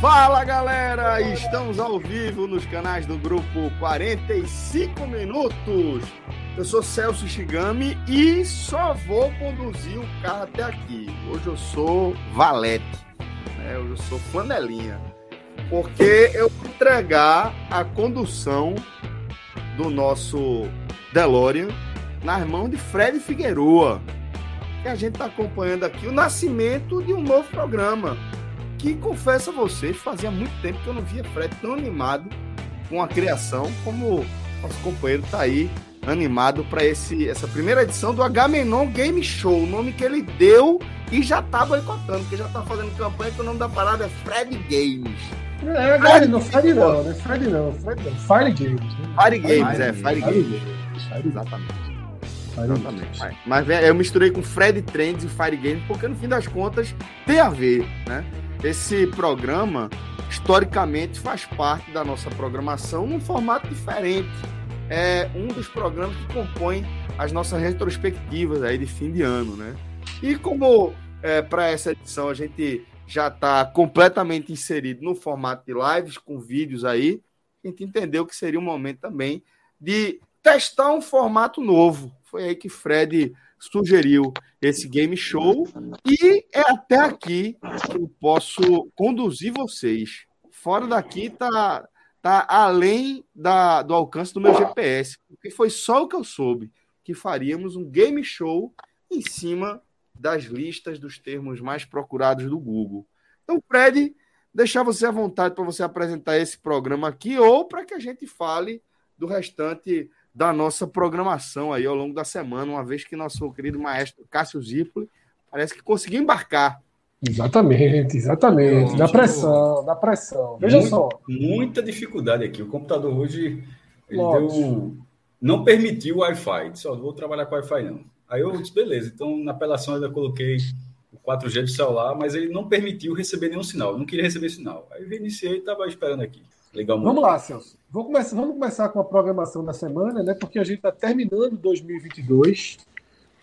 Fala galera, estamos ao vivo nos canais do grupo 45 Minutos. Eu sou Celso Shigami e só vou conduzir o carro até aqui. Hoje eu sou valete, né? hoje eu sou flanelinha, porque eu vou entregar a condução do nosso DeLorean nas mãos de Fred Figueroa. que a gente está acompanhando aqui o nascimento de um novo programa que confesso a vocês, fazia muito tempo que eu não via Fred tão animado com a criação como nosso companheiro tá aí animado para esse essa primeira edição do Agamenon Game Show, o nome que ele deu e já tá boicotando, que já tá fazendo campanha que o nome da parada é Fred Games. Não, é, galera, não, Fire não, né? Fire não, Fire não. Fire Games. Né? Fire Games, é, Fire Games. Fire Games. Exatamente. Fire Exatamente. Games. Mas, mas, velho, eu misturei com Fred Trends e Fire Games, porque no fim das contas tem a ver, né? Esse programa, historicamente, faz parte da nossa programação num formato diferente. É um dos programas que compõe as nossas retrospectivas aí de fim de ano, né? E como para essa edição a gente já está completamente inserido no formato de lives, com vídeos aí, a gente entendeu que seria um momento também de testar um formato novo. Foi aí que Fred sugeriu esse game show e é até aqui que eu posso conduzir vocês. Fora daqui tá tá além da, do alcance do meu GPS, porque foi só o que eu soube que faríamos um game show em cima das listas dos termos mais procurados do Google. Então, Fred, deixar você à vontade para você apresentar esse programa aqui ou para que a gente fale do restante da nossa programação aí ao longo da semana, uma vez que nosso querido maestro Cássio Zipoli parece que conseguiu embarcar. Exatamente, exatamente. Da pressão, da pressão. Veja Muito- só. Muita dificuldade aqui. O computador hoje ele Lopes. deu- não permitiu o Wi-Fi. Disse, ó, não vou trabalhar com Wi-Fi não. Aí eu disse, beleza. Então, na apelação eu ainda coloquei o 4G do celular, mas ele não permitiu receber nenhum sinal. Eu Não queria receber sinal. Aí eu reiniciei e estava esperando aqui. Legal, muito. Vamos lá, Celso. Vou começar, vamos começar com a programação da semana, né? Porque a gente está terminando 2022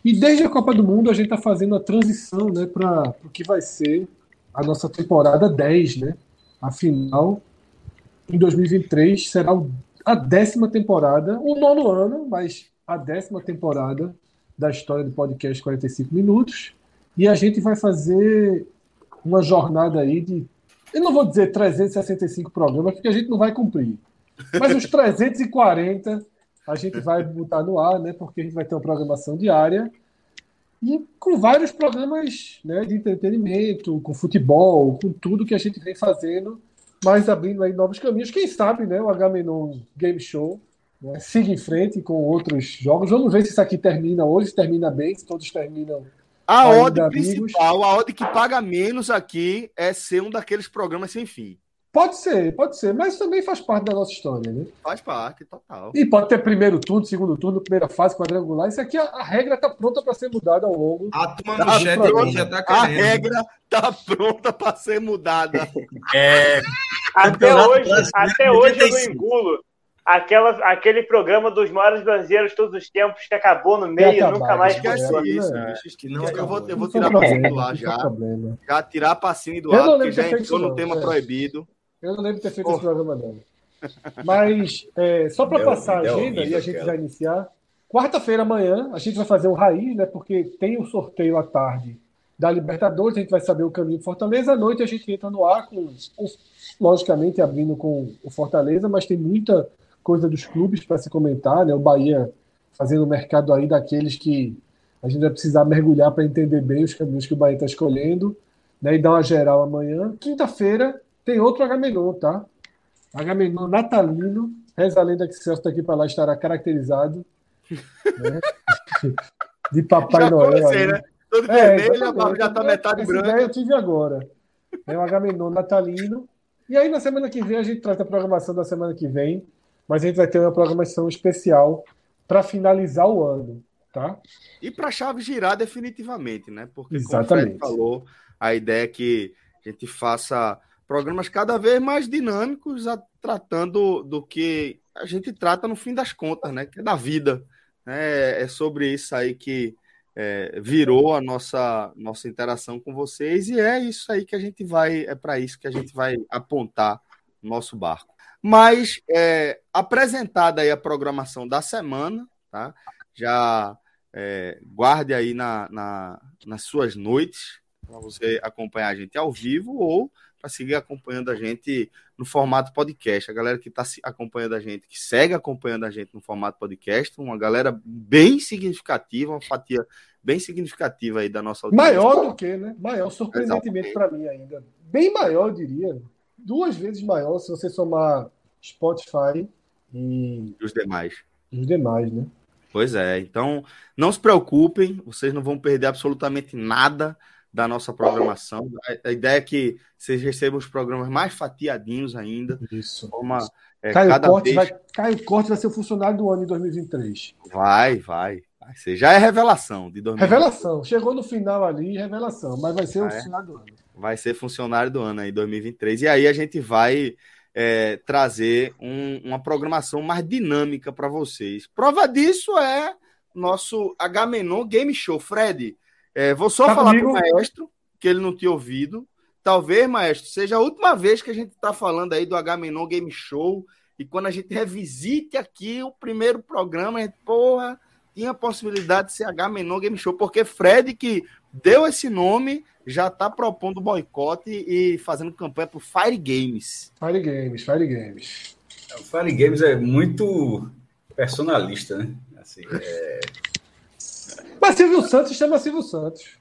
e desde a Copa do Mundo a gente está fazendo a transição, né, para o que vai ser a nossa temporada 10, né? A final em 2023 será o- a décima temporada, o nono ano, mas a décima temporada da história do podcast 45 Minutos. E a gente vai fazer uma jornada aí de eu não vou dizer 365 programas, porque a gente não vai cumprir. Mas os 340 a gente vai botar no ar, né? Porque a gente vai ter uma programação diária. E com vários programas né, de entretenimento, com futebol, com tudo que a gente vem fazendo, mas abrindo aí novos caminhos. Quem sabe, né? O HMNO Game Show né, siga em frente com outros jogos. Vamos ver se isso aqui termina hoje, se termina bem, se todos terminam A Ainda ordem amigos? principal, a ordem que paga menos aqui é ser um daqueles programas sem fim. Pode ser, pode ser, mas também faz parte da nossa história, né? Faz parte, total. E pode ter primeiro turno, segundo turno, primeira fase, quadrangular. Isso aqui, a, a regra está pronta para ser mudada ao longo. A turma Tá do chat pronto. aqui já tá A querendo. regra tá pronta para ser mudada. É, Até Campeonato hoje, Brasileiro até de hoje eu não 85. engulo aquela, aquele programa dos maiores brasileiros de todos os tempos que acabou no Vai meio e acabar, nunca mais vai Esquece voltou. acabar. isso, É. bicho. que não eu vou, eu vou Não tem tirar passinho problema, do ar não tem já. é um problema. Já tirar passinho do Eu não ar, porque lembro de já ter feito entrou isso, no tema não, é. proibido. Eu não lembro de ter feito Oh. esse programa, não. Mas, é, só para Deu- passar a deu agenda, e horrível a gente aquela. vai iniciar. Quarta-feira, amanhã, a gente vai fazer um raiz, né? Porque tem o sorteio à tarde da Libertadores, a gente vai saber o caminho do Fortaleza. À noite, a gente entra no ar, com, com- logicamente abrindo com o Fortaleza, mas tem muita coisa dos clubes para se comentar, né? O Bahia fazendo o mercado aí daqueles que a A gente vai precisar mergulhar para entender bem os caminhos que o Bahia está escolhendo, né? E dar uma geral amanhã. Quinta-feira tem outro Agamenon, tá? Agamenon natalino. Reza a lenda que Celso daqui para lá estará caracterizado. Né? De Papai já Noel. comecei, aí. né? Todo É, vermelho, a exatamente. barba já tá metade Essa branca. ideia eu tive agora. É um Agamenon natalino. E aí, na semana que vem, a gente trata a programação da semana que vem. Mas a gente vai ter uma programação especial para finalizar o ano, tá? E para a chave girar definitivamente, né? Porque como o Fred Exatamente. falou, a ideia é que a gente faça programas cada vez mais dinâmicos, a- tratando do que a gente trata no fim das contas, né? Que é da vida. né? É sobre isso aí que é, virou a nossa, nossa interação com vocês e é isso aí que a gente vai, é para isso que a gente vai apontar o nosso barco. Mas é, apresentada aí a programação da semana, tá? Já é, guarde aí na, na- nas suas noites para você acompanhar a gente ao vivo ou para seguir acompanhando a gente no formato podcast. A galera que está acompanhando a gente, que segue acompanhando a gente no formato podcast, uma galera bem significativa, uma fatia bem significativa aí da nossa audiência. Maior do que, né? Maior, surpreendentemente para mim ainda. Bem maior, eu diria. Duas vezes maior se você somar Spotify e que os demais. os demais, né? Pois é, então não se preocupem, vocês não vão perder absolutamente nada da nossa programação. A, a ideia é que vocês recebam os programas mais fatiadinhos ainda, Isso. de forma é, Caio cada Corte, vez vai, Caio Corte vai ser o funcionário do ano em 2023. Vai, vai. vai ser. Já é revelação de 2020. Revelação. Chegou no final ali, revelação. Mas vai ser Ah, o é? final do ano. Vai ser funcionário do ano aí, 2023. E aí a gente vai é, trazer um- uma programação mais dinâmica para vocês. Prova disso é nosso Agamenon Game Show. Fred, é, vou só Tá falar comigo? pro maestro, que ele não tinha ouvido. Talvez, maestro, seja a última vez que a gente está falando aí do Agamenon Game Show. E quando a gente revisite aqui o primeiro programa, a gente, porra, tinha a possibilidade de ser H Menon Game Show, porque Fred, que deu esse nome, já tá propondo boicote e fazendo campanha pro Fire Games. Fire Games, Fire Games. O Fire Games é muito personalista, né? Assim, é, Mas Silvio Santos chama Silvio Santos.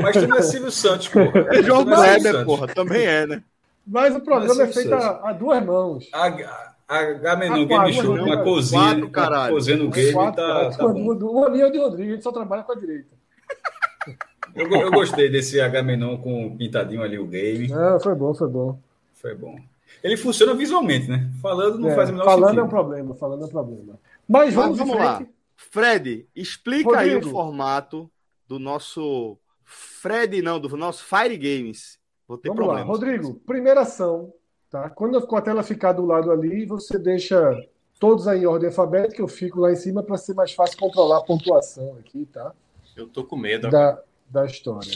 mas também é Silvio Santos, porra. É João Mas também é Silvio Kleber, Santos. porra, também é, né? Mas o programa Mas é Silvio feito a, a duas mãos. A, a, a Menon Ah, Game quatro, Show, né, uma cara? tá cozinha, Quatro, caralho. cozinha no game, É Quatro, tá, quatro, tá bom. uma- uma linha de Rodrigo, a gente só trabalha com a direita. Eu, go- eu gostei desse H Menon com pintadinho ali o game. Não, foi bom, foi bom. Foi bom. Ele funciona visualmente, né? Falando não É, faz o menor falando é um sentido. problema, falando é um problema. Mas vamos, vamos em lá. frente. Fred, explica aí o Rodrigo. formato do nosso Fred, não, do nosso Fire Games. Vou ter Vamos problema. lá. Rodrigo, primeira ação, tá? Quando a- com a tela ficar do lado ali, você deixa todos aí em ordem alfabética, eu fico lá em cima para ser mais fácil controlar a pontuação aqui, tá? Eu tô com medo. agora. Da, da história.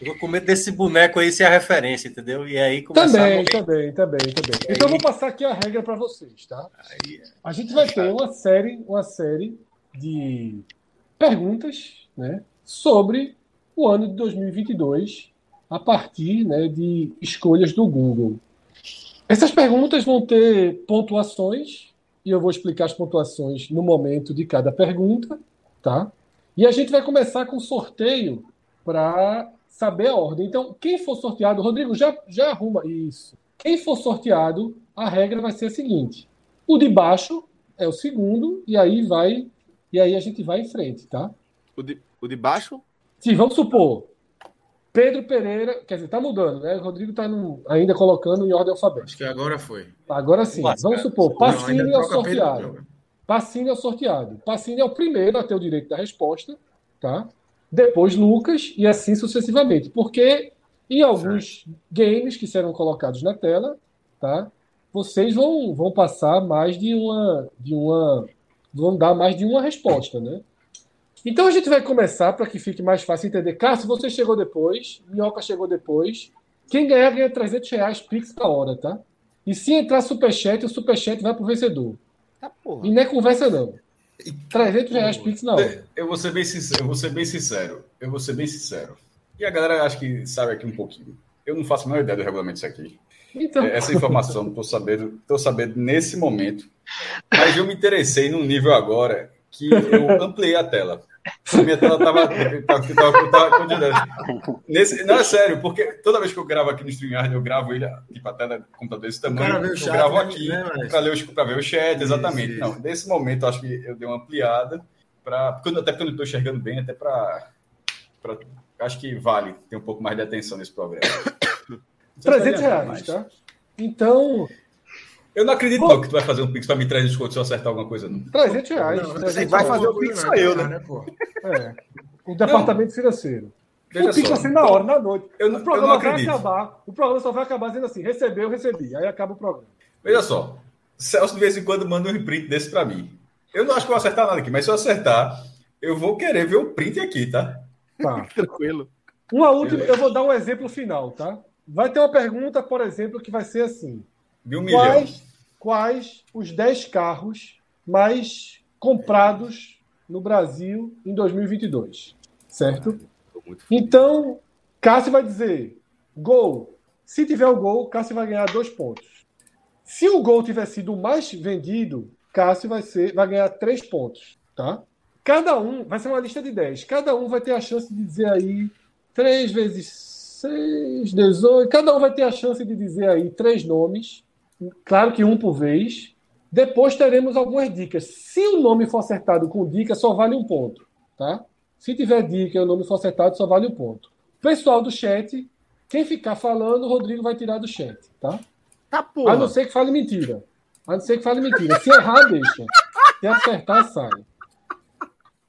Eu tô com medo desse boneco aí ser a referência, entendeu? E aí começar a Também, morrer. também, também, também. Então eu vou passar aqui a regra para vocês, tá? Aí, é A gente vai ter uma série, uma série de perguntas, né, sobre o ano de 2022 a partir, né, de escolhas do Google. Essas perguntas vão ter pontuações e eu vou explicar as pontuações no momento de cada pergunta, tá? E a gente vai começar com sorteio para saber a ordem. Então, quem for sorteado, Rodrigo, já, já arruma isso. Quem for sorteado, a regra vai ser a seguinte: o de baixo é o segundo, e aí vai. E aí a gente vai em frente, tá? O de, o de baixo? Sim, vamos supor. Pedro Pereira, quer dizer, tá mudando, né? O Rodrigo tá no- ainda colocando em ordem alfabética. Acho que agora foi. Agora sim, vamos supor, Não, Pacini ainda é o troca Pedro, sorteado. não. Pacini é o sorteado. Pacini é o primeiro a ter o direito da resposta, tá? Depois Lucas e assim sucessivamente. Porque em alguns games que serão colocados na tela, tá? Vocês vão, vão passar mais de uma, de uma. Vão dar mais de uma resposta, né? Então a gente vai começar para que fique mais fácil entender. Cássio, você chegou depois, Minhoca chegou depois. Quem ganhar, ganha 300 reais Pix na hora, tá? E se entrar Superchat, o Superchat vai pro vencedor. Tá porra. E não é conversa, não. 300 reais Pix na hora. Eu vou ser bem sincero, eu vou ser bem sincero. Eu vou ser bem sincero. E a galera acho que sabe aqui um pouquinho. Eu não faço a menor ideia do regulamento disso aqui. Então, É, Essa informação não estou sabendo, tô sabendo nesse momento. Mas eu me interessei num nível agora que eu ampliei a tela. A minha tela estava. Nesse, não, é sério, porque toda vez que eu gravo aqui no StreamYard, eu gravo ele, tipo, a tela do computador desse tamanho, Pra ver o eu chat, gravo né, aqui né, Maestro? para ler os- pra ver o chat, Isso, exatamente. isso. Não, nesse momento eu acho que eu dei uma ampliada, pra, porque eu- até porque eu não estou enxergando bem, até para. Acho que vale ter um pouco mais de atenção nesse programa. é, 300 reais, tá? Então, Eu não acredito não, que tu vai fazer um pix pra me trazer desconto se eu acertar alguma coisa, não. 300 reais. Não, 300 você vai reais. fazer o Pix, sou eu, né? pô? É. O departamento financeiro. Veja o Pix só. vai ser na hora, na noite. Eu o não- eu não programa vai acredito. acabar. O programa só vai acabar dizendo assim: recebeu, recebi. Aí acaba o programa. Veja só. Celso de vez em quando manda um print desse pra mim. Eu não acho que eu vou acertar nada aqui, mas se eu acertar, eu vou querer ver o print aqui, tá? Tá. Tranquilo. Uma última, eu vou dar um exemplo final, tá? Vai ter uma pergunta, por exemplo, que vai ser assim: De um milhão. quais, quais os 10 carros mais comprados no Brasil em 2022? Certo? Então, Cássio vai dizer: gol. Se tiver o gol, Cássio vai ganhar dois pontos. Se o gol tiver sido o mais vendido, Cássio vai, ser, vai ganhar três pontos, tá? Cada um, vai ser uma lista de 10. Cada um vai ter a chance de dizer aí 3 vezes 6, 18. Cada um vai ter a chance de dizer aí três nomes. Claro que um por vez. Depois teremos algumas dicas. Se o nome for acertado com dica, só vale um ponto, tá? Se tiver dica e o nome for acertado, só vale um ponto. Pessoal do chat, quem ficar falando, o Rodrigo vai tirar do chat, tá? Tá A não porra. ser que fale mentira. A não ser que fale mentira. Se errar, deixa. Se acertar, sai.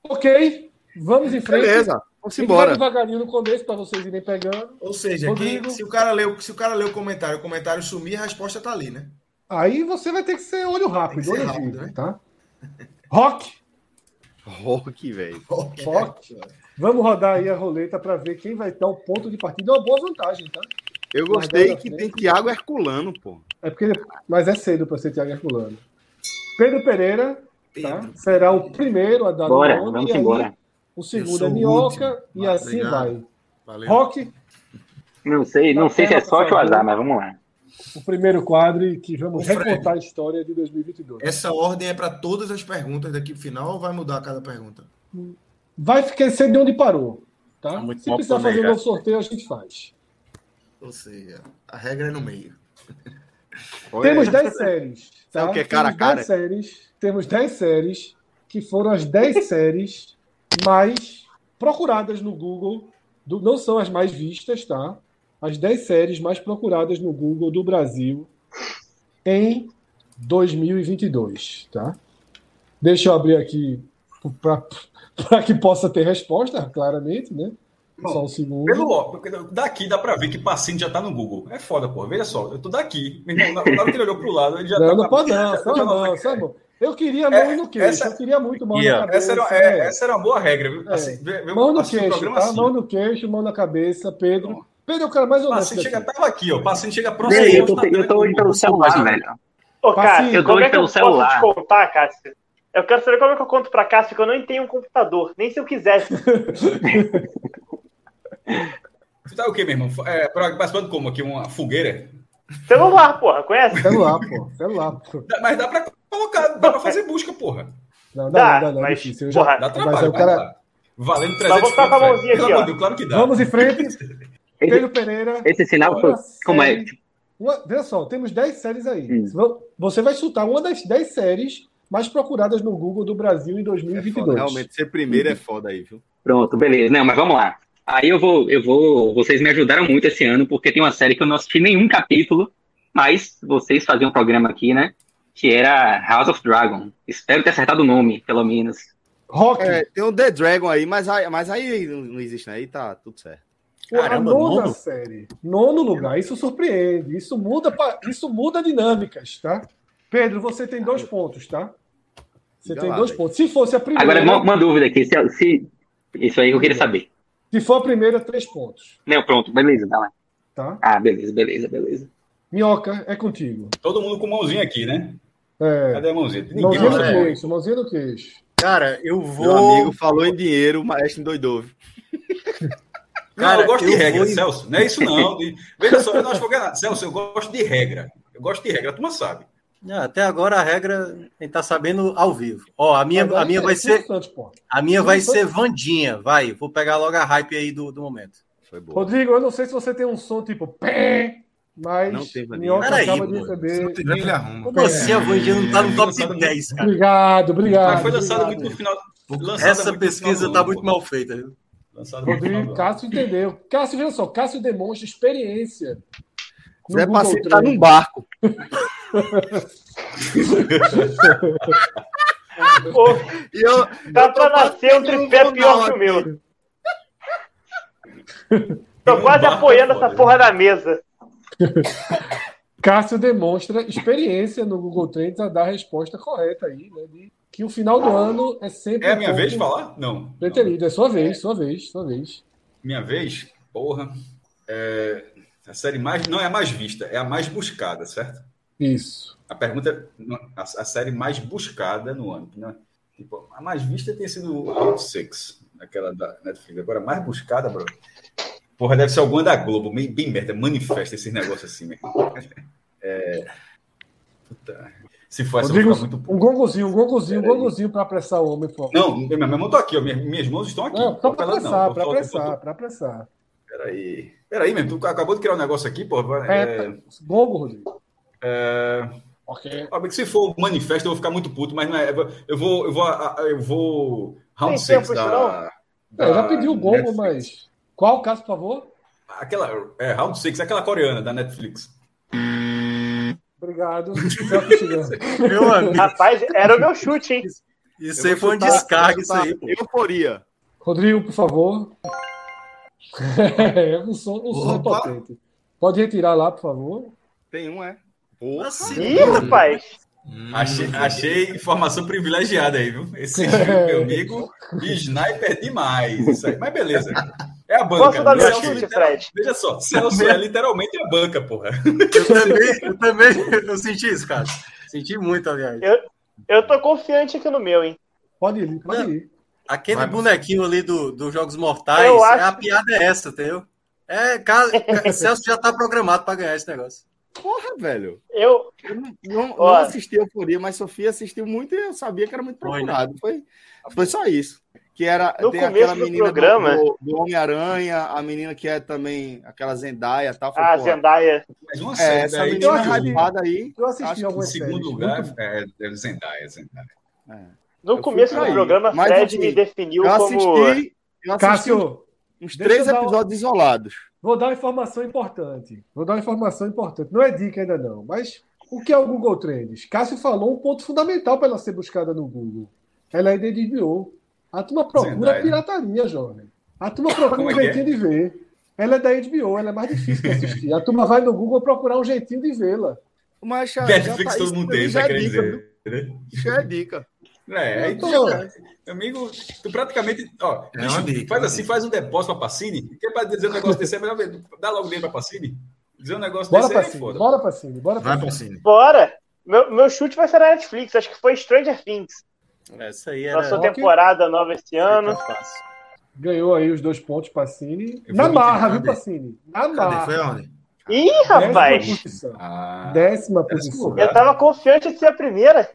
Ok? Vamos em frente. Beleza. Vamos Tem que dar embora. devagarinho no começo para vocês irem pegando. Ou seja, Rodrigo. quem- se, o cara lê, o- se o cara lê o comentário e o comentário sumir, a resposta tá ali, né? Aí você vai ter que ser olho rápido, Tem que ser olho rápido, vivo, né? tá? Rock, Rock, velho. Rock. Vamos rodar aí a roleta para ver quem vai dar o ponto de partida. É uma boa vantagem, tá? Eu gostei Guardado que na tem Thiago Herculano, pô. É porque, mas é cedo para ser Thiago Herculano. Pedro Pereira tá? será o primeiro a dar Bora, o nome. vamos e aí embora. O Eu segundo sou é o Minhoca último. e Ah, assim obrigado. vai. Valeu. Rock, Não sei, não sei se é Marcelo, sorte por ou favor. azar, mas vamos lá. o primeiro quadro e que vamos O Fred. recontar a história de 2022. Essa ordem é para todas as perguntas daqui pro final ou vai mudar cada pergunta? Vai ficar sendo de onde parou, tá? Ah, Tá muito Se mal precisar fazer um planejado. novo sorteio, a gente faz. Ou seja, a regra é no meio. Olha Temos aí. 10 séries. Tá? Sabe o que é cara a Temos 10 cara? séries, temos 10 séries que foram as 10 séries mais procuradas no Google. do- não são as mais vistas, tá? As 10 séries mais procuradas no Google do Brasil em 2022, tá? Deixa eu abrir aqui para que possa ter resposta, claramente, né? Só um segundo. Pelo ó, porque daqui dá pra ver que paciente já tá no Google. É foda, pô. Veja só, eu tô daqui. Meu irmão, na na hora que ele olhou pro lado, ele já Não, tá. não pode não, já- só já- não, só não. Eu queria É, mão no queixo, essa- eu queria muito mão Aqui, ó. na cabeça. Essa era, é, é. essa era uma boa regra, viu? É. Assim, vê- vê- Mão no assiste o queixo, programa tá? assim. Mão no queixo, mão na cabeça, Pedro. Pedro é o cara mais O honesto. paciente chega, daqui. tava aqui, ó. O paciente chega próximo. Peraí, eu tá tô, eu tô indo pelo celular, velho. Ô, Cássio, Assim, eu como dois é que eu pelo celular. posso te contar, Cássio? Eu quero saber como é que eu conto pra Cássio que eu não tenho um computador, nem se eu quisesse. Tu tá o quê, meu irmão? É, pra- participando como aqui? Uma fogueira? Celular, porra, conhece? Celular, pô. Celular, pô. Dá- Mas dá pra colocar, dá pra fazer busca, porra. Não, não, Dá, não, não, não, é mas, difícil. Eu já- porra, Dá Mas trabalho, aí o vai cara- lá. Valendo 300 Mas vou ficar com a conto, mãozinha velho. aqui, Pelo ó. Deus, claro que dá. Vamos em frente. Pedro Pereira. Esse sinal foi. uma Como é? série- uma- veja só, temos 10 séries aí. Hum. Vão- Você vai chutar uma das 10 séries mais procuradas no Google do Brasil em É 2022. foda. Realmente, ser primeiro é foda aí, viu? Pronto, beleza. Não, mas vamos lá. Aí eu vou, eu vou. Vocês me ajudaram muito esse ano, porque tem uma série que eu não assisti nenhum capítulo, mas vocês faziam um programa aqui, né? Que era House of Dragon. Espero ter acertado o nome, pelo menos. Rock. É, tem um The Dragon aí, mas aí, mas aí não não existe, né? Aí tá tudo certo. a Caramba, nona nono? série. Nono lugar. Isso surpreende. Isso muda, pa- isso muda dinâmicas, tá? Pedro, você tem dois pontos, tá? Você Diga tem lá, dois velho. pontos. Se fosse a primeira, Agora, uma, uma dúvida aqui. Se, se- isso aí eu queria saber. se for a primeira, três pontos, Não, pronto, beleza. Dá lá. tá? Ah, beleza, beleza, beleza. Minhoca, é contigo. Todo mundo com mãozinha aqui, né? É. Cadê a mãozinha? Ninguém Mãozinha do mostra a é. mão. queixo, mãozinha do queixo. Cara, eu Meu amigo falou em dinheiro, o maestro endoidou. viu? não, eu gosto de eu regra, vou em- Celso. Não é isso, não. De- Veja só, eu não acho qualquer nada. Celso, eu gosto de regra. Eu gosto de regra, a turma sabe. Não, até agora a regra a gente tá sabendo ao vivo. Ó, a minha, Agora a minha é vai ser, importante, pô. a minha vai ser Vandinha, vai. Vou pegar logo a hype aí do, do momento. Foi boa. Rodrigo, eu não sei se você tem um som tipo pé, mas Não tem, Vanilla. Minhoca Peraí, acaba de pô. Não receber. é? tem nem ele arruma. Como assim a Vandinha não tá no top Lançada 10, cara? Obrigado, obrigado. Mas foi lançada obrigado. muito no final. lançada Essa muito no pesquisa final do tá ano, muito pô. mal feita. viu? Lançada muito no final do Rodrigo, ano. Cássio entendeu. Cássio, veja só, Cássio demonstra experiência. no Zé Google Pacifico tá Trends. um num barco. Ô, E eu, Dá eu tô pra nascer um quase no tripé pior que o Ronaldo. meu. Tô quase Barra apoiando foda, essa porra na mesa. Cássio demonstra experiência no Google Trends a dar a resposta correta aí, né? de que o final do ano é sempre. É a um minha pouco vez de falar? Não. Não. Preterido, é sua vez, sua vez, sua vez. Minha vez? Porra. É, a série mais. Não é a mais vista, é a mais buscada, certo? Isso. A pergunta é não, a, a série mais buscada no ano. né? Tipo, a mais vista tem sido Out Six, aquela da Netflix. Agora, a mais buscada, bro. Porra, deve ser alguma da Globo. Bem, bem merda, manifesta esses negócios assim, meu irmão. É, puta. Se for essa, eu Rodrigo, vou ficar muito um puto. gongozinho, um gongozinho, um gongozinho pra apressar o homem, por favor. Não, meu irmão, eu tô aqui, ó, minhas, minhas mãos estão aqui. Não, só pra Papelada não, apressar, eu pra tô- eu tô- apressar, pra apressar. Peraí. Peraí, meu, tu acabou de criar um negócio aqui, pô. vai- É, é, tá. Gongo, Rodrigo. é, Ok. Ah, mas se for o manifesto, eu vou ficar muito puto, mas não é. Eu vou. Eu vou. a- a- Eu vou round Tem 6 tempo, da, da. Eu já pedi o gongo, Ah, Netflix. mas. Qual o caso, por favor? Aquela. É, round 6, aquela coreana da Netflix. Obrigado. Celso Chigano. Meu amigo, Rapaz, era o meu chute, hein? isso Eu aí vou foi um chutar- descarga, isso chutar aí, pô. Euforia. Rodrigo, por favor. o som, o som é Opa. potente. Pode retirar lá, por favor. Tem um, é? Ih, rapaz. Hum, Achei, achei informação privilegiada aí, viu? Esse filme, meu amigo, sniper demais. Isso aí. Mas beleza. É a banca. Posso dar meu Celso, chute, literal- Fred? Veja só, Celso é literalmente a banca, porra. Eu também, eu também, eu senti isso, cara. Senti muito, aliás. Eu tô confiante aqui no meu, hein? Pode ir, pode ir. Aquele Vai, bonequinho ali do- dos Jogos Mortais, Eu é, acho a piada é essa, entendeu? É, cara, Celso já tá programado pra ganhar esse negócio. Porra, velho. Eu, Eu não, não, não Olha. assisti Euforia, mas Sofia assistiu muito e eu sabia que era muito Foi, né? Tá procurado. Foi, foi só isso. Que era No tem começo aquela do menina do- programa- do, do Homem-Aranha, a menina que é também aquela Zendaya e tal. Foi, a porra, ah, Zendaya. Mas uma é, série essa daí, menina tipo, rádio- rapada aí. Eu assisti Acho que em algumas séries. segundo lugar, é, é Zendaya, Zendaya. No fui começo pra do aí. programa, Mas, Fred assim, me definiu Eu como. assisti, eu assisti Cássio, uns deixa três eu dar um- episódios isolados. vou dar uma informação importante. Vou dar uma informação importante. Não é dica ainda não, mas o que é o Google Trends? Cássio falou um ponto fundamental para ela ser buscada no Google. Ela é DDBO. A turma procura Zendaya. pirataria, jovem. A turma procura Como um é que é? jeitinho de ver. Ela é da HBO, ela é mais difícil de assistir. A turma vai no Google procurar um jeitinho de vê-la. Mas já, Netflix já tá- todo isso mundo pra mim tem, já tá é querendo dica, viu? dizer. né? Já é dica. É, aí Eu tu tô- já- amigo, tu praticamente. Ó, É bicho, uma dica, faz uma assim, dica. faz um depósito pra Pacini. Que é pra dizer um negócio desse é melhor. ver. Dá logo dele pra Pacini. Dizer um negócio Bora desse pra é cima, foda. bora pra cima, bora pra Vai pra cima. cine. Bora! Meu, meu chute vai ser na Netflix, acho que foi Stranger Things. Essa É, É, né? aí era. Lançou Ok. temporada nova esse ano. fácil. Ganhou aí os dois pontos Pacini. Eu vou Na mentir, marra, viu, cadê? Pacini? Na Cadê? Tá. marra. Foi aonde? tá Ih, um Décima rapaz! posição. Ah, Décima décimo posição. lugar. Eu tava confiante de ser a primeira.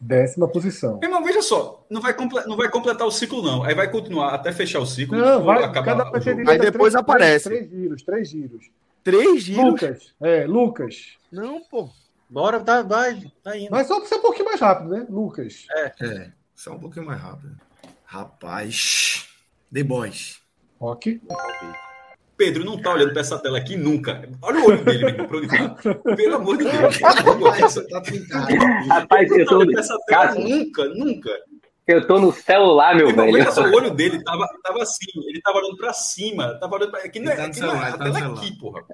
Décima posição. Meu irmão, veja só, não vai, comple- não vai completar o ciclo, não. Aí vai continuar até fechar o ciclo. Não, ou vai, acabar cada o jogo. preferida Aí depois aparece. é Três, giros, três giros. Três giros. Lucas, é, Lucas. Não, pô. Bora, tá, vai, tá indo. Mas só pra ser um pouquinho mais rápido, né? Lucas. É, só um pouquinho mais rápido. Rapaz. The Boys. Ok. Pedro não tá olhando pra essa tela aqui nunca. Olha o olho dele, meu irmão, pra onde tá. Pelo amor de Deus. Ele tá pintado. Rapaz, não eu tá tô, olhando pra essa tela Cássio. nunca, nunca. eu tô no celular, meu Meu irmão, velho. veja Então, só, o olho dele tava, tava assim, ele tava olhando pra cima, tava olhando pra. Aqui não Ele é, tá no aqui não é, celular, tá a tela no é celular. aqui, porra.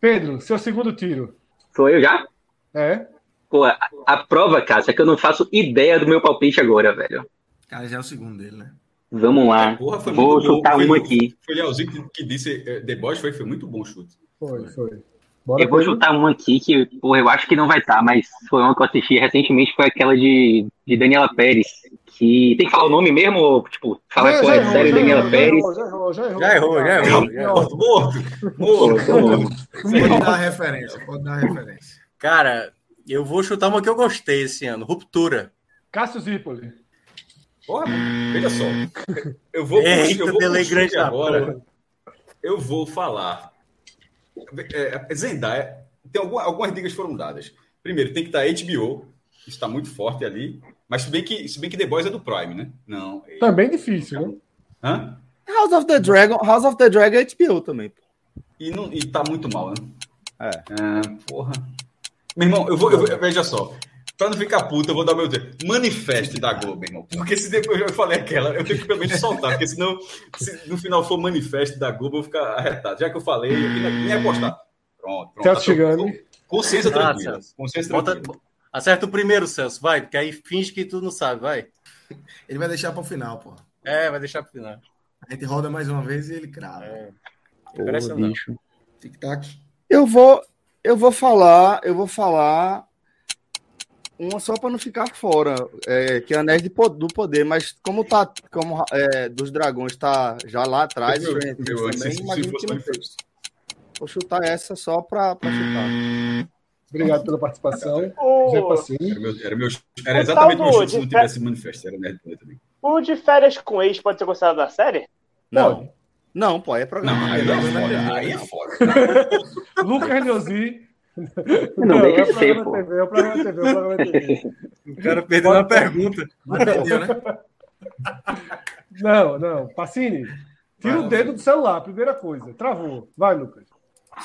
Pedro, seu segundo tiro. Sou eu já? É. Pô, a, a prova, Cássio, é que eu não faço ideia do meu palpite agora, velho. Cara, já é o segundo dele, né? Vamos lá. Porra, foi Vou muito bom, chutar foi uma muito- aqui. Foi o Leozinho que, que disse eh, The Boys, foi, foi muito bom o chute. Foi, foi. Bora, Eu vou Pedro. chutar uma aqui que, tá, porra, eu acho que não vai estar, mas foi uma que eu assisti recentemente, foi aquela de, de Daniela Pérez, que. Tem que falar o nome mesmo? Tipo, falar qual é a série Daniela Pérez. Ah, Já errou, já errou. Já errou, já errou. Já errou. Morto, morto. Pode dar a referência, pode dar a referência. Cara, eu vou chutar uma que eu gostei esse ano. Ruptura. Cássio Zirpoli. Porra, veja só. Eu vou, Eita, eu vou delay construir grande da agora. Eu vou falar. É, é, Zendaya, tem alguma- algumas dicas foram dadas. Primeiro, tem que tá estar HBO, está tá muito forte ali. Mas se bem que, se bem que The Boys é do Prime, né? Não. Também difícil, né? Hã? House of the Dragon, House of the Dragon é HBO também. pô. E, não, e tá muito mal, né? É. Ah, porra. Meu irmão, eu vou, eu vou- Veja só. Pra não ficar puto, eu vou dar meu tempo. Manifeste da Globo, meu irmão. Porque se depois eu falei aquela, eu tenho que pelo menos soltar. Porque senão, se no final for manifeste da Globo, eu vou ficar arretado. Já que eu falei, eu vim aqui nem apostar. Pronto, pronto. Celso Tá tranquilo. Chigami. Consciência Ah, tranquila. Celso. Consciência Bota- tranquila. Acerta o primeiro, Celso, vai, porque aí finge que tu não sabe, vai. Ele vai deixar para o final, pô. É, vai deixar pro final. A gente roda mais uma vez e ele crava. É. Porra, Impressionante. bicho. Tic-tac. Eu vou, eu vou falar, eu vou falar uma só para não ficar fora, é, que é Anéis de Po- do Poder, mas como tá, como é, dos dragões tá já lá atrás, Meu- também, meu, antes, se- se imagino fosse que não manifesto. fez. Vou chutar essa só para chutar. Obrigado pela participação. Zé O, Passinho. Era, meu, era, meu, era exatamente meu Salvo, chute se não de- tivesse manifesto. Era nerd Play também. o de férias com ex pode ser considerado da série? Não, não, pô, é programa. Não, aí é foda. Aí é foda. Lucas Neuzi. Não, deixa de ser, é o pô. programa TV, é o programa TV, é o programa TV. O cara perdeu uma pergunta. Mas perdeu, né? Não, não. Passini, tira Vai, o dedo do celular, primeira coisa. Travou. Vai, Lucas.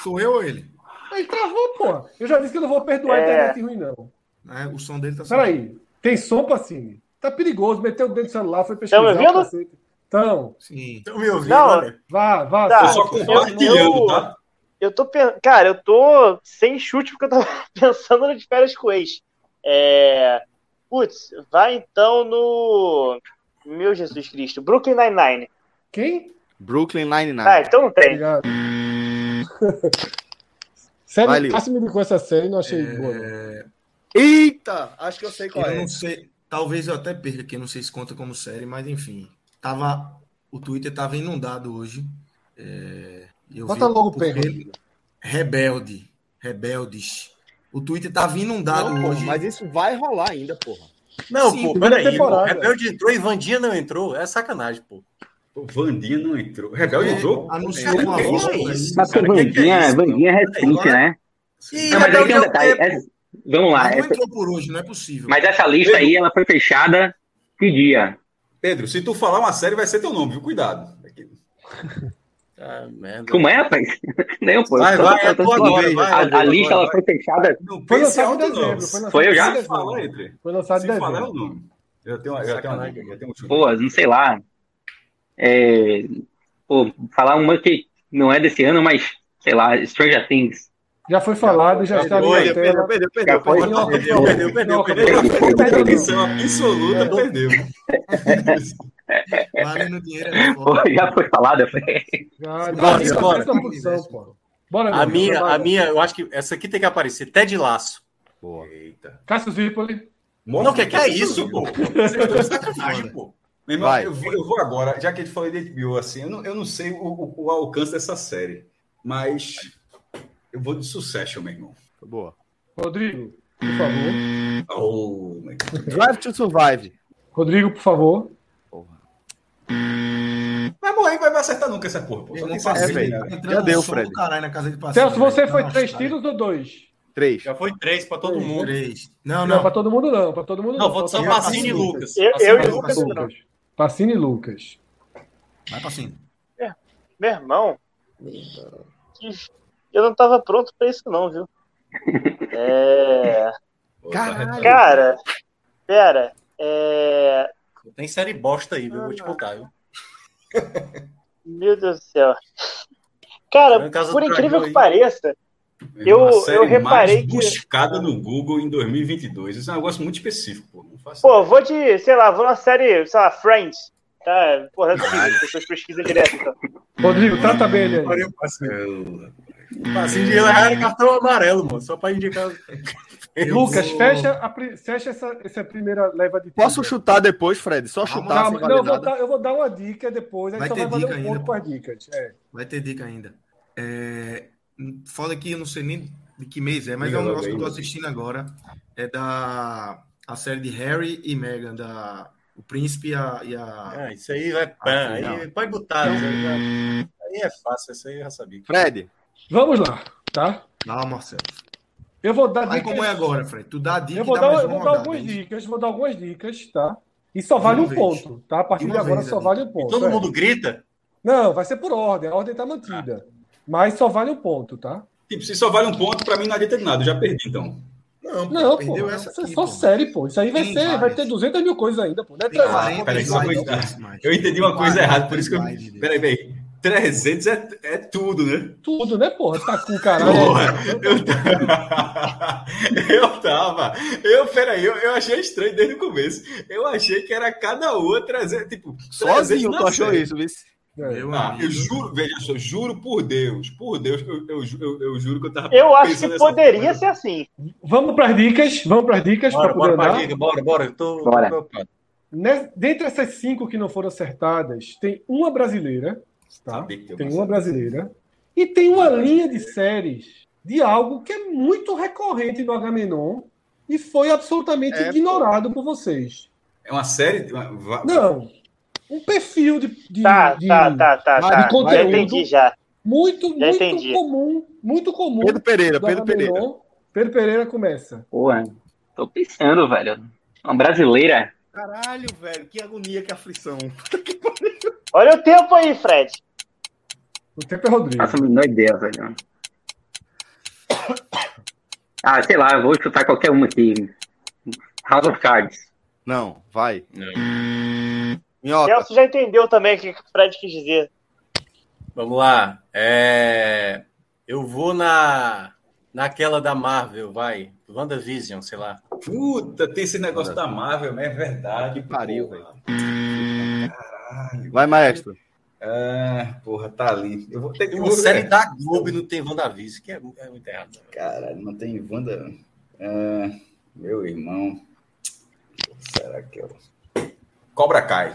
Sou eu ou ele? Ele travou, porra. Eu já disse que eu não vou perdoar a É. internet ruim, não. É, o som dele tá Peraí, tem som, Passini? Tá perigoso, meteu o dedo no celular, foi pesquisar. Tá me ouvindo? o cacete. Então, Sim. Tô me ouvindo, Não, olha. vá, vá. Tá. Ah, Eu Celso. só compartilhando, tá? Eu tô pen- Cara, eu tô sem chute porque eu tava pensando no de férias com ex. É... Putz, vai então no. Meu Jesus Cristo, Brooklyn Nine-Nine. Quem? Brooklyn Ah, Nine-Nine. então não tem. Obrigado. Sério, Vai, Lio. Cássio me indicou essa série, não achei boa. não. É, Eita, acho que eu sei qual eu é. não sei. Talvez eu até perca, que eu não sei se conta como série, mas enfim. Tava, o Twitter tava inundado hoje. É, e eu Bota vi logo o porque- pé, Rodrigo. Rebelde. Rebeldes. O Twitter tava inundado Não, pô, hoje. mas isso vai rolar ainda, porra. Não, Sim, pô, primeira peraí. Pô, temporada. Rebelde entrou e Vandinha não entrou. É sacanagem, pô. O Vandinha não entrou. Rebelde É, entrou? anunciou Cara, uma que voz. é isso, Mas cara? o Que que é isso, Vandinha, cara? Vandinha é recente, Agora- né? Sim, Não, mas aí tem um detalhe. essa- Vamos lá. Mas não essa- entrou por hoje, não é possível. Ah, Mas essa lista aí, ela foi fechada que dia? Pedro, se tu falar uma série, vai ser teu nome, viu? Cuidado. É Ah, merda. Como é, rapaz? Não, pô. Vai, eu tô- vai, eu tô- é tua a- agora, vai, A, agora, lista, vai. ela foi fechada. Não é Foi pense lançado em alto, não. dezembro. Se é Foi eu já? lançado Tá em falar, dezembro. entre. Foi lançado Se em falar é o dezembro. nome. Eu tenho uma, eu tenho uma, Sacanagem. eu tenho um chute. Pô, não sei lá. É, pô, falar uma que não é desse ano, mas, sei lá, Stranger Things. Já foi falado, já está Perdeu, na tela. é perdeu, Já foi? Minhoca, Perdeu, perdeu, perdeu, perdeu. Perdeu, Perdeu, perdeu. Missão é absoluta, perdeu. Valendo dinheiro é Pô, foda. já foi falada. foi- Já, Bora, já bora. tá na produção, pô. Bora, A Lio, minha, trabalha. a minha, eu acho que essa aqui tem que aparecer. Ted Laço. Eita. Cássio Zirpoli. Não, o que que é isso, pô? Vocês estão de sacanagem, pô. Meu irmão, Vai. eu, vou, eu vou agora, já que a gente falou de HBO, assim, eu não, eu não sei o, o- o alcance dessa série, mas eu vou de Succession, meu irmão. Boa. Rodrigo, por favor. Oh, meu Deus. Drive to Survive. Rodrigo, por favor. Mas, bom, aí vai acertar nunca essa porra, pô. Só tem é passei, passeio, velho. cara. Entrando Já um deu, som Fred. do Caralho, na casa de passeio, Celso, você velho. foi Tá três na tiros ou dois? Três. Já foi três pra todo Três. mundo. Três. Não, Não, não. pra todo mundo não, pra todo mundo não. Não, vou de Só São Eu- pra- Passini e Lucas. Eu, Passini eu e e Lucas. Lucas não. Lucas. Passini e Lucas. Vai pra cima. Meu irmão. que- Eu não tava pronto pra isso, não, viu? É. Pô, tá Caralho. Cara, pera. É. Tem série bosta aí, viu? Vou te contar, viu? Meu Deus do céu. Cara, Por causa por do incrível dragão que aí. pareça, Meu irmão, Eu- a eu série reparei mais que- buscada no Google em 2022. Isso é um negócio muito específico, pô. Não faço pô, vou de, sei lá, vou na série, sei lá, Friends. Tá, porra, é possível, as pessoas pesquisam direto. Então. Rodrigo, trata bem ele aí. Passini de errar cartão amarelo, mano. Só pra indicar. Eu Lucas, vou- fecha, a, pri- fecha essa, essa primeira leva de Posso trilha. chutar depois, Fred? Só Calma, chutar. sem calma. Calma, não, eu vou, validade. dar, eu vou dar uma dica depois, aí Tá Vai só ter vai valer dica um ainda, ponto pô. com as dicas. É. Vai ter dica ainda. É, foda que eu não sei nem de que mês é, mas Diga é um logo negócio aí, que eu tô Lucas. assistindo agora. É da a série de Harry e Meghan, da O Príncipe e a. e a- Ah, isso aí vai. Ah, aí não. pode botar. Isso aí, vai- aí é fácil, isso aí eu já sabia. Fred, Vamos lá, tá? Não, Marcelo. Eu vou dar Aí dicas- como é agora, Fred? Tu dá a dica Eu e vou dá dar, mais eu uma vou dar rodada, é algumas hein? dicas, vou dar algumas dicas, tá? E só vale De um uma vez. ponto, tá? A partir De de, uma agora vez, só Adriano. vale um ponto. Todo é. mundo grita? Não, vai ser por ordem, a ordem tá mantida. Mas só vale um ponto, tá? Tipo, se só vale um ponto, pra mim não adianta de nada. Eu já perdi, então. Não, pô, Não, pô, Ah, perdeu essa isso é aqui, só pô. série, pô. Isso aí vai Tem ser, vai várias. ter 200 mil coisas ainda, pô. Não é Tem 300. 40 peraí, só slides, coisa- mais, mais. Eu entendi uma coisa 40 errada, por isso que eu. slides dele. Peraí, peraí. 300 é, é tudo, né? Tudo, né, porra? Tá com caralho. Porra, eu tava. Eu tava. Eu, peraí, eu, eu achei estranho desde o começo. Eu achei que era cada uma 300. Tipo, 300 sozinho na tu achou série. isso, viu? É. Meu Ah, eu amigo. juro, veja só, juro por Deus, por Deus, eu, eu, ju- eu, eu juro que eu tava. Eu acho pensando que nessa poderia coisa. ser assim. Vamos pras dicas, vamos pras dicas Bora, para poder bora, andar. bora, diga, bora, bora. Eu tô, tô Bora. preocupado. Ne- Dentre essas cinco que não foram acertadas, tem uma brasileira, tá? Sabia que Tem uma- uma brasileira. E tem uma linha de séries de algo que é muito recorrente no Agamenon e foi absolutamente É, pô. ignorado por vocês. É uma série. uma- va- Não. Um perfil de, de- Tá, de- tá, tá, tá, de tá. Já conteúdo. entendi já. muito, Já muito entendi. comum, muito comum Pedro Pereira, do Pedro Pereira. Agamenon. Pedro Pereira começa. Porra, tô pensando, velho. Uma brasileira. Caralho, velho, que agonia, que aflição. Olha o tempo aí, Fred. O tempo é Rodrigo. Faço a menor ideia, velho. Ah, sei lá, eu vou chutar qualquer uma aqui. House of Cards. Não, vai. Não. Minhoca, Celso já entendeu também o que o Fred quis dizer. Vamos lá. É, Eu vou na naquela da Marvel, vai. WandaVision, sei lá. Puta, tem esse negócio da Marvel, mas é verdade. Que pariu, porra. vai, maestro. Ah, porra, tá ali. Eu vou ter que. Tem uma série da Globo e não tem WandaVision, que é, é muito errado. Cara, não tem Wanda. Ah, meu irmão. Será que é eu. Cobra Kai.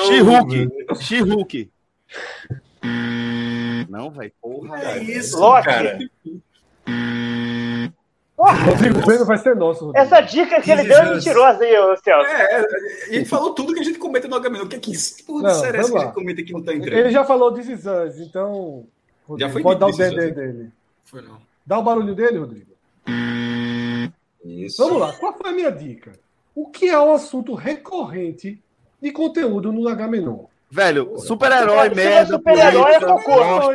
She-Hulk. She-Hulk. Não, velho. Porra, É isso, Loki. cara. Rodrigo Pedro vai ser nosso. Rodrigo. Essa dica que ele deu é mentirosa aí, ô Celso. É, ele falou tudo que a gente comenta no HMN. O que é que isso? Que porra Não, de série é vamos essa que a lá. gente comenta que não tá Ele entrando? já falou de Us, então. Rodrigo, foi pode dar o dito This Is DD dele. Foi não. Dá o barulho dele, Rodrigo. Isso. Vamos lá. Qual foi a minha dica? O que é um assunto recorrente de conteúdo no Agamenon? Velho, super-herói, Se merda. é super-herói, é política, cocô.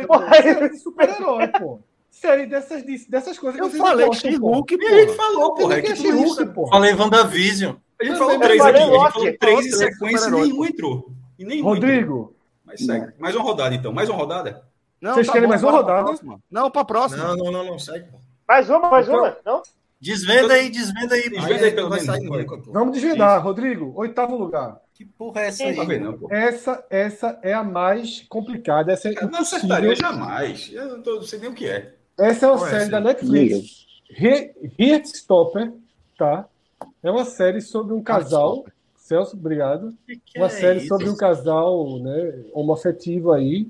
bosta. Super-herói, pô. Série de super-herói, pô. Série dessas, dessas coisas que Eu vocês falei gostam, pô. She-Hulk, E a gente porra. falou, porra. Tem É que que é tudo isso She-Hulk, pô. Falei WandaVision. A gente falou Também três aqui. falei A gente Loki. falou três em Falou três sequência e super-herói, nenhum entrou. E nenhum entrou. é Rodrigo, Mas segue. Mais uma rodada, então. Mais uma rodada? Não, tá Vocês querem mais uma bora pra rodada? próxima. Não, pra próxima. Não, não, não, não, segue. pô. Então, Mais uma, mais Então- uma. Não? Desvenda aí, desvenda aí. Desvenda Aí aí, tu pelo vai menos, sair vai. nunca, pô. vamos desvendar. Rodrigo, oitavo lugar. Que porra é essa Não tá aí? vendo, não, pô. Essa, essa é a mais complicada. Essa é Eu não impossível. acertaria jamais. Eu não, tô- não sei nem o que é. Essa é uma Qual é série essa? da Netflix. He- Heartstopper, tá? É uma série sobre um casal. Celso, obrigado. Que que Uma é série isso? sobre um casal né, homoafetivo aí.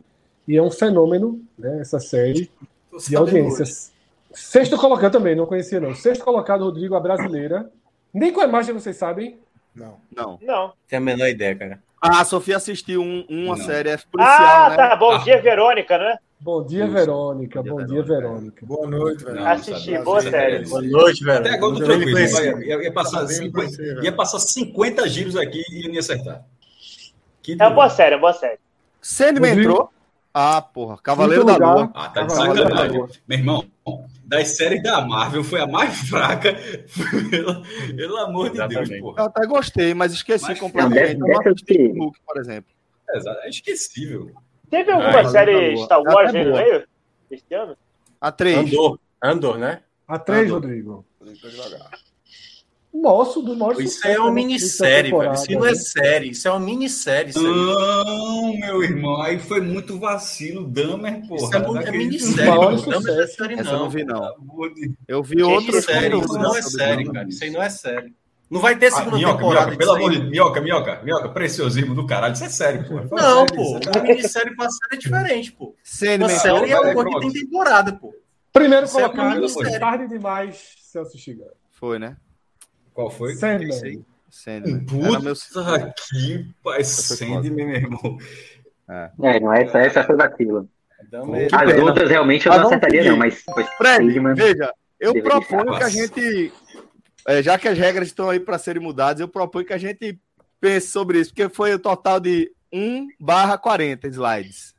E é um fenômeno, né, essa série, Tô de sabendo hoje. audiências. Sexto colocado também, não conhecia não. Sexto colocado, Rodrigo, a brasileira. Nem com a imagem vocês sabem. Não. Não. Não. Tem a menor ideia, cara. Ah, a Sofia assistiu um- uma Não. série policial, Ah, né? tá. Bom Ah. dia, Verônica, né? Bom dia, Isso. Verônica. Bom Bom dia, dia, Verônica. Boa noite, velho. Não, Assisti, sabe. boa Não, série. não. Boa noite, velho. Até agora eu tô Eu tranquilo. nem conheci. Vai- ia, ia passar Eu nem 50, conheci, velho. ia passar 50 giros aqui e eu ia acertar. Que É uma duro. boa série, é uma boa série. Sandman Rodrigo. entrou. Ah, porra. Cavaleiro Quinto da lugar. Lua. Ah, tá de Cavaleiro sacanagem. da Lua. Meu irmão, das séries da Marvel foi a mais fraca. pelo, pelo amor de Deus, Exatamente. Eu porra. até gostei, mas esesqueci Mas- completamente. Não, Eu deve- assisti deve ter- Hulk, por exemplo. É, exa- é esquecível. Teve Ah, alguma série boa. Star Wars Até aí no boa. meio? Este ano? A 3. Andor. Andor, né? A três, Andor. Rodrigo. Nosso, dos maiores Isso sucessos é uma da minissérie, velho. Isso não é temporada, série, isso é uma minissérie. Isso, Hum, aí. Não, meu irmão, aí foi muito vacilo, Damer, porra. isso é, não mu- é acredito. minissérie. Maior mano. Não, mas é sucesso. série, Essa eu não não. vi, não. Amor de- Eu vi outros Minissérie, conteúdos Isso não é sobre série, Dama. cara. Isso aí não é série. Não vai ter Ah, segunda minhoca, temporada. minhoca, pelo disso aí. amor de Minhoca, minhoca, minhoca, preciosismo do caralho. Isso é sério, porra. Fala Não, sério, pô. isso é- Uma minissérie pra série é diferente, pô. Uma Sandman, Marcelo, série é vai, uma coisa que Crocs. tem temporada, pô. Primeiro Isso é colocado, minissérie. tarde demais, Celso Chigano. foi, né? Qual foi? é Sandman. Um Sandman. Era meu... Puta que pai, Sandman, é meu irmão. É, não, essa, essa foi vacilo. Dahmer- Que As pena. outras realmente eu Ah, não vamos acertaria, seguir. não, mas foi Fred, Sandman. veja, eu Deveria proponho estar. que a gente, é, já que as regras estão aí para serem mudadas, eu proponho que a gente pense sobre isso, porque foi o total de 1 barra 40 slides.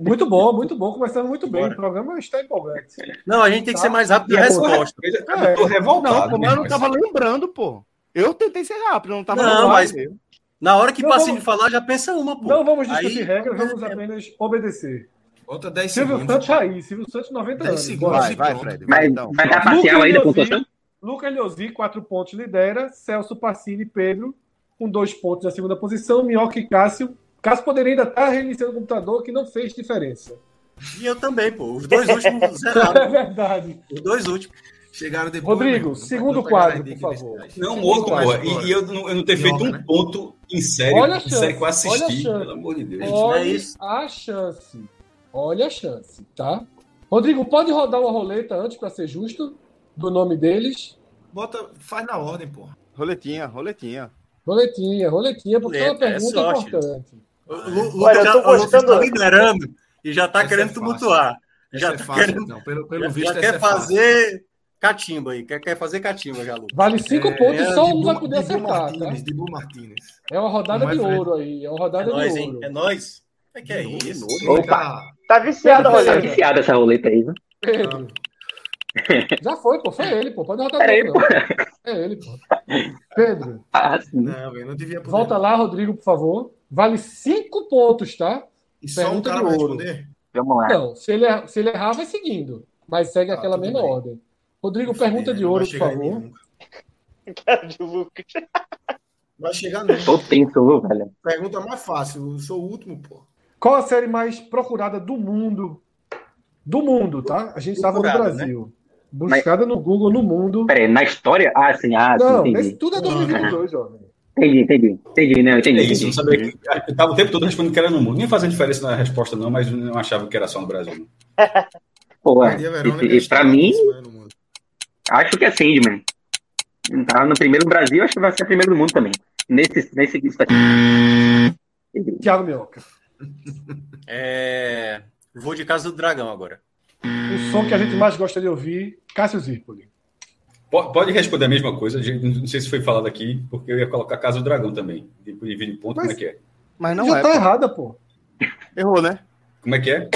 Muito bom, muito bom. Começando muito bem. Bora. O programa está empolgante. Não, a gente tem que ser Tá. mais rápido na Porra, resposta. veja, É. Eu tô revoltado. Não, como eu não tá irmão. tava lembrando, pô. Eu tentei ser rápido, eu não tava Não, lembrando. mas- Na hora que Não, Passinho vamos- falar, já pensa uma, pô. Não vamos Aí- discutir regras, vamos apenas obedecer. Volta 10 Silvio segundos. Santos tá aí, Silvio Santos 90 Dez anos. segundos. Bora. Vai, vai, Fred. Vai, Mas então. vai dar Lucas Tá parcial aí da Leozin. pontuação? Lucas Leozzi, 4 pontos, lidera. Celso Passini e Pedro, com 2 pontos na segunda posição. Minhoca e Cássio. Cássio poderia ainda estar reiniciando o computador, que não fez diferença. E eu também, pô. Os dois últimos zeraram. É verdade. Os dois últimos. Chegaram depois. Rodrigo, meu irmão. segundo Não tá quadro, guardando por favor. identidade. Não, um Segundo outro, quadro. porra. E, e eu, não, eu não ter feito Minhoca, um né? ponto em série, Olha a em chance, série que eu olha a chance. assisti, pelo amor de Deus. não é Olha isso. a chance. Olha a chance, tá? Rodrigo, pode rodar uma roleta antes, para ser justo, do nome deles? Bota, faz na ordem, porra. Roletinha, roletinha. Roletinha, roletinha, porque é uma Roleta, é pergunta sorte. importante. O Lu- Olha, eu tô Lucas já- o Lucas gostando- tá liderando e já tá Essa querendo é fácil. tumultuar. Essa Já é tá fácil, querendo- então. Pelo, pelo já- visto, já essa quer é fácil. fazer catimba aí. Quer, quer fazer catimba já, Lucas. Vale cinco É, pontos, só um Dibu- vai poder Dibu acertar, tá? Martínez, Dibu Martínez. É uma rodada Não é, de Fred? ouro aí, é uma É rodada nóis, de hein? ouro. É nóis. É que é isso. Opa! Tá viciado a é Tá roleta. viciada essa roleta aí, né? viu? É Pedro. Já foi, pô. Foi ele, pô. Pode rodar Era de ele, novo, não. É ele, pô. Pedro, Ah, sim. Não, velho, não devia poder. volta lá, Rodrigo, por favor. Vale cinco pontos, tá? E só um pergunta cara de vai ouro. responder? Vamos lá. Não, se ele, er- se ele errar, vai seguindo. Mas segue Ah, aquela tudo mesma bem. né? ordem. Rodrigo, pergunta Não de vai ouro, por chegar em favor. nenhum. Cara de Lucas. Vai chegar nunca. Tô tenso, viu, velho? Pergunta mais fácil. Eu sou o último, pô. Qual a série mais procurada do mundo? Do mundo, tá? A gente estava no Procurada, Brasil. Buscada no Google, no mundo. Pera aí, na história? Ah, sim, ah, sim, Não, esse entendi. tudo é 2022, jovem. Entendi, entendi. Entendi, não, entendi. É isso, eu não entendi. sabia que. Eu tava o tempo todo respondendo que era no mundo. Nem fazia diferença na resposta, não, mas eu não achava que era só no Brasil. Pô, Maria Verônica e, e pra está mim, isso, né, no mundo. acho que é Sandman. Tá no primeiro do Brasil, acho que vai ser primeiro do mundo também. Nesse, nesse isso aqui. Tiago Mioca. É... Vou de casa do dragão agora. O som que a gente mais gosta de ouvir, Cássio Zirpoli. Po- Pode responder a mesma coisa, gente, não sei se foi falado aqui, porque eu ia colocar Casa do Dragão também. Tipo, Divide ponto, como é Mas- que é? Mas não Já é. tá errada, pô. Errou, né? Como é que é?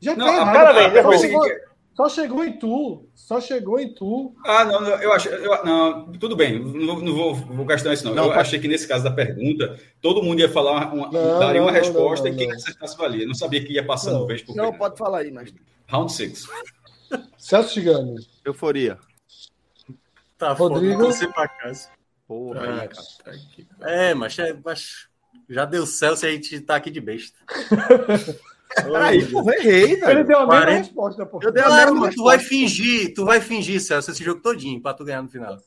Já Não, tá a- né? errada. parabéns, Só errou. chegou- Só chegou em tu. Só chegou em tu. Ah, não, não, eu acho. eu- não, tudo bem, não, não vou, vou gastar isso, não. Não, eu pode- achei que nesse caso da pergunta, todo mundo ia falar uma, Não, daria uma não, não, resposta não, e quem não. acertasse valia. Eu não sabia que ia passando Não, vez por Não, vez. pode falar aí, mas. Round 6. Celso Chigami. Euforia. Tá foda, Rodrigo? vou torcer pra casa. Porra. Ah, aí, cara. É, mas, é, mas já deu céu se a gente tá aqui de besta. Peraí, pô, eu errei, Ele velho. deu a mesma 40. resposta, pô. Eu dei a Claro, mesma mano, tu resposta. vai fingir, tu vai fingir, Celso, esse jogo todinho pra tu ganhar no final.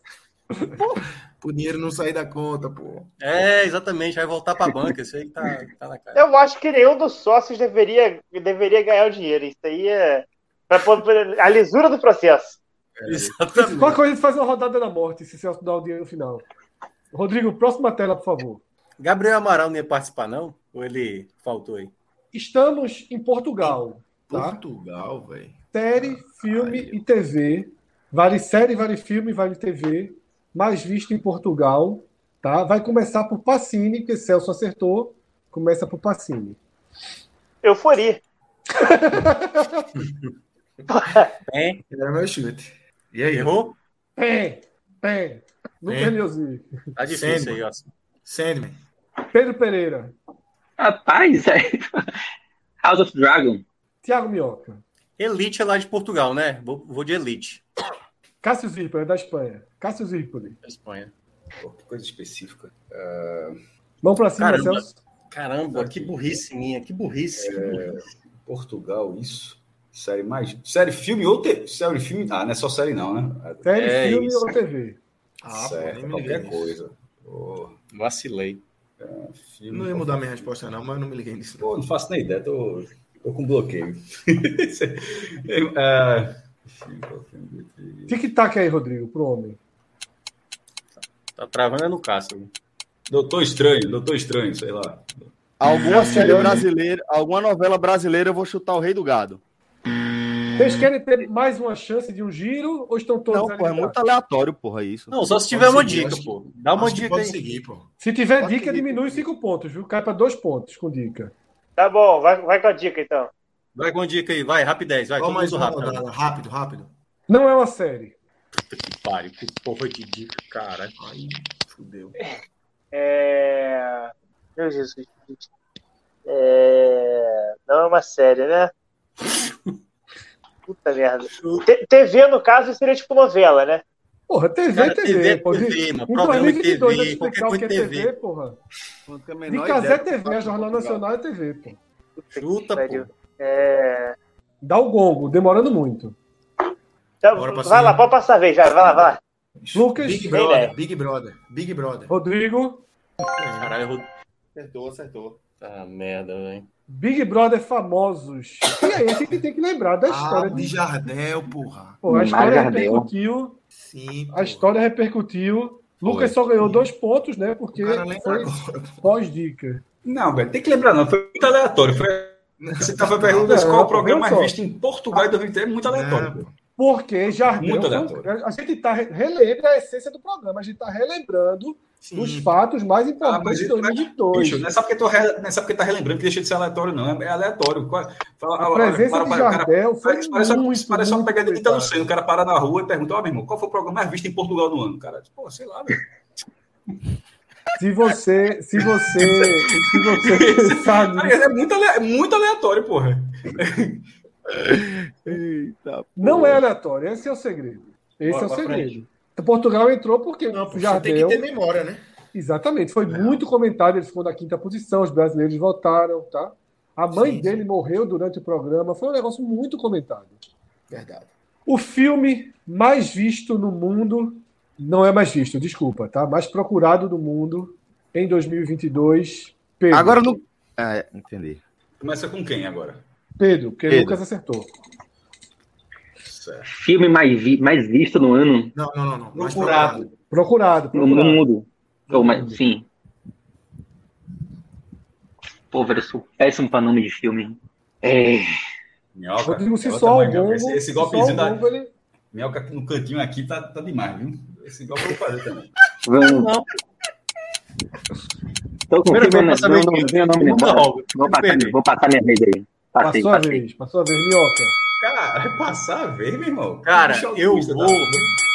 O dinheiro não sair da conta, pô. É, exatamente, vai voltar pra banca, isso aí tá, tá na cara. Eu acho que nenhum dos sócios deveria, deveria ganhar o dinheiro. Isso aí é. Pra, pôr- pra- a lisura do processo. Exatamente. Qual coisa faz uma rodada da morte, se Celso dá o dinheiro no final? Rodrigo, próxima tela, por favor. Gabriel Amaral não ia participar, não? Ou ele faltou aí? Estamos em Portugal, tá? Portugal, velho. Série, filme e TV. Vale série, vale filme, vale TV. Mais visto em Portugal, tá? Vai começar por Pacini, porque Celso acertou. Começa por Pacini. Euforia. É, Era meu chute. E aí? errou? Pé, pé. É. Lucas Leozzi. Tá difícil Sendo. aí, ó. Sandman. Pedro Pereira. Rapaz, é... House of Dragon. Tiago Mioca. Elite é lá de Portugal, né? Vou, vou de Elite. Cássio Zirpoli, da Espanha. Cássio Zirpoli. da Espanha. Pô, que coisa específica. Mão pra cima, Caramba. Celso. Caramba, que burrice minha, que burrice. que burrice. Portugal, isso. Série mais. Série filme ou te... série filme. Ah, não é só série, não, né? Série, É filme isso. ou TV? Ah, pô, Certo, nem me liguei qualquer nisso. coisa. Pô, É, Vacilei. filme, Não ia mudar minha resposta, não, mas eu não me liguei nisso. Pô, não faço nem ideia, tô, tô com bloqueio. É, enfim, qual filme eu teria? Tic-tac aí, Rodrigo, pro homem. Tá travando é no Cássio. Doutor Estranho, Doutor Estranho, sei lá. Alguma série brasileira, alguma novela brasileira, eu vou chutar o Rei do Gado. Vocês querem ter mais uma chance de um giro ou estão todos Não, porra, é alinhados? muito aleatório, porra, isso. Não, só se tiver uma seguir, dica, acho pô. Dá uma Acho que dica pode aí. É seguir, pô. Se tiver Pode dica, seguir, diminui cinco pontos, viu? Cai pra dois pontos com dica. Tá bom, vai, vai com a dica então. Vai com dica aí, vai, rapidez, vai, Só todo mais mundo uma rápido. rodada. Rápido, rápido. Não é uma série. Puta que pariu, que porra de dica, cara. Aí, fudeu. É. Meu Jesus. gente. É. Não é uma série, né? Puta merda. T- TV, no caso, seria tipo novela, né? Porra, TV Cara, é TV. TV, pô. Um TV, mano, Em programa de 2022 eu TV, te explicar qualquer o que é coisa TV, TV, porra. Não tenho a menor De casa ideia é do que TV, passa é em Jornal Portugal. Nacional é TV, pô. Chuta, pariu. pô. É. Dá o gongo, demorando muito. Então, Bora pra vai lá, cima. pode passar a vez, vai, vai lá, vai lá. Lucas, Big ideia. Brother, Big Brother, Big Brother. Rodrigo, Caralho, Rod- Acertou, acertou. Tá merda, velho. Big Brother famosos. E aí a gente tem que lembrar da Ah, história de de... Jardel, porra. Pô, a história Margardel. repercutiu, Sim, a história repercutiu. Lucas só ganhou dois pontos, né? Porque O cara lembra foi agora. pós-dica. Não, velho, tem que lembrar, não. Foi muito aleatório. Foi... Você tava perguntando Não, qual o programa olha mais só. visto em Portugal em 2003, é muito aleatório. Não, pô. Porque Jardel. Muito foi- um aleatório. a gente está relembra a essência do programa, a gente está relembrando Sim. os fatos mais Ah, importantes mas de isso vai- 2022. Bicho, não é só porque, tô re- não é só porque tá relembrando que deixa de ser aleatório, não. É, é aleatório. Qual- Fala, A olha, presença para- de para- o cara- Jardel foi Parece, parece, muito, parece uma muito pegada de então, Ita pesada. Luceno. O cara para na rua e pergunta: Ó, meu irmão, qual foi o programa mais visto em Portugal no ano? Cara, pô, sei lá, velho. Se você, se você, se você Cara, sabe, É muito, ale- é muito aleatório, porra. Eita. não é aleatório. Esse é o segredo. Esse Bora é o pra segredo. Então, Portugal entrou porque Não, pô, você tem que Jardel. ter memória, né? É. Exatamente, foi muito comentado. Ele ficou na quinta posição, os brasileiros votaram, tá? A mãe Sim, sim. dele morreu durante o programa. Foi um negócio muito comentado. Verdade. O filme mais visto no mundo, não é mais visto, desculpa, tá? Mais procurado no mundo em 2022, Pedro. Agora não. Ah, é, entendi. Começa com quem agora? Pedro, porque Pedro. Lucas acertou. Certo. Filme mais, vi- mais visto no ano Não, não, não. não. Mais Procurado. Procurado, no, no procurado. mundo. Ou, mas, sim. Pô, velho, eu sou péssimo pra nome de filme. É, Minhoca. Rodrigo, se Olha o só o tamanho que é. gongo, esse, esse se golpezinho só o da gongo, ele- Minhoca aqui no cantinho aqui tá, tá demais, viu? Esse golpe eu vou fazer também. vamos. Não. Tô com Primeiro filme, né? vamos não, passar não, bem. não vem o nome não. Não, Vou não passar, perdi. vou passar minha vez aí. Passei, Passou a passei. vez, passou a vez, Minhoca. Cara, é passar a vez, meu irmão. Cara, Bicho autista, eu tá? vou.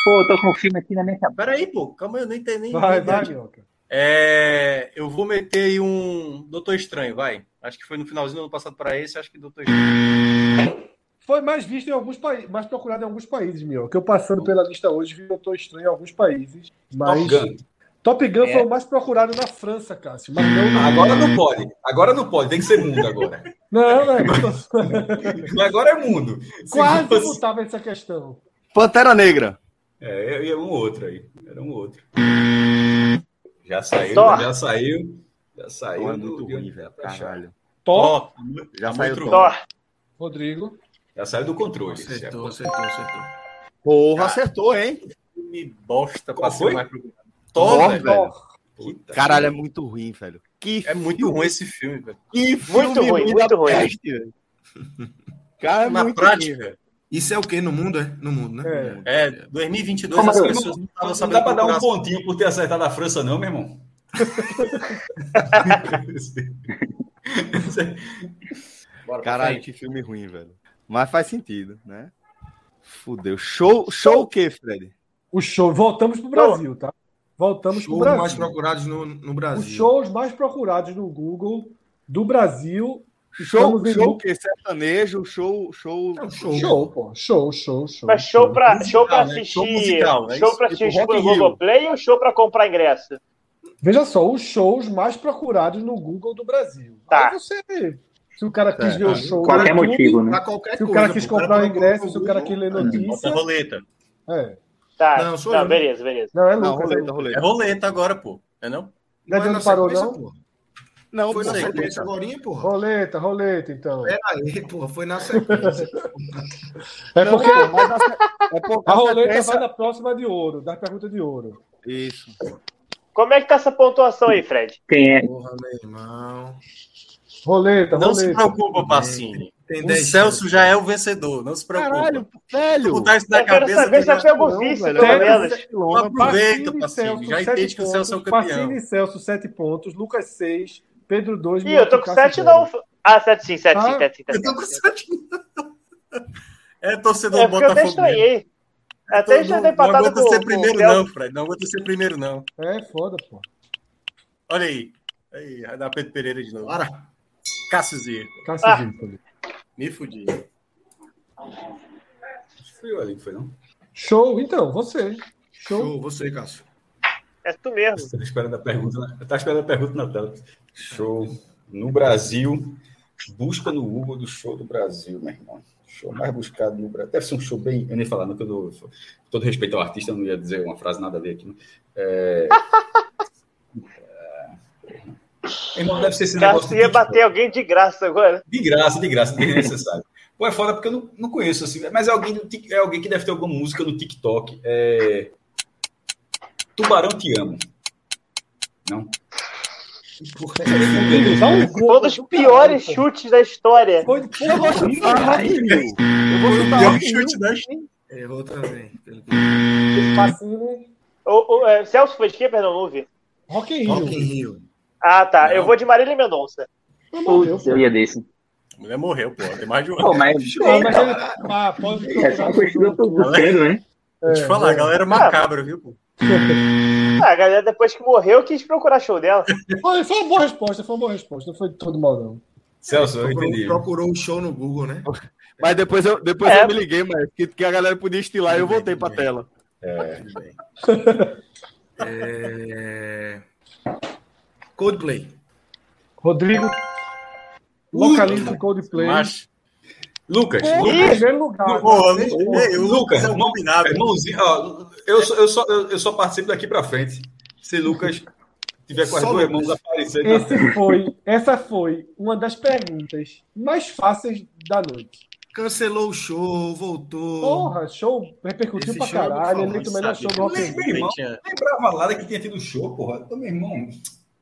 Pô, tô com o filme aqui na minha cabeça. Peraí, pô, calma aí, eu nem tenho nem. Vai, nem- vai, Minhoca. É, eu vou meter aí um Doutor Estranho, vai. Acho que foi no finalzinho do ano passado para esse, acho que Doutor Estranho. Foi mais visto em alguns países, mais procurado em alguns países, Minhoca. Eu passando pela lista hoje, vi que eu tô estranho em alguns países, mas... Top Gun. Top Gun É. foi o mais procurado na França, Cássio, mas não... Agora não pode. Agora não pode. Tem que ser mundo agora. Não, é não, Agora é mundo. Se quase fosse- não tava essa questão. Pantera Negra. É, e era um outro aí. Era um outro. Já saiu, Thor. já saiu. Já saiu. Thor é do- muito de- ruim, velho. pra achar. Caralho. Top, Ó, Já saiu Tá Muito Thor. Thor. Rodrigo. Já saiu do controle. Acertou, acertou, acertou. Porra, acertou, hein? me bosta Qual pra ser foi? o mais procurado. Thor, Thor, velho. velho. Puta. Caralho, é muito ruim, velho. Que, É muito ruim esse filme, velho. que Muito filme ruim, da muito ruim. peste, velho. Cara, é Na muito prática, ruim, velho. Isso é o que no mundo, é? No mundo, né? É. No mundo. É, 2022 Como as assim? pessoas não estavam Não sabendo dá pra dar um procurar- pontinho por ter acertado a França, não, meu irmão. Bora pra Caralho, frente. que filme ruim, velho. Mas faz sentido, né? Fudeu. Show, show o quê, Fred? O show. Voltamos pro Brasil, tá? Voltamos pro Show Brasil. mais procurados no, no Os Brasil. shows mais procurados no Google do Brasil Show, Estamos em show o luto. quê? Sertanejo, show, show. É um show. Show, pô. Show, show, show. Mas show pra, show pra né? assistir. Show musical, né? Show pra Tipo assistir Rock pro in Rio. Globoplay ou show pra comprar ingresso? Veja só, os shows mais procurados no Google do Brasil. Tá. Aí você, se o cara quis ver o show, Qualquer no YouTube, motivo, né? Pra qualquer se o coisa, cara pô. quis comprar o procura ingresso, no se o né? cara quis Google. ler Bota notícia. a roleta. É. Tá, Não, sou tá, eu. beleza, beleza. Não, é Não, Lucas. é Lucas. Ah, roleta, roleta. É roleta agora, pô. É não? Não é Daniel na não parou, sequência, não? porra. Não, Foi pô, na sei, sequência agora, porra. Roleta, roleta, então. É, Pera aí, porra, foi na sequência. É Não, porque pô, mas a, é porque a roleta sequência- vai na próxima de ouro, da pergunta de ouro. Isso. Como é que tá essa pontuação aí, Fred? Quem é? Porra, meu irmão. Roleta, Não se roleta. preocupa, Pacini. Tem O 10 Celso chances. já é o vencedor, não se preocupa. Caralho, Se velho. botar isso na Eu quero cabeça, saber tu se eu já- pego o Não, vice, velho, pelo eu quero menos. Não aproveita, Pacini, Pacini. Já sete entende que o Celso é o pontos. campeão. Pacini e Celso, 7 pontos. Lucas, 6. Pedro, 2. Ih, eu tô com 7 não. Ah, 7 sim, 7 sim, 7 sim, 7 Eu sim. tô com sete. É torcedor É porque eu até Botafogo. mesmo. Então, estranhei. Até já não, tá não empatado aguenta com ser com primeiro, Celso. não, Fred. Não aguenta ser primeiro, não. É, foda, pô. Olha aí. Aí, vai dar Pedro Pereira de novo. Bora. Cássio Zia. Cássio tá Ah. Zirpoli. Me fudi. Fui eu ali, foi não? Show, então, você. Show. Show, você, Cássio. É tu mesmo. Estava esperando a pergunta, né? Eu tava esperando a pergunta na tela. Show. No Brasil, busca no Google do show do Brasil, meu irmão. Show mais buscado no Brasil. Deve ser um show bem. Eu nem falar, não, que eu dou- com todo respeito ao artista, eu não ia dizer uma frase nada a ver aqui. né? É... é... Irmão, deve ser esse negócio. Cássio ia do TikTok. bater alguém de graça agora. De graça, de graça, desnecessário. Pô, é foda porque eu não, não conheço assim, mas é alguém, do Tik- é alguém que deve ter alguma música no TikTok. É... Tubarão te amo. Não. Porra, Dá tá um gol, Um dos do caralho, piores pô. chutes da história. Foi de porra, Pior chute da Errou também. pelo que- Pacini, O, o, é, Celso foi de quem, perdão, não ouvi. Rock in Rock in Rio. Rio. Ah, tá. Eu Não. vou de Marília Mendonça. Pelo amor de Deus, Putz, pô. eu ia desse. A mulher morreu, pô. Tem mais de um Pô, ano. mas Não, mas ele- ah, pode é só uma coisa que eu tô procurar. buscando, né? Vou te falar, a É, galera é macabra, viu, pô? Ah, a galera, depois que morreu, quis procurar show dela. Foi, foi uma boa resposta, foi uma boa resposta. Não foi de todo mal, não. Celso, eu entendi. Procurou, procurou o show no Google, né? Mas depois eu, depois É. eu me liguei, mas que, que a galera podia estilar e eu voltei pra tela. É, É... Coldplay. Rodrigo, localiza o Coldplay. Mas. Lucas, Pô, Lucas, em primeiro lugar. Pô, vocês, eu- pô. eu- o Ah, Lucas é um combinado. irmãozinho, ó, eu, só, eu, só, eu, eu só participo daqui pra frente. Se Lucas tiver com as Só duas Lucas. mãos aparecendo. na frente. Esse foi, essa foi uma das perguntas mais fáceis da noite. Cancelou o show, voltou. Porra, show repercutiu Esse pra show é eu não caralho. falo, Eleito o não é melhor sabia. show do Rock in Rio. Meu irmão, lembrava lá é que tinha tido show, porra. Então, meu irmão,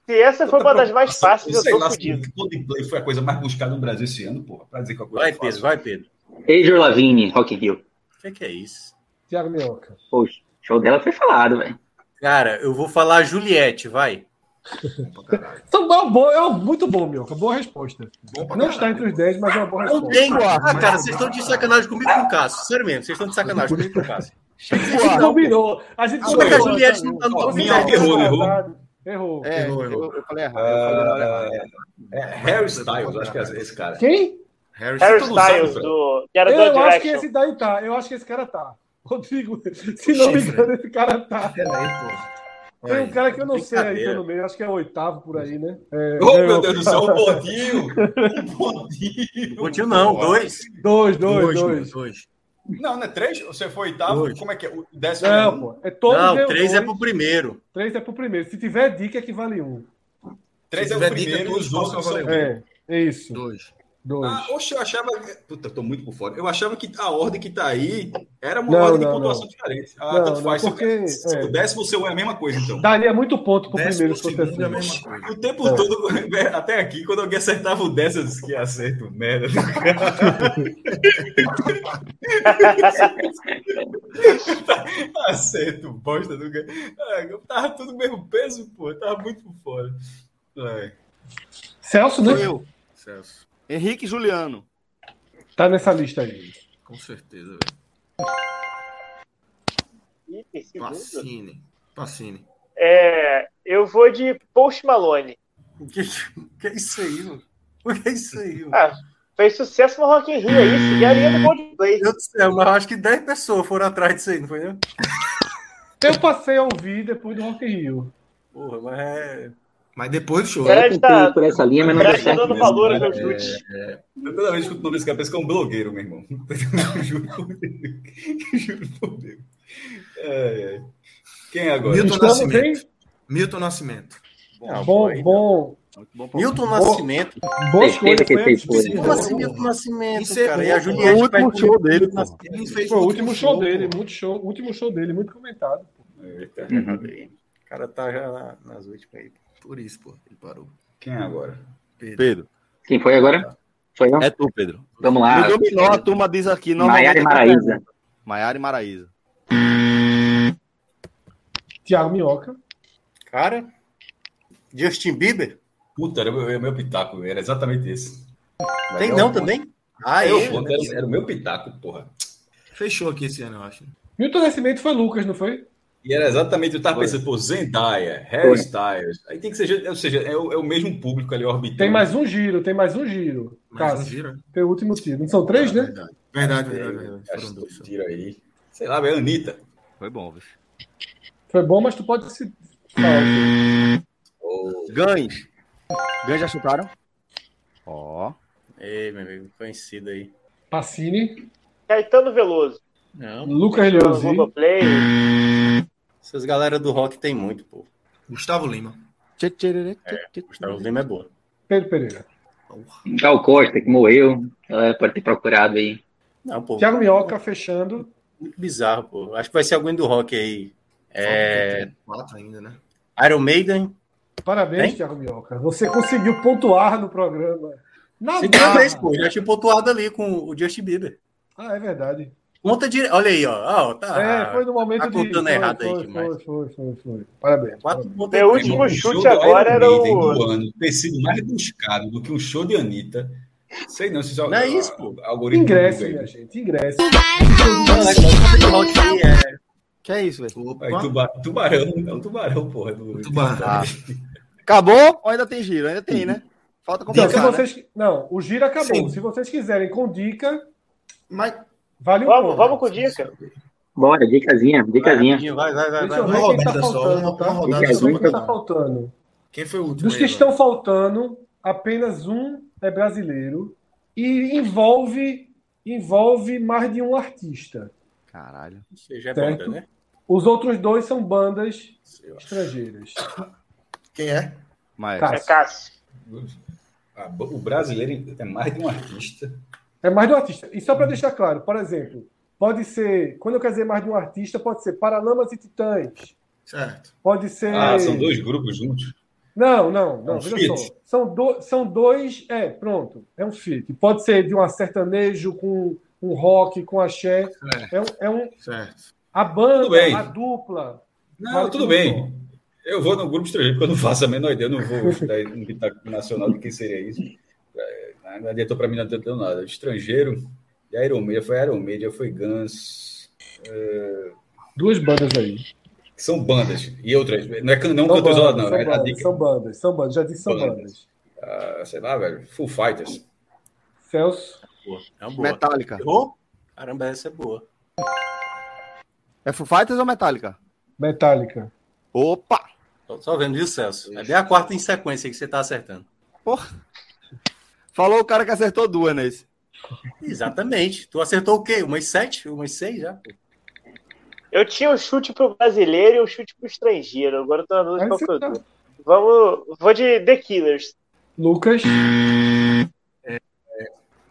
Se essa foi uma das mais fáceis, eu Sei tô lá se fodido. o Coldplay foi a coisa mais buscada no Brasil esse ano, porra. Pra dizer que é uma coisa Vai, fácil. Pedro, vai, Pedro. Adrian Lavigne, Rock in Rio. O que, que é isso? Tiago Minhoca. Poxa, o show dela foi falado, velho. Cara, eu vou falar Juliette, vai. Então, é uma boa, é uma- muito bom, Minhoca. Boa resposta. Bom pra Não caralho. está entre os 10, mas é uma boa Não resposta. tem. Ah, cara, vocês estão de sacanagem comigo e com o Cássio. Sério mesmo, vocês estão de sacanagem comigo e com o Cássio. A gente combinou. A gente Como é que a combinou. Juliette não tá no Ó, top minha 10? errou, errou. Errou. É, Errou, eu, errou. eu falei errado. eu falei errado. Ah, é, é Harry Styles, acho que é esse cara. Quem? Harry Harry Todo mundo sabe, Styles, Fred. do, que era do Eu acho que Direction. esse daí tá. Eu acho que esse cara tá. Rodrigo, se não me engano, esse cara tá. É. Pera aí, porra. Tem um Olha cara que eu não sei aí brincadeira. pelo meio, acho que é o oitavo por aí, né? Ô, Oh, meu Deus do céu, um o Bondinho! O Bondinho! Continua não, dois. Dois, dois, aí. dois. dois. dois. Não, não é três? Você foi oitavo? Dois. Como é que é? O décimo é Não, um. pô. É todos Não, deu três é dois, pro primeiro. três é pro primeiro. Se tiver dica, é que vale um. Três Se é o tiver dica, primeiro e todos os outros passam a são... valer. É, é isso. Dois. Dois. Ah, oxe, eu achava... Puta, eu tô muito por fora. Eu achava que a ordem que tá aí era uma Não, ordem de não, pontuação não. diferente. Ah, Não, tanto não, faz. Se o- porque- Se é. o décimo, o seu é a mesma coisa, então. Daria muito ponto pro Décimo primeiro se fosse segundo é a assim. mesma coisa. O tempo todo, até aqui, quando alguém acertava o 10, eu disse que acerto, merda. acerto, bosta do cara. Ah, eu Tava tudo no mesmo peso, pô. eu Tava muito por fora. Ai. Celso, né? Sou eu. Celso, Henrique Juliano. Tá nessa lista aí. com certeza, velho. Ih, tem segundo. Pacine. Pacine. É, eu vou de Post Malone. O que, que é isso aí, mano? Porque é isso aí, mano. Ah, fez sucesso no Rock in Rio aí, seguia a linha do Coldplay. Meu Deus do céu, mas eu acho que 10 pessoas foram atrás disso aí, não foi né? não? Eu passei a ouvir depois do Rock in Rio. Porra, mas é. Mas depois do show. Fred Eu tá- tentei por essa linha, mas não deu Fred tá certo. dando mesmo, valor aos cara, meus chutes. Eu toda vez que escuto o nome desse cara, penso que é um blogueiro, meu irmão. Juro por Deus. Juro por Deus. Ai, ai. Quem é agora? Milton Estamos Nascimento. Milton Nascimento. Bom, Ah, Bom, bom. Milton Nascimento. Boas Certeza coisas. que foi fez a- coisa. Como assim Milton Nascimento, Isso é cara? E a bom. Juliette O último pede- show dele, pô. Ele fez Foi o último show dele, muito show, último show dele, muito comentado. Eita. Uhum. O cara tá já na- nas últimas aí. Por isso, pô, ele parou. Quem é agora? Pedro, Quem foi agora? Foi eu? é tu, Pedro. Vamos lá. Me dominou, a turma diz aqui. Ah, Maiara e Maraísa. é Maiara e Maraísa. Tiago Minhoca. Cara, Justin Bieber? Puta, era o meu, era o meu pitaco, era exatamente esse. Tem Legal, não pô. também? Ah, Eu, eu. pô, era, era o meu pitaco, porra. Fechou aqui esse ano, eu acho. né? Milton Nascimento foi Lucas, não foi? E era exatamente, eu tava pensando, pô, Zendaya, Harry Foi. Styles. Aí tem que ser, ou seja, é o, é o mesmo público ali orbitando. Tem mais um giro, tem mais um giro. Mas não Cássio, vira. tem o último tiro. Não são três, né? Verdade, verdade, Tem, É, verdade. né? É, Foram Acho dois que só. Tira aí. Sei lá, velho, Anitta. Foi bom, bicho. Foi bom, mas tu pode se. Hum. falar. Gans. Gans já chutaram? Ó. Ei, meu amigo, conhecido aí. Pacini, Caetano Veloso. é Não. Lucas Leozinho. Play. Essas galera do rock tem muito, pô. Gustavo Lima. Tchê, tchê, tchê, tchê. Gustavo Uhum. Lima é boa. Pedro Pereira. Gal Costa, que morreu. Ela pode ter procurado aí. Não, pô. Tiago Minhoca fechando. Muito bizarro, pô. Acho que vai ser alguém do rock aí. É, Falta Quatro ainda, né? Iron Maiden. Parabéns, Hein? Tiago Minhoca. Você conseguiu pontuar no programa. Na Segunda marra. vez, pô. Já tinha pontuado ali com o Justin Bieber. Ah, é verdade. Conta dire... Olha aí, ó. Ah, ó, tá. é, foi no momento tá de. contando foi, errado aí foi, foi, demais. foi, foi, foi. Parabéns. Quatro pontos Meu aí, último irmão. chute um show do Iron agora era Maiden o- do um ano ter sido mais buscado do que um show de Anitta. Sei não, se isso Não é isso, pô. Algoritmo Ingresso, né? do Google minha né? aí. gente, ingresso. Não, é que tá do rock aí, é. Que é isso, velho? Opa, então- Aí, tuba- tubarão, é um tubarão, porra. Do, Tubarão. Acabou ou ainda tem giro? Ainda tem, né? Falta Então, completar, se né? vocês... Não, o giro acabou. Sim. Se vocês quiserem com dica, Mas vale um Vamos, ponto. vamos com dica. Bora, dicasinha, dicasinha. Vai, vai, vai, Deixa eu vai. né? Uma ver quem tá rodada só, faltando, uma tá? rodada Deixa eu ver só. quem tá faltando. quem foi o último? Dos aí, que Léo? né? estão faltando, apenas um é brasileiro e envolve envolve mais de um artista. Caralho. Você já é Certo. banda, né? Os outros dois são bandas Sei lá. estrangeiras. Quem é? Mas. É Cara, Cássio. Ah, bo- o brasileiro é mais de um artista. É mais de um artista. E só Uhum. para deixar claro, por exemplo, pode ser, quando eu quero dizer mais de um artista, pode ser Paralamas e Titãs. Certo. Pode ser. Ah, são dois grupos juntos. Não, não, É não. um veja feat. só. São, do- são dois. É, pronto. É um fit. Pode ser de um sertanejo com um rock, com axé. É um, é um- Certo. a Tudo banda, bem. a dupla. Não, Vale tudo tudo bem. Eu vou no grupo estrangeiro, porque eu não faço a menor ideia. Eu não vou estudar no pitaco nacional de quem seria isso. É, Não adiantou para mim, não adiantou nada. Estrangeiro, e Iron Maiden, foi Iron Maiden, foi Guns. Duas bandas aí. que São bandas. E outras. Não é can- não São cantor isolado, não. são, É a bandas dica. são bandas, são bandas. Já disse são Bandas. bandas. Ah, sei lá, velho. Full Fighters. Celso. Boa. É uma boa. Metallica. Errou? Caramba, essa é boa. É Foo Fighters ou Metallica? Metallica. Opa! Tô só vendo, viu, Celso? É bem a quarta em sequência que você tá acertando. Falou o cara que acertou duas né? nesse. Exatamente. Tu acertou o quê? Umas sete? Umas seis já? pô. Eu tinha um chute pro brasileiro e um chute pro estrangeiro. Agora eu tô na dúvida Aí qual você que eu tá. dou. Vamos. Vou de The Killers. Lucas.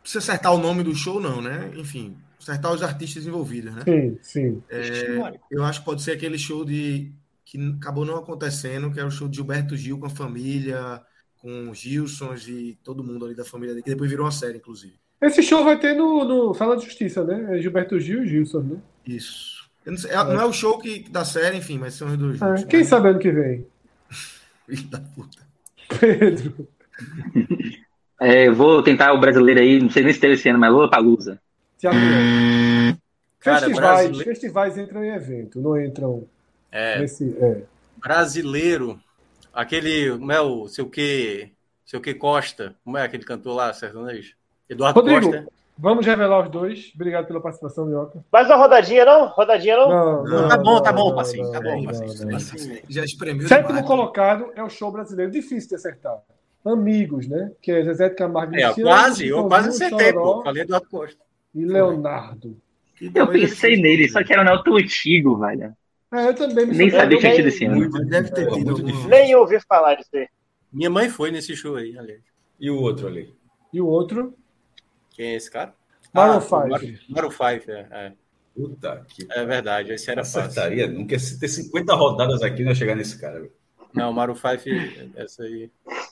Precisa acertar o nome do show, não, né? Enfim, acertar os artistas envolvidos, né? Sim, sim. É, eu acho que pode ser aquele show de que acabou não acontecendo, que era o show de Gilberto Gil com a família, com os Gilsons e todo mundo ali da família dele, que depois virou uma série, inclusive. Esse show vai ter no, no Sala de Justiça, né? É Gilberto Gil e Gilson, né? Isso. Eu não, sei, é- não é o show que, da série, enfim, mas são os dois juntos. né? É, quem sabe ano que vem? Filho da puta. Pedro. É, eu vou tentar o brasileiro aí, não sei nem se teve esse ano, mas Lula Palusa. Tiago. Cara, festivais, brasile- festivais entram em evento, não entram É, nesse. É. brasileiro. Aquele, não é o sei o quê, sei o que Costa. Como é aquele cantor lá, sertanejo? Eduardo Rodrigo, Costa. vamos revelar os dois. Obrigado pela participação, Minhoca. Mais uma rodadinha, não? Rodadinha, Não, não? não, tá bom, tá não, bom, não, passinho. Tá não, bom, não, passinho. não. passinho. Já espremeu Sétimo demais. colocado é o show brasileiro. Difícil de acertar. Amigos, né? Que é Zezé de Camargo e É, Luciano, quase, eu Chitãozinho, quase acertei, Choró pô. Falei Eduardo Costa. E Leonardo. Que Eu coisa pensei difícil. nele, só que era um Nelton antigo, velho. É, eu também me Nem surpreendi. sabia que tinha bem, tido esse ano. Mas Deve ter Pô, tido É muito alguma- difícil. Nem ouvi falar disso aí. Minha mãe foi nesse show aí, aliás. E o outro ali? E o outro, Quem é esse cara? Maroon Ah, o Mar- 5. Maroon Five, é, Puta que é, é verdade, esse era fácil. acertaria nunca. Se ter 50 rodadas aqui, não ia chegar nesse cara. velho. Não, Maroon Five, essa aí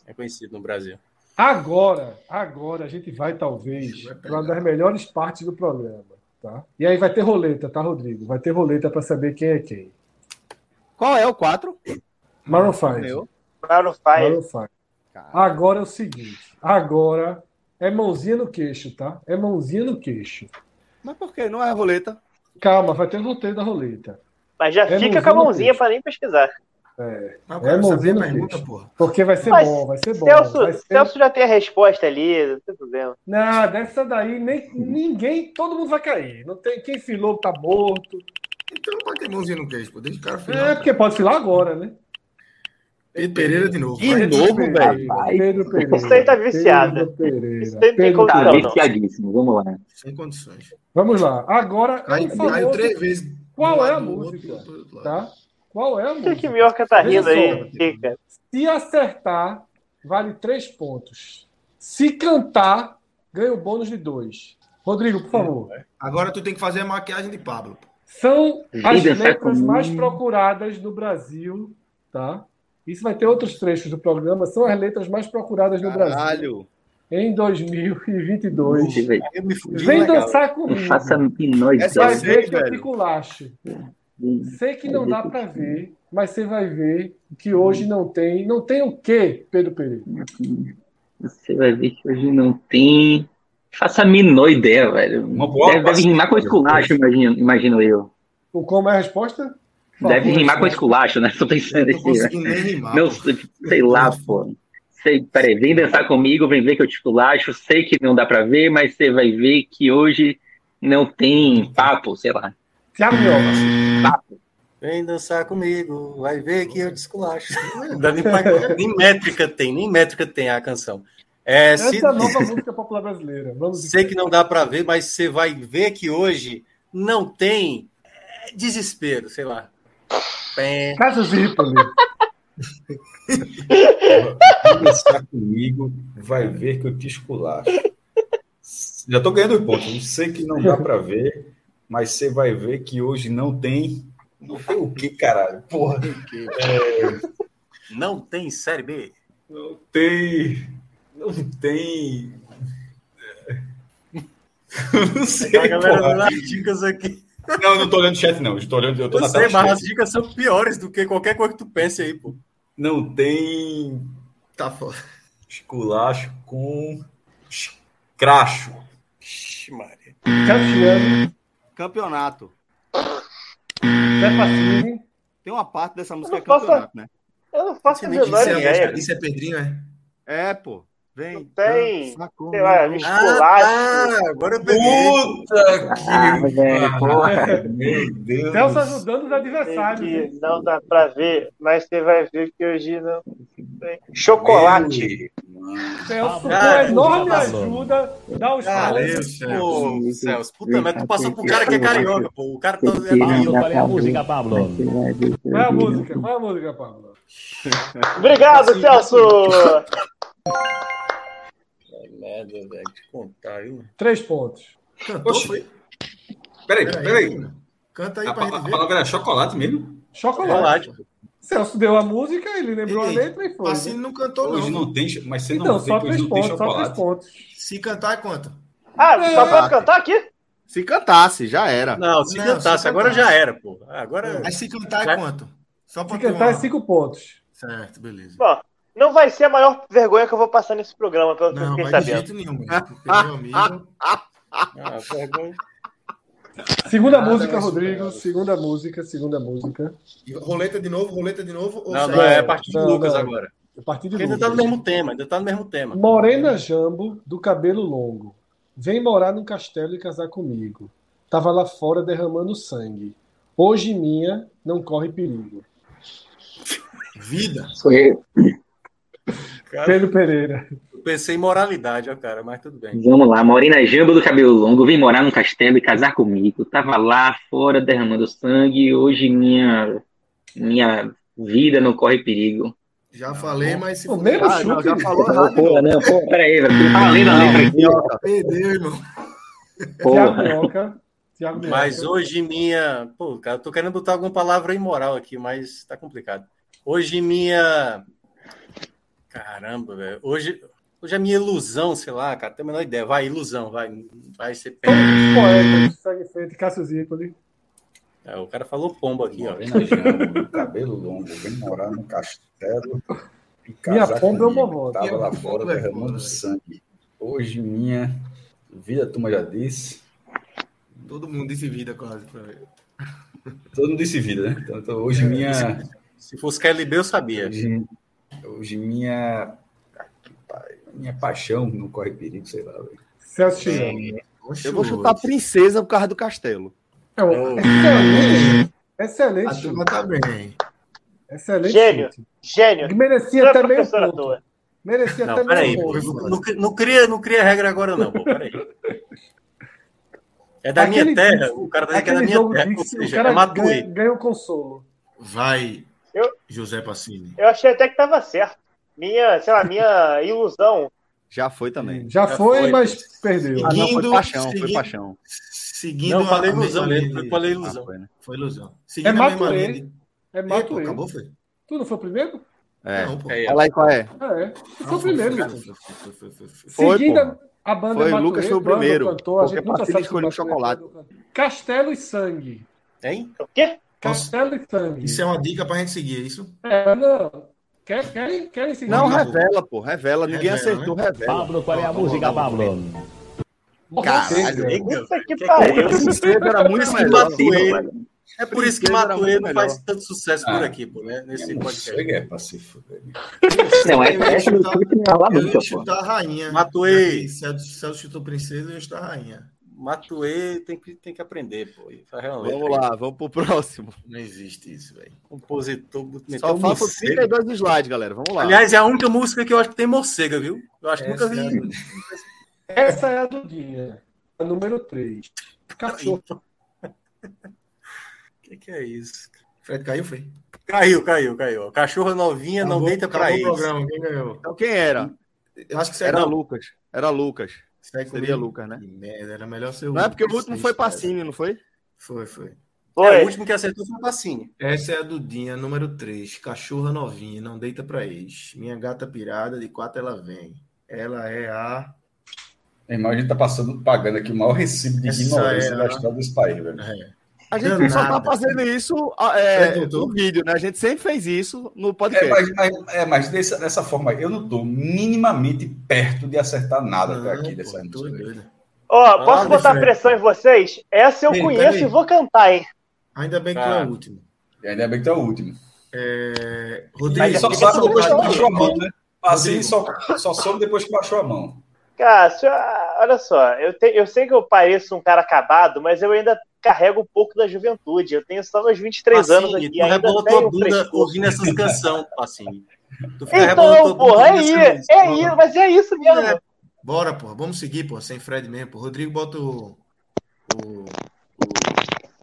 é conhecido no Brasil. Agora, agora a gente vai talvez para uma das melhores partes do programa, tá? E aí vai ter roleta, tá, Rodrigo? Vai ter roleta para saber quem é quem. Qual é o 4? Maroon 5. Meu. Maroon Five. Maroon 5. Agora é o seguinte, agora é mãozinha no queixo, tá? É mãozinha no queixo. Mas por que? Não é a roleta. Calma, vai ter o roteiro da roleta. Mas já É fica com a mãozinha, mãozinha peixe. pra nem pesquisar. Mas eu quero É, saber a Mourinho pergunta, fez. porra. Porque vai ser Mas bom, vai ser bom. vai Celso, ser- Celso já tem a resposta ali, não tem problema. Não, dessa daí nem, ninguém, todo mundo vai cair. Não tem quem filou tá morto. Então pode ter mãozinha no queixo, pô. Desde o cara final. É, porque pode filar agora, né? Pedro Pereira de novo. De um vai. novo, velho. Rapaz. Pedro Pereira. Isso aí tá viciado. Pedro Pereira. Isso aí não tem Pedro como- Tá Não, não. viciadíssimo, vamos lá. Sem condições. Vamos lá. Agora, Caiu, por favor, caiu três vezes. de um qual lado é a do outro, música? do outro lado. tá? Qual é a Por que que música? Minhoca tá rindo Resolve. aí, Fica. Se acertar, vale três pontos. Se cantar, ganha o bônus de dois. Rodrigo, por favor. Agora tu tem que fazer a maquiagem de Pablo. pô. São as Vida sai letras comum. mais procuradas no Brasil, tá? Isso vai ter outros trechos do programa. São as letras mais procuradas no Brasil Caralho. em 2022. Deixa eu ver. Eu me fudi, Vem legal. dançar Não comigo. faça a menor Essa Vai é ideia. sei, ver que eu velho. fico laxo. de- Sei que não dá pra ver, mas você vai ver que hoje não tem. Não tem o quê, Pedro Pereira? Você vai ver que hoje não tem. Faça a menor ideia, velho. Uma boa Deve, deve passa- rimar com esculacho, imagino, imagino eu. O como é a resposta? Por Deve favor, rimar com resposta. esculacho, né? Tô Eu pensando Não assim, velho. consegui nem rimar. Não, pô. sei lá, pô. Sei, peraí, vem dançar comigo, vem ver que eu te culacho. Sei que não dá pra ver, mas você vai ver que hoje não tem papo, sei lá. Thiago Mioca. Vem dançar comigo, vai ver que eu desculacho. Não dá nem, pra- nem métrica tem, nem métrica tem a canção. É, se, Essa é a nova música popular brasileira. Vamos em sei que não dá pra ver, mas você vai ver que hoje não tem é, desespero, sei lá. Pé, Casa Zipoli. Conversar comigo, vai ver que eu te esculacho. Já tô ganhando os pontos. Não sei que não dá pra ver, mas você vai ver que hoje não tem. Não tem o que, caralho? Porra, Não tem série B. não tem. Não tem. É. Não sei, A galera porra. dando as dicas aqui. Não, não tô olhando o chat, não. Estou olhando, eu tô Eu na é sei, tela. do mas as chat. dicas são piores do que qualquer coisa que tu pense aí, pô. Não tem Tá foda. esculacho com cracho. Ixi, Maria. Cassiano. Campeonato. Zé Pacini. Tem uma parte dessa música Eu que é não posso- campeonato, né? Eu não faço a Isso é menor Isso é, ideia. isso é Pedrinho, é? É, pô. Vem. Não tem, dança Sei lá, né? comigo. Ah, esculacho. tá, agora eu peguei. Puta que. Ah, velho, porra. Meu Deus. Celso ajudando os Tem adversários. que hein? não dá pra ver, mas você vai ver que hoje não tem. Chocolate. Celso, com Cara, enorme tá ajuda, dá os Cara, pontos. Valeu, Celso. Pô, Celso, puta merda, tu passou pro cara que é carioca, pô. O cara tá. Não dá pra ver. Pablo. Você vai ver que Qual é a hoje não música? Qual é a música, Pablo? Obrigado, Celso! Merda, velho, te contar, viu? Três pontos. Cantou, Oxi. foi? Peraí, Peraí, peraí. Canta aí A, pra pa- a gente ver. palavra era chocolate mesmo? Chocolate. Chocolate. Celso deu a música, ele lembrou Ei, a letra e foi. Assim né? não cantou, Hoje não. não tem, cho- mas você não, Então, tem, só que três hoje não tem pontos, só três chocolate. pontos. Se cantar, é conta. Ah, só pode cantar aqui? Se cantasse, já era. Não, se Não, cantasse, se agora cantasse. já era, pô. Ah, Agora. Mas se cantar, Já- é quanto? Só pra Se ter cantar, é uma- cinco pontos. Certo, beleza. Bom, não vai ser a maior vergonha que eu vou passar nesse programa, pelo que eu Não, fiquei mas de sabendo. jeito nenhum. velho, Porque meu amigo. Ah, vergonha. Segunda Nada música, vai Rodrigo. Segunda música, segunda música. Roleta de novo, roleta de novo. ou Não, só- não, é a partir Não, do Lucas não. agora. A partir de Porque ainda Lucas. tá no mesmo tema, ainda tá no mesmo tema. Morena Jambo, do cabelo longo. Vem morar num castelo e casar comigo. Tava lá fora derramando sangue. Hoje minha não corre perigo. Vida. Sou eu. Cara, Pedro Pereira. eu pensei em moralidade, ó, cara, mas tudo bem. Vamos lá, Morena Jamba do cabelo longo, vem morar num castelo e casar comigo. Tava lá fora derramando sangue, hoje minha minha vida não corre perigo. Já falei, mas se O for- mesmo Ah, não, chute. já falou Pô, errado. porra, não, porra, peraí, velho. tu Tá lendo a letra aqui, ó, perdeu, irmão. Tiago porra. Mioca. Tiago Mioca. Mas hoje minha. Pô, cara, eu tô querendo botar alguma palavra imoral aqui, mas tá complicado. Hoje minha. Caramba, velho. Hoje, hoje a minha ilusão, sei lá, cara, tem a menor ideia. Vai, ilusão, vai. Vai ser pé. Poeta, segue em frente, Cássio Zirpoli. É, o cara falou pombo aqui, ó. Morena Jambo, cabelo longo, vem morar no castelo e Minha casar pomba é uma comigo. moto. Tava lá Minha fora pomba é derramando foda, sangue. Hoje minha vida, a turma já disse. Todo mundo disse vida quase. pra ver. Todo mundo disse vida, né? Então, então, É. hoje minha... Se fosse KLB, eu sabia. Hoje, hoje minha... ah, que pai, Minha paixão não corre perigo, sei lá. velho. Celso Chigami. Oxe, Eu vou chutar princesa por causa do castelo. É um excelente. A Excelente turma chute. tá bem. Excelente Gênio. chute. Gênio. Merecia Não é até meio professora à ponto. toa. Merecia Não, até peraí. meio pô, ponto. Não, cri- não cria, não cria regra agora, não, pô. Peraí. É da Aquele minha terra. Dixie, O cara tá dizendo que é da Aquele minha jogo terra. Ou Dixie, o seja, cara é Matuê. ganha, ganha o consolo. Vai, Eu- José Pacini. Eu achei até que tava certo. Minha, sei lá, minha ilusão. Já foi também. Já, Já foi, foi. mas perdeu. Ah, não, foi Seguindo- paixão, foi seguindo- paixão. Seguindo Não, eu Ah, falei a mesma ilusão mesmo. Eu linha- falei Ah, ilusão. foi, né? Foi ilusão. Seguindo É a mesma Matuê. linha de- É Ei, Mato pô, ele. acabou, foi? Tu não foi o primeiro? É. Não, pô. É, Fala aí qual é. Ah, é. Tu Não, foi o primeiro, foi, meu. foi, foi, foi, foi, foi. Foi, Seguindo pô. a- a banda é Foi, Matuê, Lucas foi o banda, primeiro, Cantor, a gente porque nunca Patrícia sabe escolheu se o Matuê chocolate. é cantor. Castelo e Sangue. Hein? O quê? Posso- Castelo e Sangue. Isso é uma dica pra gente seguir, é isso? É, não. Quer- Querem, querem seguir? Não, Não, revela, pô. Revela. Ninguém né? Revela, acertou, revela. Pablo, qual é a música, Pablo? Caralho. Puta que é pariu. Princesa era muito Isso que melhor. Matuê- É por isso que Princesa era Matuê não muito faz tanto sucesso por Ah. aqui, pô, né? Nesse Não podcast. chega, é pra se fuder. Não, essa, essa do chute não é tá lá Eu nunca, ia pô. chutar a rainha. Matuei. Celso Celso chutou princesa, eu ia chutar a rainha. Matuê tem que, tem que aprender, pô. E faz uma letra Vamos aí. lá, vamos pro próximo. Não existe isso, velho. Compositor, meteu Só um faltam morcego. 32 slides, galera. Vamos lá. Aliás, é a única música que eu acho que tem morcega, viu? Eu acho que nunca vi. Essa é a do dia. A número 3. Cachorro. O que, que é isso? Fred caiu, foi? Caiu, caiu, caiu. Cachorra novinha não Acabou- deita pra acabou o isso. programa, quem ganhou? Então quem era? Eu acho que será. Era Lucas. Era Lucas. Segue Seria comigo. Lucas, né? Que merda, era melhor ser o Não é porque o Lucas, último isso, foi cara. Pacini, não foi? Foi, foi. É, o Foi. último que acertou foi o Pacini. Essa é a Dudinha, número 3. Cachorra novinha, não deita pra ex. Minha gata pirada, de quatro ela vem. Ela é a. Meu irmão, a gente tá passando, pagando aqui o maior recibo de Essa ignorância é da a- história desse país, velho. É. A gente Danada. só tá fazendo isso ah, é, Você tentou? no vídeo, né? A gente sempre fez isso no É, podcast. mas, mas- é, mas dessa, dessa forma, aí, eu não tô minimamente perto de acertar nada até Não, aqui pô, dessa tô música. velho. doido. Ó, posso Ah, botar diferente. pressão em vocês? Essa eu Ei, conheço peraí. e vou cantar, hein? Ainda bem que tu Tá. é o último. E ainda bem que tu é o último. É... Aí Rodrigo, só quem sabe soltou depois que a baixou a bola? mão, né? Assim Rodrigo. só, só soube depois que baixou a mão. Cássio, ah, olha só, eu, te- eu sei que eu pareço um cara acabado, mas eu ainda carrego um pouco da juventude. Eu tenho só meus 23 Pacini, anos aqui, tu ainda rebola tenho tua um bunda frescor. ouvindo essas canções, Pacini. Tu fica rebolando tua Então, bunda porra, é ouvindo isso, essas é músicas. isso, mas é isso mesmo. É. Bora, porra. Vamos seguir, porra. Sem Fred mesmo. Porra. Rodrigo, bota o. o-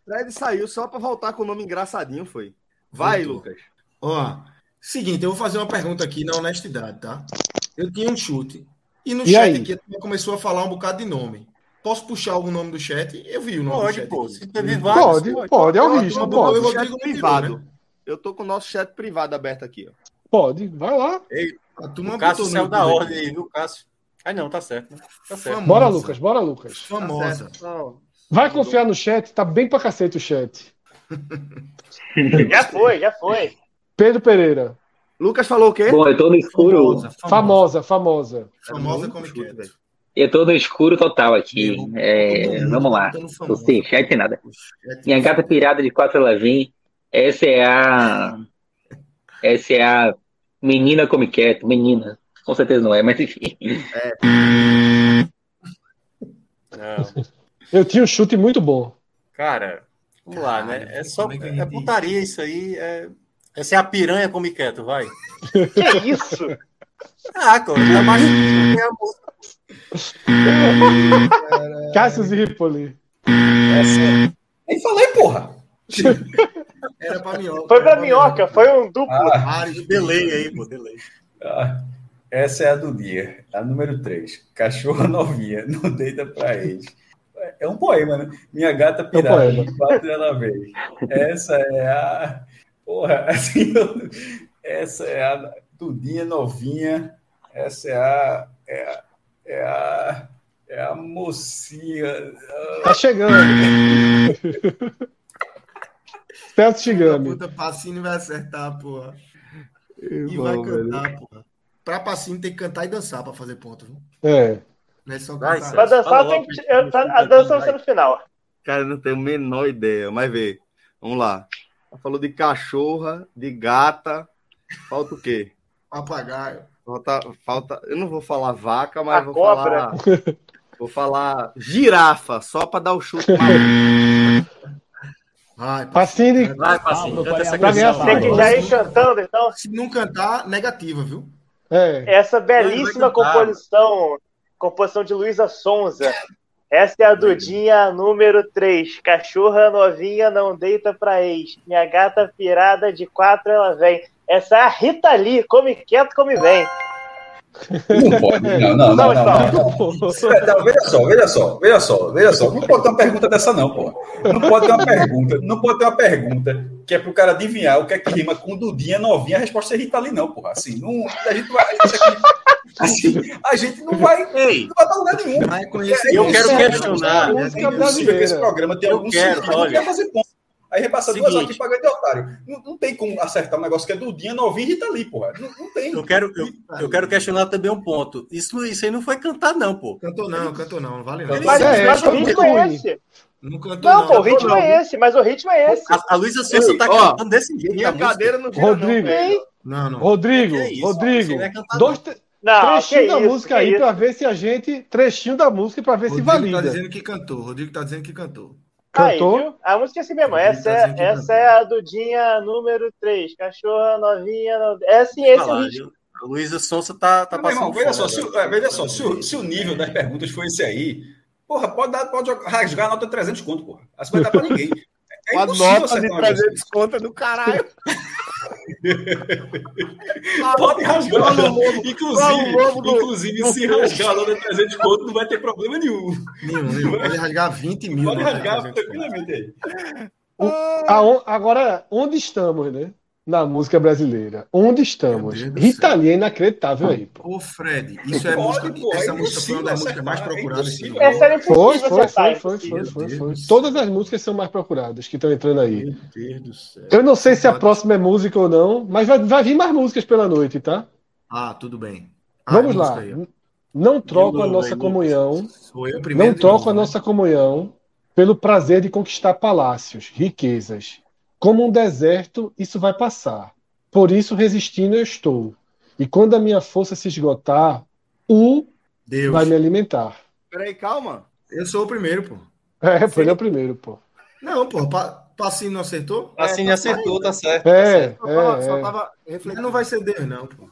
Fred saiu só pra voltar com o nome engraçadinho, foi. Vai, Voltou. Lucas. Ó, seguinte, eu vou fazer uma pergunta aqui na honestidade, tá? Eu tinha um chute. E no E chat aí? aqui a turma começou a falar um bocado de nome. Posso puxar algum nome do chat? Eu vi o nome do Pode, chat. pô. aqui. Se teve vários, Pode, pode, é o risco. Eu Pode, vou- Chat Rodrigo né? me ligou, privado. Eu tô com o nosso chat privado aberto aqui. Ó. pode. Vai lá. A turma O Cássio botou saiu no da YouTube. ordem aí, viu, Cássio? Ah, não, tá certo. né? Tá certo. Famosa. Bora, Lucas, bora, Lucas. Tá Famosa. Vai confiar no chat, tá bem pra cacete o chat. É. Já foi, já foi. Pedro Pereira, Lucas falou o quê? Bom, eu tô no escuro, Famosa. Famosa. famosa, famosa. Famosa É como muito quieto. velho. eu tô no escuro total aqui. Errou. Todo É, mundo vamos lá. botando Tô famosa. sem chat, sem nada. O chat- Minha gata pirada de quatro ela vem. Essa é a. Essa é a Menina come quieto, menina. Com certeza não é, mas enfim. Não. Eu tinha um chute muito bom. Cara, vamos lá, né? É só como é que eu é entendi? putaria isso aí. É... Essa é a piranha come quieto, vai. Que É isso? Ah, cara, tá mais... tem a música. Cássio Ziripoli. Essa... Nem falei, porra. Era pra minhoca. Foi pra minhoca, foi um duplo. Ah, Vários Delay aí, pô, delay. ah, essa é a do dia, a número 3. Cachorra novinha, não deita pra ex. É um poema, né? Minha gata pirada, É um poema. bate ela vez. Essa é a. Porra, assim, eu- essa é a Dudinha novinha. Essa é a. É a. É a, é a mocinha. Tá chegando. Celso Chigami. Puta, Pacini vai acertar, porra. E Irmão, vai velho. cantar, porra. Pra Pacini tem que cantar e dançar pra fazer ponto, viu? É. Não é só Vai, cantar. Pra Celso. dançar, Fala tem logo que. que eu- tá- a dança vai ser no final. Cara, eu não tenho a menor ideia, mas vê. Vamos lá. Ela Falou de cachorra, de gata. Falta o quê? Papagaio. Falta, falta. Eu não vou falar vaca, mas A vou cobra. falar. Vou falar girafa, só pra dar o chute. Vai, pô. Pacini, Vai, Passinho, canta essa Pra é assim. ganhar canção. Vai, Tem que já ir cantando, então. Se não cantar, negativa, viu? é. Essa Não, belíssima ele vai cantar. composição, composição de Luísa Sonza. Essa é a Dudinha número 3. Cachorra novinha não deita pra ex. Minha gata pirada de quatro ela vem. Essa é a Rita Lee, come quieto, come bem. Não pode, não, não, não, Não, não, não. não. É, não, veja só, veja só, veja só, veja só. Não pode ter uma pergunta dessa, não, pô. Não pode ter uma pergunta, não pode ter uma pergunta que é pro cara adivinhar o que é que rima com Dudinha novinha, a resposta é Rita ali, não, porra. Assim, não, a gente vai. isso aqui- assim, a gente não vai, Ei, não vai pra lugar nenhum. Vai conhecer. Eu É quero isso, questionar. é isso, é impossível que esse programa tenha Eu algum quero, sentido, mas não olha. quer fazer ponto. Aí repassa duas horas Seguinte. aqui pagando de otário. Não, não tem como acertar um negócio que é Dudinha novinha e Rita ali, porra. Não, não tem. eu quero, eu, eu quero questionar também um ponto. Isso, isso aí não foi cantar, não, pô. Cantou não, cantou não, não vale não. Mas, É, mas o tá muito ritmo é ruim. esse. Não cantou Não, não. pô, o ritmo é esse, mas o ritmo é esse. A, a Luísa Souza Ei, tá ó, cantando desse jeito. Minha na música. cadeira não gira, Rodrigo. Ei, Não, não. Rodrigo, Que isso, Rodrigo. você né? não é cantador. Dois tre- Não, Ah, que trechinhos da isso, música que aí isso. pra ver se a gente. Trechinho da música pra ver Rodrigo se valida. tá dizendo que cantou. Rodrigo tá dizendo que cantou. Tá Aí, Cantou? viu? a música é assim mesmo. Essa, Tá é, dizendo que essa cantou. é a Dudinha número 3. Cachorra novinha. Não... É assim, esse é o Falar, ritmo. viu? A Luísa Sonza tá, tá Mas, meu passando. irmão, veja só, fome se, o- agora. é, veja só, se, o- se o nível das perguntas for esse aí, porra, pode, dar, pode jogar- rasgar a nota de 300 conto, porra. Assim não vai dar pra ninguém. É Uma impossível nota acertar de um negócio 300 conta do caralho. desse. Pode rasgar. Fala o fala o Inclusive, lobo do- inclusive se rasgar a nota de 300 conto, não vai ter problema nenhum. Nenhum, nenhum. Pode rasgar 20 mil. Pode né, cara, rasgar pra gente falar. tranquilamente aí. Aon- Agora, onde estamos, né? Na música brasileira. Onde estamos? Meu Deus do Rita céu. Lee é inacreditável aí, pô. Ô, Fred, isso é Pode, música. pô, é essa música foi uma das músicas impossível mais acertar, é procuradas. esse impossível. ano. Essa era impossível Foi, foi, acertar, foi, foi, foi, impossível. foi, Meu foi. Deus. Todas as músicas são mais procuradas que estão entrando aí. Meu Deus do céu. Eu não sei se a próxima é música ou não, mas vai, vai vir mais músicas pela noite, tá? Ah, tudo bem. Ah, Vamos é lá. música aí, ó. N- Não troco a Lula, nossa Lula. comunhão. Sou eu primeiro. Não de troco a novo, né? nossa comunhão pelo prazer de conquistar palácios, riquezas. Como um deserto, isso vai passar. Por isso, resistindo, eu estou. E quando a minha força se esgotar, o Deus. vai me alimentar. Peraí, calma. Eu sou o primeiro, pô. É, foi ele é o primeiro, pô. Não, pô, pa... Passinho não acertou? É, Assim, acertou, tá certo. É, Eu tava- só é, é. tava Mas refletindo. não vai ser Deus, não, pô.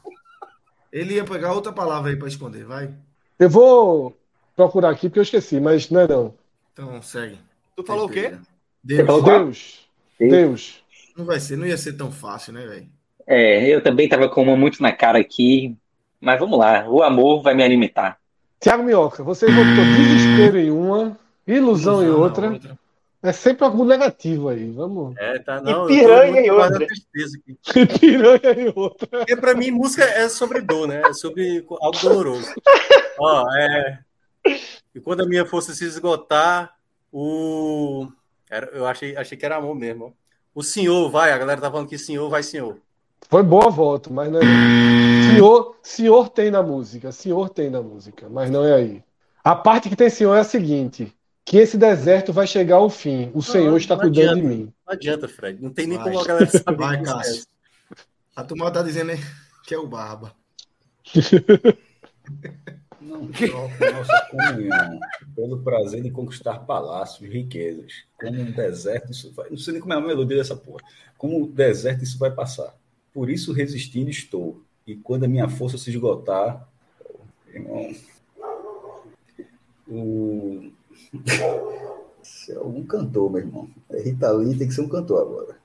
Ele ia pegar outra palavra aí pra esconder, vai. Eu vou procurar aqui porque eu esqueci, mas não é não. Então, segue. Tu falou o quê? Deus. Então tá. Deus, Deus. Não vai ser, não ia ser tão fácil, né, velho? É, eu também tava com uma muito na cara aqui, mas vamos lá, o amor vai me alimentar. Tiago Minhoca, você votou Hum. desespero em uma, ilusão em Não, não, outra. É sempre algo negativo aí. Vamos. É, tá, não, eu tô piranha muito e outra. guardando tristeza aqui. Piranha em outra. Porque pra mim, música é sobre dor, né? É sobre algo doloroso. Ó, é. E quando a minha força se esgotar, o. era- eu achei, achei que era amor mesmo. ó. O senhor vai, a galera tá falando que senhor vai, senhor. Foi boa voto, mas não é. não. Senhor, senhor tem na música, senhor tem na música, mas não é aí. A parte que tem senhor é a seguinte: que esse deserto vai chegar ao fim. O Senhor está não cuidando de adianta. mim. Não adianta, Fred. Não tem nem Vai. como a galera saber. é. Vai, disso, Cássio. A turma tá dizendo né, que é o Barba. Não troco nossa comunhão pelo prazer de conquistar palácios e riquezas. Como um deserto, isso vai. Não sei nem como é a melodia dessa porra. Como um deserto, isso vai passar. Por isso, resistindo, estou. E quando a minha força se esgotar. Irmão. O. Se é algum cantor, meu irmão. É Rita Lee tem que ser um cantor agora.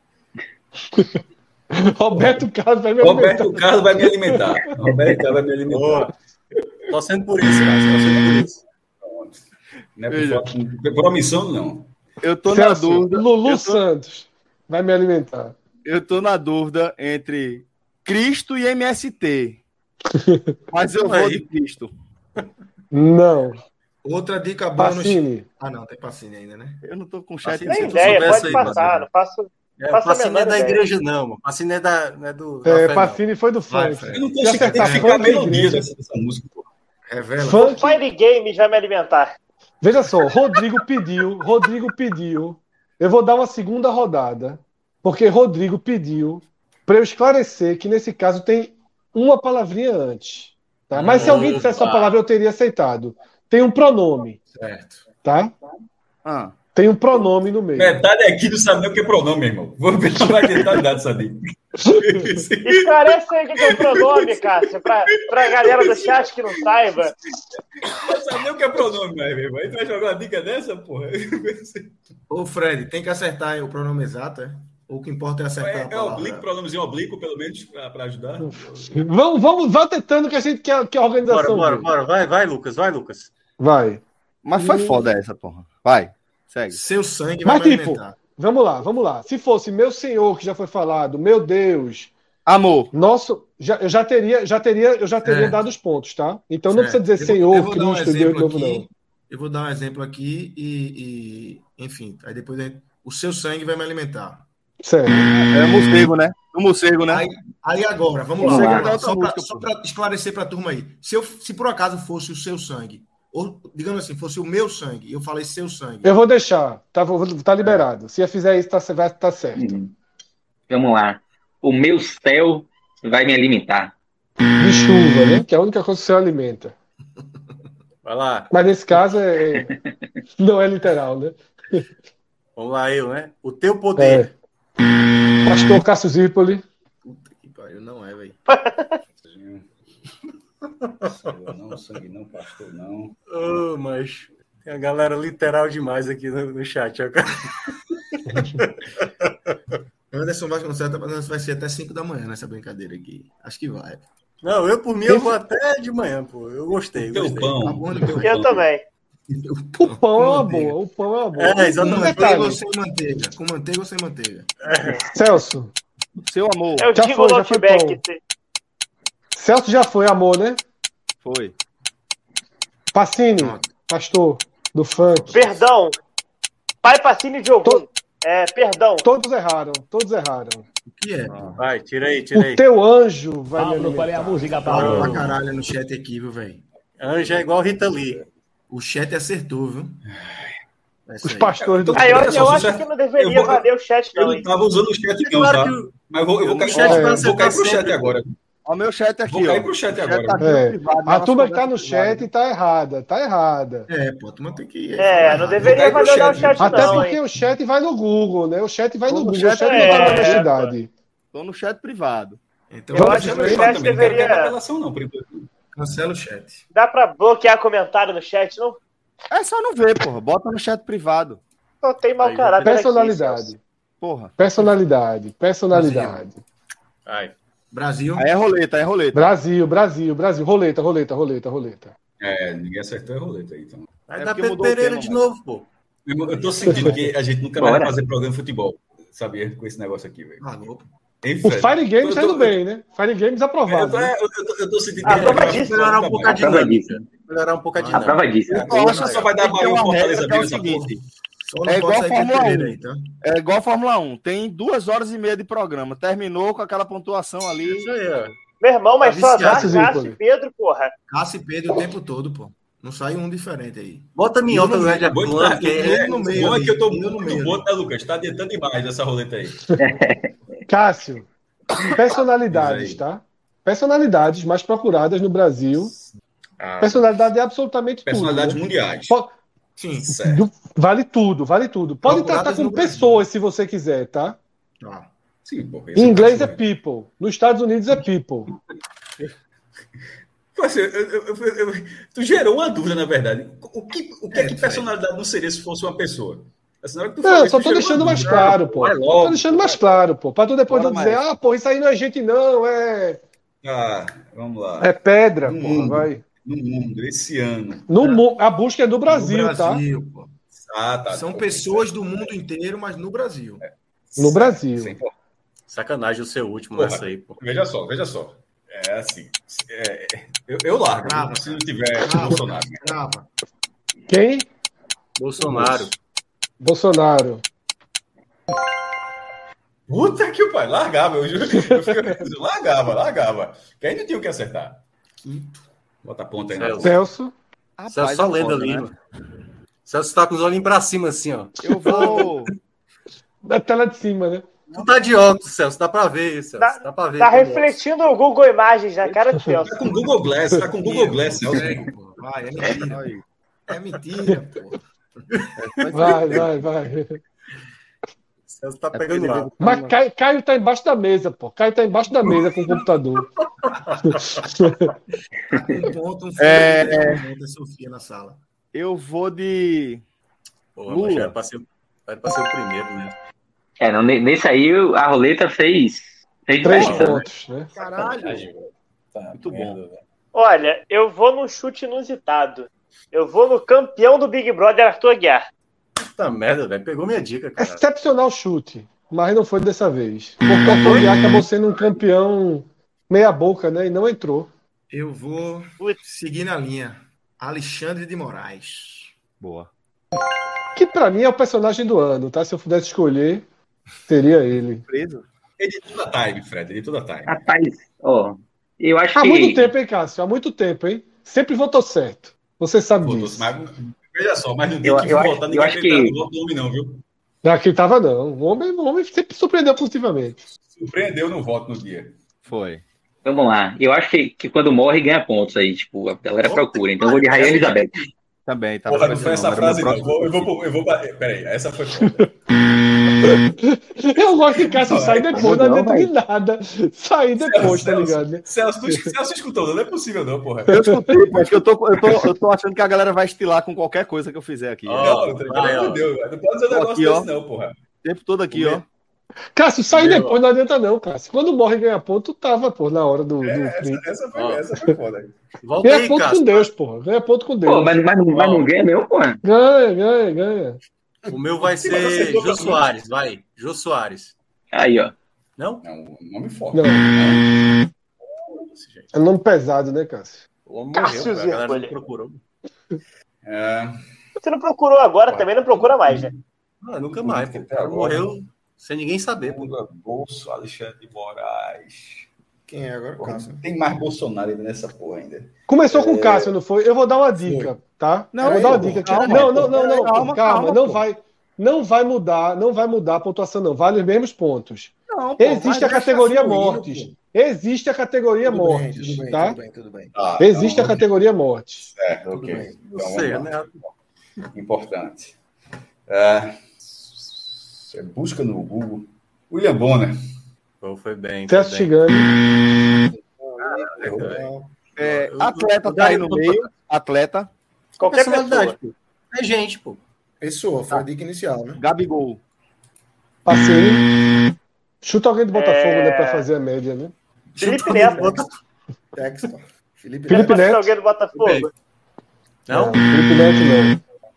Roberto Carlos vai me Roberto Carlos vai me alimentar. Roberto Carlos vai me alimentar. Tô sendo por isso, cara. Tô sendo por isso. Não é por, falta- não é por omissão, não. Eu tô na Celso, dúvida. Lulu eu, tô, Santos vai me alimentar. eu tô na dúvida entre Cristo e MST. Mas eu vou de Cristo. Não. Outra dica bônus. Pacini. Ah, não, tem Pacini ainda, né? Eu não tô com chat. Assim, não. se Nem tu ideia, soubesse pode aí, passar. Marcelo. Não faço. É, Faça a Pacini não é menor da ideia. igreja, não, mano. Pacini é, da, não é do. da É, fé, não. Pacini foi do Vai, funk. Fred. Eu não Se consigo acertar identificar a funk, melodia igreja. dessa, dessa música. Pô. Revela. Funk, Fire Games vai me alimentar. veja só, Rodrigo pediu, Rodrigo pediu. Eu vou dar uma segunda rodada, porque Rodrigo pediu para eu esclarecer que nesse caso tem uma palavrinha antes. Tá? Mas se alguém dissesse essa Opa. palavra, eu teria aceitado. Tem um pronome, Certo. tá? Ah, Tem um pronome no meio. Metade aqui não sabe nem o que é pronome, meu irmão. Vou ver se vai tentar dar essa dica. Esclarece aí o que que é o pronome, Cássio, pra, pra galera do chat que não saiba. Não sabe nem o que é pronome, mas, meu irmão. Aí tu vai jogar uma dica dessa, porra? É, Ô, Fred, tem que acertar o pronome exato, é? O que importa é acertar a é oblíquo, palavra. pronomezinho oblíquo, pelo menos, pra, pra ajudar. Vamos, vamos, vá tentando que a gente quer que a Bora, organização. bora, dê. bora. Vai, vai, Lucas, vai, Lucas. Vai. mas foi foda essa, porra. Vai, segue. Seu sangue vai Mas, me tipo, alimentar. Vamos lá, vamos lá. Se fosse meu senhor, que já foi falado, meu Deus, Amor. nosso. Já, eu já teria, já teria, eu já teria Certo. dado os pontos, tá? Então não precisa dizer É. Eu vou- Senhor, eu vou dar um Cristo, Deus de exemplo novo, aqui, não. Eu vou dar um exemplo aqui e, e, enfim, aí depois a gente- o seu sangue vai me alimentar. Sério. É morcego, né? O morcego, né? Aí, aí agora, vamos lá, Você vamos canta lá, outra só pra- música, só para esclarecer para a turma aí. Se, eu, se por acaso fosse o seu sangue, ou digamos assim, fosse o meu sangue, eu falei seu sangue. Eu vou deixar, tá, Vou- tá liberado. Se eu fizer isso, tá, vai tá certo. Hum. Vamos lá. O meu céu vai me alimentar. De chuva, né? Que é a única coisa que o senhor alimenta. Vai lá. Mas nesse caso é, não é literal, né? Vamos lá, eu, né? O teu poder. Pastor Cássio Zirpoli. Puta que pariu, não é, velho. Senhor não, sangue não, pastor não. Ô, mas tem a galera literal demais aqui no, no chat. ó, cara. Anderson Vasconcelos tá falando que vai ser até 5 da manhã nessa brincadeira aqui. Acho que vai. Não, eu por mim eu vou até de manhã, pô. Eu gostei. Teu gostei. pão. Tá bom, teu Eu também. O pão é uma boa, o pão é uma boa. É, Com exatamente. manteiga Detalhe. ou sem manteiga? Com manteiga ou sem manteiga? Celso. Seu amor. É o Já Jingle foi, do já foi Outback. Celso já foi, amor, né? Foi. Pacini, Pronto. pastor do funk. Perdão. Pai Pacini de Ogum. É, perdão. Todos erraram, todos erraram. O que é? Vai, tira aí, tira aí. O teu anjo vai me Pablo, qual é a alimentar. música, Falaram Pablo? pra caralho no chat aqui, viu, velho? Anja é igual Rita Lee. O chat acertou, viu? É isso Os aí. pastores do Ah, eu, Olha só, eu se acho você- que não deveria eu vou- valer o chat, Eu não, hein? não tava usando o chat É um não, claro tá? que o- Mas eu vou, eu vou cair, O chat É, vai vou cair acertar pro chat sempre. agora. Ó, meu chat aqui, Vou ó. tá cair pro chat agora. É. privado, A nossa turma que conversa tá no privada. chat tá errada, tá errada. É, pô, tu tem que. É, não Vai deveria pro valer o chat, chat, Até não, porque hein? o chat vai no Google, né? O chat vai no O Google, o chat chat é- não vai na é, honestidade. Tô no chat privado. Então, Eu eu acho acho que que o chat também, não quero deveria- ter apelação, não, por enquanto. cancela o chat. Dá pra bloquear comentário no chat, não? É só não ver, porra. Bota no chat privado. Só tem mau Aí, caráter. aqui, Celso. Personalidade, Porra. personalidade, personalidade. Vai. Brasil. Aí é roleta, aí é roleta. Brasil, Brasil, Brasil. Roleta, roleta, roleta, roleta. É, ninguém acertou é roleta aí, então. Vai É dar porque Pedro mudou o Pereira tema, de mano. novo, pô. Meu irmão, Eu tô sentindo que a gente nunca vai Bora. fazer programa de futebol, sabia? Com esse negócio aqui, velho. Largou. Hein, O Fred? Fire Games tá Eu tô- indo bem, né? Fire Games Eu aprovado. tô, né? eu tô- eu tô sentindo que Ah, a gente vai aprovadíssimo. melhorar um Tá pouco a A prova dinâmica. disso. Melhorar um pouco a A Ah, tá. dinâmica. prova disso. Eu acho que só vai dar Tem que ter Bahia e uma Fortaleza regra que é bem o nessa porra. seguinte. Só É igual pode sair Fórmula Pedro Pereira 1. aí, tá? É igual a Fórmula 1. Tem duas horas e meia de programa. Terminou com aquela pontuação ali. Isso aí, ó. Meu irmão, mas Tá só dá viciado, Zico, Cássio velho. e Pedro, porra. Cássio e Pedro o tempo todo, pô. Não sai um diferente aí. Bota minhoca no lugar de Bom que Atlanta, tá- que é- é, no o meio bom é ali, que eu tô no muito meio bom, ali. tá, Lucas? Tá adiantando demais essa roleta aí. Cássio, personalidades, Diz tá? personalidades mais procuradas no Brasil. Ah, Personalidade é absolutamente Personalidades tudo. né? mundiais. Po- Sim. Certo. do- vale tudo, vale tudo. Pode Procuradas tratar no com Brasil. pessoas se você quiser, tá? Tá. Sim, porra, Em esse inglês é cachorro. people. Nos Estados Unidos é people. Parceiro, é, eu- eu- eu- eu- tu gerou uma dúvida, na verdade. O que, o que, é, É, que Fred. personalidade não seria se fosse uma pessoa? Assim, na hora que tu Não, falou eu isso, só tu tô gerou deixando uma mais dúvida. claro, pô. Vai Tô logo. deixando mais claro, pô. Pra tu depois Bora não dizer, mais. ah, porra, isso aí não é gente, não, é, Ah, vamos lá. é pedra, No porra, mundo. vai. No mundo, esse ano. No, mu- a busca é do Brasil, no tá? Brasil, pô. Ah, tá. São Pô, pessoas do mundo inteiro, mas no Brasil. No Brasil. Sim, pô. Sacanagem o seu último Porra. nessa aí, pô. Veja só, veja só. É assim. é, eu, eu largo, Brava, se não tiver Brava. Bolsonaro. Grava. Quem? Bolsonaro. Bolsonaro. Puta que o pai, largava, eu juro. Eu fico, largava, largava. Que aí não tinha o que acertar. Bota a ponta aí na Celso. ponta. Celso. é Celso só eu lenda voto, né? Lima. Celso tá com os olhinhos pra cima, assim, ó. Eu vou. Da tela de cima, né? Tu tá de óculos, Celso. Dá pra ver, Celso. Dá, Tá- pra ver. Tá como é. refletindo o Google Imagens na cara do Celso. Tá com Google Glass, tá com Google Glass, Celso. Consegue, pô. Vai, é mentira. Aí. É mentira, pô. Vai, vai, vai. Celso tá É pegando porque lá. Mas Caio, Caio tá embaixo da mesa, pô. Caio tá embaixo da mesa com o computador. Um ponto, um filho, É. um ponto, a Sofia na sala. Eu vou de. Porra, Lula. mas já era pra ser, era pra ser o primeiro, né? É, não, ne- nesse aí eu- a roleta fez. fez Três diferença, né? pontos, né? Caralho. Muito bom. Olha, eu vou num chute inusitado. Eu vou no campeão do Big Brother, Arthur Guiar. Puta Tá merda, velho. Pegou minha dica, cara. É Excepcional chute, mas não foi dessa vez. Porque o Arthur acabou sendo um campeão meia boca, né? E não entrou. Eu vou Putz. seguir na linha. Alexandre de Moraes. Boa. Que pra mim é o personagem do ano, tá? Se eu pudesse escolher, seria ele. Preso. Editor da Time, Fred, é editor da Time. Rapaz, ó. Eu acho Há que. Tá muito tempo, hein, Cássio? Há muito tempo, hein? Sempre votou certo. Você sabe Pô, disso. mas, veja só, mas não tem Eu- que eu acho- votar eu ninguém acho que- acreditando no voto do homem, não, viu? Aqui tava, não. O homem, o homem sempre surpreendeu positivamente. Surpreendeu no voto no dia. Foi. Então, Vamos lá. Eu acho que, que quando morre ganha pontos aí. Tipo, a galera procura. Então eu vou de Rainha Elizabeth. Também, tá Porra, não foi essa frase, não. Eu vou, eu vou, eu vou, peraí, essa foi foda. Eu gosto que Cássio Não, sai depois, não não, adianta de nada. Sair depois, tá Celso. ligado? né? Celso, tu, Celso escutou, não é possível, não, porra. Eu escutei, mas que eu tô, eu, tô, eu tô achando que a galera vai estilar com qualquer coisa que eu fizer aqui. Ó. Não, tá não, Vai, ó. não, deu, velho. não pode dizer Ó, um negócio aqui, ó. desse, não, porra. O tempo todo aqui, ó. Cássio, sair Meu. depois não adianta, não, Cássio. Quando morre e ganha ponto, tava, pô, na hora do, do print. Essa foi, Ó. essa foi foda. Volta Ganha aí, ponto com Cássio. Deus, porra. Ganha ponto com Deus. Pô, mas, mas, não- mas não ganha mesmo, pô. Ganha, ganha, ganha. O meu vai Sim, mas ser acertou Jô pra mim. Soares, vai. Jô Soares. Aí, ó. Não? Não, É um nome forte. Não, desse jeito. é nome pesado, né, Cássio? O homem Cássio morreu, velho. A galera não Zirpoli. procurou. É, Você não procurou agora, também não procura mais, né? Ah, nunca mais, pô. O cara morreu né? sem ninguém saber, pô. Lula, Bolso, Alexandre de Moraes. Quem é agora? Porra, Cássio. tem mais Bolsonaro ainda nessa porra ainda. Começou É. com Cássio, não foi? Eu vou dar uma dica, tá? Não, eu vou dar uma pô, dica aqui. calma, não, pô, não, não, não, calma, calma, calma, não pô. vai. Não vai mudar, não vai mudar a pontuação, não. Vale os mesmos pontos. Não, Existe a mas- categoria tá fluindo, mortes. Existe a categoria Tudo bem, mortes, tudo bem, tá? Tudo bem, tudo bem. Ah, Existe a então, categoria mortes. Certo, Tudo ok. bem. Não Então, sei, vamos né? lá. Importante. É, você busca no Google. William Bonner. Pô, foi bem. Foi Celso bem. Chigani. Ah, É, Ah, Eu- atleta eu tá aí daria no uma- meio. Atleta. Qualquer pessoa. Personalidade, pô. É gente, pô. Pessoa, foi a dica inicial, né? Gabigol. Passei. Chuta alguém do Botafogo, É. né? Pra fazer a média, né? Felipe né? Neto. Texto. Felipe Felipe Neto. Passa Neto. alguém do Botafogo. Não? Felipe Neto não.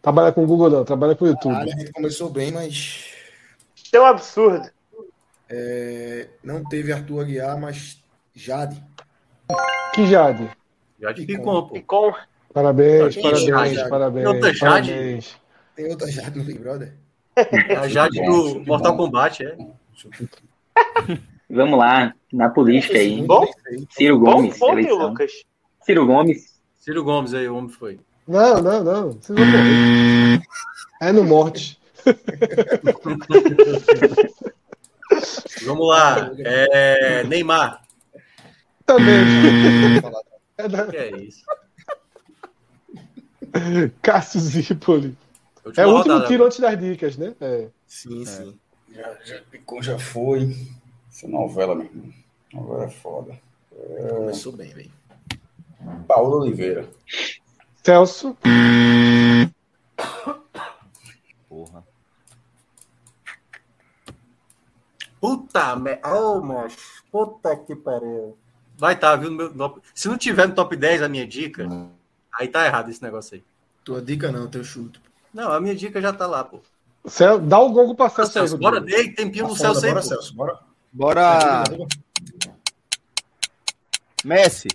Trabalha com Google, não. Trabalha com YouTube. Caralho, a gente começou bem, mas Isso é um absurdo. é, não teve Arthur Aguiar, mas Jade. Que Jade. Já te ficou, pô. E com Parabéns, Ih, parabéns, Jade. parabéns. Outra Jade. parabéns. Tem outra Jade no Big Brother? É A Jade Chute bom, do chute Mortal bom. Kombat, é. Vamos lá. Na política é aí. Bom? Ciro bom Gomes. ponto, eleição. Lucas. Ciro Gomes. Ciro Gomes aí, o homem foi. Não, não, não. Vocês vão morrer. É no morte. Vamos lá. É, Neymar. Exatamente. Que é isso? Cássio Zipoli. É o último tiro antes das dicas, né? É. Sim, sim. Já, já picou, já foi. Essa novela, meu irmão. Novela é foda. É. Começou bem, velho. Paulo Oliveira. Celso, Porra. Puta merda. Oh, macho. Puta que pariu. Vai estar, tá, viu? no meu- no- Se não tiver no top 10 a minha dica, aí tá errado esse negócio aí. Tua dica não, teu chute. Não, a minha dica já tá lá, pô. Cel- dá o gongo pra Bora, Celso. aí, Celso, bora Rodrigo. dei tempinho no um Celso aí, Tá bora, pô. Tá. Celso, bora. Bora, Messi.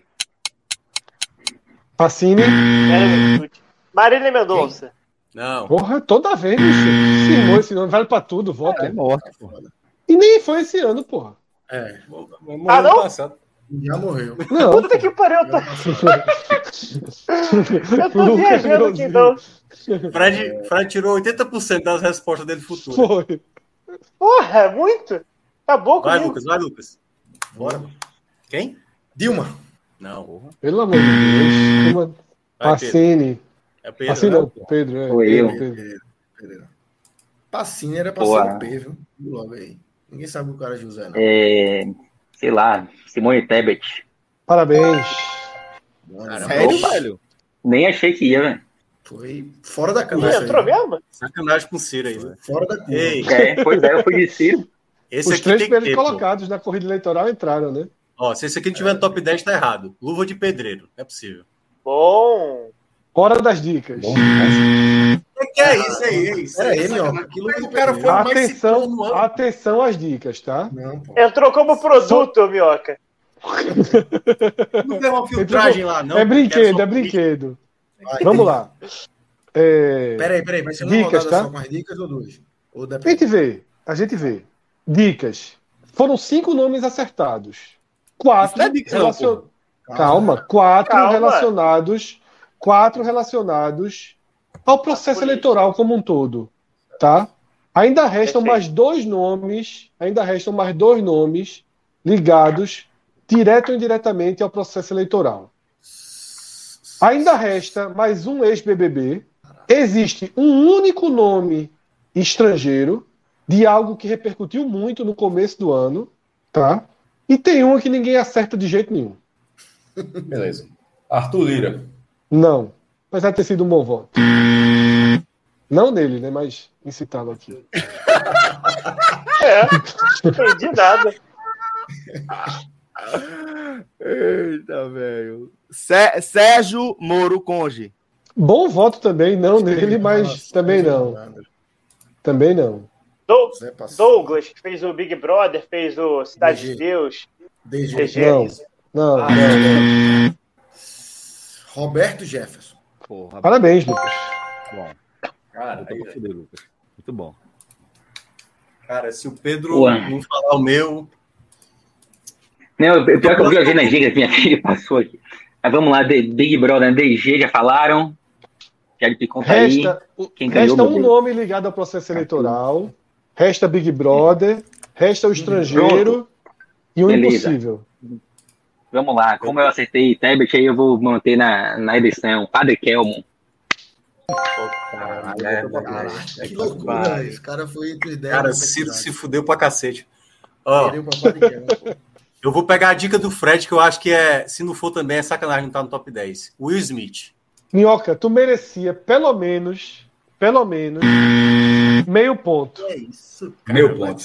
Pacini. Era meu chute. Marília Mendonça. Não. Porra, toda vez, bicho. Se irmão, esse nome vale pra tudo, voto. É morte, pô. E nem foi esse ano, porra. É, Ah, não? passado. já morreu. Não. Puta que pariu, eu tô, eu tô Lucas viajando aqui Leozinho. então. Fred, Fred tirou 80% das respostas dele futuro. Foi. Porra, é muito? Acabou Vai, comigo. Lucas, vai, Lucas. Bora, mano. Quem? Dilma. Não. Pelo amor de Deus. Como- Vai, Pedro. Pacini. É Pedro. Pacini né? não, Pedro. É. Foi eu. Pedro. Pereira. Pacini era pra Boa. ser o P, viu? Logo aí. Ninguém sabe o cara José, não. É, sei lá, Simone Tebet. Parabéns. Caramba, Sério, velho? Nem achei que ia, né? velho. Foi fora da Ih, cabeça. entrou aí. mesmo? Sacanagem com o Ciro aí, né? Fora da curva. Ei, É, pois é, eu fui de Ciro. esse Os aqui três tem que primeiros ter, pô. colocados na corrida eleitoral entraram, né? Ó, se esse aqui não tiver no top 10, tá errado. Luva de pedreiro. Não é possível. Bom. Hora das dicas. É que é isso aí, é isso. Era é ele, ó. sacanagem. Aquilo que o cara foi mais citado no Atenção, ano. atenção às dicas, tá? Não, pô. Entrou como produto, Mioca. Não tem uma filtragem lá, não. é Quero brinquedo, só- é brinquedo. Vai, Vamos tem- lá. É, Peraí, peraí. Vai ser uma Dicas, rodada tá? só com as dicas ou duas? Ou da... a gente vê. A gente vê. Dicas. Foram cinco nomes acertados. Quatro Isso não é dica, não, relacion- Calma. Calma, quatro Calma. relacionados, quatro relacionados ao Tá processo Política. eleitoral como um todo, tá? Ainda restam Perfeito. mais dois nomes, ainda restam mais dois nomes ligados direto ou indiretamente ao processo eleitoral. Ainda resta mais um ex-BBB. Existe um único nome estrangeiro de algo que repercutiu muito no começo do ano, tá? E tem um que ninguém acerta de jeito nenhum. Beleza. Arthur Lira. Não. Apesar de ter sido um bom voto. Não nele, né? Mas em citá-lo aqui. É. Não entendi nada. Eita, velho. Sé- Sérgio Moro Conge. Bom voto também, não nele, mas Nossa, também Zé né? não. Malandro, Também não. Dou- Zé Passado, Douglas, que fez o Big Brother, fez o Cidade DG. de Deus. DG. DG. É Não. Não, Ah, não. Roberto Jefferson. Porra, Parabéns, Lucas. bom. Cara, Botou pra fuder, Lucas. Muito bom. cara, se o Pedro Ué. não falar o meu. Não, eu- pior que eu vi alguém nas dicas, minha filha passou aqui. Mas vamos lá, The Big Brother, DG, já falaram. Já de Picon tá aí. Resta, o- Quem ganhou, resta meu um Deus? nome ligado ao processo eleitoral. Resta Big Brother. Resta o estrangeiro. E o Beleza. impossível. Vamos lá, como eu acertei Tebet, aí eu vou manter na, na edição. Padre Kelmon. É, Que loucura, esse cara foi entre os 10. Cara, do Ciro se campeonato. fudeu pra cacete. Ó, Perdeu pra Barrichello, pô. eu vou pegar a dica do Fred, que eu acho que é. Se não for também, é sacanagem não tá no top 10. Will Smith. Minhoca, tu merecia pelo menos, pelo menos, meio ponto. É isso, Meu ponto.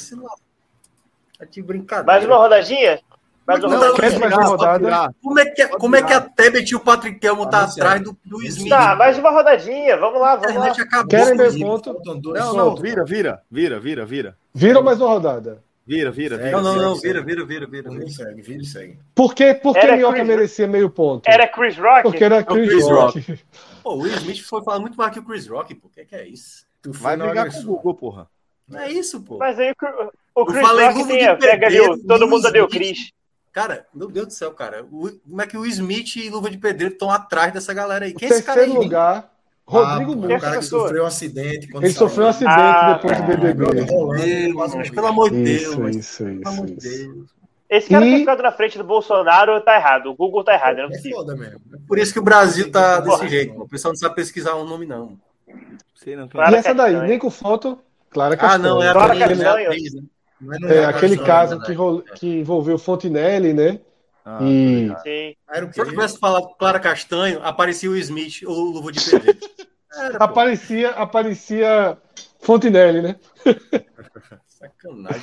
Tá de brincadeira. Mais uma rodadinha? Mais uma Não, é, rodadinha? Quer mais uma rodada? Como é que, como é que a Tebet e o Patrick Kelmo tá Anunciado. atrás do Will Smith? Tá, mais uma rodadinha. Vamos lá, a vamos lá. internet acabou. Querem com meu isso. ponto? Faltam dois Não, não, soltos. vira, vira, vira, vira, vira. Viram mais uma rodada. Vira, É, vira, vira. Não, não, não. Vira, vira, vira, vira. Vira e vira. segue, vira e segue. Por que, por que Era Minhoca Chris- merecia meio ponto? Era Chris Rock? Porque era Chris, Chris Rock. Pô, o Will Smith foi falar muito mais que o Chris Rock, pô. O que, que é isso? Tu foi Vai no brigar com o agressor. Google, porra. Não é isso, pô. Mas aí o Cri- o Chris falei Rock luva tem de a pega ali, o pedreiro, todo mundo Will ali o Smith. Chris. Cara, meu Deus do céu, cara. O- como é que o Smith e Luva de Pedreiro estão atrás dessa galera aí? Quem é esse cara aí? Terceiro lugar, Rodrigo Ah, pô, Moura. O cara que Essa pessoa. sofreu um acidente. quando Ele saiu. sofreu um acidente Ah, depois do BBB. Rolando, Meu Deus, quase mas morreu. pelo amor de Deus, Isso, mas isso, pelo isso, amor de isso. Deus. Esse cara E- ter ficado na frente do Bolsonaro tá errado. O Google tá errado, não é É possível. foda mesmo. Por isso que o Brasil tá desse Porra. jeito. mano. O pessoal não sabe pesquisar um nome, não. Sei não. Clara e essa daí, Castanho. nem com foto, Clara Ah, Castanho. não, é Clara a atriz, né? Castanho. Atriz, né? Mas não É, a aquele Bolsonaro, caso né? que, ro- que envolveu Fontinelli, né? Ah, e Sim. Era o Se quê? eu é. tivesse falado Clara Castanho, aparecia o Smith ou o Luva de Pedreiro. Era, pô, Tá aparecia, aparecia Fontinelli, né? sacanagem.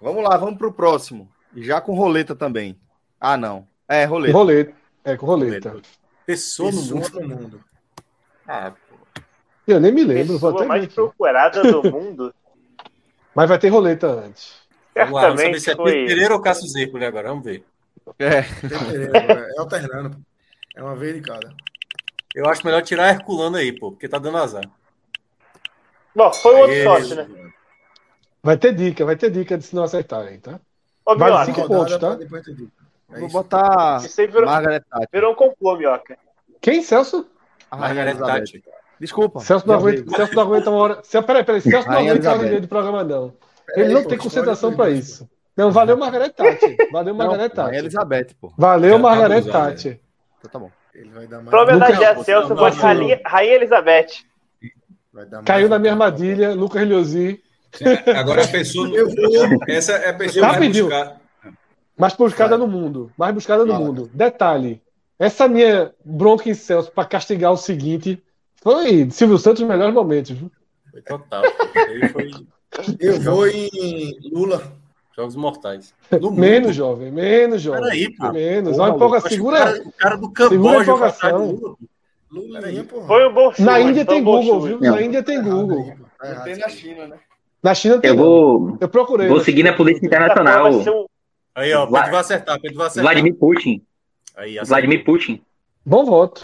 Vamos lá, vamos pro próximo. E Já com roleta também. Ah, não. É, roleta. Roleta. É, com roleta. Pessoa no Pessoa mundo. no mundo. Ah, Eu nem me lembro, vou Pessoa até mais ver. aqui. procurada do mundo. Mas vai ter roleta antes. vamos lá, vamos Certamente saber se é Pedro foi. Pereira ou Cássio Zirpoli agora, vamos ver. Tem Pereira, agora. É alternando. É uma vez de cada. Eu acho melhor tirar Herculano aí, pô, porque tá dando azar. Bom, foi o outro Aê, sócio, né? Vai ter dica, vai ter dica de se não acertarem, tá? Ô, Vale Mioca, cinco Rodada pontos, tá? pra depois ter dito. É Vou isso. botar isso aí virou, Margaret Thatcher. virou um complô, Mioca. Quem, Celso? a Rainha Margareth Elizabeth. Tati. Desculpa. Celso não Já aguenta, Celso não aguenta uma hora. Celso, peraí, peraí, Celso não Rainha aguenta uma hora e Elizabeth. meia de programa, não. Peraí, Ele não pô, tem história concentração do pra Igor. isso. Não, valeu Margareth Tati. Valeu Não, Margareth Rainha Tati. É Elizabeth, pô. Valeu Já tá Margareth abusando, né? Tati. Então tá bom. Ele vai dar mais. Pra homenagear Lucas, é Celso, não, foi não, Rainha, Rainha Elizabeth. vai dar mais- Caiu na minha Tá armadilha, Lucas Liosi. Agora a pessoa. Eu vou. Essa é a pessoa mais Rapidinho. buscada. Mais buscada no mundo. Mais buscada no Fala. mundo. Detalhe: essa minha bronca em Celso pra castigar o seguinte foi Silvio Santos os melhores momentos. viu? Foi total. pô. Aí foi Eu vou em Lula. Jogos Mortais. Menos, jovem. Menos, jovem. Peraí, pô. Menos. Porra, Olha, empolga, Lucas, segura. O cara, o cara segura do a Camboja foi empolgação. atrás do Lula. Lula Peraí. aí, porra. Foi o bom chute, Na Índia foi um tem bom Google, chute. viu? Não. Na Índia tem Google. Tá Não tem na China, né? Na China tem. Eu vou, Eu procurei. vou seguir na política Essa porra internacional. vai ser um- Aí, ó, Pedro Vladimir- vai acertar, Pedro vai acertar. Vladimir Putin. Aí, acertou. Vladimir Putin. Bom voto.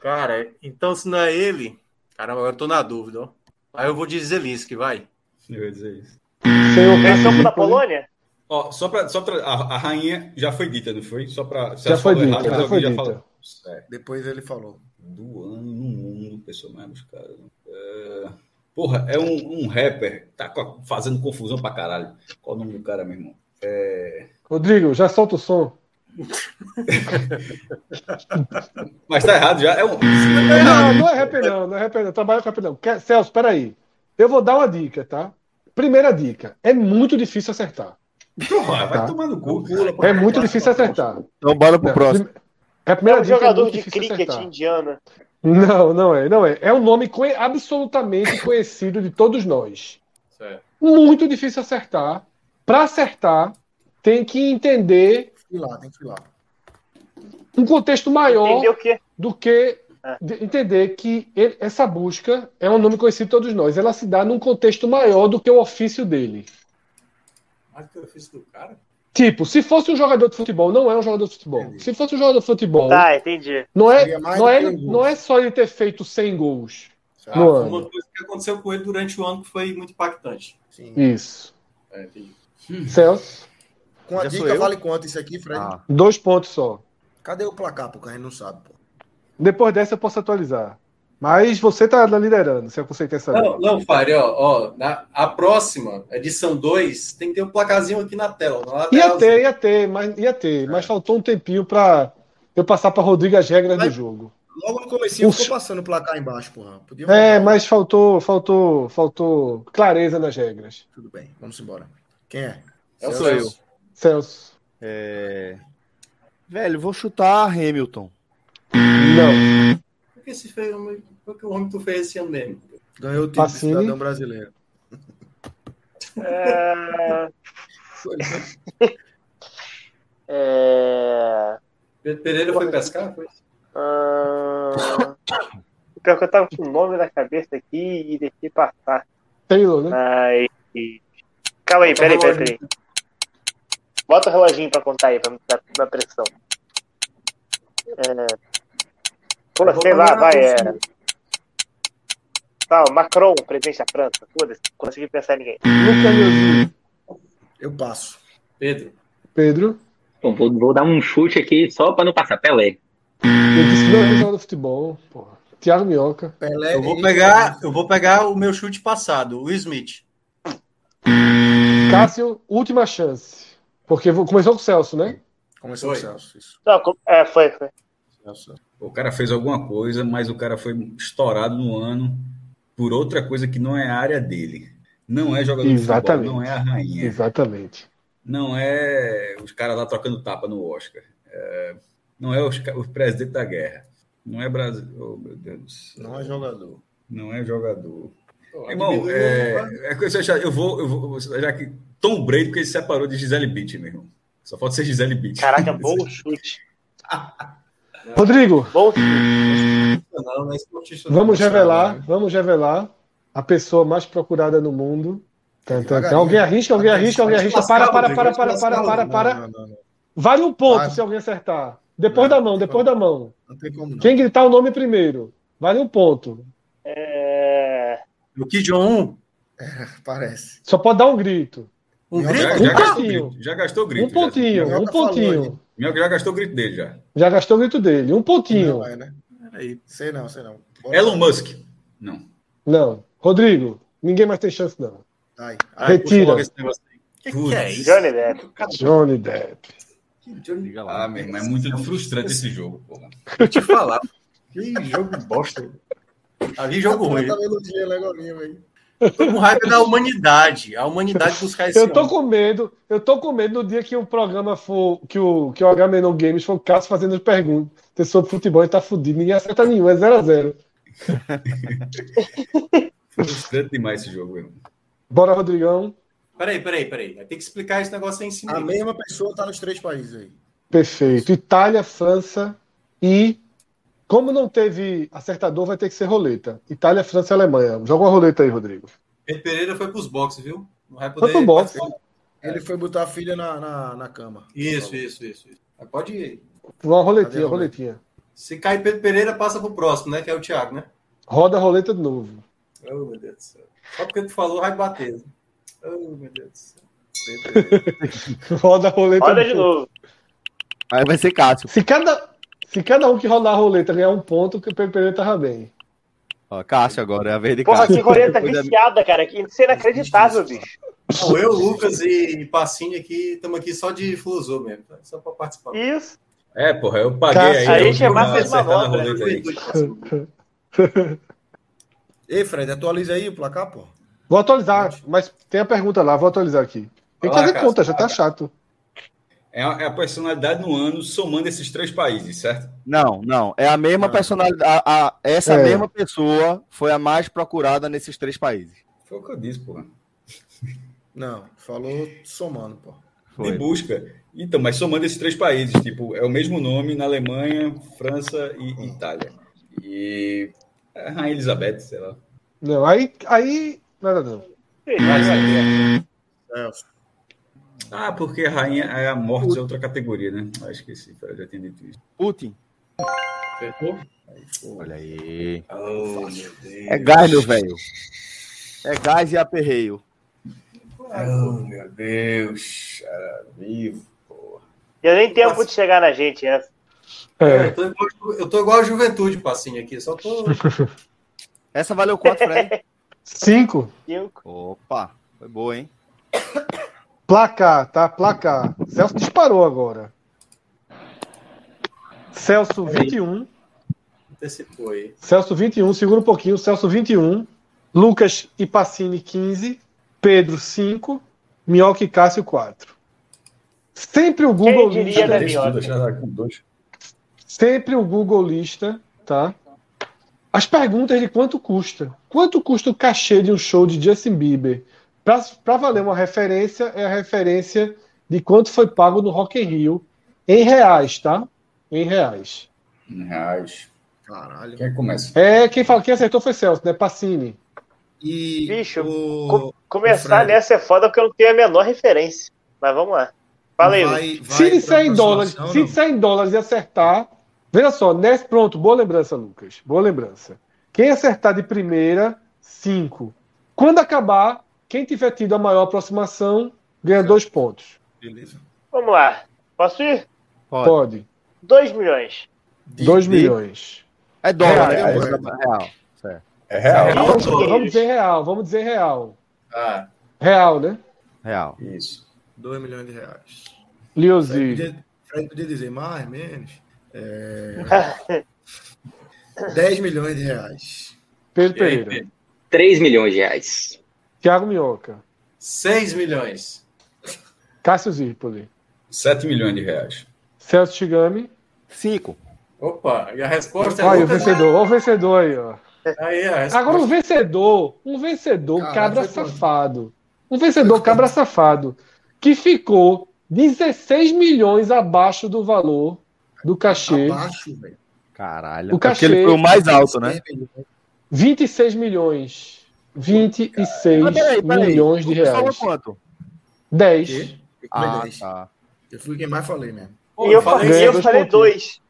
Cara, então se não é ele. Caramba, agora eu tô na dúvida, ó. Aí eu vou de Zelinski, vai. Eu ia dizer isso. Senhor Eles são da Cássio Polônia? Ó, só pra, só pra, a, a rainha já foi dita, não foi? Só pra, se Já ela foi falou dita, já mas foi alguém dita. falou. É, Depois ele falou. do ano no mundo, pessoa mais buscada. É, porra, é um, um rapper, tá co- fazendo confusão pra caralho. Qual o nome do cara, meu irmão? Rodrigo, já solta o som. Mas tá errado já. É um. Não, não é rap não, não é rap não. Trabalha com rap não. Quer- Celso, peraí. Eu vou dar uma dica, tá? Primeira dica. É muito difícil acertar. Porra, vai Tá. tomar no cu. É muito difícil acertar. Então bora pro Não, próximo. prime- É a É primeira um dica. é jogador muito de difícil cricket acertar. indiano. Não, não é, não é. É um nome conhe- absolutamente conhecido de todos nós. Certo. Muito difícil acertar. Para acertar, tem que entender Fui lá, tem que ir lá. um contexto maior Entendeu o quê? do que É. de- entender que ele- essa busca é um nome conhecido de todos nós. Ela se dá num contexto maior do que o ofício dele. Olha o que eu fiz do cara. Tipo, se fosse um jogador de futebol, não é um jogador de futebol. Entendi. Se fosse um jogador de futebol, Tá, entendi. não, é, Seria mais não, é, do que um gol. não é só ele ter feito 100 gols Ah, no foi ano. uma coisa que aconteceu com ele durante o ano que foi muito impactante. Sim. Isso. É, entendi. Celso, Com a Já sou dica, eu? vale quanto isso aqui, Fred? Ah, dois pontos só. Cadê o placar, pô? Que a gente não sabe, pô. Depois dessa eu posso atualizar. Mas você tá liderando, se você quer saber. Não, não, Fari, ó, ó, na- a próxima, edição 2, tem que ter um placazinho aqui na tela. assim. Na Ia lateralzinha. ter, ia ter, mas ia ter, mas faltou um tempinho pra eu passar pra Rodrigo as regras do Mas- jogo. Logo no comecinho Os- ficou passando o placar embaixo, porra. Podia É, mas faltou, faltou, faltou clareza nas regras. Tudo bem, vamos embora. Quem é? É o sou eu. Celso. Celso. é... Velho, vou chutar Hamilton. Não. Por que esse feio, por que o homem tu fez esse ano mesmo? Ganhou o título de Pacini? cidadão brasileiro. É... é... Pedro Pereira foi pescar? Foi? ah, Pior que eu tava com o nome na cabeça aqui e deixei passar. Taylor, né? Mas... Calma aí, peraí, peraí, peraí. Bota o reloginho pra contar aí, pra me dar uma pressão. É... Pô, sei lá, vai. É... Tá, o Macron, presidente da França. Foda-se, não consegui pensar em ninguém. Luca Leozinho. Eu passo. Pedro. Pedro. Bom, vou, vou dar um chute aqui só pra não passar. Pelé. Eu disse que não é jogador de futebol, porra. Thiago Minhoca. Pelé. Eu vou e- pegar, eu vou pegar o meu chute passado, o Smith. Cássio, última chance. Porque vo- começou com o Celso, né? Começou Foi. o Celso. Isso. Não, co- é, foi, foi. Celso. O cara fez alguma coisa, mas o cara foi estourado no ano por outra coisa que não é a área dele. Não é jogador de Exatamente. futebol, não é a rainha. Exatamente. Não é os caras lá trocando tapa no Oscar. É, não é os, ca- o presidente da guerra. Não é Brasil. Oh, meu Deus do céu. Não é jogador. Não é jogador. Pô, Irmão, diminuiu, é, é coisa- já- eu vou, eu vou. Já que Tom Brady, porque ele se separou de Gisele Beach, meu irmão. Só falta ser Gisele Beach. Caraca, bom chute. Rodrigo, Bom chute. Não, não é esportista, não. vamos revelar, Né? vamos revelar a pessoa mais procurada no mundo. Tan, tan, tan. Devagarinho. Alguém arrisca, alguém arrisca, alguém arrisca. Para, para, para, para, para, para, Não, para. Não, não, não. Vale um ponto Ah. se alguém acertar. Depois da mão, depois da mão. Não tem como não. Quem gritar o nome primeiro, vale um ponto. É... O Kid John, Parece. Só pode dar um grito. um Não, grito. Já, Um já gastou pontinho. grito. Já gastou grito. Um pontinho, Minhoca um falou pontinho. Já, já gastou grito dele já. Já gastou o grito dele. Um pontinho. Não é, né? Aí, Sei não, sei não. Bora. Elon Musk. Não. Não. Rodrigo, ninguém mais tem chance, não. Ai, Ai, puxa Retira. logo esse negócio aí. que, que Putz. é isso? Johnny Depp. Johnny Depp. Johnny, Ah, meu irmão, é muito frustrante esse jogo, porra. te falar. que jogo bosta. Havia jogo ruim. Tá melodia, legolinho, velho. Tô com raiva da humanidade. A humanidade buscar esse Eu tô homem. com medo, eu tô com medo no dia que o programa for, que o, que o HMNO Games for o Cássio fazendo as perguntas Tem sobre futebol e tá fudido, ninguém acerta nenhum, é 0x0. Frustrante demais esse jogo, meu irmão. Bora, Rodrigão. Peraí, peraí, peraí. Vai ter que explicar esse negócio aí em cima. A mesma pessoa tá nos três países aí. Perfeito. Itália, França e. Como não teve acertador, vai ter que ser roleta. Itália, França e Alemanha. Joga uma roleta aí, Rodrigo. Pedro Pereira foi pros boxes, viu? Não vai Foi pro boxe. participar. Ele foi botar a filha na, na, na cama. Isso, isso, isso. isso. Mas Pode ir. Uma Cadê roletinha, a roleta? roletinha. Se cair Pedro Pereira, passa pro próximo, né? Que é o Thiago, né? Roda a roleta de novo. Oh, meu Deus do céu. Só porque tu falou, vai bater. Oh, meu Deus do céu. Roda a roleta Olha de novo. Aí vai ser Cássio. Se cada, se cada um que rodar a roleta ganhar um ponto, que o Pedro Pereira tava bem. Ó, Cássio agora, é a vez de Porra, que Cássio. roleta viciada, cara. Que isso é inacreditável, bicho. Não, eu, Lucas e Passinho aqui, estamos aqui só de filosofia mesmo, tá? só para participar. Isso. É, porra, eu paguei Cássio. aí. A eu gente é fui massa lá de acertar na manobra, roleta aí. Ei, Fred, atualiza aí o placar, pô. Vou atualizar, mas tem a pergunta lá, vou atualizar aqui. Tem que Vai lá, fazer Cássio, conta, já tá chato. É a, é a personalidade no ano somando esses três países, certo? Não, não. É a mesma Não. personalidade. a- a- essa É. mesma pessoa foi a mais procurada nesses três países. Foi o que eu disse, porra. Não, falou somando, pô. Foi. De busca. Então, mas somando esses três países, tipo, é o mesmo nome na Alemanha, França e Itália. E. é, Rainha Elizabeth, sei lá. Não, aí. aí nada, não. Vai saber. Celso. Ah, porque a rainha é a morte é outra categoria, né? Ah, esqueci, pera, eu já tinha dito isso. Putin. Acertou? Olha aí. Oh, meu Deus. É gás, meu velho. É gás e aperreio. Oh, meu Deus. Cara, vivo. Deu nem tempo de chegar na gente né? essa. É. Eu, tô igual, eu tô igual a juventude, Passinho aqui, só tô. Essa valeu quanto, Fred? Cinco. Cinco. Opa, foi boa, hein? Placar, tá? Placar. Celso disparou agora. Celso 21. Antecipou aí. Celso 21, segura um pouquinho. Celso 21. Lucas e Pacini 15. Pedro 5. Minhoca e Cássio 4. Sempre o Google diria, lista. né? Sempre o Google lista, tá? As perguntas de quanto custa. Quanto custa o cachê de um show de Justin Bieber? Para valer uma referência, é a referência de quanto foi pago no Rock in Rio em reais, tá? Em reais. Reais. Caralho. Quem começa? É, quem, falou, quem acertou foi Celso, né? Pacini. E Bicho, o... Começar Fred. nessa é foda porque eu não tenho a menor referência. Mas vamos lá. Fala aí, Lucas. vai, Se pra disser em dólares, aproximação, se não? disser em dólares e acertar, veja só, nesse, pronto, boa lembrança, Lucas. Boa lembrança. Quem acertar de primeira, cinco. Quando acabar, quem tiver tido a maior aproximação ganha dois pontos. Beleza. Vamos lá. Posso ir? Pode. Pode. 2 milhões. Dois milhões. É dólar, né? É Real, real. real. Certo. É real. Vamos, Dois. vamos dizer real, vamos dizer real. Ah, Real, né? Real. Isso. 2 milhões de reais. Fred Liuzi, podia, Fred podia dizer mais, menos. É... 10 milhões de reais. Pedro E aí, Pereira, Pedro? 3 milhões de reais. Thiago Minhoca, 6 milhões. Cássio Zirpoli, 7 milhões de reais. Celso Chigami. Cinco. Opa, e a resposta é Olha o Lucas- vencedor, olha o vencedor aí, ó. Aí, a resposta. Agora um vencedor, um vencedor Caralho, cabra foi quanto? safado. Um vencedor cabra safado que ficou 16 milhões abaixo do valor do cachê. Abaixo, velho. Caralho. O cachê- Aquele foi o mais alto, né? 26 milhões. 26 Mas peraí, peraí. milhões de O pessoal reais. é quanto? 10. Eu falei Ah, 10. tá. é Eu fui quem mais falei mesmo. Pô, e eu falei falei, ganha eu dois falei pontinhos. dois.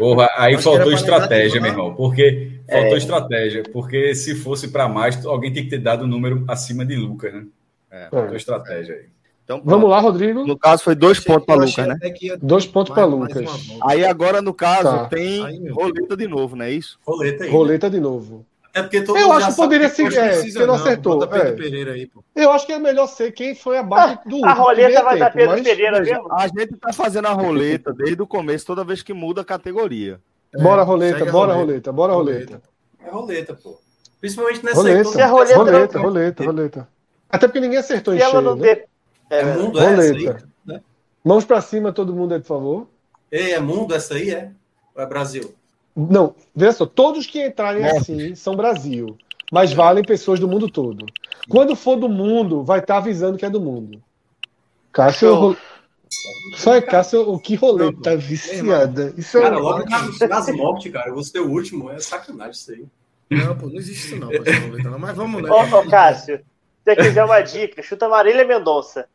Porra, aí Acho que faltou era pra né? estratégia, negativar. meu irmão. Porque É. faltou estratégia. Porque se fosse para mais, alguém tinha que ter dado o número acima de Lucas, né? É. Faltou estratégia aí. Então, Vamos lá, Rodrigo. No caso, foi dois Achei- pontos pra eu achei Lucas, né? até que ia- Dois pontos mais- para mais Lucas. uma volta. Aí agora, no caso, Tá. tem Aí, meu roleta de novo, não é isso? Roleta aí. Roleta de novo. É porque todo Eu mundo acho já que sabe poderia Mas ser. É, precisa você não não, acertou. Bota Pedro é. Pereira aí, pô. Eu acho que é melhor ser quem foi abaixo do último A roleta primeiro vai dar tempo, Pedro mas- Pereira mesmo? A gente tá fazendo a roleta desde o começo, toda vez que muda a categoria. Bora, É, roleta, segue a bora, roleta. roleta, bora, roleta. É roleta, pô. Principalmente nessa Roleta, aí, todo roleta, mundo- roleta, roleta, não. roleta, roleta. Até porque ninguém acertou em Se ela cheio, não né? der. É, É mundo essa aí. Roleta. né? Mãos pra cima, todo mundo aí, por favor. Ei, é mundo essa aí, é? Ou é Brasil? Não, veja só, todos que entrarem assim são Brasil, mas valem pessoas do mundo todo. Quando for do mundo, vai estar avisando que é do mundo. Cássio, Show. ro- só é Cássio, o que roleta tá Meu viciada. Isso Cara, é... logo nas, nas mortes, cara. Você é o último, é sacanagem isso aí. Não, pô, não existe isso não, pô, essa roleta não. Mas vamos, né? Ô, ô, Cássio, se você quiser uma dica, chuta Marília Mendonça.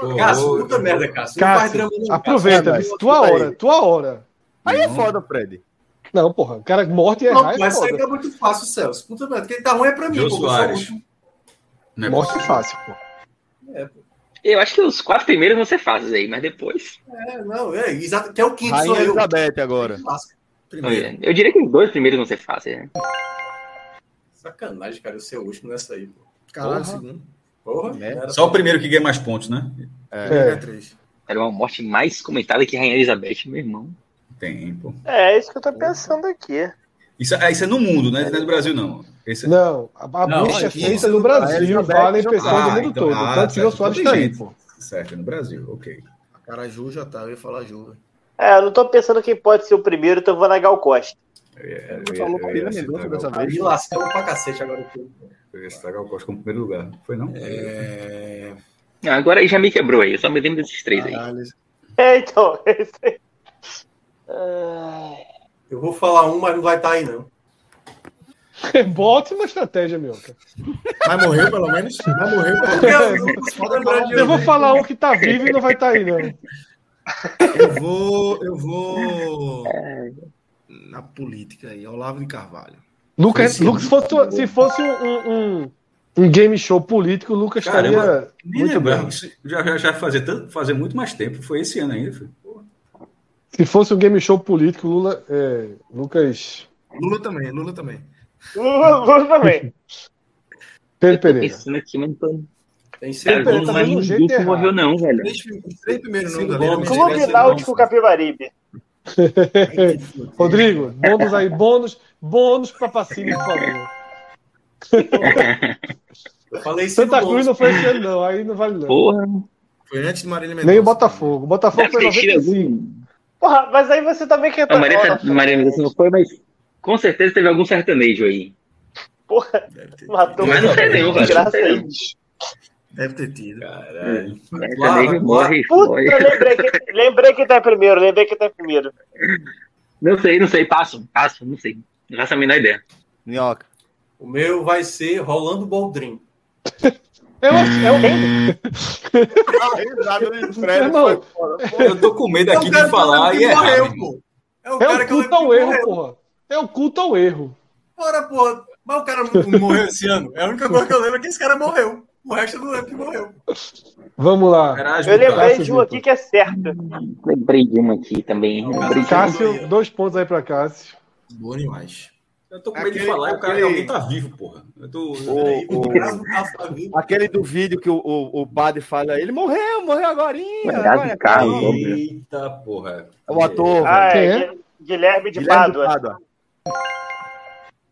Pô, Cássio, ô, puta merda, Cássio. Não faz Cássio, drama, não, Cássio. aproveita, Cássio, bicho, tua vai. hora, tua hora. Aí é foda, Fred. Não, porra, o cara morte e Não, errar pô, é essa aí foda. é muito fácil, Celso. Puta merda, quem tá ruim é pra mim, Jô pô. Soares. Eu sou o último. Não é Morte é fácil, pô. Eu acho que os quatro primeiros vão ser fáceis aí, mas depois. É, não, é, exato. Que é o quinto, sou Rainha eu. Elizabeth agora. Lasca. Olha, Eu diria que os dois primeiros vão ser fáceis, né? Sacanagem, cara, eu ser o último nessa aí, pô. Porra. Caralho, segundo. Porra, É, era- Só o primeiro que ganha mais pontos, né? É. É. três. Era uma morte mais comentada que Rainha Elizabeth, meu irmão. Tem, pô. É, é isso que eu tô pensando aqui. Isso, ah, isso é no mundo, né? Não é no Brasil, não. Esse- Não, a, a Não, bucha é é que feita isso no não- Brasil, a Elizabeth valem já- pessoas do Ah, mundo então- todo. ah, Tanto que o certo, Soares tem tá aí, jeito. pô. Certo, é no Brasil, ok. A cara Ju já tá, eu ia falar Ju. velho. É, eu não tô pensando quem pode ser o primeiro, então eu vou na Gal Costa. Eu ia, eu Você ia- falou eu ia Marília citar Mendonça Gal- dessa vez. Me lascou pra cacete agora. pô. Eu ia citar Gal Costa como primeiro lugar. Foi, não? É... Ah, Agora aí já me quebrou aí, eu só me lembro desses três aí. Caralho. É, então, é isso aí. Ai, Eu vou falar um, mas não vai estar aí, não. É boa, ótima estratégia, meu. cara. Mas morreu, pelo menos? Mas morreu, pelo menos. Eu não consigo lembrar de Eu vou um. falar um que tá vivo e não vai tá aí, não. Eu vou. Eu vou. Na política aí, Olavo de Carvalho. Lucas, Sim, sim. Lucas se fosse, se fosse um, um- um game show político, o Lucas Caramba. estaria Nem muito lembrava. bem. Isso Já, já, já fazia, tanto, fazia muito mais tempo. Foi esse ano ainda. Foi. Porra. Se fosse um game show político, Lula, é, Lucas Lula também, Lula também. Lula, Lula também. Pedro Tô Pereira. pensando aqui, mas não tô... Tem Cara, seis Pedro, não, pontos. tá não é dando um jeito ninguém que errado. morreu não, velho. Três, os três primeiros Sim, nomes ali. bom, né? Clube tivesse Náutico bom. Capibaribe. Rodrigo, bônus aí, bônus, bônus pra Pacini, por favor. Eu falei é cinco Santa pontos. Cruz não foi esse ano, não, aí não vale não. Porra, Foi antes de Marília Mendonça. Nem o Botafogo. O Botafogo deve foi ter tido 95. algum... Porra, mas aí você também quer A Maria, tá- Nossa, Maria Mendonça não foi, mas com certeza teve algum sertanejo aí. Porra, Deve ter, matou Mas não tem nenhum, velho. Graças a Não Deus. deve ter tido. É. Caralho. Sertanejo Claro, morre, Puta, morre. lembrei que, lembrei que tá em primeiro, lembrei que tá em primeiro. Não sei, não sei, passo, passo, não sei. Não faço a menor ideia. Minhoca. O meu vai ser Rolando Boldrin. Eu, eu, irmão, Eu tô com Então medo aqui tá de falar e errar. né, meu tá morreu, irmão. pô. É um o é cara o que eu culto lembro que ao erro, morreu. porra. É o culto ao erro. Bora, porra. Mas o cara não morreu esse ano. É a única coisa que eu lembro é que esse cara morreu. O resto eu não lembro que morreu. Vamos É, lá. Erasmo, Eu lembrei Cássio de um aqui Vitor. que é certo. Lembrei de uma aqui também. Não, Lembrei de uma. Cássio, dois pontos aí pra Cássio. Boa demais. Eu tô com medo de Aquele- falar, e o cara, aquele- alguém tá vivo, porra. Eu O- tô. o- tá Ô, Aquele do vídeo que o, o, o Bade fala, ele morreu, morreu agorinha, Verdade, agora. cara. Eita, porra. É o ator. Ah, Quem é, é? Guilherme, de Guilherme do Pádua. Pádua.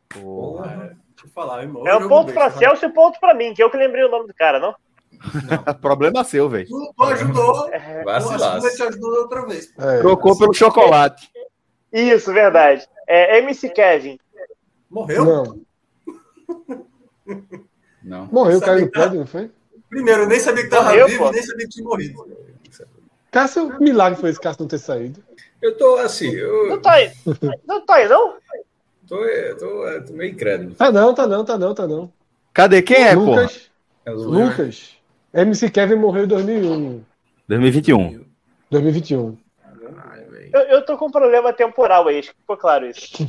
Porra. Deixa eu falar, irmão. É um ponto pra Celso e um ponto pra mim, que eu que lembrei o nome do cara, não? É Problema seu, velho. Tu ajudou. É É, Vacilaço. te ajudou outra vez. É, Trocou pelo chocolate. Isso, verdade. É MC Kevin. Morreu? Não, Não. morreu, caiu no prédio, não foi? Primeiro, eu nem sabia que Morreu, pô. sabia que tinha morrido. Cássio, milagre foi esse Cássio não ter saído. Eu tô assim, eu Não tá aí. Não tá aí, não? tô, eu tô, eu tô meio incrédulo. Tá não, tá não, tá não, tá não. Cadê? Quem é, pô? Lucas, É o- Lucas, MC Kevin morreu em 2001, 2021. 2021. Caralho, velho. Eu, eu tô com um problema temporal aí, acho que ficou claro isso.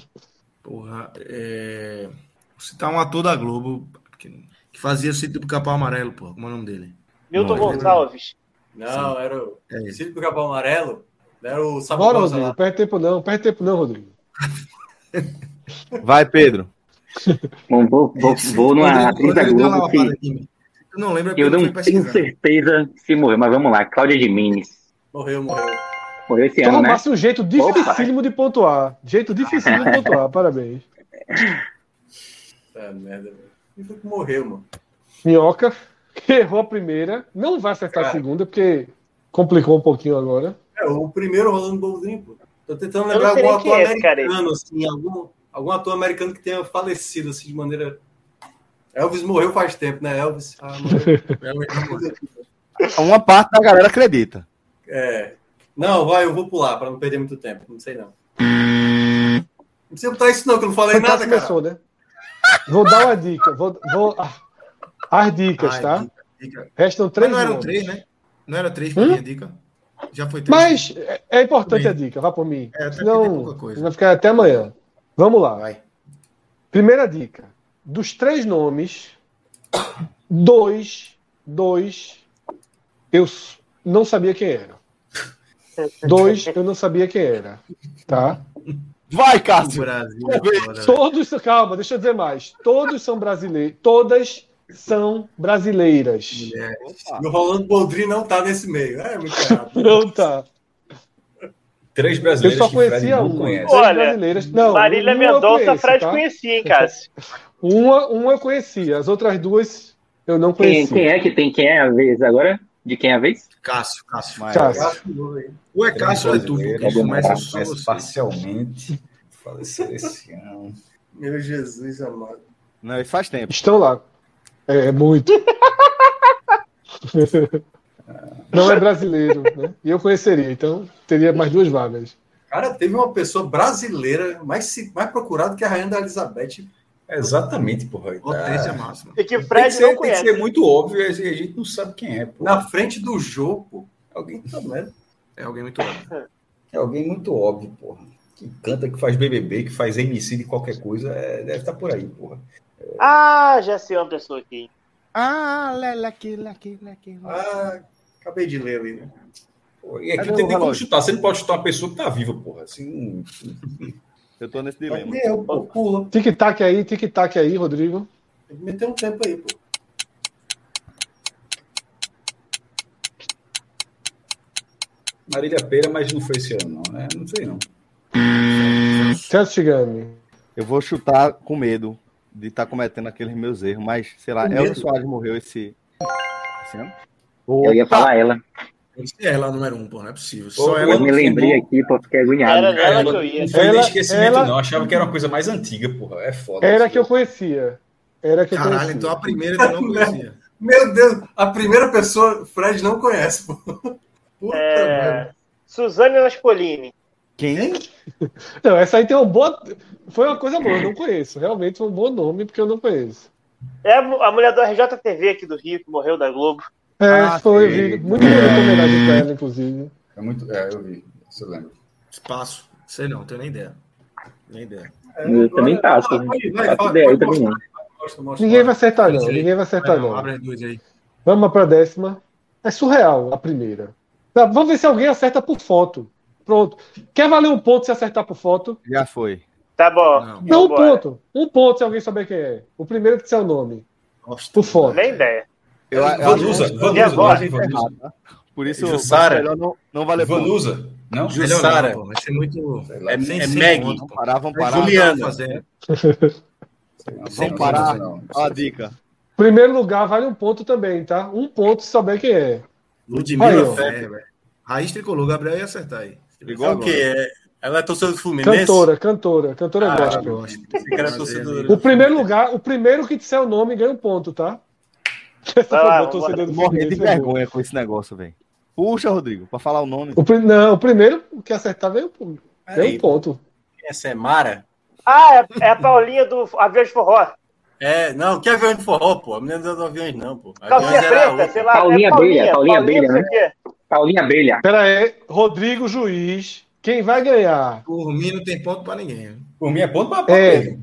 Porra, é... Vou citar um ator da Globo que, que fazia o sítio do Capão Amarelo, porra. Como é o nome dele? Milton é Não, Gonçalves. Não, era o É ele. Cílio do Capão Amarelo. Era o Bora, Sabugosa Rodrigo, lá. perde tempo não, perde tempo não, Rodrigo. Vai, Pedro. Bom, vou, vou, vou numa atriz da Globo que né? Eu não lembro, é porque eu eu não fui tenho pesquisar. certeza se morreu, mas vamos lá. Cláudia de Mines. Morreu, morreu. Morreu esse Tu ano, né? arrumasse um jeito dificílimo de pontuar. Jeito dificílimo de pontuar, parabéns. Tá, merda. velho. Quem foi que morreu, mano? Minhoca, que errou a primeira, não vai acertar a Cara. segunda, porque complicou um pouquinho agora. É, o primeiro Rolando Boldrin, pô. Tô tentando não lembrar sei algum nem quem ator é esse cara aí. americano, assim, algum, algum ator americano que tenha falecido, assim, de maneira... Elvis morreu faz tempo, né, Elvis? Ah, morreu. Uma parte da galera acredita. É. Não, vai, eu vou pular pra não perder muito tempo. Não sei, não. Não precisa botar isso, não, que eu não falei nada, Fantástico cara. começou, né? Vou dar uma dica. Vou, vou- ah, as dicas, Ah, tá? dica, dica. Restam Mas três. não eram nomes. três, né? Não era três Hum? pra minha dica? Já foi três? Mas é, é importante Bem. a dica, vá por mim. É, até porque tem Senão pouca coisa. vai ficar até amanhã. Vamos lá. Vai. Primeira dica. Dos três nomes, dois, dois, eu s- não sabia quem era. Dois, eu não sabia quem era. Tá? Vai, O Cássio. Brasil Talvez. agora. Todos, calma, deixa eu dizer mais. Todos são brasileiros. Todas são brasileiras. Mulher. E o Rolando Boldrin não tá nesse meio. É, muito errado. Não tá. Três Eu brasileiros só que Fred conhecia não uma. conhece. Três Olha, brasileiras. Não, Marília uma eu Mendonça, conheço, Fred tá? conhecia, hein, Cássio? Uma, uma eu conhecia, as outras duas eu não Quem, conhecia. quem é que tem? Quem é a vez agora? De quem é a vez? Cássio, Cássio. Mas- Cássio. Ou é Cássio ou é tu, porque começa só Mas você. parcialmente falecer esse ano. Meu Jesus amado. Não, isso faz tempo. Estão lá. É, muito. não é brasileiro, né? E eu conheceria, então teria mais duas vagas. Cara, teve uma pessoa brasileira mais, se- mais procurada que a Rainha da Elizabeth. Exatamente, porra. Tá. Potência máxima. E que Tem o que, Fred ser, não tem que conhece. ser muito óbvio, a gente não sabe quem é, pô. Na frente do jogo. Alguém, Tá merda. É alguém muito bom. é alguém muito óbvio, porra. Que canta, que faz BBB, que faz MC de qualquer coisa, é, deve estar por aí, porra. Ah, já sei uma pessoa aqui. Ah, lele, que, leque, leque. Ah, acabei de ler ali, né? Pô, E aqui Cadê tem o tem como relógio? chutar. Você não pode chutar uma pessoa que tá viva, porra. Assim, Eu tô nesse dilema. Cadê eu, pô? Pula. Tic-tac aí, tic-tac aí, Rodrigo. Tem que meter um tempo aí, pô. Marília Pera, mas não foi esse ano, não, né? Não sei, não. Celso Chigami. Eu vou chutar com medo de estar cometendo aqueles meus erros, mas, sei lá, Com Elton medo? Soares morreu esse, esse ano. Eu ia falar ela. É lá número um, pô, não é possível. Ô, Só ô, ela. Eu me lembrei aqui, pô, fiquei Era agoniado. nela ela- que eu ia. Não foi Ela- nem esquecimento, ela- não. Eu achava que era uma coisa mais antiga, porra. É foda. Era isso, que eu conhecia. Era que eu Caralho, conhecia. então a primeira tu não conhecia. Meu Deus, a primeira pessoa Fred não conhece, pô. Puta merda. É... Suzane Naspolini. Quem? Não, essa aí tem uma boa. Foi uma coisa boa, eu não conheço. Realmente foi um bom nome, porque eu não conheço. É a mu- a mulher do RJTV aqui do Rio, que morreu da Globo. É, Ah, foi sim. muito bonita homenagem pra ela, inclusive. É muito. É, eu vi. Você lembra? Espaço. Sei não, tenho nem ideia. Nem ideia. Eu também passo. Vai, vai, Faço fala, ideia aí pode também né? não. Mostra, mostra. Ninguém vai acertar, não. Sim. Ninguém vai é. Vai acertar, não, não. abre as duas aí. Vamos para a décima. É surreal a primeira. Tá, Vamos ver se alguém acerta por foto. Pronto. Quer valer um ponto se acertar por foto? Já foi. Tá bom. Não. Não, um Vambora. ponto. Um ponto se alguém souber quem é. O primeiro que disser o nome. Por fora. Nem ideia. Eu, eu Vanusa, acho Vanusa, Minha não voz. acho que Vanusa. por isso Jussara. é melhor não, não é valer ponto. Vanusa. Não, Jussara. Não, pô, vai ser muito. Sei lá. É, Sem- é sem Maggie. ponto. Vamos parar, vamos É parar. Juliana. Juliano. Fazer. Sem Vanusa, parar. é não. Ó a dica. Primeiro lugar vale um ponto também, tá? Um ponto se souber quem é. Aí, ó. Ludmilla Ferrer. Raiz tricolor, Gabriel ia acertar aí. É Igual o quê? agora. É- Ela é torcedora do Fluminense? Cantora, cantora, cantora Ah, gospel. gosto. que era torcedor. O primeiro lugar, o primeiro que disser o nome ganha um ponto, tá? Essa Vai lá, foi boa, vambora. torcedor do Morrendo de Fluminense, né, errou. vergonha com esse negócio, velho. Puxa, Rodrigo, pra falar o nome. O, pri- não, o primeiro que acertar ganha um ponto. Ganha um Peraí, ponto. Essa é Mara? Ah, é, é a Paulinha do Avião de Forró. É, não, que avião de forró, pô. A menina não é do aviões, não, pô. Aviões Calcinha era outra. preta, sei lá. Paulinha é Abelha, Paulinha Abelha, não sei o quê. Paulinha Abelha. Pera aí, Rodrigo Juiz. Quem vai ganhar? Por mim não tem ponto pra ninguém. Por mim é ponto para É.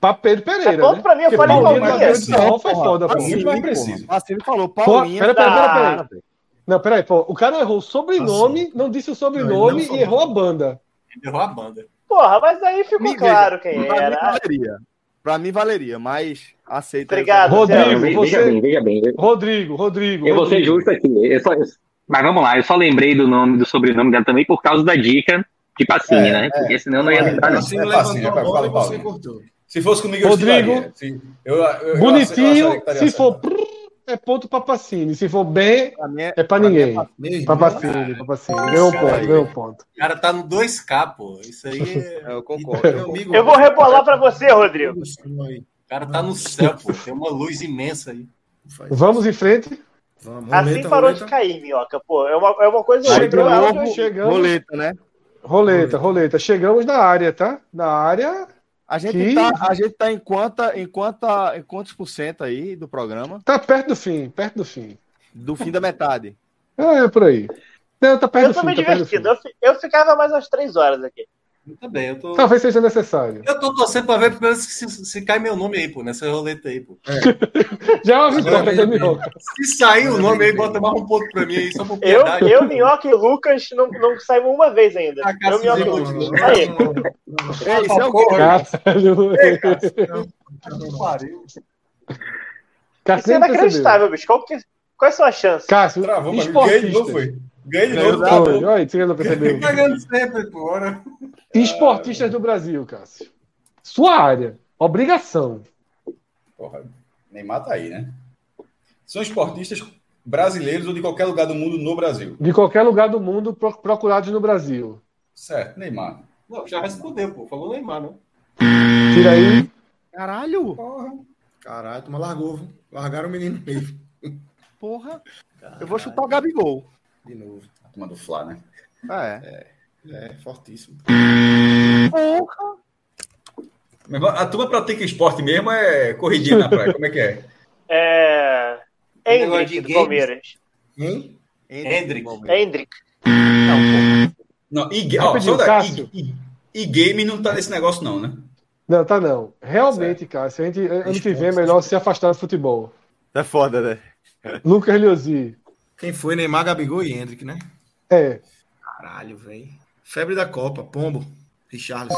Pra Pedro Pereira. É ponto né? pra mim, eu Porque falei Paulinho Paulinha. da Grande São foi foda, pô. Muito mais Porra, preciso. Marcelo falou, é Pô, Paulinha. Peraí, peraí, peraí, da- peraí. Não, peraí, pô. O cara errou o sobrenome, não disse o Não, sobrenome e ele não falou. errou a banda. Ele errou a banda. Porra, mas aí ficou Me claro quem Pra mim era. valeria. Pra mim valeria, mas aceita. Obrigado. Rodrigo, Não, ve- É, você- Veja bem, veja bem. Eu- Rodrigo, Rodrigo. Eu vou ser Rodrigo. justo aqui. Eu só- eu- mas vamos lá, eu só lembrei do nome, do sobrenome dela também por causa da dica de passinha, É, né? Porque senão eu não ia lembrar, não. Assim É fácil, levantou né, a bola fala, e você Paulo. cortou. Se fosse comigo, eu Rodrigo. estaria. Se- eu- eu- eu- eu Bonitinho, acharia que estaria se for certo. prrr, é ponto pra Pacini. Se for bem, Pra mim é- é pra mim ninguém. Meu irmão, Pra Pacini, pra Pacini. Ganhou um ponto, ganhou um ponto. O cara tá no 2K, pô. Isso aí é... Eu concordo. meu amigo, Eu vou rebolar pra você, Rodrigo. O cara tá no céu, pô. Tem uma luz imensa aí. Vamos em frente. Vamos, Assim roleta, parou de roleta. cair, minhoca, pô. É uma, é uma coisa Vai lembrou de ela novo. hoje. Chegamos. Roleta, né? Roleta, roleta. Chegamos na área, tá? Na área. A gente, Que- tá, a gente tá em, quanta, em, quanta, em quantos por cento aí do programa? Tá perto do fim, perto do fim. Do fim da metade. Ah, é por aí. Não, tá perto Eu do tô fim. me tá perto do divertindo. Eu, fi- eu ficava mais umas três horas aqui. Muito bem, eu tô... fim. Talvez seja necessário. Eu tô torcendo pra ver pelo menos se, se cai meu nome aí, pô. Nessa roleta aí, pô. Já é uma vitória veja da bem. Minhoca. Se sair o nome aí, bota mais um ponto pra mim aí, só por Eu, piedade. eu Minhoca e Lucas não, não saímos uma vez ainda. Ah, Eu, Cássio, Minhoca e eu- Lucas. eu- Aí, É, isso é o quê? Caralho. Pariu. isso Cássio é nem percebeu. inacreditável, bicho. Qual é que, quais são as chances? Cássio, Travou, mas ganhei de novo, esportista. foi. Ganhei de Ganhou novo. foi. travou. Olha aí, você não percebeu. Tá ganhando sempre, pô. Ora. Esportistas do Brasil, Cássio. Sua área. Obrigação. Porra, Neymar tá aí, né? São esportistas brasileiros ou de qualquer lugar do mundo no Brasil. De qualquer lugar do mundo pro- procurados no Brasil. Certo, Neymar. Não, já respondeu, pô. Falou Neymar, né? Tira aí. Caralho, Caralho, toma largou. viu? Largaram o menino no meio. porra. Eu vou chutar o Gabigol. De novo. A turma do Flá, né? É. É, fortíssimo. Meu irmão, A turma pratica esporte mesmo é corridinha na praia. Como é que é? É. Negócio de Hendrick do games. Palmeiras. Hein? Hendrick. Hendrick. Não, e, ó, Rapidinho, só daqui. Cássio. E, e game não tá nesse negócio, não, né? Não, tá não. Realmente, Cássio, a gente, ano que vem é melhor se afastar do futebol. É foda, né? Lucas Leozzi. Quem foi? Neymar, Gabigol e Hendrick, né? É. Caralho, velho. Febre da Copa, Pombo. Richarlison.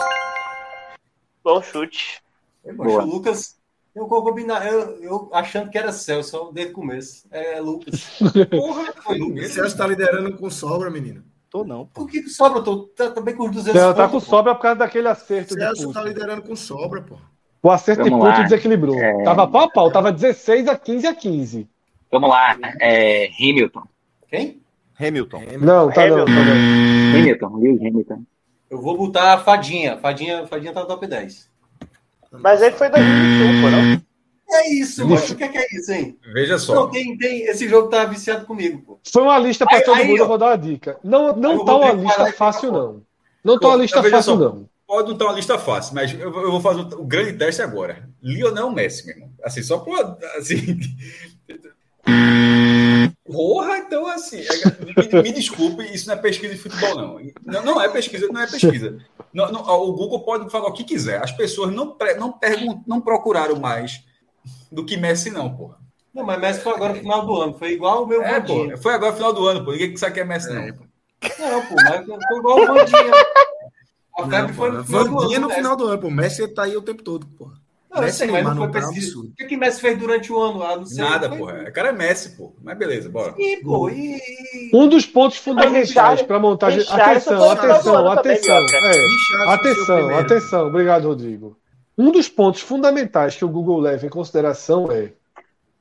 Bom chute. Eu acho o Lucas. Eu, vou combinar, eu, eu achando que era Celso, só desde o começo. É Lucas. Porra, foi no O mesmo. Celso tá liderando com sobra, menino. Tô não. O que que sobra? Eu tô tá, também com os 200 Não, tá com pontos, pô. sobra por causa daquele acerto é de Celso tá puto. liderando com sobra, pô. O acerto de Vamos lá. puto desequilibrou. É. Tava pau a pau, tava 16 a 15 a 15. Vamos lá, é, Hamilton. Quem? Hamilton. Não, tá não, tá não. Hamilton, Lewis Hamilton. Eu vou botar a Fadinha. Fadinha, Fadinha tá no top 10. Mas ele foi 2021, pô, não? É isso, mano. O que é, que é isso, hein? Veja só. Não, tem, tem, esse jogo tá viciado comigo, pô. Foi uma lista pra Aí- todo aí, mundo, ó. eu vou dar uma dica. Não, Aí não o tá uma Rodrigo vai lá lista e fácil, fala, não. Não tá uma Pô, lista veja fácil, só. não. Pode não estar uma lista fácil, mas eu, eu vou fazer o, o grande teste agora. Lionel Messi, meu irmão. Assim, só pro. Assim. Porra, então assim. é- Me, me desculpe, isso não é pesquisa de futebol, não. Não, não é pesquisa, não é pesquisa. Não- não, ó, o Google pode falar o que quiser. As pessoas não, pre- não, pergun- não procuraram mais do que Messi, não, porra. Não, mas Messi foi agora no final do ano. Foi igual o meu É, Vandinha. pô. Foi agora final do ano, pô. Ninguém sabe que é Messi, não. Não, pô, mas foi igual o Vandinha. Otávio foi no final do Vandinha ano. no né? final do ano, pô. Messi tá aí o tempo todo, porra. Não, eu sei, mas não foi Neymar não tá, preciso. O absurdo. que, que Messi fez durante o ano lá? Não sei. Nada, Foi- porra. O cara é Messi, pô. Mas beleza, bora. Sim, pô. E, e- Um dos pontos Richarlison- fundamentais para a montagem. Richarlison Atenção, foi no final do atenção, ano atenção. também, Minhoca. É. Richarlison foi o Atenção, primeiro. atenção. Obrigado, Rodrigo. Um dos pontos fundamentais que o Google leva em consideração é: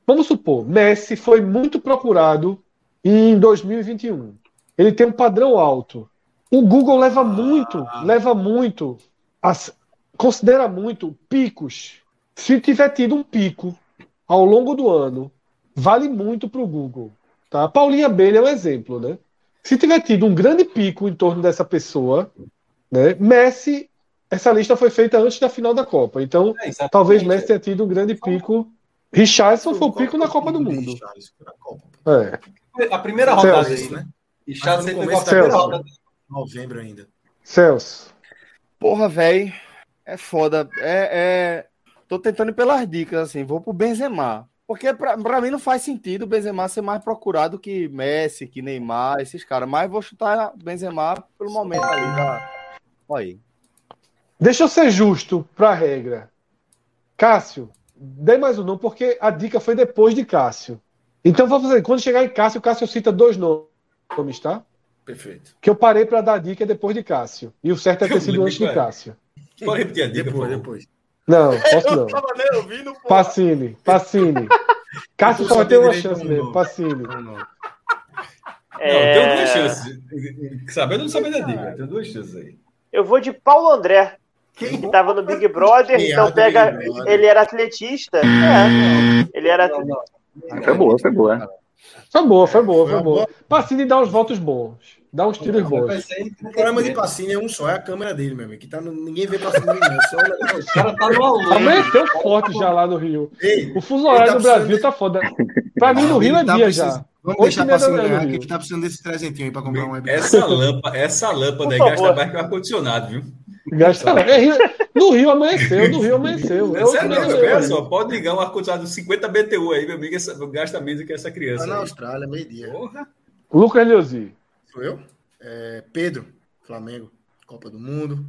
vamos supor, Messi foi muito procurado em 2021. Ele tem um padrão alto. O Google leva muito, Ah. leva muito, as- considera muito picos. Se tiver tido um pico ao longo do ano, vale muito para o Google. Tá? Paulinha Abelha é um exemplo, né? Se tiver tido um grande pico em torno dessa pessoa, né? Messi, essa lista foi feita antes da final da Copa. Então, é, exatamente. talvez Messi tenha tido um grande pico. Richardson foi o pico na Copa do de Mundo. Richarlison, na Copa. É. A primeira Celso, rodada Isso, aí. né? E Charles Mas no pegou a começo primeira Celso. rodada. Novembro ainda. Celso. Porra, velho. É foda. É, é- Tô tentando ir pelas dicas, assim. Vou pro Benzema. Porque pra, pra mim não faz sentido o Benzema ser mais procurado que Messi, que Neymar, esses caras. Mas vou chutar Benzema pelo momento ali da. Olha aí. Deixa eu ser justo para a regra. Cássio, dê mais um não, porque a dica foi depois de Cássio. Então vamos fazer. Quando chegar em Cássio, Cássio cita dois nomes, tá? Perfeito. Que eu parei para dar a dica depois de Cássio. E o certo é ter Eu sido lembro, antes de cara. Cássio. Pode repetir a dica, Depois, pô. depois. Não, posso não. tava nem ouvindo, pô. Passini, Passini. Cássio Eu só só vai ter uma direito chance um mesmo. gol. Passini. Não, não. Não, eu tenho É, um. duas chances. Sabendo ou não sabendo a dica? Eu tenho duas chances aí. Eu vou de Paulo André, que tava no Big Brother, então Piada, pega. Big Brother. Ele era atletista. É, ele era. Não, não. Foi boa, foi boa. Foi boa, foi boa, É, Foi foi uma boa. Passini dá uns votos bons. Dá uns tiros Eu é bons. pensei, O problema de Passini é um só, é a câmera dele, meu amigo. Que tá no... Ninguém vê Passini, não. Só olha... o cara tá no aluno. Amanheceu forte já lá no Rio. Ei, O fuso horário Ele tá do Brasil precisando- tá foda. Pra mim, no ele Rio é tá dia precisando- já. Vamos Oito e deixar meia da Passini manhã no ganhar, que Rio. ele tá precisando desse trezentinho aí pra comprar um webcam. Essa lâmpada, essa lâmpada aí Por gasta favor. mais que o ar-condicionado, viu? Gasta- é Rio- No Rio amanheceu, no Rio amanheceu. É oito Você e é meia da doido, manhã. olha só, pode ligar um ar-condicionado de 50 BTU aí, meu amigo, essa- gasta menos que essa Tá Ah, criança. na aí. Austrália, meio-dia. Porra. Lucas Leozzi. Sou eu? É, Pedro, Flamengo, Copa do Mundo.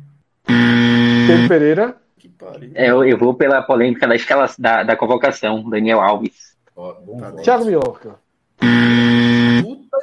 Pedro Pereira. Que pariu. É, Eu, eu vou pela polêmica da, escala, da, da convocação, Daniel Alves. Ó, bom, Tá bom. Thiago Minhoca. Puta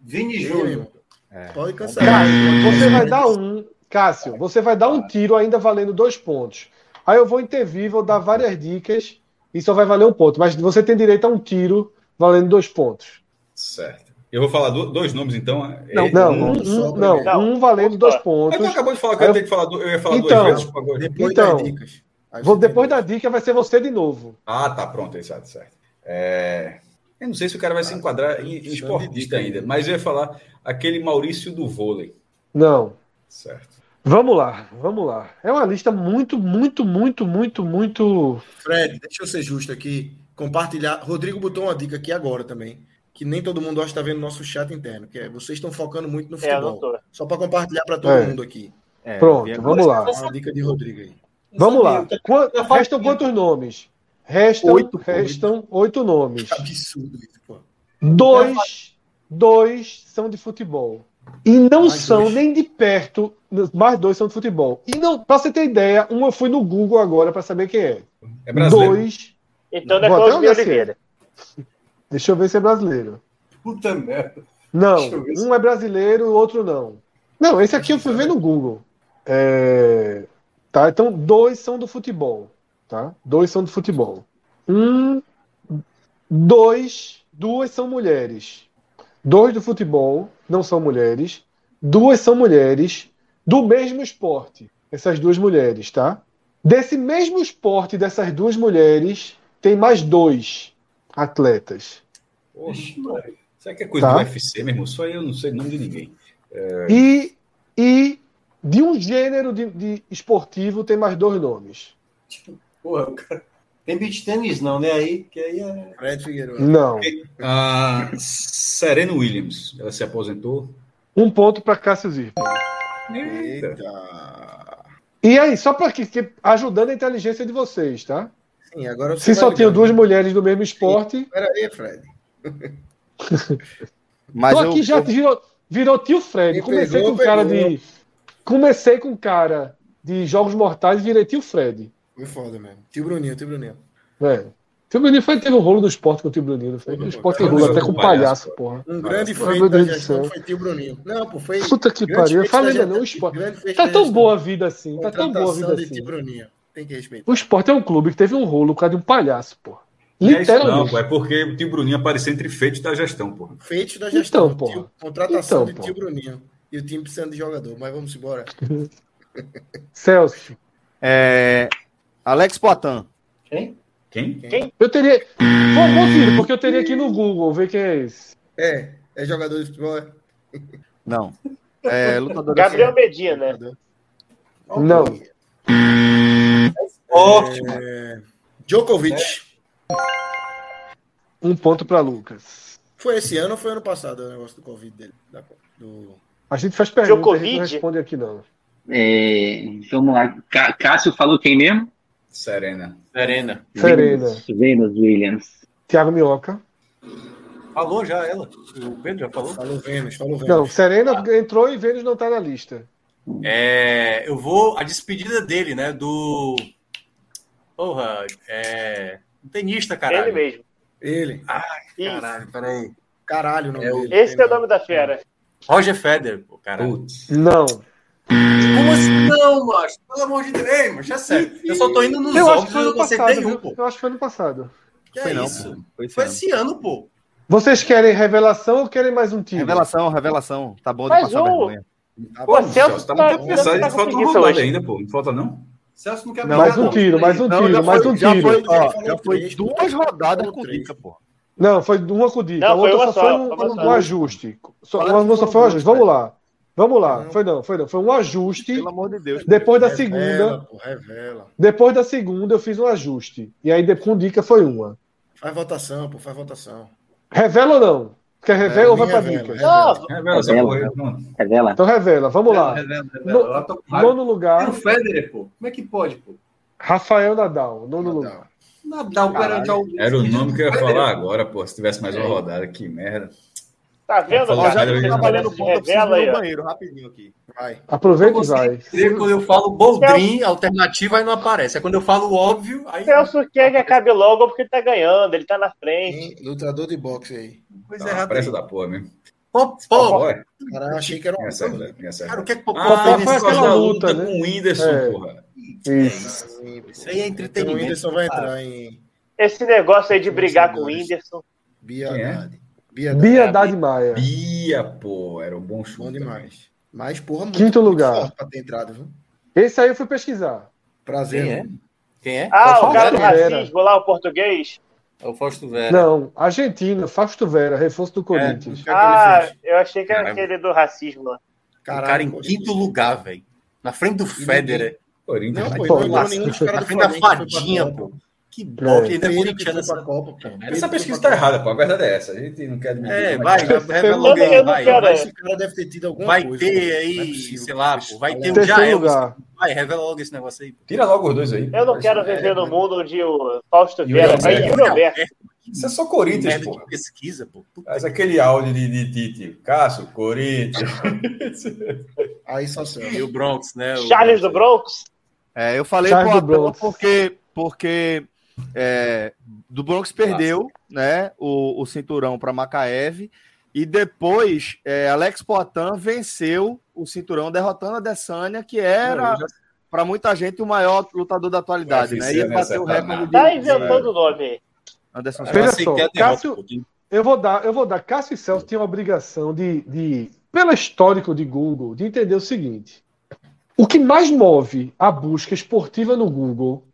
Vini que Júnior. pariu. Pode cancelar. Cássio, você vai dar um. Cássio, você vai dar um tiro ainda valendo dois pontos. Aí eu vou intervir, vou dar várias dicas e só vai valer um ponto. Mas você tem direito a um tiro valendo dois pontos. Certo. Eu vou falar do- dois nomes, então. Não, É- não, Um- um, só um- não, primeiro. um valendo dois Mas tu pontos. acabou de falar que eu, Aí eu- ia ter que falar do- eu ia falar Então. duas vezes. pagou. Depois Então, das dicas. Aí Vou, você depois tem da dica vai ser você de novo. Ah, tá, pronto, aí, certo, certo. É, Eu não sei se o cara vai se enquadrar em, em esportista ainda, mas eu ia falar aquele Maurício do vôlei, Não. certo? Vamos lá, vamos lá. É uma lista muito, muito, muito, muito, muito. Fred, deixa eu ser justo aqui. Compartilhar. Rodrigo botou uma dica aqui agora também. Que nem todo mundo acho que está vendo no nosso chat interno, que é vocês estão focando muito no É, eu não futebol. tô. Só para compartilhar para todo É. mundo aqui. É, Pronto, vem- vamos lá. Uma dica de Rodrigo aí. Vamos lá. Quan- Eu falei- Restam quantos nomes? Restam Oito, oito, restam oito nomes. Que absurdo isso, pô. Dois, dois são de futebol. E não Mais são dois. nem de perto, mais dois são de futebol. E não, pra você ter ideia, um eu fui no Google agora pra saber quem é. É brasileiro. Dois, Então não é Vou até Cláudio de olhar se é. Oliveira. deixa eu ver se é brasileiro. Puta merda. Não, Deixa eu ver se- um é brasileiro, o outro não. Não, esse aqui eu fui ver no Google. É, Tá, então dois são do futebol, tá? Dois são do futebol. Um, dois, duas são mulheres. Dois do futebol não são mulheres. Duas são mulheres do mesmo esporte. Essas duas mulheres, tá? Desse mesmo esporte dessas duas mulheres, tem mais dois atletas. Poxa, mano. será que é coisa Tá. do UFC, meu irmão? Só eu não sei o nome de ninguém. E, e de um gênero de, de esportivo tem mais dois nomes. Porra, o cara. Tem beat tênis não, né? Aí, que aí é. Fred Figueiredo. Não. Ah, Serena Williams, ela se aposentou. Um ponto para Cássio Zirpa. Eita. Eita. E aí, só para que, que- ajudando a inteligência de vocês, tá? Sim, agora você Se vai só ligar. né? tinham duas mulheres do mesmo esporte, Pera aí, Fred. Mas tô eu, aqui já virou, virou tio Fred. Me Comecei pegou, com um cara pegou. de comecei com um cara de Jogos Mortais e virei tio Fred. Foi foda mesmo. Tio Bruninho, tio Bruninho. É. Tio Bruninho foi, teve um rolo do esporte com o tio Bruninho, não foi? O esporte tem rolo até com o palhaço, porra. Um grande Meu feito da Deus do gestão céu. foi tio Bruninho. Não, pô, foi. Puta que grande pariu. feito da Fala ainda gestão- não, o esporte. grande feito Tá da tão gestão. boa a vida assim, tá tão boa a vida Contratação de assim. tio Bruninho. Tem que respeitar. O esporte é um clube que teve um rolo por causa de um palhaço, porra. Não é isso não, Literalmente. pô. É porque o tio Bruninho apareceu entre feitos da gestão, pô. Feitos da gestão. Então, porra. Tio- contratação Então, de tio Bruninho. E o time precisando de jogador. Mas vamos embora. Celso, É, Alex Poitin. Quem? Quem? eu teria. Vou, vou, filho, porque eu teria aqui no Google ver quem é esse. É, é jogador de futebol. é? Não. É, lutador da Gabriel É, né? Medina. Não. Ótimo. Djokovic. Um ponto pra Lucas. Foi esse ano ou foi ano passado o negócio do Covid dele? Da- do... A gente faz pergunta, a gente não Djokovic? responde aqui, não. É, vamos lá. Cá- Cássio falou quem mesmo? Serena. Serena. Serena. Venus, Venus Williams. Thiago Minhoca. Falou já ela. O Pedro já falou. Falou Vênus, falou Vênus. Não, Serena Ah. entrou e Vênus não tá na lista. É, eu vou. A despedida dele, né? Do. Porra, é. Um tenista, caralho. Ele mesmo. Ele. Isso. Caralho, peraí. Caralho, não. É o- dele. Esse é o nome da fera. Roger Federer, pô, caralho. Putz. Não. Como assim não, macho? Pelo amor de Deus, Ei, macho, é sério. Eu só tô indo nos Eu acho que óbvios, foi eu ano não sei passado. nenhum, viu? pô. Eu acho que foi ano passado. Que Foi é não, isso? pô. Foi esse Foi ano. esse ano, pô. Vocês querem revelação ou querem mais um time? Revelação, revelação. Tá bom de Mas passar o- vergonha. Pô, Celso Celso, tá tá- muito pensado. tá Falta uma conseguindo rodada hoje. ainda, pô. Não falta, não? Celso não quer Não, mais um não. tiro, mais um Não, tiro, já mais foi- um já tiro. foi- ó, Ele já falou foi três, pô. duas rodadas Falou com três. dica, pô. Não, foi um uma com dica. Não, a outra foi uma só, só, foi um, foi uma um só. ajuste. Só, Fala uma que só foram foi um ajuste. duas, Vamos lá. Vamos lá. Não. Foi não, foi não. Foi um ajuste. Pelo amor de Deus. Depois da é segunda. né? Revela, pô, revela. Depois da segunda, eu fiz um ajuste. E aí, de- com dica, foi uma. Faz votação, pô, faz votação. Revela ou não? Quer revela ou vai Ninguém pra dica? revela, revela. Não, É, velho, só Ela. correr, pronto. Revela. Então, revela. Vamos lá. No- Ela tá com raiva. Era Nono o lugar, Federer, pô. Como é que pode, pô? Rafael Nadal. Nono lugar. Não, Nadal perante ao. Era o nome que eu ia falar agora, pô. Se tivesse mais uma rodada, que merda. Tá vendo? Ó, Ó, cara? já Caralho, que Você tá valendo eu- trabalhando ponto, com eu preciso revela ir aí. no ó. banheiro rapidinho aqui. Vai. Aproveita e Então Você- vai. Primeiro, Quando eu falo Boldrin, alternativa, aí não aparece. É quando eu falo óbvio, aí. Celso quer que acabe logo porque ele tá ganhando, ele tá na frente. Hein, lutador de boxe aí. Coisa Tá uma errada. aí. pressa da porra mesmo. é Pô, pô, Bora. Caralho, eu achei que era um. Quem acerta, velho? Quem cara, acerta? o que é que Popó Ah, foi foi aquela aquela luta, luta né? com o Whindersson, É. porra. Isso. Isso aí é Então o entretenimento. Whindersson vai entrar em Esse negócio aí de brigar com o Senhores. Whindersson. Bia Quem é? Haddad. Bia Haddad. Bia Haddad Maia. Bia, pô. Era um bom chute. Bom também. demais. Mas, porra, muito, Quinto muito lugar. forte pra ter entrado, viu? Esse aí eu fui pesquisar. Prazer. Quem é? Quem é? Ah, Fausto o cara do Vera. Vera. racismo lá, o português. É o Fausto Vera. Não, Argentina, Fausto Vera, reforço do O Corinthians. que é que ele Ah, fez? eu achei que era Caramba. aquele do racismo lá. o Um cara em pô, quinto lugar, velho. Na frente do Federer. Corinthians. Não, né? pô, Pô, não lembrou nenhum dos Na caras do frente da Flamengo que foi pra fadinha, Copa. pô. Que É. bom. Ele é Pedro que corintiano foi pra essa Copa, pô. Pedro Essa que foi pesquisa pra tá Copa. errada, pô. A verdade é essa. A gente não quer admitir. É, mas- vai, revela Eu- alguém. eu não Vai, quero- vai, Esse cara deve ter tido alguma vai coisa. ter pô. Não é aí, possível. sei lá, pô, vai ter um já Terceiro é. lugar. Vai, revela logo esse negócio aí. pô. Tira logo os dois aí. É, Eu não quero viver no mundo onde o Fausto Yuri Vera vai Alberto. Yuri Alberto. Isso é só Que Corinthians, merda pô. de pesquisa, pô. Puta Mas aquele áudio de, de Tite, Cássio, Corinthians. Aí só serve. E o Bronx, né? o- Charles do Bronx? É, eu falei Charles pro do Abel Bronx. porque, porque é, do Bronx perdeu né, o, o cinturão para Macaev e depois é, Alex Poitin venceu o cinturão derrotando a Desânia, que era para muita gente o maior lutador da atualidade, né? UFC, Ia né, bater o satanás. recorde de Tá inventando o nome aí. Anderson Eu Veja não sei só, que é derrota, Cássio- pô. Tem- Eu vou dar, eu vou dar. Cássio e Celso têm a obrigação de, de, pelo histórico de Google, de entender o seguinte: o que mais move a busca esportiva no Google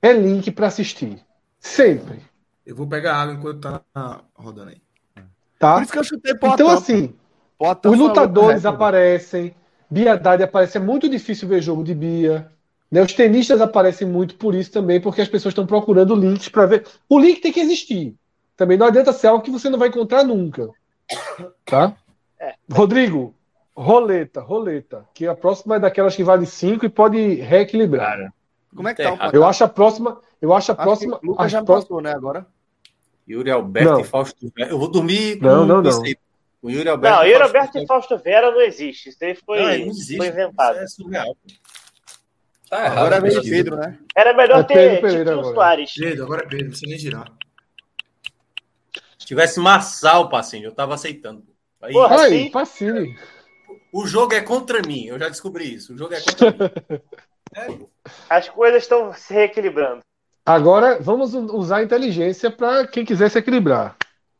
é link para assistir, sempre, Eu vou pegar água enquanto tá ah, rodando aí. Por tá? isso que eu chutei Poitin. Então assim, Poitin os falou lutadores recorde. aparecem, Bia Haddad aparece, é muito difícil ver jogo de Bia. né? Os tenistas aparecem muito por isso também, porque as pessoas estão procurando links para ver. O link tem que existir. Também não adianta ser algo que você não vai encontrar nunca. Tá? É. Rodrigo, roleta, roleta. Que a próxima é daquelas que vale 5 e pode reequilibrar. Cara, Como é que tá tá o errado. Poitin? Eu acho a próxima. Eu acho a Acho próxima. que o Lucas a já pró- passou, né, agora? Yuri Alberto Não. e Fausto Vera. Eu vou dormir. Não, não, isso não. aí. O Yuri Alberto. Não, e Yuri Fausto Alberto e Fausto Vera não existe. Isso daí foi, Não, não existe. foi inventado. Isso é surreal. Tá errado. Agora vem pesquisa. Pedro, né? Era melhor É ter Pedro Pereira Tiquinho agora. Soares. Pedro, agora é Pedro, não precisa nem girar. Se tivesse Marçal, passinho, eu tava aceitando. Aí, Porra. Aí, Assim? Pacini. o jogo é contra mim, eu já descobri isso. O jogo é contra mim. As coisas estão se reequilibrando. Agora vamos u- usar a inteligência para quem quiser se equilibrar.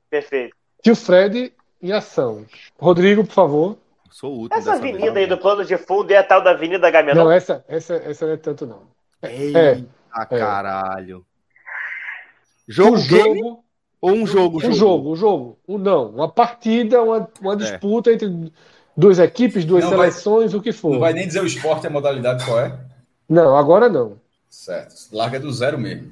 Perfeito. Tio Fred em ação. Rodrigo, por favor. Sou o último. Essa dessa avenida aí vez. do plano de fundo é a tal da Avenida Agamenon. Não, essa, essa, essa não é tanto, não. É. Eita, É. caralho. Jogo, um game jogo, ou um jogo? É. um jogo, um jogo, um não, uma partida, uma, uma disputa entre duas equipes, duas Não vai- seleções, o que for. Não Não, vai nem dizer o esporte e a modalidade qual é. agora não. Certo. Larga do zero mesmo.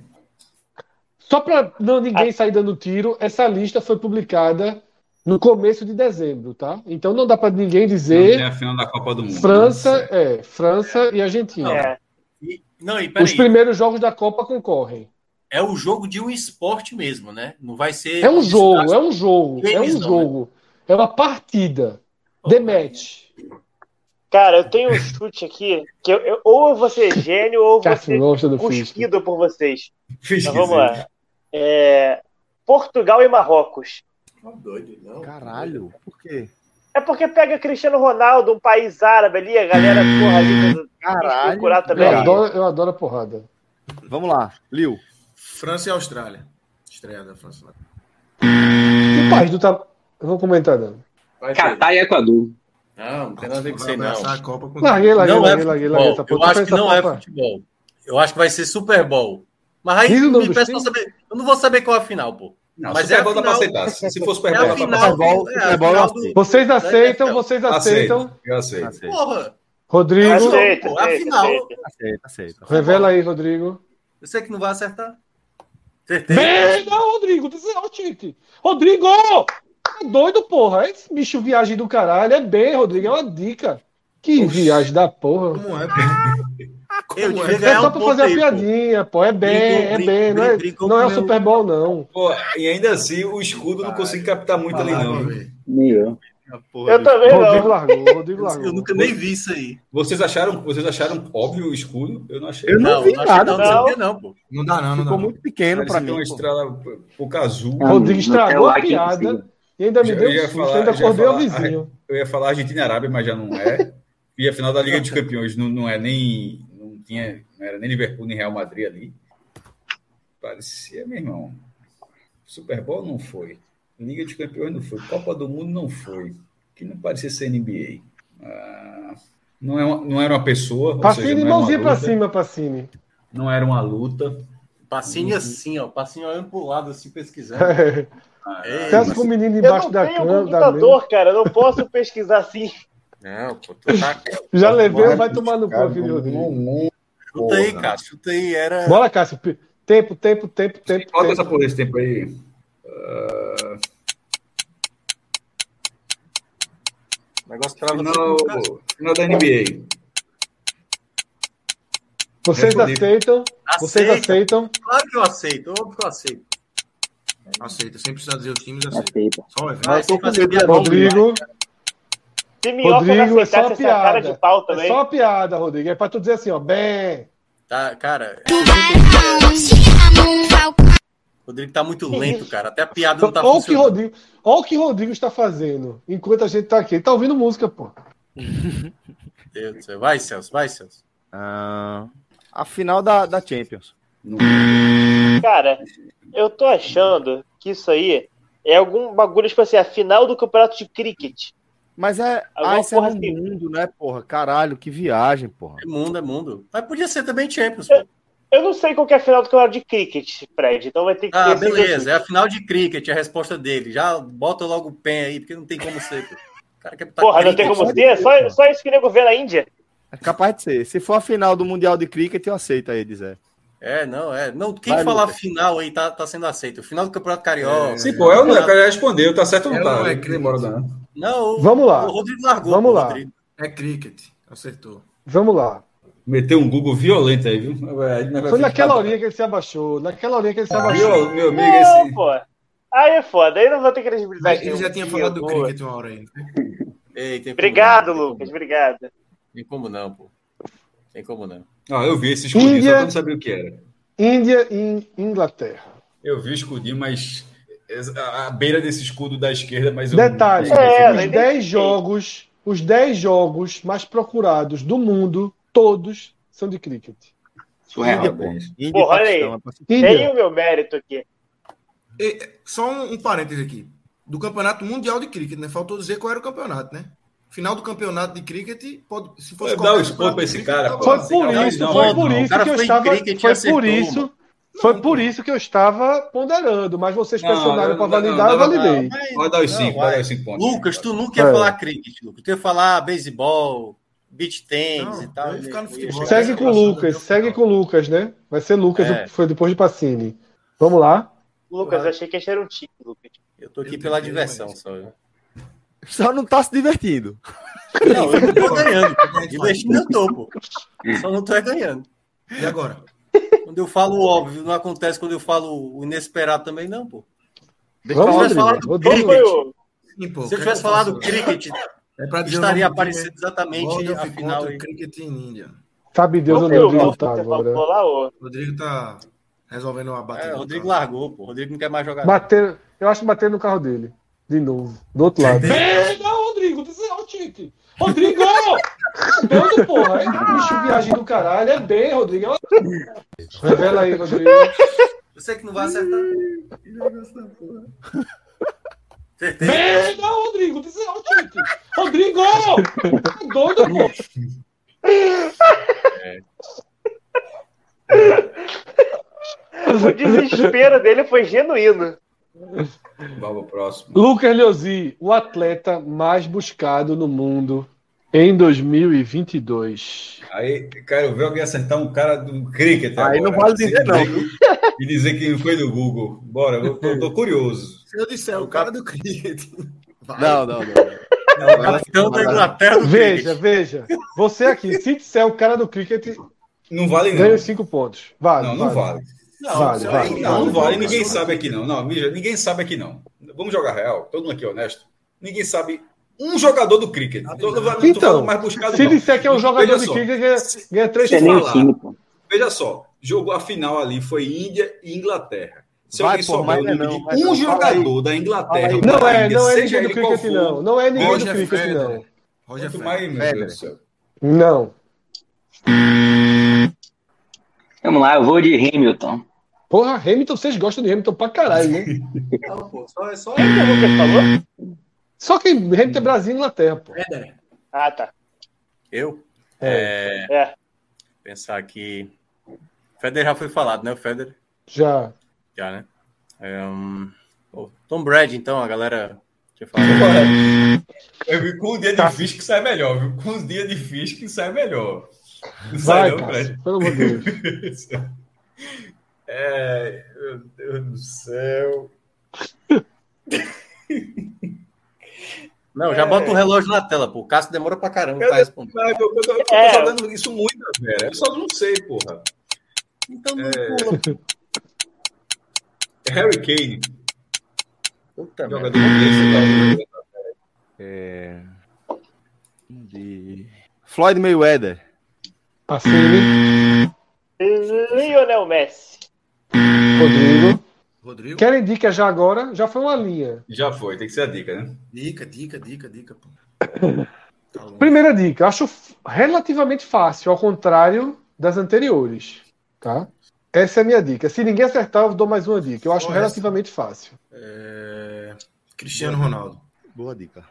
Só para não Ah. ninguém sair dando tiro, essa lista foi publicada no começo de dezembro, tá? Então não dá para ninguém Não tem dizer a final da Copa do Mundo. França, Certo. é, França e Argentina. É. E- não, e Os peraí, primeiros jogos da Copa concorrem. é o jogo de um esporte mesmo, né? Não vai ser. É um jogo, é um jogo, é um Eles não, jogo. É uma partida. The match. Cara, eu tenho um chute aqui que eu, eu- ou eu vou ser gênio ou eu vou Cássio ser gosta do Fisco. cuspido por vocês. Fiz Mas vamos lá. É, Portugal e Marrocos. Tá doido, não. Caralho. Por quê? É porque pega Cristiano Ronaldo, um país árabe ali, a galera porra ali. quis Caralho. procurar também. Hum, Eu adoro, eu adoro a porrada. Vamos lá, Liu. França e Austrália. Estreia da França. lá. Hum. Que país do tá. Eu vou comentar, não. Vai, Pedro. Catar e Equador. Não, não tem nada a ver com isso aí, Vai não. abraçar a Copa com Larguei, larguei, Não larguei, é larguei, larguei tá essa futebol. Eu porra. acho que não é Essa porra. futebol. Eu acho que vai ser Super Bowl. Mas aí Diz o nome me dos peço pra saber. Eu não vou saber qual é a final, pô. Não, Mas Mas Super é a Bowl dá pra final. aceitar. Se se for Super É Bowl, dá a pra final. aceitar. do- É a final assim. do. Vocês aceitam, vocês Aceito. aceitam. Eu aceito. assim, Porra! Rodrigo, Aceito. Aceita, Pô, é afinal- aceita. Aceita, aceita. revela aí, Rodrigo. Eu sei que não vai acertar. Bem, não, Rodrigo, desarma, gente. Rodrigo! Tá doido, porra. Esse bicho viagem do caralho. É bem, Rodrigo, é uma dica. Que viagem da porra. Como é, Pedro? Eu Como devia é? É ganhar só um pra ponto fazer a aí, pô. piadinha, pô. É bem, Brigou, é brigou, bem. Não é, brigou não é o com meu- Super Bowl, não. Pô, e ainda assim, o escudo não consegui captar muito ali, Caralho, não. velho. Meu. Ah, Eu também Rodrigo não. largou, Rodrigo Eu largou. nunca nem vi isso aí. Vocês acharam, vocês acharam óbvio o escudo? Eu não achei. Eu não vi não achei nada. não, não não. sabia não, pô. Não dá, não, não dá. Ficou não. muito pequeno Parece pra que mim. tem uma pô. estrela pou- pouco azul. Ah, Rodrigo não estragou quero a lá que piada consiga. e ainda me Eu deu ia um susto, falar- ainda eu ia acordei o falar- vizinho. Eu ia falar Argentina e Arábia, mas já não é. E a final da Liga dos Campeões não, não é nem. Não tinha. Não era nem Liverpool nem Real Madrid ali. Parecia, meu irmão. Super Bowl não foi. Liga dos Campeões não foi. Copa do Mundo não foi. Que não parecia ser NBA. Ah, não, é uma- não era uma pessoa. ou seja, Pacini, não era uma mãozinha pra luta, cima, Pacini. Não era uma luta. Passinho Uhum. assim, ó. Passinho olhando pro lado, assim, pesquisando. Ah, É. Ei, Celso com o menino Eu não embaixo da tenho um cama. da mesa. computador, cara. Eu não posso pesquisar assim. Não, pô, tu tá... Já levei, vai tomar no cu, filho Rodrigo. Chuta aí, Porra. cara. Chuta aí, era. Bora, Cássio. P- Tempo, tempo, tempo, tempo. Bota tempo. essa porra esse tempo aí. O um negócio trava Final, final da NBA. Vocês Respondi. aceitam? Vocês Aceita. aceitam? Claro que eu aceito, óbvio que eu aceito. Aceita, sem precisar dizer os times, aceita. Aceita. Só é, Mas tô sem com fazer medo, piada. Rodrigo, Se minhoca Rodrigo, não é só aceitasse essa piada. cara de pau é também. só uma piada, Rodrigo. É pra tu dizer assim, ó, bem. Tá, cara. O Rodrigo tá muito lento, cara. Até a piada não tá Olha o que funcionando. Rodrigo, olha o que Rodrigo está fazendo enquanto a gente tá aqui. Ele tá ouvindo música, pô. Meu Deus do céu. Vai, Celso, vai, Celso. Ah, a final da, da Champions. Cara, eu tô achando que isso aí é algum bagulho, tipo assim, a final do campeonato de cricket. Mas é. Alguma Ah, isso é porra no assim. mundo, né, porra? Caralho, que viagem, porra. É mundo, é mundo. Mas podia ser também Champions. Pô. Eu não sei qual que é a final do campeonato de cricket, Fred. Então vai ter que ter Ah, esse beleza. É exercício. a final de cricket, é a resposta dele. Já bota logo o pen aí, porque não tem como ser. Pô. O cara quer botar Porra, não tem Tá cricket. como ter? Só, só isso que o nego vê na Índia? É capaz de ser. Se for a final do Mundial de Cricket, eu aceito aí, Zé. É, não, é. Não, quem Vai, falar Lucas. final aí tá, tá sendo aceito. O Final do Campeonato Carioca. É. Sim, pô, eu não, eu já respondeu, tá certo ou não Eu tá? não é Não demora, não. Não, o- Vamos lá. O Rodrigo largou. Vamos pô, lá. Rodrigo. é cricket. Acertou. Vamos lá. Meteu um Google violento aí, viu? É, Foi Aí nós vai ficar- Ah, assim, naquela horinha que ele se abaixou. Naquela horinha que ele se abaixou. Viol- Meu amigo, Não, esse, pô. Aí é foda, aí não vou ter credibilidade. Ele já tinha Sim, falado do boa. cricket uma hora aí. Ei, tem como Obrigado, não, Lucas, obrigado. Tem como não, pô. Tem como não. Ah, eu vi esse um escudinho, só que Índia. eu não sabia o que era. Índia e In- Inglaterra. Eu vi o escudinho, mas ex- a a beira desse escudo da esquerda, mas eu Detalhe, É, os mas 10 identifiquei. jogos, os 10 jogos mais procurados do mundo, todos são de cricket. É, Surreal. Parabéns. Índia e Porra, olha aí. Paquistão, é pra se- Tem um- Índia, o meu mérito aqui. Só um, um parênteses aqui. Do Campeonato Mundial de Cricket, né? Faltou dizer qual era o campeonato, né? Final do campeonato de cricket, pode, se fosse Pô, dá qualquer o expor pra campeonato de esse cricket, cara, tá pô. foi bom. por não, isso, não, foi não, por não. O isso cara que eu foi em estava, cricket e foi acertou por uma. isso, foi por isso que eu estava ponderando, mas vocês Não, pressionaram não, para não, validar, eu não, não, Ah, validei. É, Mas, Pode dar os né? Não, cinco, vai. pode dar os cinco pontos. Lucas, tu nunca ia É. falar cricket, Lucas. Tu ia falar beisebol, beach tennis Não, e tal. eu ia ficar no Eu ia futebol. chegar- Segue com o Passando Lucas, pelo segue final. com o Lucas, né? Vai ser Lucas, É. foi depois de Pacini. Vamos lá. Lucas, eu achei que esse era um time, Lucas. Eu tô aqui Eu pela tentei, diversão mas- só. Não, Só não tá se divertindo. eu não tô ganhando. É, Investindo eu tô, pô. Só não tô é ganhando. E agora? Quando eu falo o óbvio, não acontece quando eu falo o inesperado também, não, pô. Deixa Vamos, eu falar falar. Rodrigo. falar Rodrigo. do Qual foi o. Sim, pô, Se eu quer tivesse É que faça? falado cricket, É pra dizer estaria o nome do time, aparecendo né? exatamente Golden a final. contra aí. Cricket em Índia. Sabe Deus Qual onde foi eu o vim gol que lutar você agora. falou lá, ô? Rodrigo tá resolvendo uma batalha. É, o Rodrigo largou, pô. O Rodrigo não quer mais jogar. Bater, eu acho que bater no carro dele. De novo. Do outro lado. Pega, Rodrigo! Ó, Tite! Rodrigo! Doido, porra! É bicho viagem do caralho. É bem, Rodrigo. Revela aí, Rodrigo. Eu sei que não vai acertar. Acertei. Pega, Rodrigo! Ó, Tite! Rodrigo! Tá Doido, porra! O desespero dele foi genuíno. Vamos ao próximo. Lucas Leozzi, o atleta mais buscado no mundo em 2022. Aí, cara, eu vi alguém acertar um cara do cricket. Aí agora. não vale Sem dizer, não. E dizer que foi do Google. Bora, eu tô, tô curioso. Se eu disser É o cara do cricket. Vai. Não, não, não. É Capitão da Inglaterra do Veja, cricket. veja. Você aqui, se disser o cara do cricket, Não vale, ganha não. os cinco pontos. Vale, Não, não vale. Não, vale, isso vale, aí Não, não vale, ninguém Isso sabe aqui não. Não, Mija, ninguém sabe aqui não. Vamos jogar real, todo mundo aqui é honesto. Ninguém sabe um jogador do cricket. Tô, não, tô Então, falando mais buscado Se não. disser que é um jogador Veja de só, cricket, ganha, ganha três Deixa eu Tem nem pontos. falar. o time, pô. Veja só, jogou a final ali, foi Índia e Inglaterra. Se Vai, alguém pô, souber mas o não é nome não, de mas um não, fala aí. jogador da Inglaterra Fala aí. ou Não da é, Índia, não é seja ninguém do ele qual cricket, for, não. Não é ninguém do Roger cricket, não. Federer. Roger Quanto Federer. mais, meu Deus do céu. Não. Vamos lá, eu vou de Hamilton. Porra, Hamilton, vocês gostam de Hamilton pra caralho, né? Não, pô, só, só... né, O que o Lucas falou? Só que Hamilton é Brasil e Inglaterra, pô. Federer. Ah, tá. Eu? É. É, É. Pensar que. Federer já foi falado, né? O Federer. Já. Já, né? É, hum, pô, Tom Brady, então, a galera tinha falado. Bora. Eu vi com um dia de Fisk sai melhor, viu? Com um dia de Fisk sai é melhor. Não Vai, sai não, Fred. Cássio. Pelo amor de Deus. É, meu Deus do céu. Não, já bota o relógio na tela, pô. O Cássio demora pra caramba pra responder. Mas eu, eu, eu tô É. jogando isso muito, velho. Eu só não sei, porra. Então não pula. pô. Harry Kane, Puta merda. jogador inglês. tá? É... De... Floyd Mayweather. Passei, né? Lionel Messi. Rodrigo. Rodrigo. Querem dica já agora? Já foi uma linha. Já foi, tem que ser a dica, né? Dica, dica, dica, dica. Pô. Tá longe. Primeira dica. Acho f- relativamente fácil, ao contrário das anteriores. Tá? Essa é a minha dica. Se ninguém acertar, eu dou mais uma dica. Eu acho Só essa. relativamente fácil. É, Cristiano Ronaldo. Boa dica.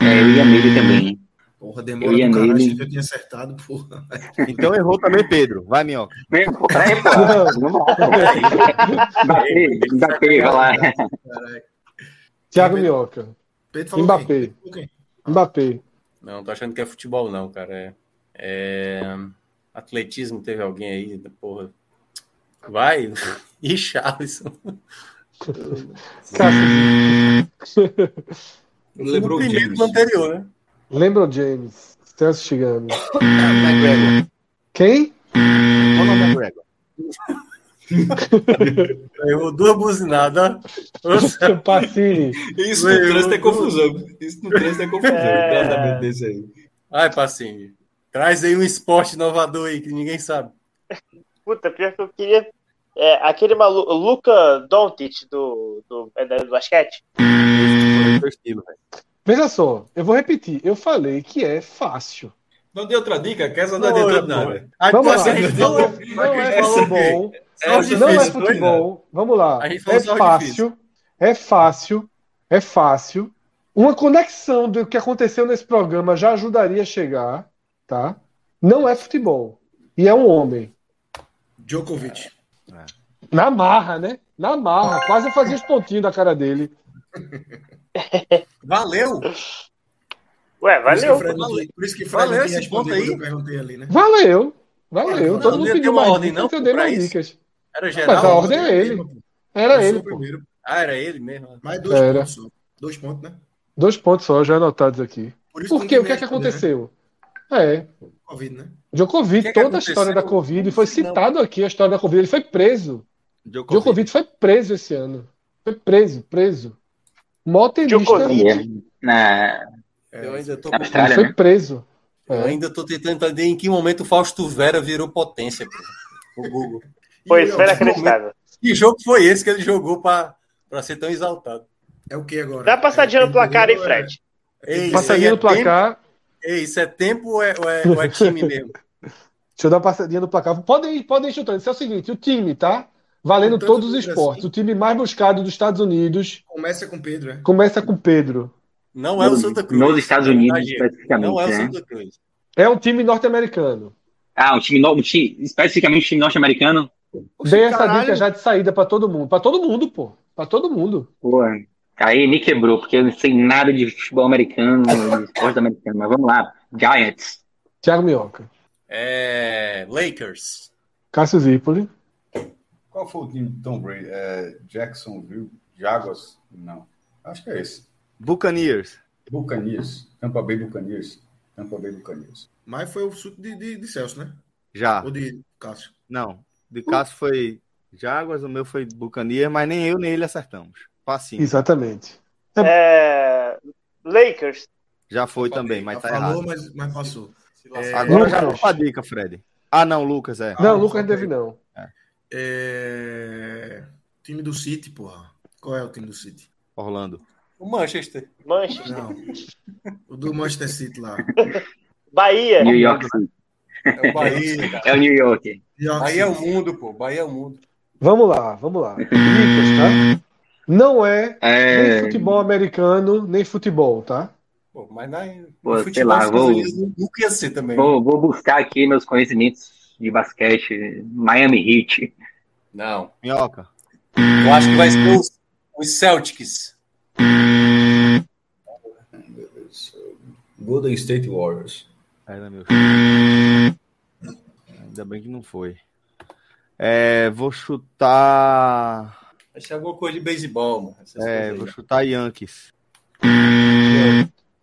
É, eu ia nele também. Porra, demora Eu ia do caralho. nele. Achei que eu tinha acertado, porra. Então errou também, Pedro. Vai, Minhoca. É, pô, é, pô. Vamos lá. Mbappé, Mbappé, vai lá. Thiago Minhoca. Pedro falou quem? Mbappé. Falou quem? Mbappé. Não, tô achando que é futebol, não, cara. É, é, Atletismo teve alguém aí, da porra. Vai, e Charleston. Cássio. Lembrou o primeiro James. do anterior, né? Lembra o James? Celso Chigami. McGregor. Quem? Conor McGregor. Errou duas buzinadas. ó. Seu Pacini, Isso no trânsito é confusão. Isso no trânsito é confusão. É. Um tratamento desse aí. Ai, Passinho. Traz aí um esporte inovador aí que ninguém sabe. Puta, pior que eu queria. É, aquele maluco, Luca Doncic do, do, é, da- do basquete. veja só, eu vou repetir. Eu falei que é fácil. Não deu outra dica, que essa não né? adiantou Pô, nada. Aí, Vamos lá. Passinho, a gente Não falou- é, não é Essa- futebol. É, Só Não é difícil, foi, né? futebol. Vamos lá. A gente falou É só fácil. É fácil. É fácil. Uma conexão do que aconteceu nesse programa já ajudaria a chegar, tá? Não é futebol. E é um homem. É. Djokovic. Na marra, né? Na marra. Quase eu fazia os pontinhos da cara dele. Valeu! Ué, Por isso que valeu. Fred não- valeu. Por isso que Fred Valeu não esse tinha respondido ponto aí. quando eu perguntei ali, né? Valeu. Valeu. Não, Todo não mundo ia ter pediu uma mais ordem, dicas, não, então eu dei pra mais isso. dicas. Era Mas a geral. ordem é ele. Eu Era sou ele, o pô. primeiro. Ah, era ele mesmo. Mais dois Era. pontos só. Dois pontos, né? Dois pontos só, já anotados aqui. Por isso Por quê? O que é que né? ninguém respondeu, aconteceu? É, né? Covid, né? Djokovic, O que é que toda a história da aconteceu? Covid, foi Não sei não. citado aqui a história da Covid, ele foi preso. Djokovic. Djokovic foi preso esse ano. Foi preso, preso. Motelista Djokovic. É. Na, É, Eu ainda tô. na ele Austrália, foi né? preso. Eu É. ainda tô tentando entender em que momento o Fausto Vera virou potência, pô. O Google. Foi, E o- foi inacreditável. Que jogo foi esse que ele jogou pra, pra ser tão exaltado? É o que agora? Dá uma passadinha É, no placar aí, é- Fred. Ei, isso aí Passadinha é no placar. tempo- ei, isso é tempo ou é, ou é- ou é time mesmo? Deixa eu dar uma passadinha no placar. Podem ir, podem ir chutando. Isso é o seguinte: o time, tá? Valendo Tanto todos os dúvida esportes. assim. O time mais buscado dos Estados Unidos Começa com Pedro, é? começa com Pedro. Não é o Santa Cruz. Nos Estados Unidos, Não é o especificamente, né? Santa Cruz. É um time norte-americano. Ah, um time, no- um time especificamente um time norte-americano? Oxe, Dei essa caralho, dica já de saída pra todo mundo. Pra todo mundo, pô. Pra todo mundo. Pô, aí me quebrou, porque eu não sei nada de futebol americano, de esporte americano, mas vamos lá. Giants. Thiago Mioca. É. Lakers. Cássio Zipoli. Qual foi o time de Tom Brady? É, Jacksonville? Jaguars? Não. Acho que é esse. Buccaneers. Buccaneers. Tampa Bay Buccaneers. Tampa Bay Buccaneers. Mas foi o chute de, de, de Celso, né? Já. Ou de Cássio. Não. De Cássio foi Jaguars, o meu foi Buccaneers, mas nem eu nem ele acertamos. Passinho. Exatamente. É, Lakers. Já foi também, mas Já tá falou, errado. mas, mas passou. É, Agora já Lucas. deu a dica, Fred. Ah, não, Lucas, é. Não, Ah, Lucas ok. teve não. É... Time do City, porra. Qual é o time do City? Orlando. O Manchester. Manchester. Não. o do Manchester City lá. Bahia. New York City. É o Bahia, cara. É o New York. York Bahia é o City. mundo, pô. Bahia é o mundo. Vamos lá, vamos lá. Dicas, tá? Não é nem É, futebol americano, nem futebol, tá? Pô, mas na, no Pô, sei futebol lá, dos vou- Estados Unidos não- nunca ia ser também. né? vou, vou buscar aqui meus conhecimentos de basquete. Miami Heat. Não. Minhoca. Eu acho que vai ser os, os Celtics. Golden State Warriors. Era meu. Ainda bem que não foi. É, vou chutar. Vai ser alguma coisa de beisebol, mano. Essas É, vou coisas aí. chutar Yankees.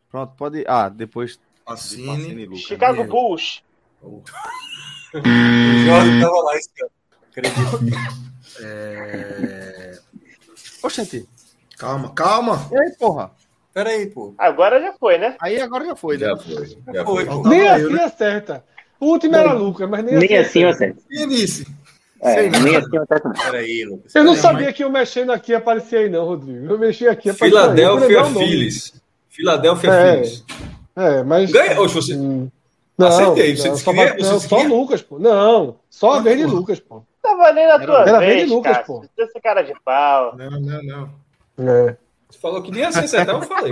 Pronto, pode. Ah, depois. de Pacini Pacini. e Lucas. Chicago Bulls. O Jordan tava lá esse ano. Acredito. É... Oxente. Calma, calma. E aí, porra? Pera aí, pô. Agora já foi, né? Aí agora já foi, né? Já foi. Já foi. Foi, pô. Não, nem eu, assim né? acerta. O último era Lucas, mas nem, Nem assim. assim eu acerto. E Nice? É, nem assim eu acerto, não. Pera aí, Lucas. Eu não Não, sabia que eu mexendo aqui aparecia aí, não, Rodrigo. Eu mexi aqui aparecia aí. Eu Philadelphia vou lembrar o nome. Phillies. Philadelphia É. Phillies. É, mas. Ganha. Oxe, você... Hum, Não, Acertei, você não, disse só, que ia, bate- você não, disse que só ia. Lucas, pô. Não, só a vez de Lucas, pô. Tava nem na Tá tua era vez, vez de Lucas, cara. pô. Esse cara de pau. Não, não, não. É. Você falou que nem ia acertar, eu falei.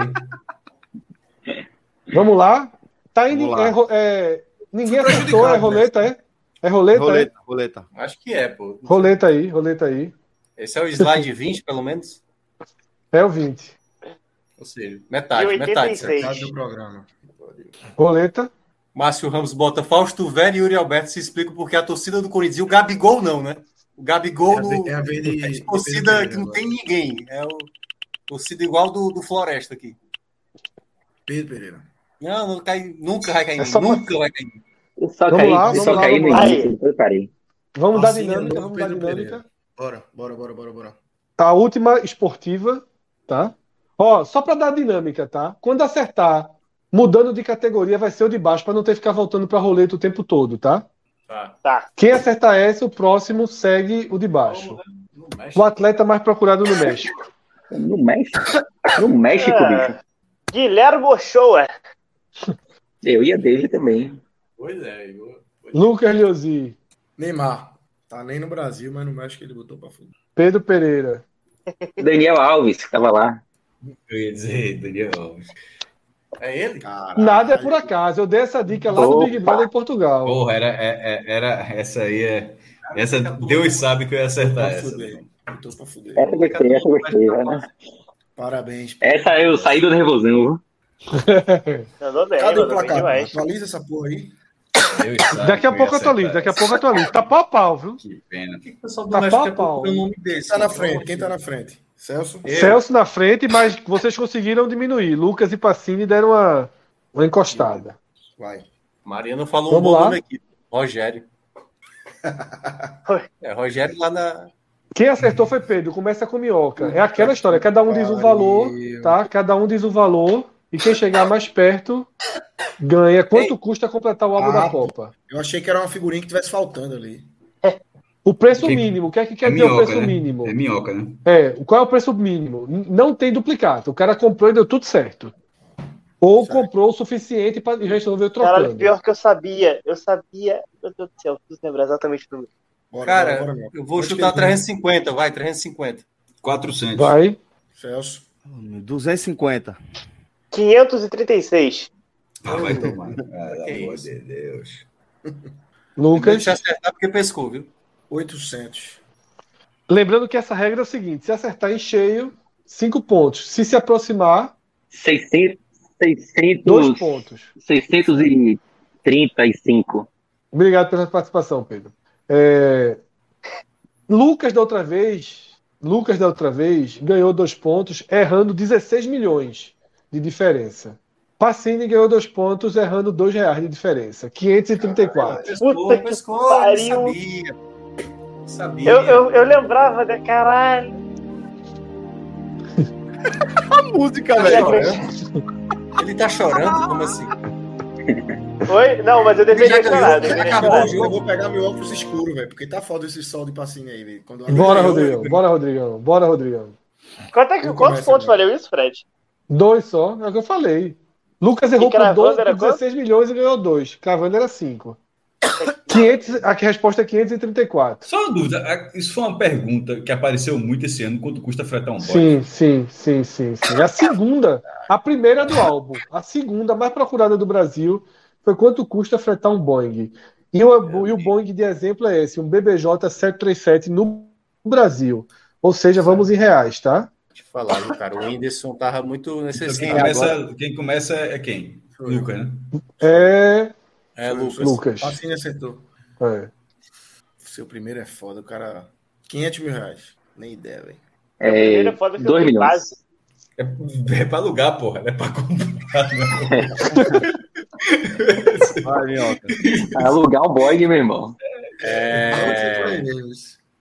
Vamos lá. Tá indo. Vamos lá. é ro- é, ninguém Fui acertou, é prejudicado, roleta, é? É roleta, roleta. Roleta, roleta. Acho que é, pô. É? Roleta aí, roleta aí. Esse é o slide 20, pelo menos. É o 20. Ou seja, metade, E 86. metade. certo? Metade do programa. Roleta. Márcio Ramos bota Fausto Velho e Yuri Alberto se explicam porque a torcida do Corinthians e o Gabigol não, né? O Gabigol no, É a vez de. é torcida que não tem ninguém. É o torcida igual do, do Floresta aqui. Pedro Pereira. Não, não cai, nunca vai cair em É mim, só uma- nunca vai cair em mim. Eu só Vamos caí, lá, eu vamos só lá, caí vamos no lá. início, eu parei. Vamos dar Alcine é dinâmica, novo vamos dar Pedro dinâmica. Pereira. Bora, bora, bora, bora, bora. Tá, a última esportiva, tá? Ó, só pra dar dinâmica, tá? Quando acertar, mudando de categoria, vai ser o de baixo, pra não ter que ficar voltando pra roleta o tempo todo, tá? Tá. Tá. Quem acertar essa, o próximo segue o de baixo. Não mexe. O atleta mais procurado no México. No México. No México, É. bicho. Guilherme Ochoa. Eu ia dele também. Pois é, Igor. Lucas Leozzi, Neymar. Tá nem no Brasil, mas no México ele botou pra fundo. Pedro Pereira, Daniel Alves, que tava lá. Eu ia dizer, Daniel Alves. É ele? Nada é por acaso. Eu dei essa dica lá do Opa. Big Brother em Portugal. Porra, era, é- é- era essa aí. É, essa, Deus sabe que eu ia acertar Tá, Pra essa. fuder. Botou pra fuder. Essa eu gostei, essa eu gostei. Né? Parabéns. Essa eu saí do nervosão. Mandou bem, Cadê o mandou bem placar? demais. né? Atualiza essa porra aí. Deus sabe Daqui que a ia pouco eu atualizo, acertar daqui a essa. pouco eu atualizo. Tá pau a pau, viu? Que pena. que o pessoal do Tá México pau, quer é pau. procurar um nome desse? Quem tá na então, assim, frente? Quem tá na frente? Celso? Celso na frente, mas vocês conseguiram diminuir. Lucas e Pacini deram uma, uma encostada. Vai. Maria não falou Vamos um bom lá. nome aqui. Rogério. é, Rogério lá na. Quem acertou foi Pedro. Começa com minhoca. É aquela história. Cada um diz um Pariu. valor, tá? Cada um diz um valor. E quem chegar mais perto ganha. Quanto custa completar o álbum Ah. da Copa? Eu achei que era uma figurinha que tivesse faltando ali. O preço Que- mínimo. O que é que quer É dizer o minhoca, preço né? mínimo? É minhoca, né? É, qual é o preço mínimo? N- Não tem duplicato. O cara comprou e deu tudo certo. Ou Certo. comprou o suficiente para resolver Caralho, trocando. pior que eu sabia. Eu sabia. Meu Deus do céu, eu preciso lembrar exatamente o número. Bora, Cara, bora, bora, eu vou Acho chutar que ele- 350, vai, 350. 400. Vai. Celso. 250. 536. Ah, vai tomar. Pelo amor de Deus. Não Lucas. te acertar porque pescou, viu? 800. Lembrando que essa regra é o seguinte: se acertar em cheio, cinco pontos. Se se aproximar, 600, dois 600, pontos. 635. Obrigado pela participação, Pedro. É, Lucas da outra vez, Lucas da outra vez ganhou dois pontos, errando 16 milhões de diferença. Pacini ganhou dois pontos, errando dois reais de diferença. 534. Puta Pescou, que pescou, pariu. sabia. Sabia. Eu, eu, eu lembrava, né? Caralho. A música, Tá velho. chorando? Ele tá chorando? Como assim? Oi? Não, mas eu deveria Já ganhou, chorar. eu já deveria acabou chorar. o Eu vou pegar meu óculos escuro, velho, porque tá foda esse sol de passinho aí, velho. Quando Bora, Eu- Rodrigão. Bora, Rodrigão. Bora, Rodrigão. Quanto é que, Não quantos começa pontos agora. valeu isso, Fred? Dois só, é o que eu falei. Lucas errou E por Cravando 12, era por 16 milhões e ganhou dois. Cravando era 5. 500, a resposta é 534. Só uma dúvida. a- Isso foi uma pergunta que apareceu muito esse ano. Quanto custa fretar um bote? Sim, sim, sim, sim, sim. A segunda, a primeira do álbum, a segunda mais procurada do Brasil foi quanto custa fretar um Boeing. E o, e o Boeing de exemplo é esse, um BBJ 737 no Brasil. Ou seja, vamos em reais, tá? Deixa eu falar, viu, cara? O Whindersson tava muito Então, quem, necessitado. agora. começa, quem começa é quem? Lucas, né? É, né, É, Lucas. Lucas. Passinho acertou. É. Seu primeiro é foda, o cara. 500 mil reais. Nem ideia, velho. É, Primeiro foda que eu 2 fui milhões. base. É, é pra alugar, porra. Não é pra comprar, não. Vai, minhoca. Alugar um Boeing, meu irmão. É,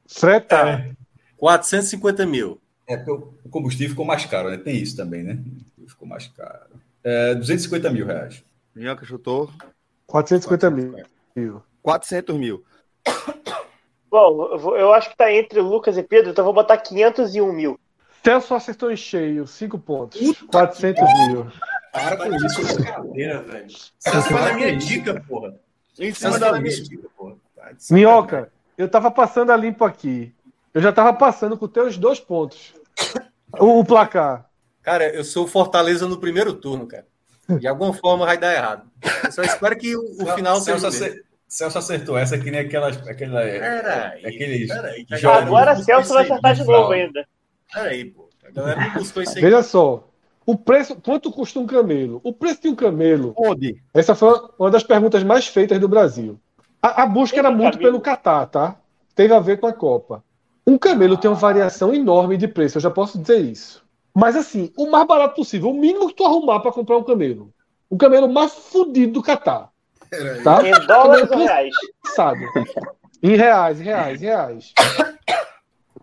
Fretar. 450 mil. É porque o combustível ficou mais caro, né? Tem isso também, né? Ficou mais caro. É, 250 mil reais. Minhoca chutou 450 mil. 400 mil. Bom, eu vou- eu acho que tá entre o Lucas e Pedro, então eu vou botar 501 mil. Celso acertou em cheio, 5 pontos. 400 mil. Para com isso, velho. Cadeira, velho. Celso foi na minha dica, porra. Em cima Celso da foi na minha minha. dica, porra. Tá de sacanagem. Minhoca, eu tava passando a limpo aqui. Eu já tava passando com teus dois pontos. O, o placar. Cara, eu sou o Fortaleza no primeiro turno, cara. De alguma forma vai dar errado. Eu só espero que o, o final Celso, seja. acer- Celso acertou essa é que nem aquelas, aquela, É. É Peraí, aqueles peraí, jogos. Já Agora não Celso vai sei, acertar de Gonçalo. novo ainda. Peraí, pô. A galera não buscou isso aí. Veja só. O preço. Quanto custa um camelo? O preço de um camelo. Onde? Essa foi uma das perguntas mais feitas do Brasil. A, a busca era Esse muito camelo- pelo Catar, tá? Teve a ver com a Copa. Um camelo tem uma variação enorme de preço, eu já posso dizer isso. Mas assim, o mais barato possível, o mínimo que tu arrumar pra comprar um camelo. O camelo mais fudido do Catar, Peraí. tá? É. Em dólares Camelo ou reais? cansado. Em reais, em reais, em reais.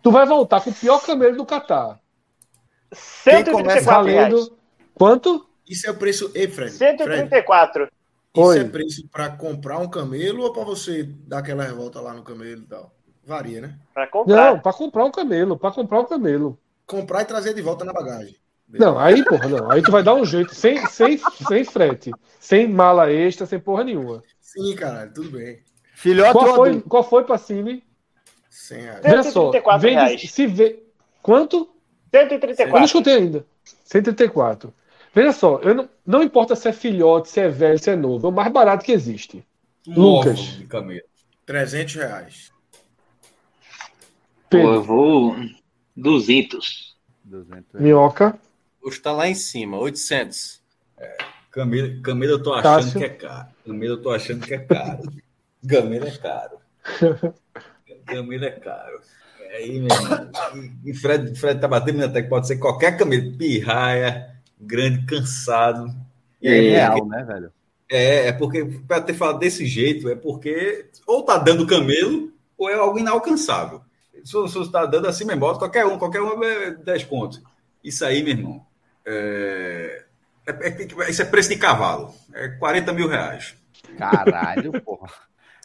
tu vai voltar com o pior camelo do Catar. 134 reais. Valendo. Quanto? Isso é o preço. Ei, Fred. Fred, 134. isso Oi. é preço para comprar um camelo ou para você dar aquela revolta lá no camelo e tal? Varia, né? Pra comprar. Não, pra comprar um camelo, pra comprar um camelo. Comprar e trazer de volta na bagagem. Não, aí, porra, não. Aí tu vai dar um jeito, sem, sem, sem frete, sem mala extra, sem porra nenhuma. Sim, caralho, tudo bem. Filhote Qual ou foi, qual foi Pacini? 100 reais. Veja só. 134 vende- reais. se vê. Quanto? Eu não 134. escutei ainda. 134. Veja só, eu não, não importa se é filhote, se é velho, se é novo, é o mais barato que existe. Um Lucas. óvulo de camelo. 300 reais. Pô, Pedro, eu vou 200. 200 reais. minhoca, Hoje tá lá em cima, 800. Camelo, camelo eu tô achando Cássio. que é caro. Camelo eu tô achando que é caro. camelo é caro. Camelo é caro. É Aí, meu irmão. E Fred, Fred tá batendo na tecla, pode ser qualquer camelo. Pirraia, grande, cansado. E aí, É. Real, né, velho? É, é porque, para ter falado desse jeito, é porque ou tá dando camelo ou é algo inalcançável. Se você tá dando assim mesmo, bota qualquer um, qualquer um é 10 pontos. Isso aí, meu irmão, é, é, é- isso é preço de cavalo. É 40 mil reais. Caralho, porra.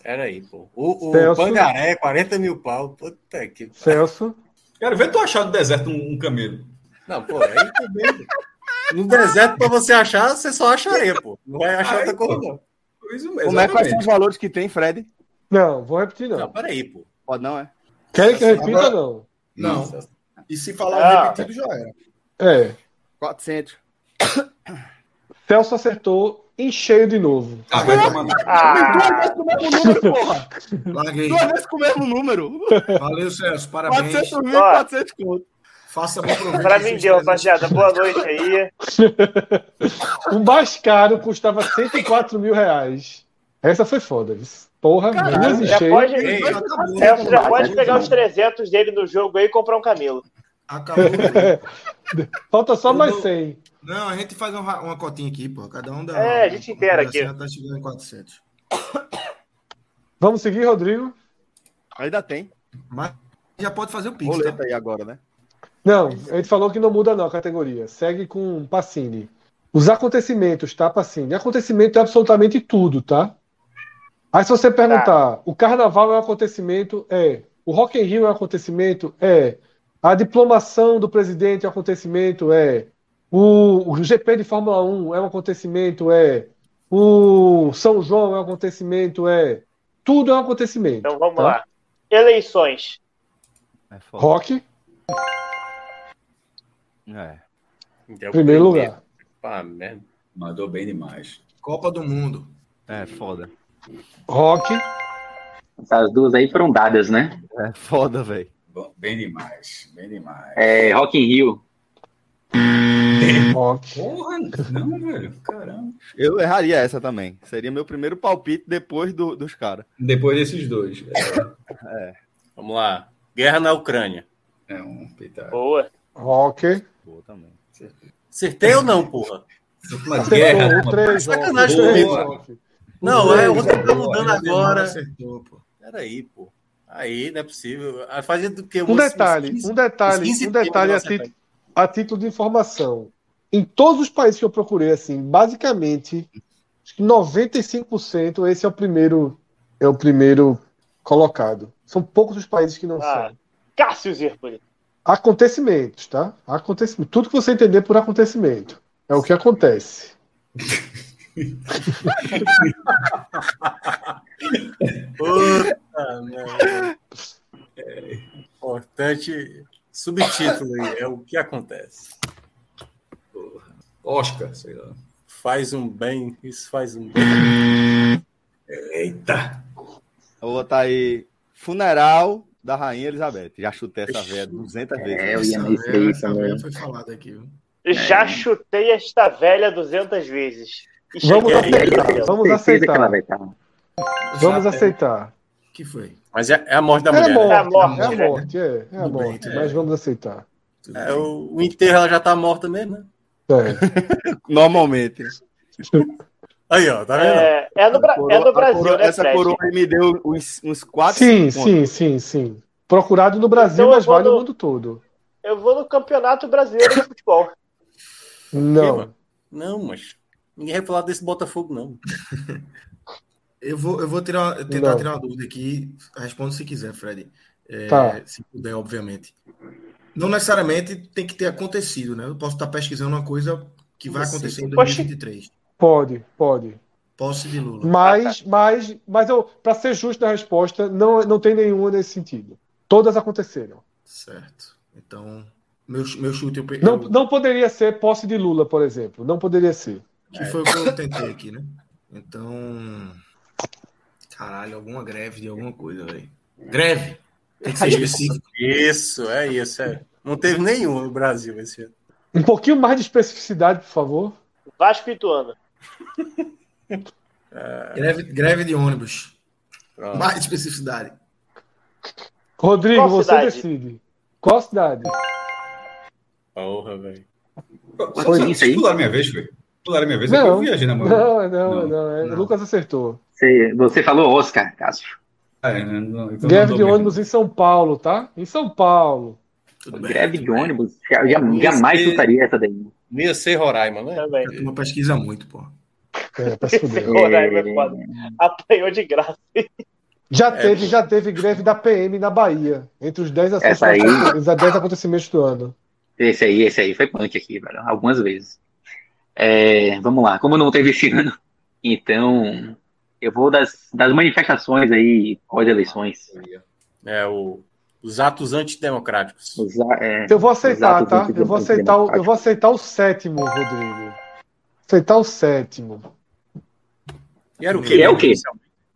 Pera aí, pô. O, o Celso. Pangaré, 40 mil pau. Puta que. Celso. Quero ver tu achar no deserto um, um camelo. Não, pô, aí tá também. No deserto, pra você achar, você só acha areia, pô. Não vai achar Aí, outra coisa, pô. não. Isso, Como é quais são exatamente. os valores que tem, Fred? Não, vou repetir não. Não, peraí, pô. Pode não, é? Querem que eu repita Agora- não? Não. Nossa. E se falar Ah. um repetido, já era. É. 400. Celso acertou em cheio de novo. Ah, vai tomar no- Ah, Duas vezes com o mesmo número, porra. Larguei. Duas vezes com o mesmo número. Valeu, Celso. Parabéns. 400 mil, Ó. 400 conto. Faça bom proveito. pra desses mim deu, 300. rapaziada. Boa noite aí. O mais caro custava 104 mil reais. Essa foi foda. viu? Porra, duas e Já cheio. pode, Ei, já acabou. Celso já pode pegar os 300 dele no jogo aí e comprar um camelo. Acabou. Falta só Eu mais dou- 100. Não, a gente faz uma, ra- uma cotinha aqui, pô. Cada um dá. É, a gente inteira aqui. Tá chegando em 400. Vamos seguir, Rodrigo? Ainda tem. Mas já pode fazer o Pix, tá? Roleta aí agora, né? Não, ele falou que não muda não a categoria. Segue com Pacini. Os acontecimentos, tá, Pacini? Acontecimento é absolutamente tudo, tá? Aí se você perguntar, Tá. o carnaval é um acontecimento? É. O Rock in Rio é um acontecimento? É. A diplomação do presidente é um acontecimento? É. O, o GP de Fórmula 1 é um acontecimento? É. O São João é um acontecimento? É. Tudo é um acontecimento. Então vamos tá? lá. Eleições. É foda. Rock, É. Então, primeiro lugar. Pá, merda. Mandou bem demais. Copa do Mundo. É foda. Rock, Essas duas aí foram dadas, né? É foda, velho. Bom, Bem demais, bem demais. É, Rock in Rio. rock. Porra, não, velho. Caramba. Eu erraria essa também. Seria meu primeiro palpite depois do- dos caras. Depois desses dois. Vamos lá. Guerra na Ucrânia. É, é um pitaco. Boa. Rock. Boa também. Acertei ou não, porra? Uma guerra, Acertou uma o 3, Sacanagem comigo, Não, é, Boa, outra tá boa, mudando já demora, agora. Acertou, pô. Peraí, pô. Aí, não é possível. A fazia do que? Um detalhe, um detalhe, uns 15 um detalhe a, temas, né, tit- a título de informação. Em todos os países que eu procurei, assim, basicamente, acho que 95% esse é o primeiro, é o primeiro colocado. São poucos os países que não Ah. são. Cássio Zirpoli. Acontecimentos, tá? Acontecimento. Tudo que você entender por acontecimento é o que acontece. Puta, merda. É Importante subtítulo aí, é o que acontece. Oscar, sei lá. Faz um bem, isso faz um bem. Eita! Eu vou botar aí. Funeral da Rainha Elizabeth. Já chutei essa véia 200 É, vezes. eu ia né? Essa nisso velha- aí essa também. né? velha foi falada aqui. viu? Já chutei esta velha 200 vezes. E Vamos cheguei aceitar, aí, entendeu? vamos Certeza que ela né? aceitar. vai estar. Vamos Exato, é. aceitar. que foi? Mas é, é a morte da É a mulher. né? morte, é morte, né? a morte, é, é a Tudo bem, morte, é. mas vamos aceitar. Tudo É, bem. o, o enterro ela já tá morta mesmo, né? É. Normalmente. Aí, ó, tá vendo? É, é no, Bra- A coroa- é no a Brasil, coroa- né, Essa Fred? coroa aí me deu uns, uns quatro. Sim, cinco pontos. sim, sim, sim. Procurado no Brasil, Então eu mas vou vale no- no mundo todo. Tá Eu vou no Campeonato Brasileiro de Futebol. Não. mano? Não, mas ninguém vai falar desse Botafogo, não. Eu vou, eu vou tirar, tentar Não. tirar uma dúvida aqui. Responda se quiser, Fred. É, Tá. Se puder, obviamente. Não necessariamente tem que ter acontecido, né? Eu posso estar pesquisando uma coisa que vai Você- acontecer em Oxi. 2023. Pode, pode. Posse de Lula. Mas, mas, mas eu, para ser justo na resposta, não, não tem nenhuma nesse sentido. Todas aconteceram. Certo. Então, meu, ch- meu chute, eu, pe- Não, eu- não poderia ser posse de Lula, por exemplo. Não poderia ser. que foi o que eu tentei aqui, né? Então. Caralho, alguma greve de alguma coisa, velho. Greve! Tem que ser específico. Isso, é isso. É. Não teve nenhum no Brasil esse ano. Um pouquinho mais de especificidade, por favor. Vasco e Ituano. Greve, greve de ônibus. Pronto. Mais especificidade. Rodrigo, Qual você cidade? decide. Qual cidade? Porra, velho. Foi Vocês isso aí? pularam minha vez, foi? Pularam minha vez, é que Não. eu viajei na manhã. Não, não, Não, não. é- não. Lucas acertou. Você, você falou Oscar, Cássio. Ah, é, não- não- então Greve não de dou mesmo. ônibus em São Paulo, tá? Em São Paulo. Tudo bem. Greve de tudo bem. ônibus? Já- já- Esse- jamais chutaria essa daí. Não ia ser Roraima, né? Também. A turma pesquisa muito, pô. É, pra se fuder. Roraima é foda. Apanhou de graça. Já É. teve, já teve greve da PM na Bahia, entre os 10, Essa aí- acontecimentos- os 10 acontecimentos do ano. Esse aí, esse aí foi punk aqui, velho, algumas vezes. É, vamos lá, como não teve esse ano, então eu vou das, das manifestações aí pós-eleições. É, o- os atos antidemocráticos. Os a- é, Eu vou aceitar, Exato, tá? muito Eu vou bem, aceitar, o, eu democrático. vou aceitar o sétimo, Rodrigo. Aceitar o sétimo. E era o quê? E é o quê?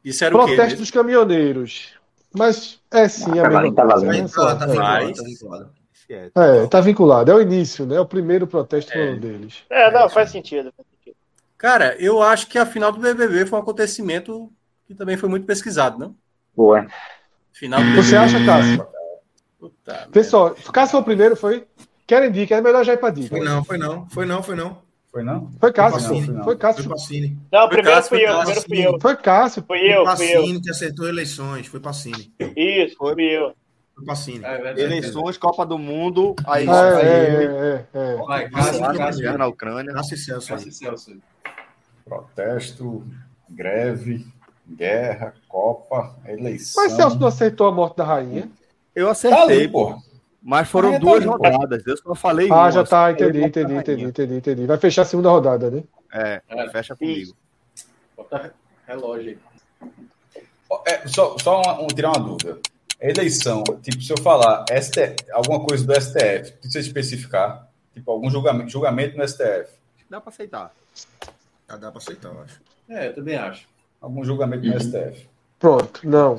Isso era o quê? Protesto mesmo? dos caminhoneiros. Mas é sim, Ah, a tá mesma valendo, tá coisa, valendo. né? Tá, tá vinculado, Mas- tá vinculado. É, tá vinculado. É o início, né? É o primeiro protesto É. deles. É, não, faz sentido. faz sentido. Cara, eu acho que a final do BBB foi um acontecimento que também foi muito pesquisado, não? boa. Final do Você BBB. acha, Cássio? Puta merda. Pessoal, Cássio foi o primeiro, foi? Querem dica, é melhor já ir pra dica. Foi não, foi não, foi não, foi não. Foi não? Foi Foi Cássio, não, foi não. foi Foi Cássio. Pacini. Não, primeiro Cássio, fui foi eu, Cássio. primeiro fui eu. Foi Cássio. Fui Foi eu, fui eu. Pacini que acertou eleições, foi Pacini. Isso, fui eu. Foi Pacini. É verdade. Eleições, Copa do Mundo, aí É, Foi é, é, é. Vai, Cássio, Cássio, Cássio. Cássio. na Ucrânia. Cássio e Celso aí. Protesto, greve, guerra, Copa, eleição. Mas Celso não aceitou a morte da rainha. Eu Tá ali, acertei, porra. mas foram Tá ali, duas pô. rodadas. Eu só falei Ah, uma, já eu tá, só entendi, falei entendi, uma entendi, entendi, entendi. Vai fechar a segunda rodada, né? É, fecha comigo. Bota relógio aí. É, só só uma- um- tirar uma dúvida. Eleição, tipo, se eu falar ST, alguma coisa do STF, precisa especificar, tipo, algum julgamento, julgamento no STF. Dá pra aceitar. Já dá pra aceitar, eu acho. É, eu também acho. Algum julgamento Uhum. no STF. Pronto, não.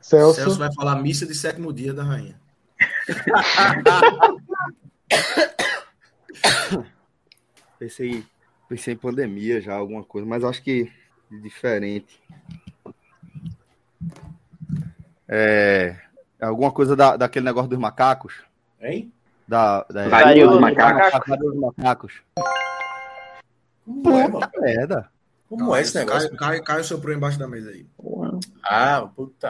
Celso, Celso vai falar missa de sétimo dia da rainha. Pensei, pensei em pandemia já, alguma coisa, mas acho que diferente. É, alguma coisa da, daquele negócio dos macacos? Hein? Da, da, Varíola dos macacos. Varíola dos macacos. Hum, Como é, mano? Puta merda. Como é esse negócio? Caio, Caio, Caio soprou embaixo da mesa aí. Ah, puta.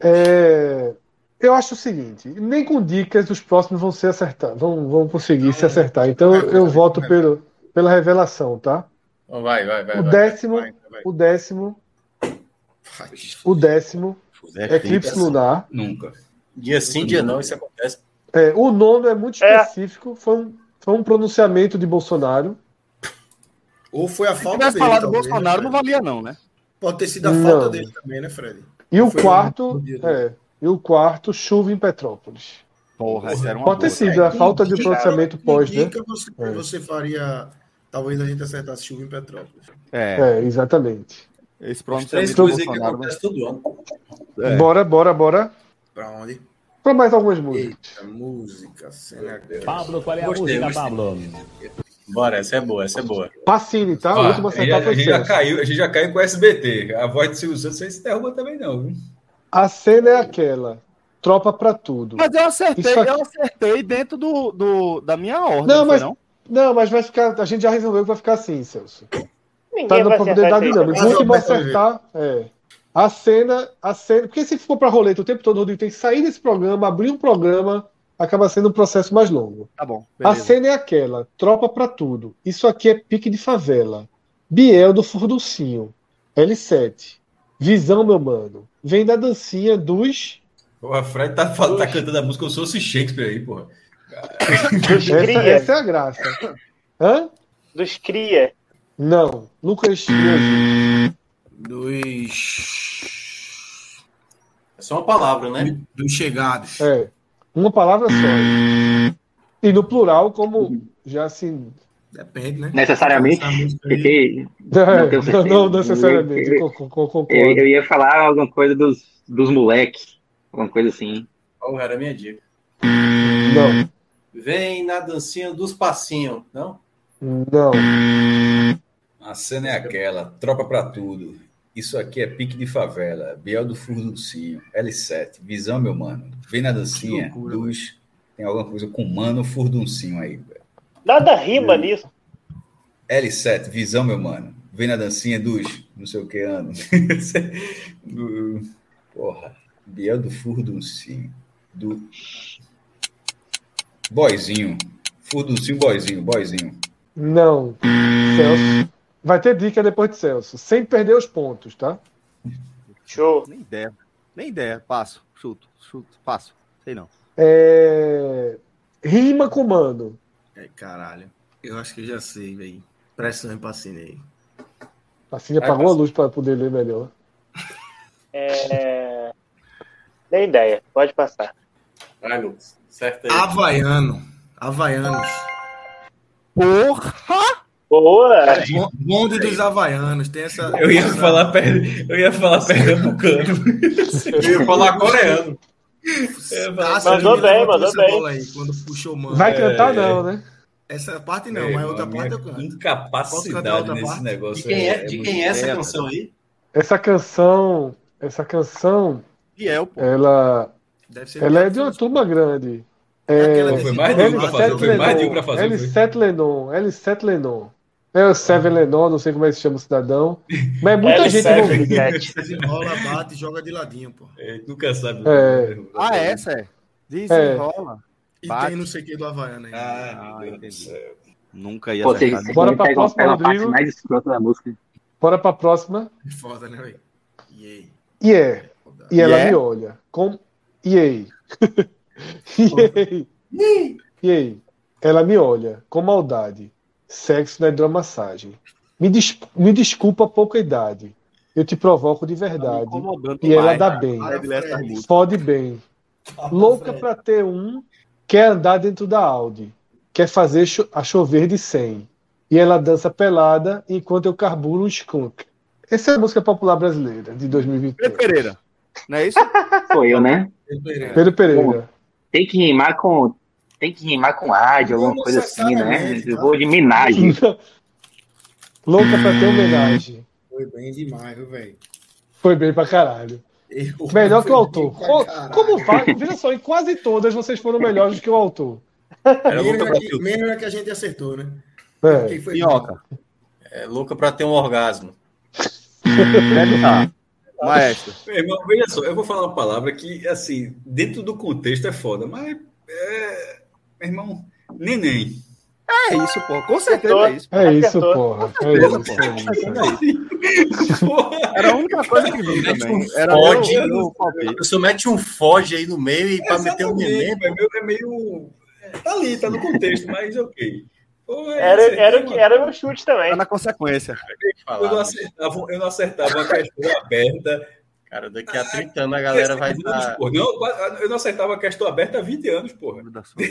é, eu acho o seguinte: nem com dicas os próximos vão se acertar, vão, vão conseguir se acertar. Então eu, eu voto pelo, pela revelação, tá? Então Vai, vai, vai. O vai, décimo- vai, vai, vai. O décimo, Ai, o décimo, Eclipse. eclipse lunar. Nunca. Dia sim, dia não, isso acontece. É, o nono é muito É. específico, foi, um, foi um pronunciamento de Bolsonaro. Ou foi a Se falta tivesse dele. falado talvez, né, Bolsonaro, não Fred? valia, não, né? Pode ter sido a Não. falta dele também, né, Fred? E o Foi quarto, um dia, né? é, e o quarto, chuva em Petrópolis. Porra, essa era uma Pode ter boa. sido a Que falta de dica- pronunciamento que pós, né? dica você, É. você faria. Talvez a gente acertasse chuva em Petrópolis. É, É, exatamente. esse As pronto três coisas aí que né? acontecem todo ano. É. Bora, bora, bora. Pra onde? Pra mais algumas músicas. Eita, música, cena. Pablo, qual é a música, Gostei, gostei. Pablo? Bora, essa é boa, essa é boa. Pacini, tá? Ah, o último a, gente já, acertar a foi gente já Celso. caiu, a gente já caiu com o SBT. A voz de Silvio Santos, aí se derruba também, não. viu? A cena é aquela. Tropa pra tudo. Mas eu acertei, Isso aqui- eu acertei dentro do, do- da minha ordem. Não, Não, mas- mas. Não? Não, mas vai ficar. A gente já resolveu que vai ficar assim, Celso. Ninguém Tá no vai próprio acertar dedado, isso não. O aí. último a acertar é. A cena, a cena. Porque se for pra roleta o tempo todo, Rodrigo tem que sair desse programa, abrir um programa, acaba sendo um processo mais longo. Tá bom. A Beleza. cena é aquela, tropa pra tudo. Isso aqui é pique de favela. Biel do Furduncinho. L7. Visão, meu mano. Vem da dancinha dos. O Fred tá, fal- tá cantando a música, eu sou esse Shakespeare aí, porra. Dos Essa, cria. essa é a graça. Hã? Dos cria. Não. Lucas. Leozzi. Dos. É só uma palavra, né? Dos chegados. É. Uma palavra só. E no plural, como já assim, se Depende, né? Necessariamente. Essa música aí- Fiquei. Não tenho É, certeza. não, não necessariamente, con- Eu- con- con- Eu, concordo. eu ia falar alguma coisa dos, dos moleques. Alguma coisa assim. Qual era a minha dica? Não, Vem na dancinha dos passinhos, não? não, A cena é aquela, tropa pra tudo. Isso aqui é pique de favela, Biel do Furduncinho, L7, visão, meu mano. Vem na dancinha, loucura, luz. Tem alguma coisa com mano Furduncinho aí, velho. Nada rima nisso. L7, visão, meu mano. Vem na dancinha dos não sei o que ano. Do- Porra, Biel do Furduncinho. Do. Boizinho. Furduncinho, boizinho, boizinho. não. Celso. Vai ter dica depois de Celso, sem perder os pontos, tá? Show. Nem ideia. Nem ideia. Passo. Chuto. Chuto. Passo. Sei não. É, Rima com mano. É, caralho. Eu acho que eu já sei, velho. Pressão e passinei. Assim já É. Vai, apagou a passa. luz para poder ler melhor. É... Nem ideia. Pode passar. Vai, Lucas. Certo aí. Ah, Havaiano. Havaianos. Porra! Boa! Bon- Bonde dos Havaianos. Tem essa. Eu ia essa- falar, per... eu ia falar pernambucano. Eu ia falar coreano. essa- Mandou essa- bem, mandou essa bem. bola aí, quando puxou o mano. Vai cantar, é. não, né? Essa parte não, Meu mas irmão, outra a parte é eu minha canto. Posso cantar Incapacidade outra nesse parte? negócio. De quem é, de muito quem é essa merda. canção aí? Essa canção, essa canção, Biel, pô. ela, Deve ser ela é de uma turma grande. É aquela Pô, que- Foi mais de um pra fazer, L7 foi mais de um pra Lenon, fazer. foi. L7 Lenon, L7 Lenon. É o Ah. Seven Lenon, não sei como é que se chama o cidadão. Mas é muita gente envolvida. L7. Desenrola, bate e joga de ladinho, pô. É, nunca sabe. É. Ah, essa é. Desenrola. E Bate. tem não sei o que do Havaiano aí. Ah, Ah, meu Deus do entendi. céu. Nunca ia Pô, vocês, acertar. vocês Bora me pra pegam- próxima, pegam a parte Rodrigo. um mais escrota da música. Bora pra próxima. É foda, né, velho? E aí? E é. Foda. E ela Yeah. me olha. Com... E aí? E aí? E aí? Ela me olha com maldade. Sexo na hidromassagem. Me, des... me desculpa a pouca idade. Eu te provoco de Tá me verdade. incomodando E é ela mais. dá bem. Ah, Fred, essa música. Pode bem. Louca pra ter um, quer andar dentro da Audi, quer fazer cho- a chover de 100. E ela dança pelada enquanto eu carburo um skunk. Essa é a música popular brasileira de 2023. Pedro Pereira. Não é isso? Sou eu, né? Pedro Pereira. Tem que rimar com. Tem que rimar com áudio, alguma coisa assim, né? necessariamente, Eu vou de minagem. Louca pra ter homenagem. Foi bem demais, viu, velho? Foi bem pra caralho. Eu- Melhor que o Foi autor. bem pra Co- caralho. Como vai? Veja só, em quase todas vocês foram melhores que o autor. Era Menos luta é pra que- tudo. Menos é que a gente acertou, né? É. Quem foi Minhoca. É louca pra ter um orgasmo. Deve tá. Maestro. Meu irmão, veja só, eu vou falar uma palavra que, assim, dentro do contexto é foda, mas. É... Meu irmão, neném. É isso, pô. Com certeza é isso. É isso, Acertou. porra. É isso, é isso. Porra, Era a única coisa que vi também. Era Fode. eu, eu, palpite. A pessoa mete um foge aí no meio e pra meter um exatamente, neném. mas é meu é meio. Tá ali, tá no contexto, mas ok. Porra, é Era, isso aí, era, o que- mano. era o meu né? chute também. Tá na consequência. Eu não Falar, né, acertava, eu não acertava uma questão aberta. cara, daqui a 30 anos a galera vai Anos, estar. porra. Não, quase- eu não acertava a questão aberta há 20 anos, porra.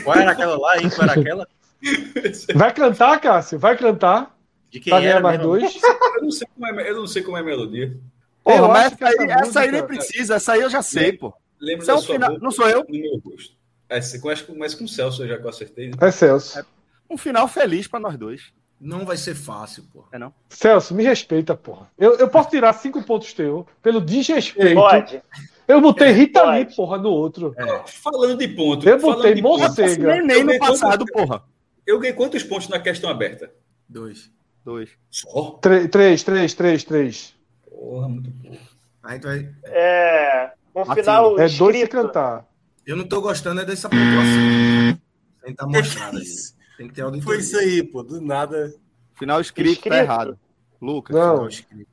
Qual era aquela lá, hein? Qual era aquela? Vai cantar, Cássio? Vai cantar? De quem Pra era ganhar mais mesmo? dois? Eu não sei como é, eu não sei como é a melodia. Eu Porra, mas acho que essa aí, essa essa aí nem música- precisa. Essa aí eu já sei, pô. Lembro Isso é da um sua final. boca Não sou eu? no meu É, rosto. Aí você começa, começa com o Celso, eu já que eu acertei. né? É Celso. Um final feliz pra nós dois. Não vai ser fácil, pô. É não? Celso, me respeita, porra. Eu, eu posso tirar cinco pontos teu pelo desrespeito. Pode. Eu botei Rita Lee, Pode. porra, no outro. É, Falando de ponto. É. Eu falando botei de ponto, né? morcega. Eu Neném dei no passado, porra. eu ganhei quantos pontos na questão aberta? Dois. Dois. Só? Tre- Três, três, três, três. Porra, muito pouco. A gente vai. É. Um Assim, final É dois se escrito. cantar. Eu não tô gostando é dessa pontuação. Tem que estar mostrada aí. Tem que ter auditoria. Foi isso aí, pô. Do nada. Final escrito, Escrito. tá errado. Lucas. Não. Final escrito.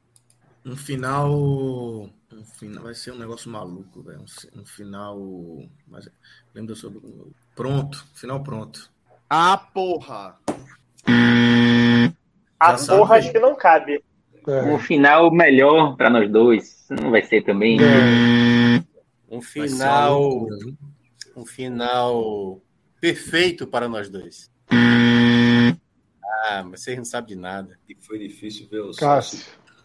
Um final. Um final. Vai ser um negócio maluco, velho. Um, se- um final. Mas, lembra sobre. Pronto. Final pronto. Ah, porra! Já A sabe. porra acho que não cabe. É. Um final melhor pra nós dois. Não vai ser também. É. Um Vai ser uma final. loucura, viu? Um final perfeito para nós dois. Ah, mas vocês não sabem de nada. E foi difícil ver o Cássio.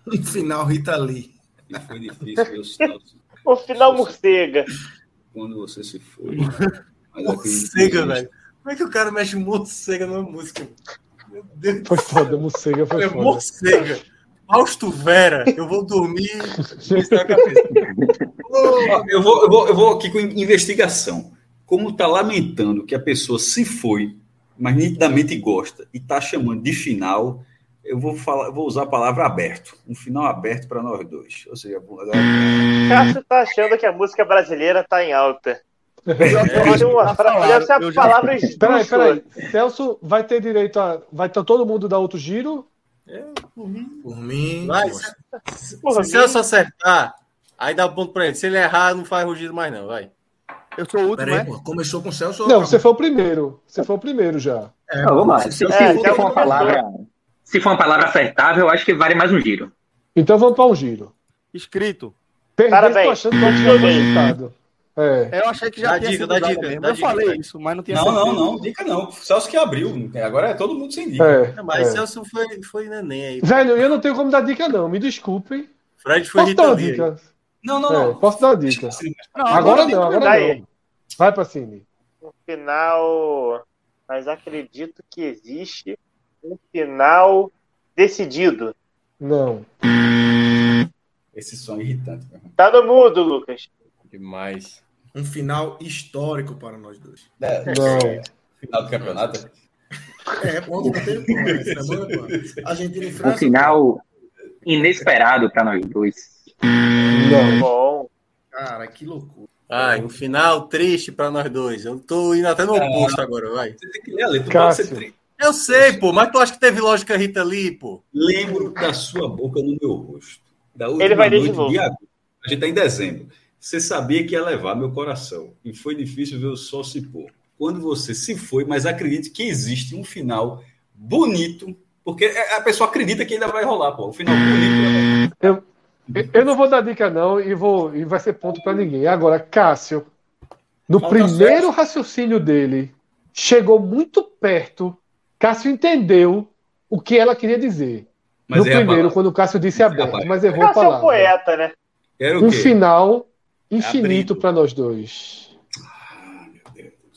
Um final Rita Lee. E foi difícil ver o Celso O Um final morcega. quando você se foi. Mas Morcega, acredito que- velho. Como é que o cara mexe morcega numa música? Meu Deus Foi foda, morcega foi É foda. morcega. Fausto Vera, eu vou dormir com isso na cabeça. Ó, Eu vou, eu, vou, eu vou aqui com investigação. Como tá lamentando que a pessoa se foi, mas nitidamente gosta e tá chamando de final, eu vou falar, eu vou usar a palavra aberto. Um final aberto para nós dois. Ou seja, vou- Cássio tá achando que a música brasileira tá em alta. É, Deve ser uma, fra- falaram, deve ser eu uma já- palavra Peraí, esdrúxula. peraí. Celso vai ter direito a. Vai ter todo mundo dar outro giro? Por mim. Vai, poxa. Porra, Se eu só acertar, aí dá ponto pra ele. Se ele errar, não faz rugido mais, não. Vai. Eu sou o último, Peraí, né? é? pô. Começou com o Celso. Não, você foi o primeiro. Você foi o primeiro já. É, Não, vamos lá. Se, você- se- É, se já for uma começou. palavra, se for uma palavra acertável, eu acho que vale mais um giro. Então vamos para um giro. Escrito. Perdeu, Parabéns. tô achando que eu tinha acertado. É. Eu achei que já Dá tinha dica, sido dá usado dica, mesmo. dá Eu dica, falei cara. isso, mas não tinha Não, né? certeza. não, não, dica não. Celso que abriu. Agora é todo mundo sem dica. É, Mas é. Celso foi, foi neném aí. Velho, eu não tenho como dar dica, não. Me desculpem. Fred foi Posso dar Rita uma Lee. dica? Não, não, É, não. posso dar uma dica. Não, Agora tem que não, mudar. agora Tá aí. não. Vai pra cima. final. Mas acredito que existe um final decidido. Não. Esse som é irritante. meu irmão. Tá no mudo, Lucas. Demais. Um final histórico para nós dois. Não. Final do campeonato. É, ponto não teve como, né? Semana, pô. Argentina e Um França. final inesperado pra nós dois. Não. Bom. Cara, que loucura. Ai, um final triste pra nós dois. Eu tô indo até no Ah. oposto agora, vai. Você tem que ler a letra. Cássio. Você tem- Eu sei, pô, mas tu acha que teve lógica Rita Lee, pô? Lembro da sua boca no meu rosto. Da última Ele vai ler de noite novo. agosto. A gente está em dezembro. Você sabia que ia levar meu coração. E foi difícil ver o sol se pôr. Quando você se foi, mas acredite que existe um final bonito. Porque é, a pessoa acredita que ainda vai rolar, pô. O final bonito. né? Eu não vou dar dica, não, e, vou, e vai ser ponto pra ninguém. Agora, Cássio, no Falta primeiro raciocínio dele, chegou muito perto. Cássio entendeu o que ela queria dizer. Mas no é a primeiro, palavra. quando o Cássio disse É a aberto, palavra. mas errou a Cássio é um palavra. poeta, né? Era o um quê? final É infinito Abrigo. pra nós dois.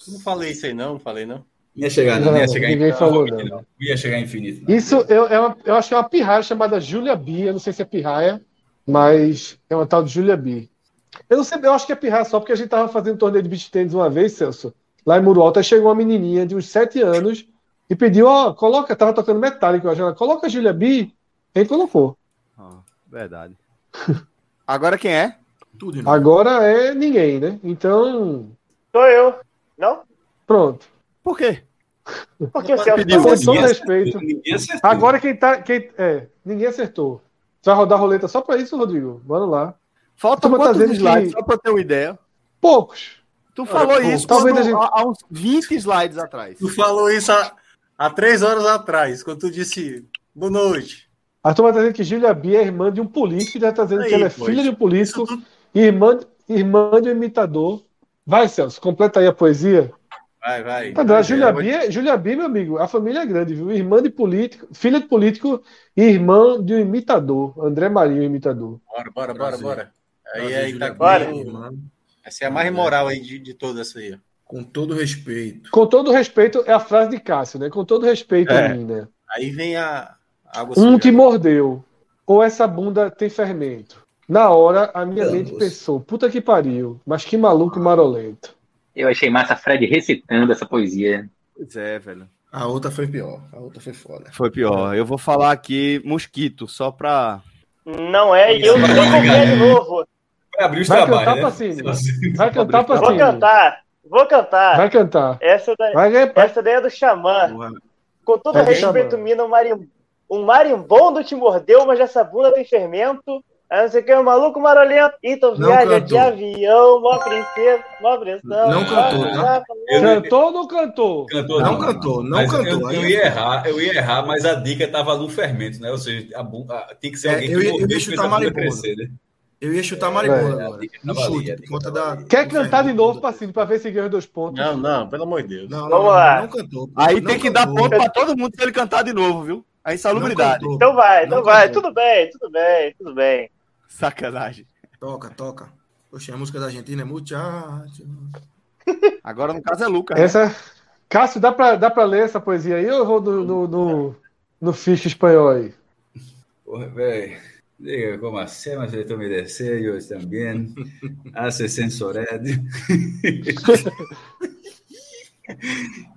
Não falei isso aí, não, não falei, não. Não ia chegar, não, Não, ia chegar né? ninguém em... falou, não, não. ia chegar em infinito. não. Isso eu, é uma- eu acho que é uma pirraia chamada Júlia Bi. Eu não sei se é pirraia, mas é uma tal de Júlia Bi. Eu não sei, eu acho que é pirraia só porque a gente tava fazendo um torneio de beach tennis uma vez, Celso. Lá em Muro Alto, aí chegou uma menininha de uns 7 anos e pediu, ó, coloca, tava tocando metálico, eu acho, ela, coloca Júlia Bi. Ele colocou. Ah, verdade. Agora quem é? Tudo de novo. Agora é ninguém, né? Então, Sou eu. Não? pronto. Por quê? Porque o Celso pediu. Com todo Ninguém respeito. Ninguém acertou. Agora quem tá. Quem, é, ninguém acertou. Você vai rodar a roleta só pra isso, Rodrigo? Vamos lá. Falta Turma tá quantos dizendo slides, que- só pra eu ter uma ideia. Poucos. Tu falou pô, isso talvez quando- a gente- há, há uns 20 slides atrás. Tu falou isso há, há três horas atrás, quando tu disse boa noite. A turma tá dizendo que Júlia Bia é irmã de um político, já tá dizendo Aí, que ela é pois. filha de um político, Isso tudo- e irmã, irmã de um imitador. Vai, Celso, completa aí a poesia. Tá, Vai, vai. Cadê? A Vai, Júlia eu vou- Bia, Júlia Bia, é- meu amigo, a família é grande, viu? Irmã de político, filha de político e irmã de um imitador. André Marinho, imitador. Bora, bora, bora, bora. Aí, Prazer, aí Júlia tá Bora. Bia, com... mano. Essa é a mais moral aí de, de todas essa aí. ó. Com todo respeito. Com todo respeito, é a frase de Cássio, né? Com todo respeito a mim, né? Aí vem a água Um suja. te mordeu. Ou essa bunda tem fermento. Na hora, a minha Meu mente Deus. pensou, puta que pariu, mas que maluco marolento. Eu achei massa Fred recitando essa poesia. Pois é, velho. A outra foi pior. A outra foi foda. Foi pior. Eu vou falar aqui mosquito, só pra. Não é, e eu não vou confiar de novo. Vai abrir os Vai cantar, trabalhos, Pacini. né? Vai cantar, Vou Pacini. cantar, vou cantar. Vai cantar. Essa daí, Vai, vai, essa daí é do Xamã. Porra. Com todo É do respeito, Xamã. mina, um, marim, um marimbondo te mordeu, mas essa bunda tem fermento. Aí não sei o que, é um maluco marolento. Então Não viaja de cantou. avião, mó princesa, mó pressão. Não cantou, tá? é Eu- cantou ou não cantou? Cantou, Não cantou, não Mas cantou. né? Eu, eu Aí- ia errar, eu ia errar, mas a dica tava no fermento, né? Ou seja, a bu- a- tem que ser É, alguém eu que ia- eu ia mordeu e chutar fez a bunda marimbondo. crescer, né? Eu ia chutar Maribondo É, a agora. dica No tava ali, chute, a por dica conta tava da. ali. Quer tá do cantar de Fernando. novo, Pacini, pra ver se ganha os dois pontos? Não, não, pelo amor de Deus. Não, não, Vamos lá. não, não cantou. Aí Não tem que dar cantou. ponto pra todo mundo se ele cantar de novo, viu? A insalubridade. Não cantou. Então vai, então Não vai. cantou. Tudo bem, tudo bem, tudo bem. Sacanagem. Toca, toca. Poxa, a música da Argentina é muchacho. Agora, no caso, é Lucas. né? Essa... Cássio, dá pra, dá pra ler essa poesia aí ou eu vou no, no, no, no ficha espanhol aí? Porra, velho. Diga como hacemos de tu me desejos também. Ah, Hace sensored.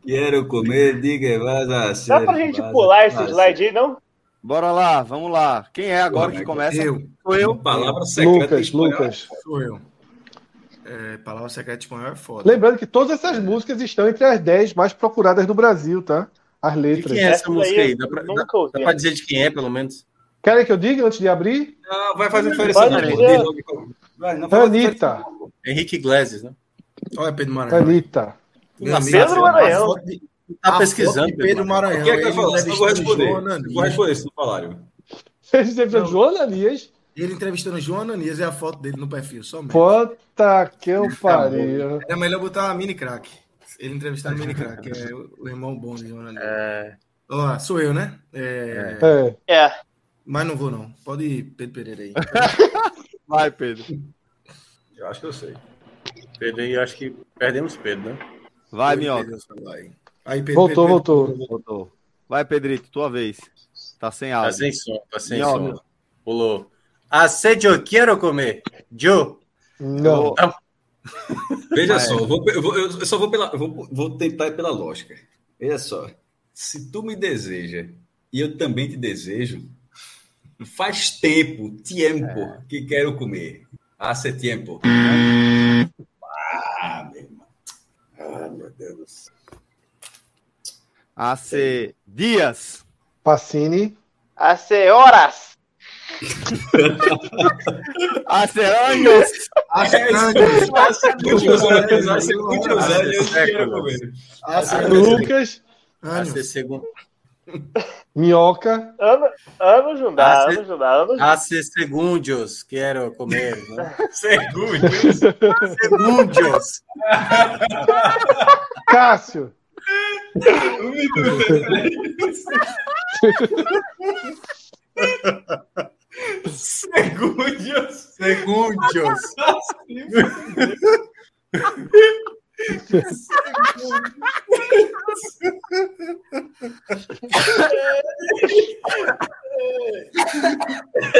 Quero comer, diga, vas a hacer. Dá pra gente vas a é pular esse hacer. slide aí, não? Bora lá, vamos lá. Quem é agora Porra, que velho, começa? Eu, Sou eu. Palavra secreta. Lucas, espanhola. Lucas. sou eu. É, palavra secreta espanhol é foda. Lembrando que todas essas músicas estão entre as 10 mais procuradas no Brasil, tá? As De letras. quem é essa música aí? Dá pra, eu dá- Nunca dá ouvi. pra dizer de quem é, pelo menos? Querem que eu diga antes de abrir? Não, Ah, vai fazer diferença não. Pode pô. ser. Diz logo. Vai, não faz diferença. Anitta. Henrique Iglesias, né? Olha Pedro Maranhão. Anitta. Meu amigo, Pedro Maranhão. a foto de- a Tá foto pesquisando. de Pedro mano. Maranhão. O que é que vai ele falar? Senão Eu vou entrevistando responder. João Eu Vou Ananias. responder isso no palário. Eles entrevistando Não. João Ananias. Ele entrevistando João Ananias é a foto dele no perfil, somente. Puta que eu pariu. Era melhor botar a mini crack. Ele entrevistando o mini crack, que é o o irmão bom de João Ananias. É, Ó, sou eu, né? É, É. É, Mas não vou, não. Pode ir, Pedro Pereira aí. Vai, Pedro. Eu acho que eu sei. Pedro aí, eu acho que perdemos Pedro, né? Vai, Oi, Minhoca. Pedro, seu pai. Aí, Pedro, Voltou, Pedro, voltou. Voltou. Vai, Pedrito, tua vez. Tá sem Tá áudio. sem som, tá sem Minhoca. som. Pulou. Acede, eu quero comer. Joe. Não. Veja Ah, é. só, eu, vou, eu vou- eu só vou pela. eu Vou, vou tentar ir pela lógica. Veja só. Se tu me deseja e eu também te desejo, faz tempo, tempo, que quero comer. Hace tempo. Ah, meu irmão. Ah, meu Deus do céu. AC Dias. Pacini. a senhoras. AC Anjos. Hace muitos anos, hace Deus. muitos anos, eu quero Séculos. comer. Ah, sim. Lucas. Anos. Ace segundo, Minhoca. Ano, ano Jundá, Ah, cê- ano Jundá, ano Jundá. Ace segundos, quero comer. né? Segundo. segundos. Cássio. Segundo. Segundos.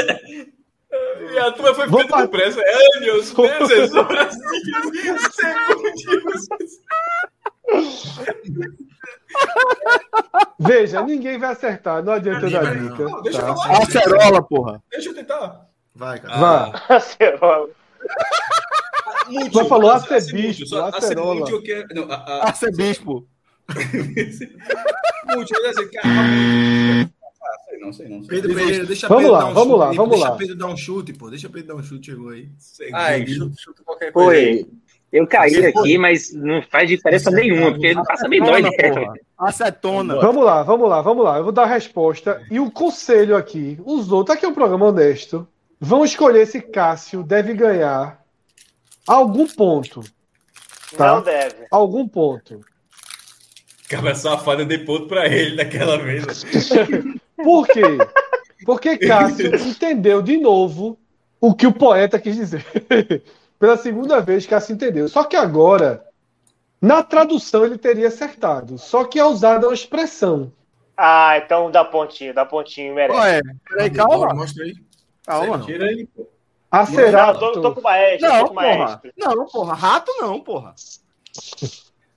E a tua foi Vou ficando pa- com pressa. É, Nilson, tesouras, segundinhos. Veja, ninguém vai acertar. Não adianta eu dar Ninguém vai, dica. não. Deixa tá? eu falar. Acerola, porra. Deixa eu tentar. Vai, cara. Vai. A senhoras. Mútil, Só falou ace- acebispo, acemútil, só- acerola. acemútil que é- não, a- a- AC Bispo. mútil, né, assim, caramba. Ah, sei não, sei não, sei Pedro Pereira, deixa Vamos Pedro lá, dar um vamos chute lá, aí, vamos deixa lá. Pedro dar um chute, pô. Deixa Pedro dar um chute, chegou aí. não. Segundo. Ai, chuta, chuta qualquer coisa. aí. Oi, eu caí Você aqui, mas não faz diferença Você nenhuma, tá- porque não passa a menor Acetona, ideia. porra. Acetona. Vamos lá, vamos lá, vamos lá. Eu vou dar a resposta. E o conselho aqui, os outros, aqui é um programa honesto. Vão escolher se Cássio deve ganhar algum ponto. Tá. Não deve. Algum ponto. Cabra safado, eu dei ponto pra ele daquela vez. Por quê? Porque Cássio entendeu de novo o que o poeta quis dizer. Pela segunda vez, Cássio entendeu. Só que agora, na tradução, ele teria acertado. Só que é usada uma expressão. Ah, então dá pontinho, dá pontinho, merece. Ué, peraí, calma. Mostra aí. Calma. Tira aí, pô. não, Acerato. tô, tô com o maestro, Não, tô com o porra. maestro. Não, porra. Rato não, porra.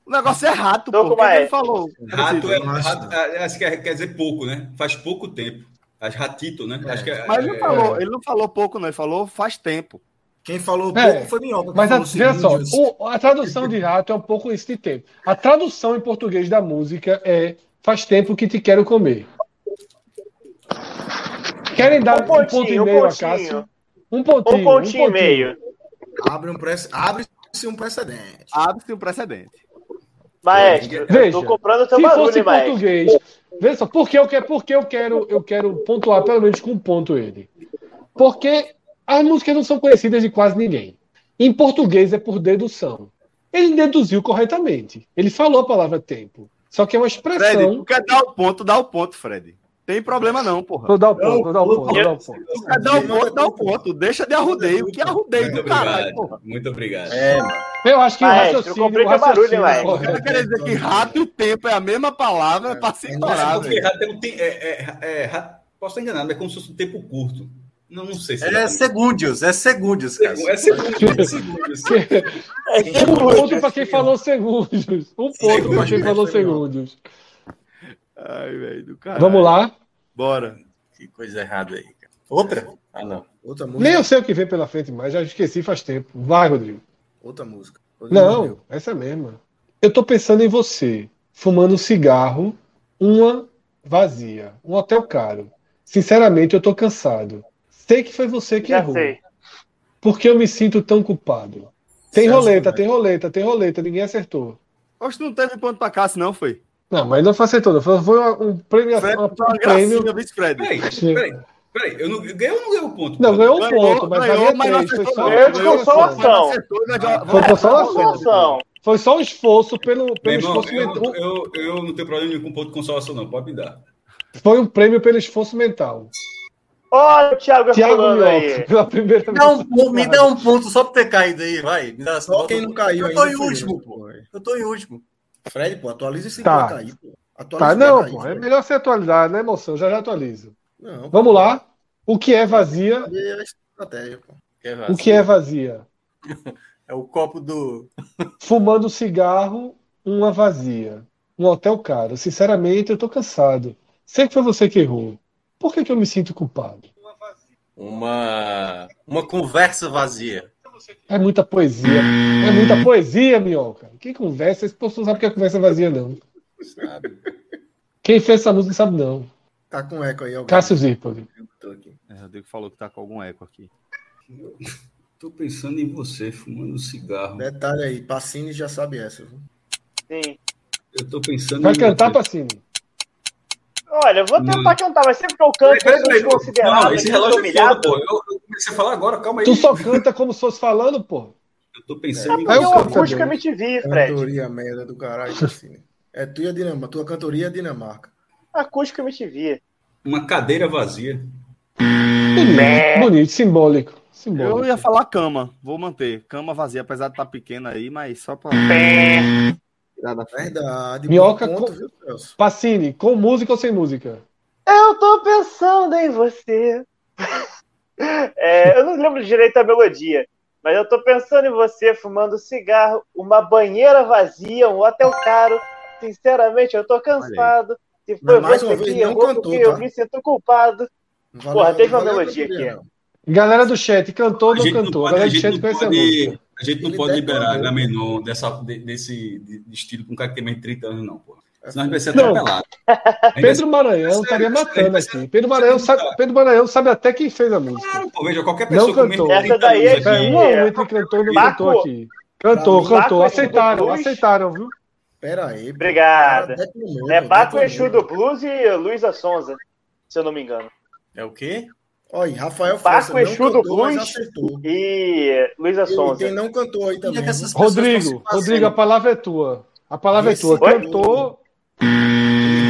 O negócio é rato, Tô pô. com O que, é que ele maestro. falou? Rato, é, Eu não acho, rato não. é, acho que é- quer dizer pouco, né? Faz pouco tempo. As ratito, né? Acho que é- Mas ele é- falou, ele não falou pouco, não. Ele falou faz tempo. Quem falou É, pouco foi Minhoca. que Mas a, falou veja só, um Cilindros. o- a tradução de rato é um pouco isso de tempo. A tradução em português da música é Faz tempo que te quero comer. Querem dar um ponto e meio a Cássio? Um pontinho. Um pontinho e meio. Abre um prece- Abre-se um precedente. Abre-se um precedente. Maestro, eu Veja, tô comprando o teu Se um barulho, fosse hein, maestro. português, veja só, porque eu quero, porque eu quero, eu quero pontuar pelo menos com um ponto ele. Porque as músicas não são conhecidas de quase ninguém. Em português é por dedução. Ele deduziu corretamente. Ele falou a palavra tempo. Só que é uma Fred, expressão. tu quer dar o ponto, dá o ponto, Fred. Tem problema não, porra. Vou dar o ponto, vou dar o ponto, vou dar o ponto. Tu quer dar o ponto, dá o ponto. Deixa de arrudeio. Que arrudeio é. Muito do caralho, porra. obrigado. Muito obrigado. É, Eu acho que Maestro, o raciocínio. O complica barulho, hein, raciocínio maestro? O cara correto. quer dizer que rato e tempo é a mesma palavra pra separar, Nossa, velho. porque rato é um tem- é- é- é rato- Posso estar enganado, mas é como se fosse um tempo curto. Não, não sei se É exatamente. segundos, é segundos, cara. É segundo, é segundo. um ponto para quem falou segundos. Um ponto para quem falou segundos. Ai, velho, do caralho. Vamos lá. Bora. Que coisa errada aí, cara. Outra? Ah, não. Outra música. Nem eu sei o que vem pela frente, mas já esqueci faz tempo. Vai, Rodrigo. Outra música. Não, essa mesma. Eu tô pensando em você, fumando um cigarro, uma vazia, um hotel caro. Sinceramente, eu tô cansado. Sei que foi você que Já errou. sei. Porque eu me sinto tão culpado. Tem Celso roleta, Fernandes. tem roleta, tem roleta, ninguém acertou. Acho que não teve ponto pra cá, se não foi. Não, mas não foi acertou, foi, foi uma- um prêmio, Fred, uma- foi uma um prêmio. gracinha, vice Fred. Peraí, peraí. Peraí, eu não eu ganhei ou não ganhei o ponto? Não, pô? ganhou um Ganhou, ponto, mas ganhou, valia mas não três. acertou Foi só, um. não. um Eu foi desculpa, só- ação. Não. Acertou, mas já- Foi um consolação. Consolação. Foi só um esforço pelo, Meu pelo irmão, esforço mental. eu, eu, eu não tenho problema nenhum com ponto de consolação, não. Pode me dar. Foi um prêmio pelo esforço mental. Olha o Thiago Tiago Tá falando Mioca, aí. pela primeira Me dá, um, vez. ponto- me dá um ponto só por ter caído aí, vai. Me dá Só quem não caiu Eu tô ainda em foi último, eu. pô. Eu tô em último. Fred, pô, atualiza esse Tá. cara aí, pô. Atualiza Tá, esse não, cara pô, aí, é melhor você atualizar, né, moção? Já já atualizo. Não, Vamos lá. O que é vazia? cadê a estratégia, pô? O que é vazia? É o copo do. Fumando cigarro, uma vazia. Um hotel caro. Sinceramente, eu tô cansado. Sei que foi você que errou. Por que, que eu me sinto culpado? Uma. Uma conversa vazia. É muita poesia. É muita poesia, minhoca. Que conversa? Esse povo não sabe o que é conversa vazia, não. Sabe? Quem fez essa música sabe, não. Tá com eco aí, alguém. Cássio Zirpoli. Tô aqui. É, o Rodrigo falou que tá com algum eco aqui. Tô pensando em você fumando um cigarro. Detalhe aí, Pacini já sabe essa. viu? Sim. Eu tô pensando Vai em cantar, você. Pacini. Olha, eu vou tentar cantar, mas sempre que eu canto, eu Peraí, peraí, sou peraí. desconsiderado, Não, esse eu sou relógio é foda, humilhado. pô. Eu, eu comecei a falar agora, calma aí. Tu só canta como se fosse falando, pô. Eu tô pensando em Aí Fazer eu uma canto você. acústica É também. É MTV, Fred. Cantoria merda do caralho, Pacini. É tu e a Dinamarca, tua cantoria é a Dinamarca. Acústica MTV. Uma cadeira vazia. Hum. Bonito, bonito, simbólico. Eu simbólico. ia falar cama, vou manter. Cama vazia, apesar de estar pequena aí, mas só pra. Verdade. Minhoca bom ponto, com- viu, Celso? Pacini, com música ou sem música? Eu tô pensando em você. É, eu não lembro direito a melodia, mas eu tô pensando em você fumando cigarro, uma banheira vazia, um hotel caro. Sinceramente, eu tô cansado. Se foi Mas mais você uma vez, que não errou, cantou, porque eu tá? me sinto culpado. Não valeu- Porra, teve não uma valeu a melodia cantoria, aqui, não. Galera do chat, cantou ou A não gente não cantou? A pode, a galera do gente chat não conhece a pode, música. a gente não Ele pode deve liberar um- poder. Gamenon dessa, de- desse de- de estilo com um cara que tem mais de 30 anos, não, pô. É Senão a gente vai ser Não. atropelado. assim, A gente vai ser- Pedro Maranhão Sério, assim, estaria sério, matando sério. aqui. Pedro Maranhão, sabe, Tá. Pedro Maranhão sabe até quem fez a música. Claro, pô, veja, qualquer Não pessoa com menos de cantou. 30 Essa daí é anos É aqui, um a um entre cantor e não Marco- cantor aqui. Cantou, Marco cantou. Exu Aceitaram, Cruz. aceitaram, viu? Pera aí. pô. Obrigada. Cara, declamou, É pô, Baco declamou. Exu do Blues e Luísa Sonza, se eu não me engano. É o quê? Olha, aí, Rafael Baco França não Exu do cantou, mas Blues. acertou. E Luísa E Sonza. quem não cantou aí também. é que essas- Rodrigo, pessoas estão se Rodrigo, a palavra é tua. A palavra Esse é tua. foi- Cantou,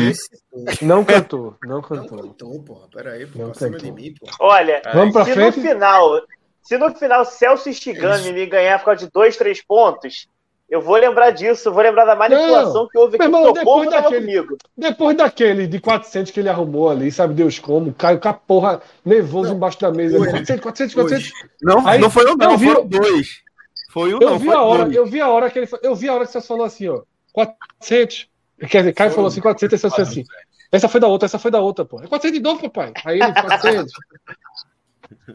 Acertou. não cantou, não Não cantou. cantou, porra. Pera aí, é pô. Não Pra cima de cantou. mim, pô. Olha, Vamos pra se frente. no final, se no final Celso Isso. Stigani me ganhar por causa de dois, três pontos, Eu vou lembrar disso, vou lembrar da manipulação que houve meu aqui. irmão, Tocou, depois não tava daquele- comigo. Depois daquele de 400 que ele arrumou ali, sabe Deus como, caiu com a porra nervoso embaixo da mesa. Foi. 400, 400, Foi. 400. Não, Aí, não foi um, não, eu vi- foram dois. Foi um, Eu não, vi foi a hora, dois. eu vi a hora que ele fa- eu vi a hora que você falou assim, ó, 400. Quer dizer, Caio falou assim, 400, essa foi assim. é. Essa foi da outra, essa foi da outra, pô. É 400 de novo, papai. Aí ele, 400.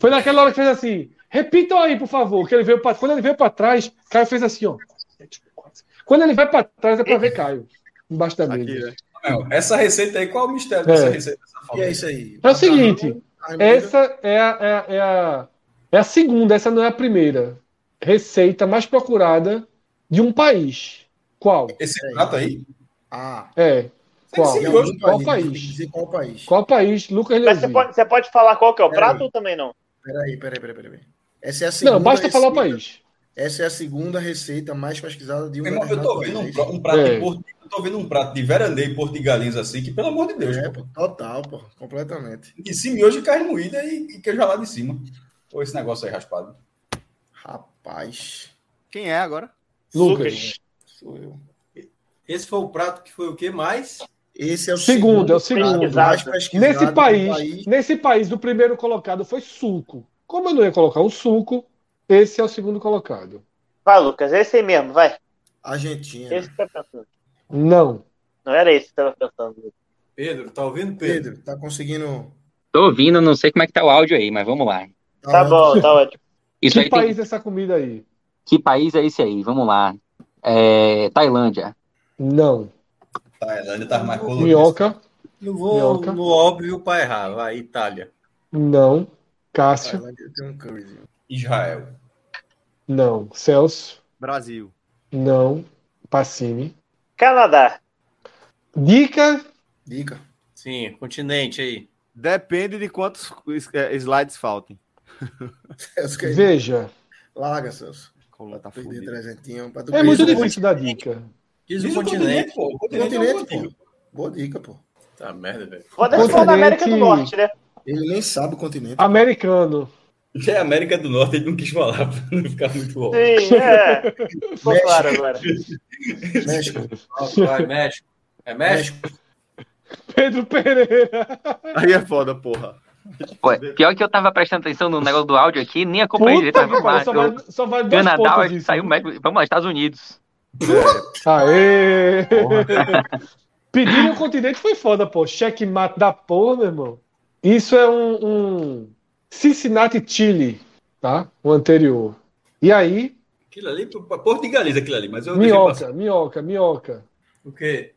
Foi naquela hora que fez assim, repitam aí, por favor, que ele veio pra, quando ele veio pra trás, Caio fez assim, ó. 400, 400. Quando ele vai pra trás é pra ver Caio embaixo da mesa. Aqui, né? Não, essa receita aí, qual é o mistério É. dessa receita? Dessa E falta? é isso aí. É o seguinte, Armida, Essa é a, é a- é a- é a segunda, essa não é a primeira. Receita mais procurada de um país. Qual? Esse prato aí? Ah, É. Qual? Sim, é sim, outro Qual país. país? Tem que dizer qual país. Qual país? Lucas Mas você Leozinho. pode, você pode falar qual que é o Pera prato aí. ou também não? Peraí, peraí, peraí, peraí. Essa é a segunda Não, basta falar o receita- país. Essa é a segunda receita mais pesquisada de um Meu irmão, eu tô determinado vendo um, país. pra- um prato É. de Porto, eu tô vendo um prato de veraneio e porto de galinhas assim, que pelo amor de Deus, É, pô. pô, total, pô, completamente. E se miojo de carne moída e, e queijo lá de cima. Ou esse negócio aí raspado. Rapaz, Quem é agora? Lucas. sou eu. Esse foi o prato que foi o que mais? Esse é o Segundo, é o segundo. prato mais pesquisado Nesse do país, nesse país, o primeiro colocado foi suco. Como eu não ia colocar o suco, esse é o segundo colocado. Vai, Lucas, é esse aí mesmo, vai. É. Argentina. Esse que tá pensando. Não. Não era esse que tava pensando. Pedro, tá ouvindo, Pedro? Pedro, tá conseguindo. Tô ouvindo, não sei como é que tá o áudio aí, mas vamos lá. Tá bom, tá ótimo. Isso que aí tem- país é essa comida aí? Que país é esse aí? Vamos lá. É, Tailândia. Não. Tailândia tá mais colorido. Minhoca? Não vou Minhoca. no óbvio para errar. Vai, Itália. Não. Cássio? Tem um curryzinho. Israel. Não. Celso? Brasil. Não. Pacini. Canadá. Dica? Dica. Sim, continente aí. Depende de quantos eh, slides faltem. Celso, que... Veja. Larga, Celso. Coluna tá Perder fudida. trezentinho. pra tu É muito perder. difícil dar dica. Diz Diz o continente. pô. O continente, é né? um Continente, continente. pô. Boa dica, pô. Tá merda, velho. Vou até falar da América do Continente. Norte, né? Ele nem sabe o continente. Ah, Americano. Já é América do Norte, ele não quis falar pra não ficar muito bom. Sim, é. Ficou claro agora. México. Vai, México. É México? Pedro Pereira. Aí é foda, porra. Pô, pior que eu tava prestando atenção no negócio do áudio aqui, nem acompanhei direito. Puta mas que Vamos pariu, só lá. Eu- vai, só vai dois Canadá, eu pontos acho que disso. né? saiu México. Vamos lá, Estados Unidos. Aê! Pedir no continente foi foda, pô. Checkmate da porra, meu irmão. Isso é um, um Cincinnati, Chile, tá? O anterior. E aí, Aquilo ali, pô, Porto de Galinhas, aquilo ali. Mas eu deixei passar. minhoca, minhoca, minhoca. O quê?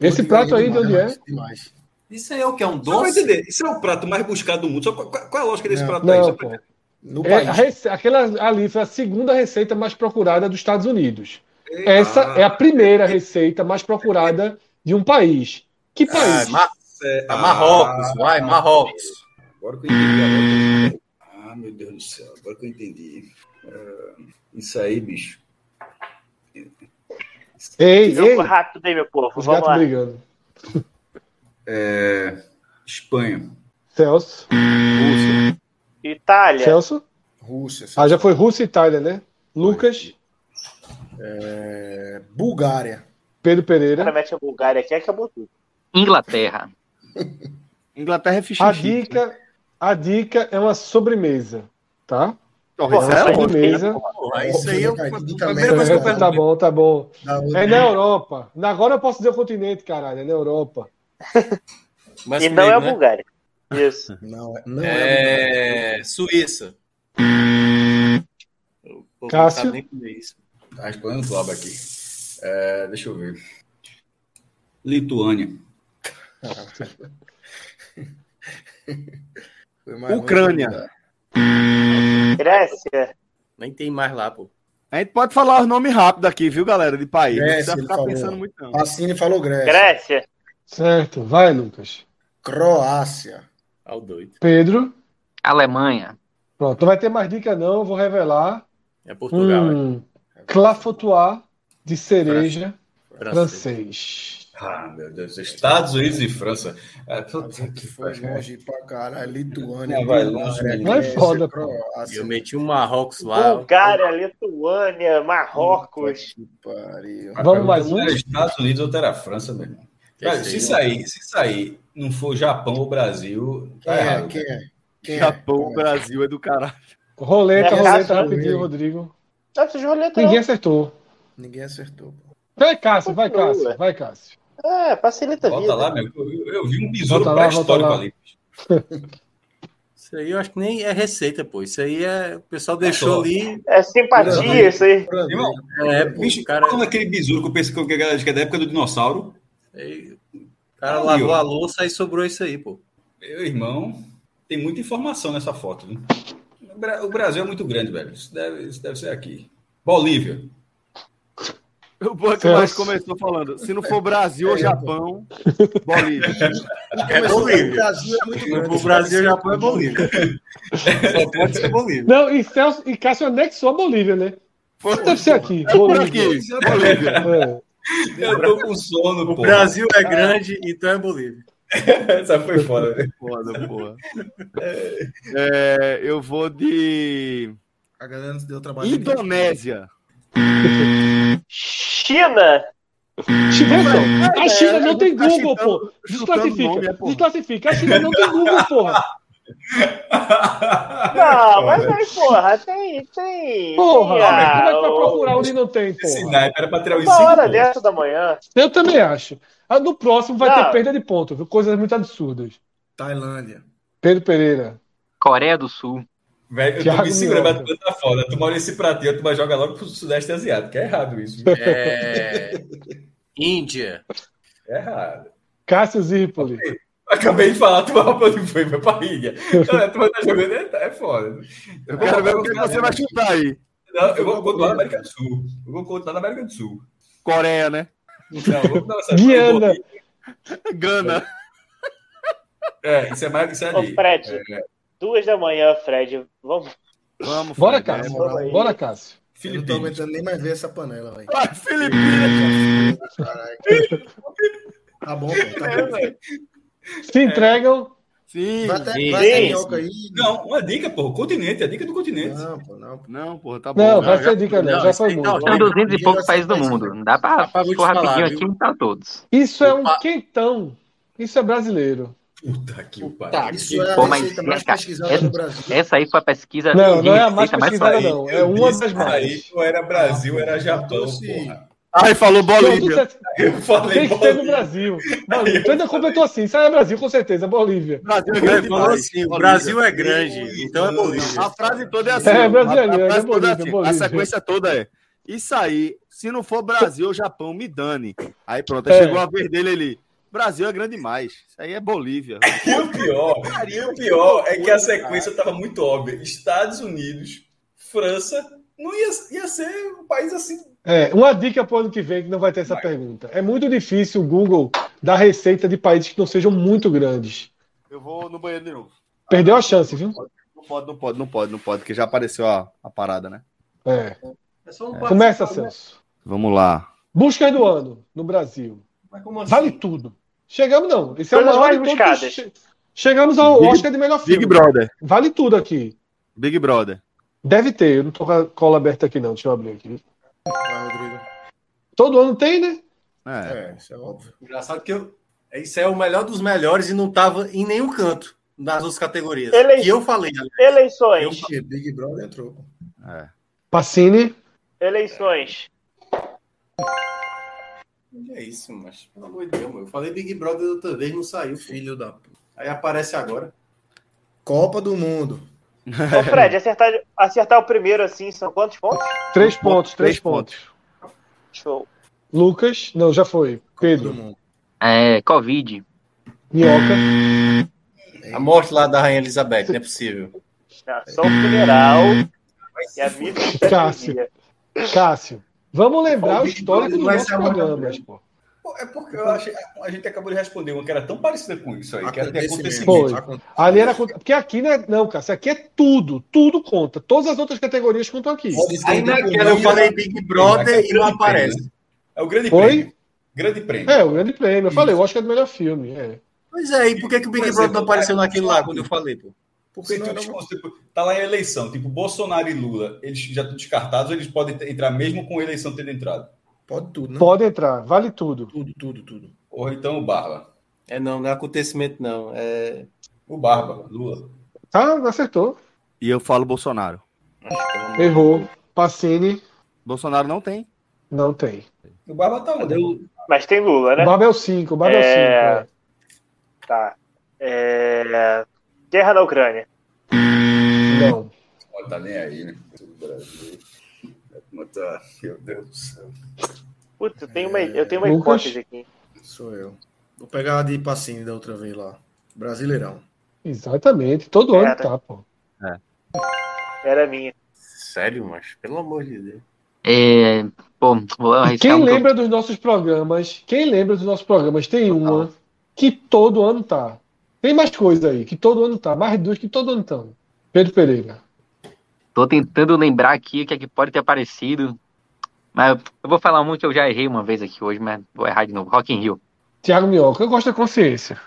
Esse prato aí de onde é? Demais. Isso aí é o que? É um Você vai doce? entender, isso é o prato mais buscado do mundo. Só qual, qual é a lógica desse Não. prato aí? Só Não, pra- pô. No É, a país. rece- aquela ali foi a segunda receita mais procurada dos Estados Unidos. Eita. Essa Ah. é a primeira receita mais procurada de um país. Que Ah, país? Ma- É- ah, Marrocos. Vai, Marrocos. Agora que eu entendi. Agora que eu... Ah, meu Deus do céu, agora que eu entendi. Ah, isso aí, bicho. Ei, ei, Jogo rápido aí, meu povo. os Vamos gatos lá. brigando. É, Espanha. Celso, Itália. Celso. Rússia. Ah, já foi Rússia e Itália, né? Lucas, É, Bulgária. Pedro O cara Pereira. mete a Bulgária aqui, acabou tudo. Inglaterra. Inglaterra é ficha A dica, a dica é uma sobremesa, tá? É uma Ela é sobremesa. Porra, Óbvio, Ah, isso aí é eu. né, cara? Dica a primeira merda, coisa que eu cara. Tá bom, tá bom. Da outra- É na Europa. Agora eu posso dizer o continente, caralho. É na Europa. Mas E não é a comigo, né? Bulgária. Isso. Não, é- não é. É, Suíça. O povo não Cássio? sabe nem comer isso. Tá respondendo o Glauber aqui. É, deixa eu ver. Lituânia. Foi mais longe. Ucrânia. Grécia. Nem tem mais lá, pô. A gente pode falar os nomes rápido aqui, viu, galera, de país. É, não precisa ele ficar falou. pensando muito, não. Pacini falou Grécia. Grécia. Certo. Vai, Lucas. Croácia. Ao Tá doido. Pedro. Alemanha. Pronto, não vai ter mais dica, não. Eu vou revelar. É Hum, Portugal, Um clafotois de cereja é. Francês. francês. Ah, meu Deus. Estados Unidos e França. É, puta Que foi pariu. longe pra caralho. Lituânia, Não, vai longe, Bulgária, Não é Grécia, foda, pô. Croácia. Eu meti um Marrocos lá. Bulgária, Lituânia, Marrocos. Que pariu. Vamos mais Não um? era Estados Unidos, outra era a França, meu irmão. Cara, se sair, se sair, não for Japão ou Brasil, Quem tá é? errado. Quem é? Quem é? Japão, Brasil é do caralho. Roleta, É roleta, Cássio, rapidinho, né? Rodrigo. Não precisa de roleta, Ninguém não. acertou. Ninguém acertou. pô. Vai, Cássio, vai, Continua. Cássio, vai, Cássio. É, facilita a Volta vida. lá, meu. Eu, eu vi um besouro Volta lá, pré-histórico volta lá. ali. Isso aí eu acho que nem é receita, pô. Isso aí é. O pessoal deixou ali. É simpatia isso aí. Irmão, É, pô, bicho, o cara, Como aquele besouro que eu pensei que eu- que era- acho que é da época do dinossauro? aí, o cara lavou a louça e sobrou isso aí, pô. Meu irmão, tem muita informação nessa foto. Viu? O Bra- O Brasil é muito grande, velho. Isso deve, isso deve ser aqui. Bolívia. O Banco Celso. mais começou falando. Se não for Brasil É, ou Japão, Bolívia. É O Brasil é muito grande. O Brasil e o Japão é Bolívia. Só pode ser Bolívia. Não, e, Celso, e Cássio anexou a Bolívia, né? Foi Deve ser aqui. por Bolívia. aqui, Bolívia. É. Eu tô com sono, O pô. Brasil é grande, então é Bolívia. Essa foi foda, velho. Foda, porra. É, eu vou de A galera não se deu trabalho. Indonésia. China. Chibeta, a China não tem tá Google, chutando- pô. chutando nome, é, Desclassifica, pô. desclassifica. A China não tem Google, porra. Não, mas aí, porra, tem. tem Porra, tem a- como é que vai procurar onde não tem, Esse porra? sniper era pra tirar os Uma hora cinco. dessa da manhã. Eu também acho. Ah, No próximo vai Não. ter perda de ponto, viu? Coisas muito absurdas. Tailândia. Pedro Pereira. Coreia do Sul. pô. Velho, eu tô Thiago me segurando, mas Mioca. tu tá foda. Tu mora esse pratinho, tu vai jogar logo pro Sudeste Asiático. É errado isso. viu? É. Índia. É errado. Cássio Zirpoli. Acabei de falar, tu vai pra onde foi, meu barriga. Cara, tu vai estar jogando, é, é foda. Eu quero ver o que você vai chutar aí. Não, eu vou continuar na América do Sul. Eu vou continuar na América do Sul. Coreia, né? Não, vamos dar essa- Guiana. Gana. É, isso é mais isso é Ô, ali. Fred. Duas da manhã, Fred. Vamos. Vamos, Bora, Fred, Cássio. né? bora é. aí. Bora, Cássio. Eu não tô Filipinas. aguentando nem mais ver essa panela, velho. Vai, Filipinas. Tá bom, pô, tá bom. Se entregam. Sim. Vai até Sim. vai até Sim. minhoca aí. Não, uma dica, pô. O continente, a dica do continente. Ah, Não, pô, não. pô. Não, porra, tá bom. Não, né? vai ser dica, não. não, Já isso foi aí não, muito. São 200 e poucos países do Rapaz, mundo. né? Não dá pra rapaz, vou te pôr falar, rapidinho viu? aqui e juntar todos. Isso é um Opa. quentão. Isso é brasileiro. Puta que o pai. Tá, Isso é a Pô, mas receita mais é, cara, pesquisada é- do Brasil. Essa aí foi a pesquisa Não, de não é a mais receita pesquisada, forte. não. É uma das Aí mais. não era Brasil, era Japão, Sim. porra. Ai, falou Bolívia. Todos- Eu Tem falei, que ser no Bolívia. Brasil. Bolívia. Tu ainda completou assim. Sai é Brasil, com certeza. Bolívia. Brasil é Ele grande falou demais. assim: o Bolívia. Brasil é grande, então é Bolívia. A frase toda é assim. É, ó. Brasil é a, a grande, frase é toda é Bolívia, assim. Bolívia. A sequência toda é. Isso aí, se não for Brasil ou Japão, me dane. Aí pronto, aí É. chegou a vez dele ali. Brasil é grande demais. Isso aí é Bolívia. E o pior, e o pior é que a sequência tava muito óbvia. Estados Unidos, França, não ia, ia ser um país assim. É, uma dica pro ano que vem que não vai ter essa pergunta. É muito difícil o Google dar receita de países que não sejam muito grandes. Eu vou no banheiro de novo. Perdeu a chance, viu? Não pode, não pode, não pode, não pode, porque já apareceu a, a parada, né? É. É só um Começa, né? Celso. Vamos lá. Buscas do ano no Brasil. Mas como assim? Vale tudo. Chegamos, não. Isso é o Coisas maior de mais todos os- Chegamos ao Big- Oscar de melhor Big filme. Brother. Vale tudo aqui. Big Brother. Deve ter. Eu não tô com a cola aberta aqui, não. Deixa eu abrir aqui. Vai, né, Rodrigo. Todo ano tem, né? É. É, isso é óbvio. Engraçado que eu, isso é o melhor dos melhores e não tava em nenhum canto nas outras categorias. Ele- Que eu falei. Eleições. Ixi, Big Brother entrou. pô. é. Pacini. Eleições. Que É isso, mas pelo amor de Deus, meu. Eu falei Big Brother da outra vez, não saiu. pô. Filho da puta. Aí aparece agora. Copa do Mundo. Ô, Fred, acertar, acertar o primeiro assim são quantos pontos? Três pontos, três Três pontos. Show. Lucas. Não, já foi. Copa Pedro. do Mundo. É, Covid. Minhoca. A morte lá da Rainha Elizabeth, não é possível. Ação funeral e a vida do sétimo Cássio. dia. Cássio. Vamos lembrar o Covid histórico dos vai nossos ser a maior programas, pô. Pô, É porque eu achei, a gente acabou de responder uma que era tão parecida com isso aí, que era de Acontecimento. acontecimento. Foi. Aconte- Ali era. contra- Porque aqui, né? Não, Cássio. Aqui é tudo. Tudo conta. Todas as outras categorias contam aqui. Pode ser Aí de naquela eu comida, falei Big Brother e não aparece. É o grande Oi? prêmio. Grande prêmio. É, o grande prêmio. Eu falei, eu acho que é do melhor filme. É. Pois é, e por que, que o Big Por Brother não exemplo, apareceu vai- naquele lá quando eu falei, pô? Porque Senão tu era uma- desconta, tipo, tá lá a eleição, tipo, Bolsonaro e Lula, eles já estão descartados, eles podem ter- entrar mesmo com a eleição tendo entrado. Pode tudo, né? Pode entrar, vale tudo. Tudo, tudo, tudo. Ou então o Barba. É não, não é acontecimento, não. É. O Barba, Lula. Tá, acertou. E eu falo Bolsonaro. Errou. Pacini, Bolsonaro não tem. não tem. O Barba tá onde? Mas tem Lula, né? O Babel 5, o Babel 5. É. É. Tá. É... Guerra na Ucrânia. é. Não. Ó, tá nem aí, né? O Brasil. Tá- Meu Deus do céu. Putz, eu tenho uma, É. eu tenho uma Lucas? hipótese aqui. Sou eu. Vou pegar a de Pacini da outra vez lá. Brasileirão. Exatamente. Todo ano É, tá. tá, pô. Era minha. Sério, macho? Pelo amor de Deus. É, pô, vou arriscar Quem um que eu- lembra dos nossos programas? Quem lembra dos nossos programas? Tem uma que todo ano tá. Tem mais coisa aí, que todo ano tá. Mais duas que todo ano estão. Pedro Pereira. Tô tentando lembrar aqui o que é que pode ter aparecido. Mas eu vou falar um que eu já errei uma vez aqui hoje, mas vou errar de novo. Rock in Rio. Tiago Minhoca, eu gosto da consciência.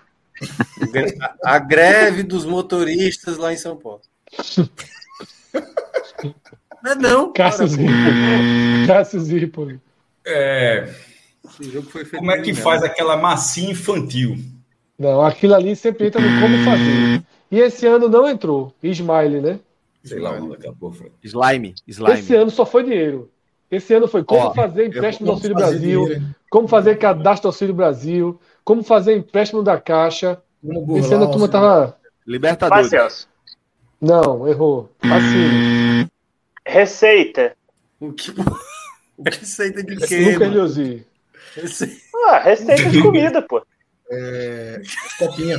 O gre- A greve dos motoristas lá em São Paulo. Não é não. Cássio Zirpoli. Cássio Zirpoli. É, Esse jogo foi feito como é pra que mim faz mesmo. aquela massinha infantil? Não, aquilo ali sempre entra no como fazer. E esse ano não entrou. Smile, né? Sei lá, é Lula, daqui a pouco, Fred. Slime. Slime. Esse é ano só foi dinheiro. Esse ano foi como Ó, fazer empréstimo do Vamos Auxílio fazer Brasil, dinheiro, hein? como fazer cadastro do Auxílio Brasil, como fazer empréstimo da Caixa. Vamos burlar Esse ano a turma o tava. Tá Libertadores. Marcelso. Não, errou. Assim, Receita. O que... o que Receita de quê, Lucas mano? Leozzi. Rece- Ah, receita de comida, pô. Auxílio. é, Copinha.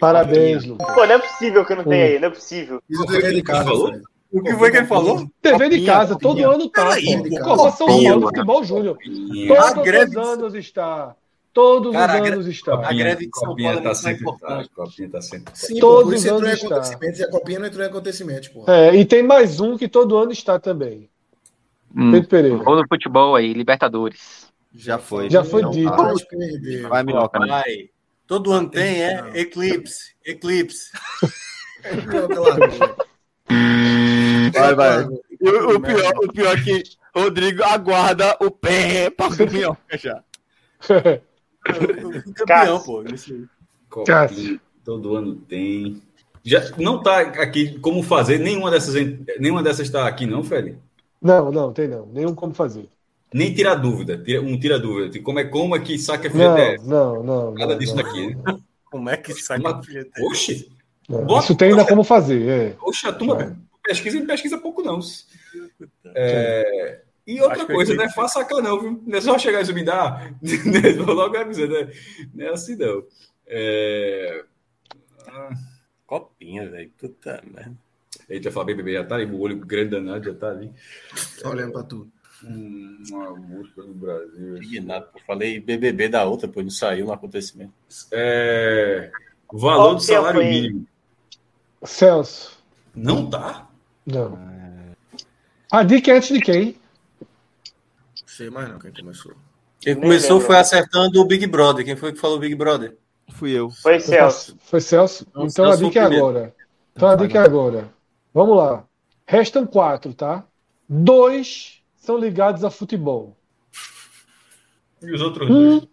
Parabéns, Lucas. Pô, não é possível que não tenha aí, não é possível. Fiz o dever de casa. Falou? Fred. O que foi que ele falou? TV de casa, copinha. todo ano tá. Peraí, pô. pô, Copa São copinha, Paulo, mano. futebol júnior. A Todos os greve- anos está. Todos Cara, a os gre- anos está. A greve de São Copinha tá Paulo é muito mais sempre importante. atrás, Copinha tá sempre atrás. Sim, Todos pô, por isso os entrou em anos está. acontecimentos e a copinha não entrou em acontecimentos, pô. É, e tem mais um que todo ano está também. Hum, Pedro Pereira. Ou no futebol aí, Libertadores. Já foi. Já foi dito. fala. Mas perdeu. Vai, Minhoca. Vai. Todo ano tem, é? Eclipse. Eclipse. Minhoca largou. Vai, vai. E o, o pior, o pior é que Rodrigo aguarda o pé para o Minhoca já. Eu fui É campeão, Cássio. pô. nesse- Cássio. Todo ano tem. Já não tá aqui como fazer, nenhuma dessas nenhuma dessas tá aqui não, Fred. Não, não, tem não. Nenhum como fazer. Nem tirar dúvida, tira- um tira dúvida. Tem Como é como é que saca Não, FGTS? não, não. Nada não, disso não, daqui, né? não, Como é que sai Uma- da filha dele? Oxe, não. Bota- É. Isso tem ainda como fazer. é. oxe, a turma pesquisa não pesquisa pouco não. É, e outra Acho que coisa, eu não é entendi. fácil sacar não, viu? Não é só chegar e me dar, né? Vou logo avisando, né? Não é assim não. É... Copinha, velho. Puta merda. Eita, Fábio, bebê, já tá ali, o olho grande danado já tá ali. Tá olhando pra tu. Hum, Uma música do Brasil. Indignado, pô. Falei BBB da outra, pô. Não saiu no acontecimento. É, valor Qual do que é, salário foi? mínimo. É. Celso. Não tá? Não. É. A dica é antes de quem? Sei mais não quem começou. Quem Nem começou lembro. foi acertando o Big Brother. Quem foi que falou Big Brother? Fui eu. Foi Celso. Foi Celso? Não, então Celso Tá, a dica é foi o primeiro. agora. Então a dica é agora. Vamos lá. Restam quatro, tá? Dois são ligados a futebol. E os outros Uhum. Um, dois?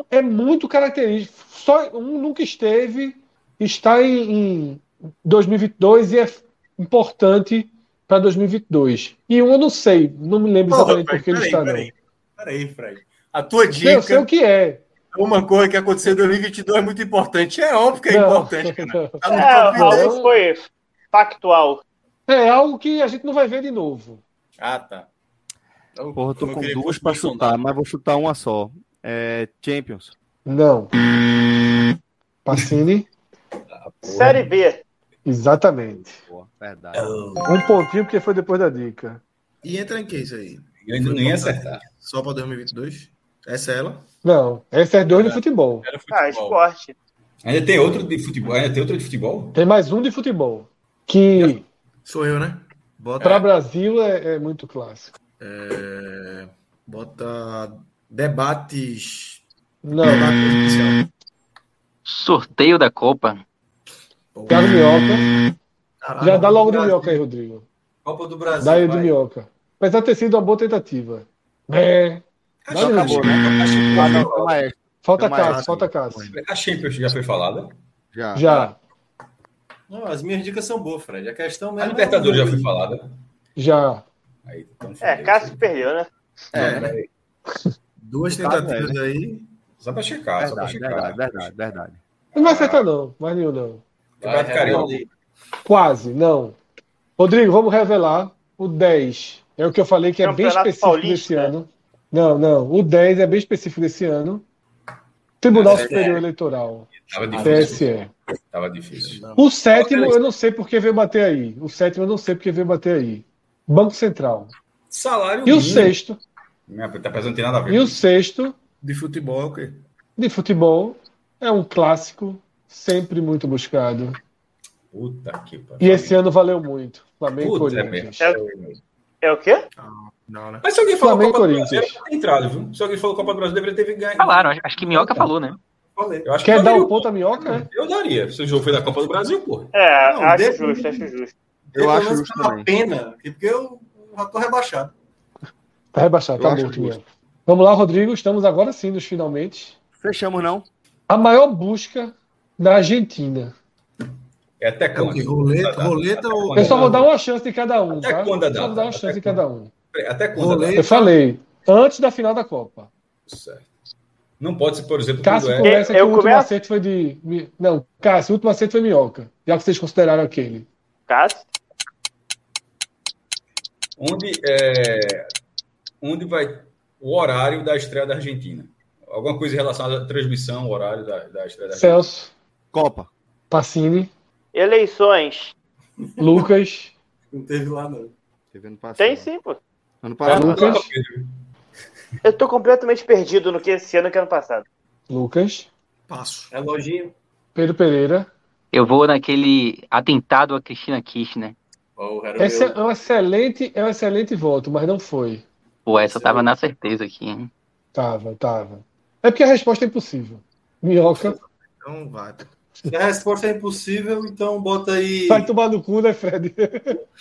um é muito característico. Só um nunca esteve, está em, em 2022 e é importante para 2022. E um eu não sei, não me lembro exatamente por que ele está, não. peraí, peraí, Fred. A tua Não, Eu sei o dica, que é. uma coisa que aconteceu em 2022 é muito importante. É óbvio que é Não. importante, cara. Tá no É, o top dez. maluco foi factual. É algo que a gente não vai ver de novo. Ah, tá. Eu- Porra, eu tô eu com queria que duas fosse pra Bolsonaro. Tá, chutar, mas vou chutar uma só. É Champions. Não. Pacini? Série B. Exatamente. Pô, verdade. Um pontinho, porque foi depois da dica. E entra em que isso aí? Eu ainda não ia acertar. Só pra 2022? Essa é ela? Não, esse é dois de futebol. Era Ah, futebol. esporte. Ainda tem outro de futebol? Ainda tem outro de futebol? Tem mais um de futebol. Que Sou eu, né? Bota. para Brasil é, é muito clássico. É... Bota debates. Não. Sorteio da Copa. Thiago Minhoca. Ah, Caralho, Já dá logo do É Brasil. Minhoca aí, Rodrigo. Copa do Brasil. Dá aí o do vai. Minhoca. Apesar de ter sido uma boa tentativa. É. Dá Então aí, Acabou, Rodrigo. né? A Champions Ah, não, já foi falada. calma aí. Falta Calma aí. Cássio, falta Cássio. A Champions já foi falada. Já. Já, Não, as minhas dicas são boas, Fred. A é questão A é mesmo. Libertadores é. já foi falada. já. Aí, então, É, Cássio perdeu, né? É, peraí. Duas Tá, tentativas aí. só pra checar, só pra Verdade, checar. verdade, verdade, verdade. Não vai acertar, não. Mais nenhum, não. um Vai, Vai, Carioca. Real Madrid. Quase, não. Rodrigo, vamos revelar o 10. É o que eu falei que é bem Campeonato específico Paulista. desse ano. Não, não. O 10 é bem específico desse ano. Tribunal Superior Eleitoral, Tava é difícil. TSE. Tava difícil. O sétimo, eu não sei por que veio bater aí. O sétimo, eu não sei por que veio bater aí. Banco Central. Salário E o mínimo. sexto, Minha puta, parece que não tem nada a ver. e o sexto De futebol, é ok. de futebol é um clássico, sempre muito buscado. Puta que pariu. E esse ano valeu muito. Flamengo e Puta merda. Corinthians. É o quê? Não, né? Mas se alguém falou Flamengo e Copa do Corinthians. Brasil, era pra ter entrado, viu? Se alguém falou Copa do Brasil, deveria ter ganho. Falaram, acho- acho que Minhoca falou, né? Falei. Eu acho que Quer dar poderia. o ponto à minhoca? É? Eu daria. Se o jogo foi da Copa do Brasil, porra. É, Não, acho deve- justo, acho justo. Eu acho menos justo pela também. pena, porque eu já tô rebaixado. Tá rebaixado, Eu tá acho morto justo. mesmo. Vamos lá, Rodrigo. Estamos agora sim nos finalmente. Fechamos, não? A maior busca na Argentina. É até Então, É o quando? que? Roleta, roleta ou. Tá Eu só vou dar uma chance de cada um, Até tá? quando a data? Só vou dar uma Até chance de quando? cada um. Até quando? Rolê. Eu falei, antes da final da Copa. Certo. Não pode ser, por exemplo, Cássio quando é. começa que Eu o último começo? acerto foi de. Mi- Não, Cássio, o último acerto foi minhoca. Já que vocês consideraram aquele. Cássio? Onde, é, onde vai o horário da estreia da Argentina? Alguma coisa relacionada à transmissão, horário da, da estreia da Argentina? Celso, Copa. Pacini, Eleições. Lucas, Não teve lá, não. Teve ano passado. Tem sim, pô. Ano Ah, passado. Lucas. Eu tô completamente perdido no que esse ano que ano passado. Lucas, Passo. É lojinho. Pedro Pereira. Eu vou naquele atentado a Cristina Kirchner. Porra, era o Esse meu. é um excelente, é um excelente voto, mas não foi. Pô, essa eu tava na certeza aqui, hein? Tava, tava. É porque a resposta é impossível. Minhoca, Então vai. pô. Se a resposta é impossível, então bota aí vai tomar no cu, né, Fred?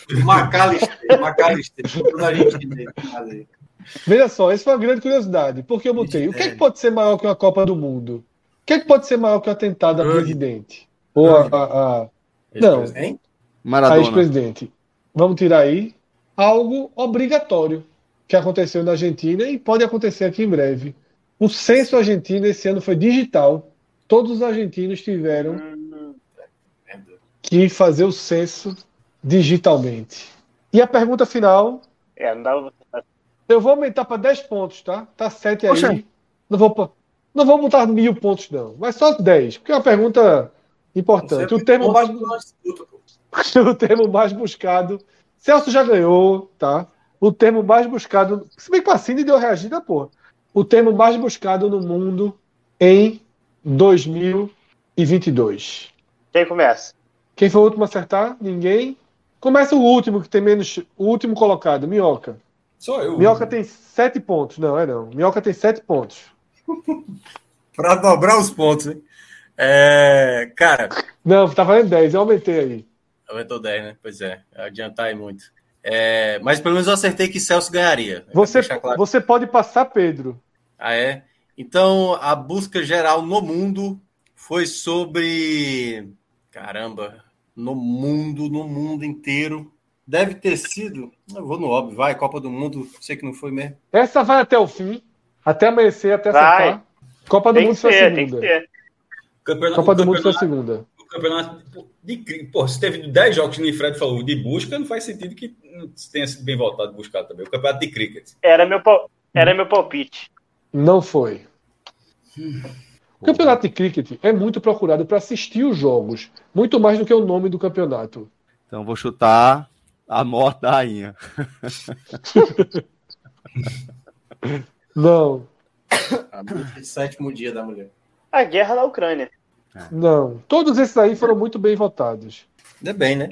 McAllister. McAllister. Tudo na gente dele. Valeu. Veja só, isso foi uma grande curiosidade, porque eu botei. O que, é que pode ser maior que uma Copa do Mundo? O que, é que pode ser maior que o atentado a Grande. presidente? Ou a, a, a- Não, Hein? a Maradona. ex-presidente. Vamos tirar aí algo obrigatório que aconteceu na Argentina e pode acontecer aqui em breve. O censo argentino esse ano foi digital. Todos os argentinos tiveram que fazer o censo digitalmente. E a pergunta final, É, não dava. eu vou aumentar para 10 pontos, tá? Tá 7 aí. Poxa. Não vou pa- não vou botar mil pontos não, mas só 10, porque é uma pergunta importante. O termo mais o termo mais buscado. Celso já ganhou, tá? O termo mais buscado. Se bem que Pacini deu reagida, porra. O termo mais buscado no mundo em 2022. Quem começa? Quem foi o último a acertar? Ninguém. Começa o último, que tem menos. O último colocado, Minhoca. Só eu. Minhoca tem sete pontos. Não, é não. Minhoca tem sete pontos. Pra dobrar os pontos, hein? É, cara, Não, tá valendo 10, eu aumentei aí. aumentou 10, né? Pois é, adiantar aí muito. É, mas pelo menos eu acertei que Celso ganharia. Eu Você, quero deixar claro. você pode passar, Pedro. Ah, é? Então, a busca geral no mundo foi sobre. Caramba, no mundo, no mundo inteiro. Deve ter sido. Eu vou no óbvio, vai, Copa do Mundo, sei que não foi mesmo. Essa vai até o fim. Até amanhecer, até Vai. acertar. Copa do Tem que Mundo foi a ser, tem que segunda. ser. Campeonato, Copa do o Mundo foi a campeonato, segunda. o campeonato de, cri- pô, se teve 10 jogos que nem Fred falou de busca, não faz sentido que não tenha sido bem voltado buscado também. O campeonato de cricket. Era meu, Hum. pal- Era meu palpite. Não foi. O campeonato de cricket é muito procurado para assistir os jogos, muito mais do que o nome do campeonato. Então vou chutar a morte da rainha. Não, A busca de sétimo dia da mulher. A guerra na Ucrânia. não. Todos esses aí foram muito bem votados. Ainda bem, né?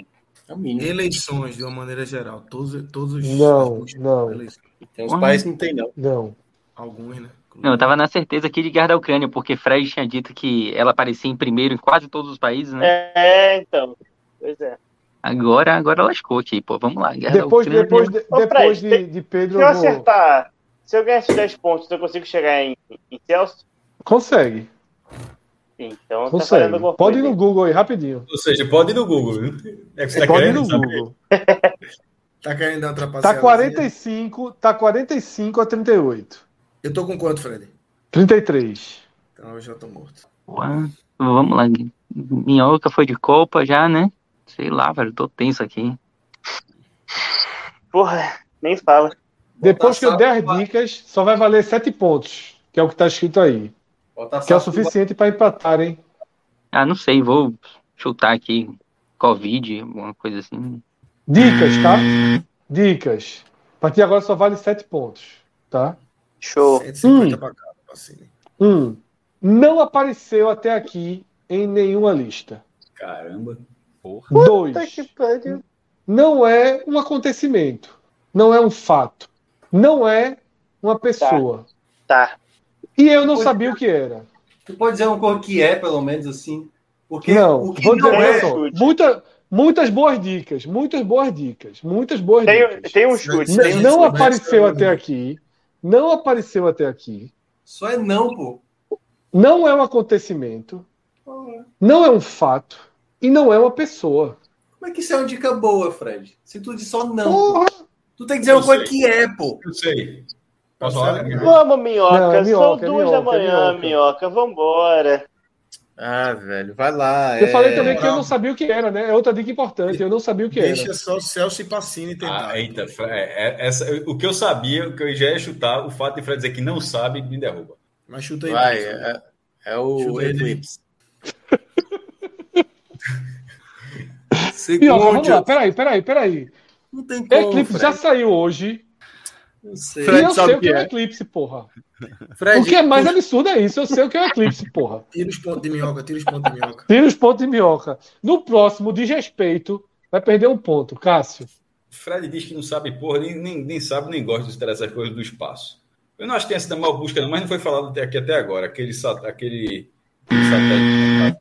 É o mínimo. Eleições, de uma maneira geral. Todos, todos os. Não, não. Eleições. Tem uns países que não tem, não. Não. Alguns, né? Não, eu tava na certeza aqui de Guerra da Ucrânia, porque Fred tinha dito que ela aparecia em primeiro em quase todos os países, né? É, então. Pois é. Agora, agora lascou aqui, pô. Vamos lá. Guerra Depois, da Ucrânia. depois, de, Ô, Fred, depois de, tem- de Se Pedro. eu eu vou- acertar, se eu ganhar esses 10 pontos, eu consigo chegar em, em Celso? Consegue. Então tá falando Consegue. alguma Pode ir coisa. no Google aí, rapidinho. Ou seja, pode ir no Google, viu? É que você tá Pode ir querendo, no sabe? Google. Tá querendo dar ultrapassar? Tá 45, tá 45 a 38. Eu tô com quanto, Fred? 33. Então eu já tô morto. Ué, Vamos lá. Minhoca foi de Copa já, né? Sei lá, velho. Tô tenso aqui. Porra, nem fala. Depois que eu só der as dicas, só vai valer 7 pontos, que é o que tá escrito aí. Botar Que é o Sato- suficiente para empatar, hein? Ah, não sei. Vou chutar aqui. Covid, alguma coisa assim. Dicas, tá? Dicas. A partir de agora só vale 7 pontos, tá? Show. Hum. 150 pra cá, Pacini. Um, não apareceu até aqui em nenhuma lista. Caramba. Dois, Puta que pariu. não é um acontecimento, não é um fato, não é uma pessoa. Tá. E eu não sabia o que era. Tu pode dizer uma cor que é, pelo menos assim. Porque Não, o que vou dizer, não olha é. só, chute. muita- muitas boas dicas, muitas boas dicas, muitas boas Tem, dicas. tem um chute. Não- tem- não né? tem- apareceu tem- até aqui, não apareceu até aqui, Só é não, pô. não é um acontecimento, não é um fato e não é uma pessoa. Como é que isso é uma dica boa, Fred? Se tu diz só não. pô. Porra, Tu tem que dizer uma Eu coisa sei. que é, pô. Eu sei. Posso falar? Vamos, minhoca. Não, é São minhoca, é duas minhoca, da é manhã, minhoca. minhoca. Vambora. Ah, velho, vai lá. eu é- falei também que eu não. não sabia o que era, né? É outra dica importante, eu não sabia o que era. Deixa só Celso e Pacini tentar. Ah, eita, Fre- é, é, essa- o que eu sabia, o que eu já ia chutar, o fato de Fred dizer que não sabe, me derruba. Mas chuta aí. Vai, Celso. é, é o Chuta aí, Eclipse. Minhoca, vamos lá, peraí, peraí, peraí. Não tem como. Eclipse Fred. já saiu hoje. Não sei. e Fred eu sabe sei o o que que é um é. eclipse, porra. Fred, o que é mais absurdo é isso. Eu sei o que é um eclipse, porra. Tira os pontos de minhoca, tira os pontos de minhoca. Tira os pontos de minhoca. No próximo, desrespeito, vai perder um ponto. Cássio. Fred diz que não sabe, porra, nem, nem, nem sabe, nem gosta de estudar essas coisas do espaço. Eu não acho que tenha sido a maior busca, não, mas não foi falado até aqui até agora. Aquele, sat- aquele, aquele satélite.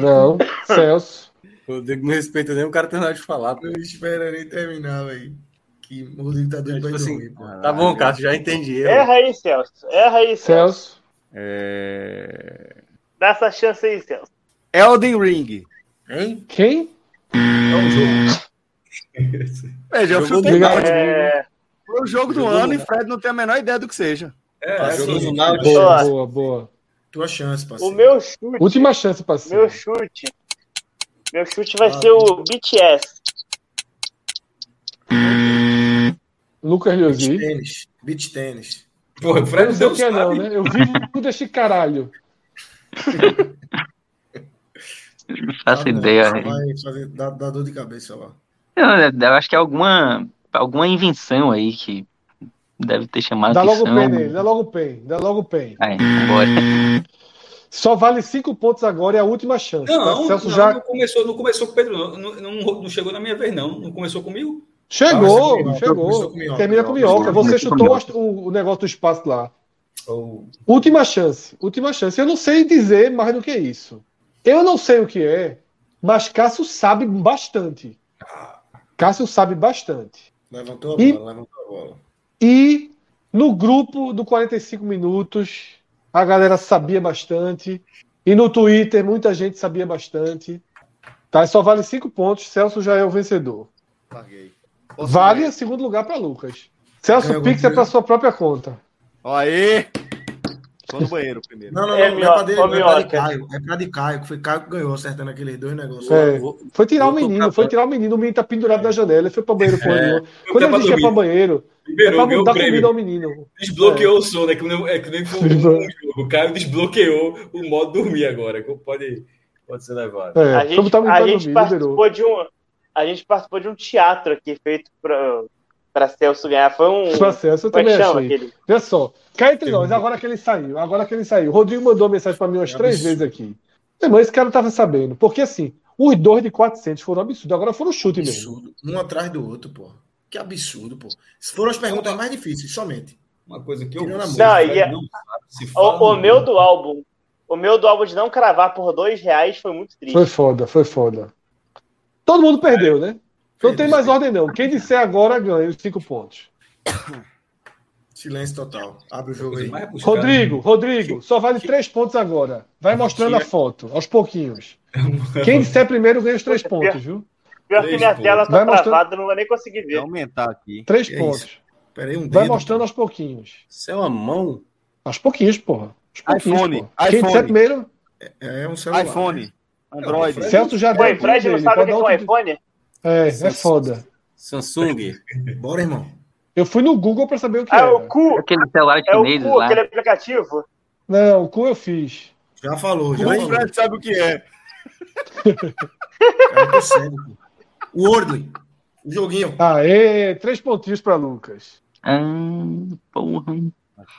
Não. Celso. o Diego não respeita nem o cara terminar de falar. pô. Não espera nem terminar, velho. Que o Rodrigo tá doido Tipo pra assim, dormir, pô. Tá bom, Cássio, já entendi. Eu. Erra aí, Celso. Erra aí, Celso. Celso. É... Dá essa chance aí, Celso. Elden Ring. Hein? Quem? É um jogo. Veja, eu Jogou chutei Obrigado. Elden Ring. É, Foi o jogo do Jogou ano e muito. Fred não tem a menor ideia do que seja. É, Tá Ah, jogo assim, sim. né? do- Nada. ó, Boa, boa. Tua chance, parceiro. o meu chute. Última chance, parceiro. Meu chute. Meu chute Ah, vai ser o BTS. Hum, Lucas Beach Leozi. tênis. Beach tênis. Porra, Eu Fred não sei o não que é, sabe. não, né? Eu vivo deste caralho. Não faço Tá bom, ideia, só velho. Vai fazer, dá, dá dor de cabeça lá. Eu, eu acho que é alguma, alguma invenção aí que deve ter chamado Dá logo o atenção. É, pen nele, dá logo o pen, dá logo o pen. Aí, vambora. Só vale 5 pontos agora, é a última chance. tá? Não, Celso não, já não começou, não começou com o Pedro, não, não, não- não chegou na minha vez, não. Não começou comigo? Começou Chegou, com minhoca, começou chegou. com minhoca, Termina com minhoca. minhoca. Você Começou com chutou minhoca. o, o negócio do espaço lá. Ou Última chance, última chance. Eu não sei dizer mais do que isso. Eu não sei o que é, mas Cássio sabe bastante. Cássio sabe bastante. Levantou a E- bola, levantou a bola. E no grupo do 45 Minutos, a galera sabia bastante. E no Twitter, muita gente sabia bastante. Tá, e só vale 5 pontos. Celso já é o vencedor. Larguei. Vale É. o segundo lugar para Lucas. Celso Ganhou Pix é algum para sua própria conta. Ó, Aí! Vou no banheiro primeiro. Não, não, não, É, não é pra dele, ó, não é pra de minhoca. Caio. É pra de Caio, que foi Caio que ganhou, acertando aqueles dois negócios. É. Vou- Foi tirar o Voltou menino, pra foi tirar o menino, o menino tá pendurado na janela, ele foi pra banheiro porra nenhuma. Quando ele Tá pra diz que é pra dormir. banheiro, é Liberou, pra ganhou o dar comida prêmio. ao menino. Desbloqueou o sono, é que nem, é que nem foi um Desbloqueou. jogo. O Caio desbloqueou o modo dormir agora. que Pode, pode ser levado. É, A foi gente, botar o menino a pra gente dormir, liberou. participou de um. A gente participou de um teatro aqui feito pra, pra Celso ganhar. Foi um. Pra Celso, eu Como é também que chama achei. aquele? Olha só, cá entre nós, agora que ele saiu, agora que ele saiu. O Rodrigo mandou mensagem pra mim umas É três absurdo. vezes aqui. Meu irmão, esse cara tava sabendo, porque assim, os dois de 400 foram absurdos, agora foram chute mesmo. Absurdo. Um atrás do outro, pô. Que absurdo, pô. Foram as perguntas mais difíceis, somente. Uma coisa que eu Tirando a sei, música. né? Não, cara, e é- não sabe se fala, O, o não. meu do álbum. O meu do álbum de não cravar por dois reais foi muito triste. Foi foda, foi foda. Todo mundo perdeu, né? Não tem mais ordem, não. Quem disser agora ganha os cinco pontos. Silêncio total. Abre o é. jogo Coisa aí. mais rebuscada, Rodrigo, Rodrigo, só vale três pontos agora. Vai mostrando a foto, aos pouquinhos. Quem disser primeiro ganha os três pontos, viu? Pior que Três minha tela Vai tá mostrando- travada, eu não vou nem conseguir Vou ver. aumentar aqui. Três Que é pontos. Peraí, um Vai dedo. mostrando aos pouquinhos. Isso é uma mão? Aos pouquinhos, porra. Aos pouquinhos, iPhone, porra. Quem disser iPhone. primeiro, É um celular. iPhone, Android. Celso já deu. Pô, o e time Fred não dele, sabe pode o que é dar um outro- iPhone? É, é foda. Samsung? Bora, irmão. Eu fui no Google pra saber o que Ah, é era. o cu! Aquele celular É o chinês cu, lá. aquele aplicativo. Não, o cu eu fiz. Já falou, já O falou. Fred sabe o que é. Cara, tô cego, É um pô. O Wordly. O joguinho. Aê, três pontinhos pra Lucas. Ah, porra.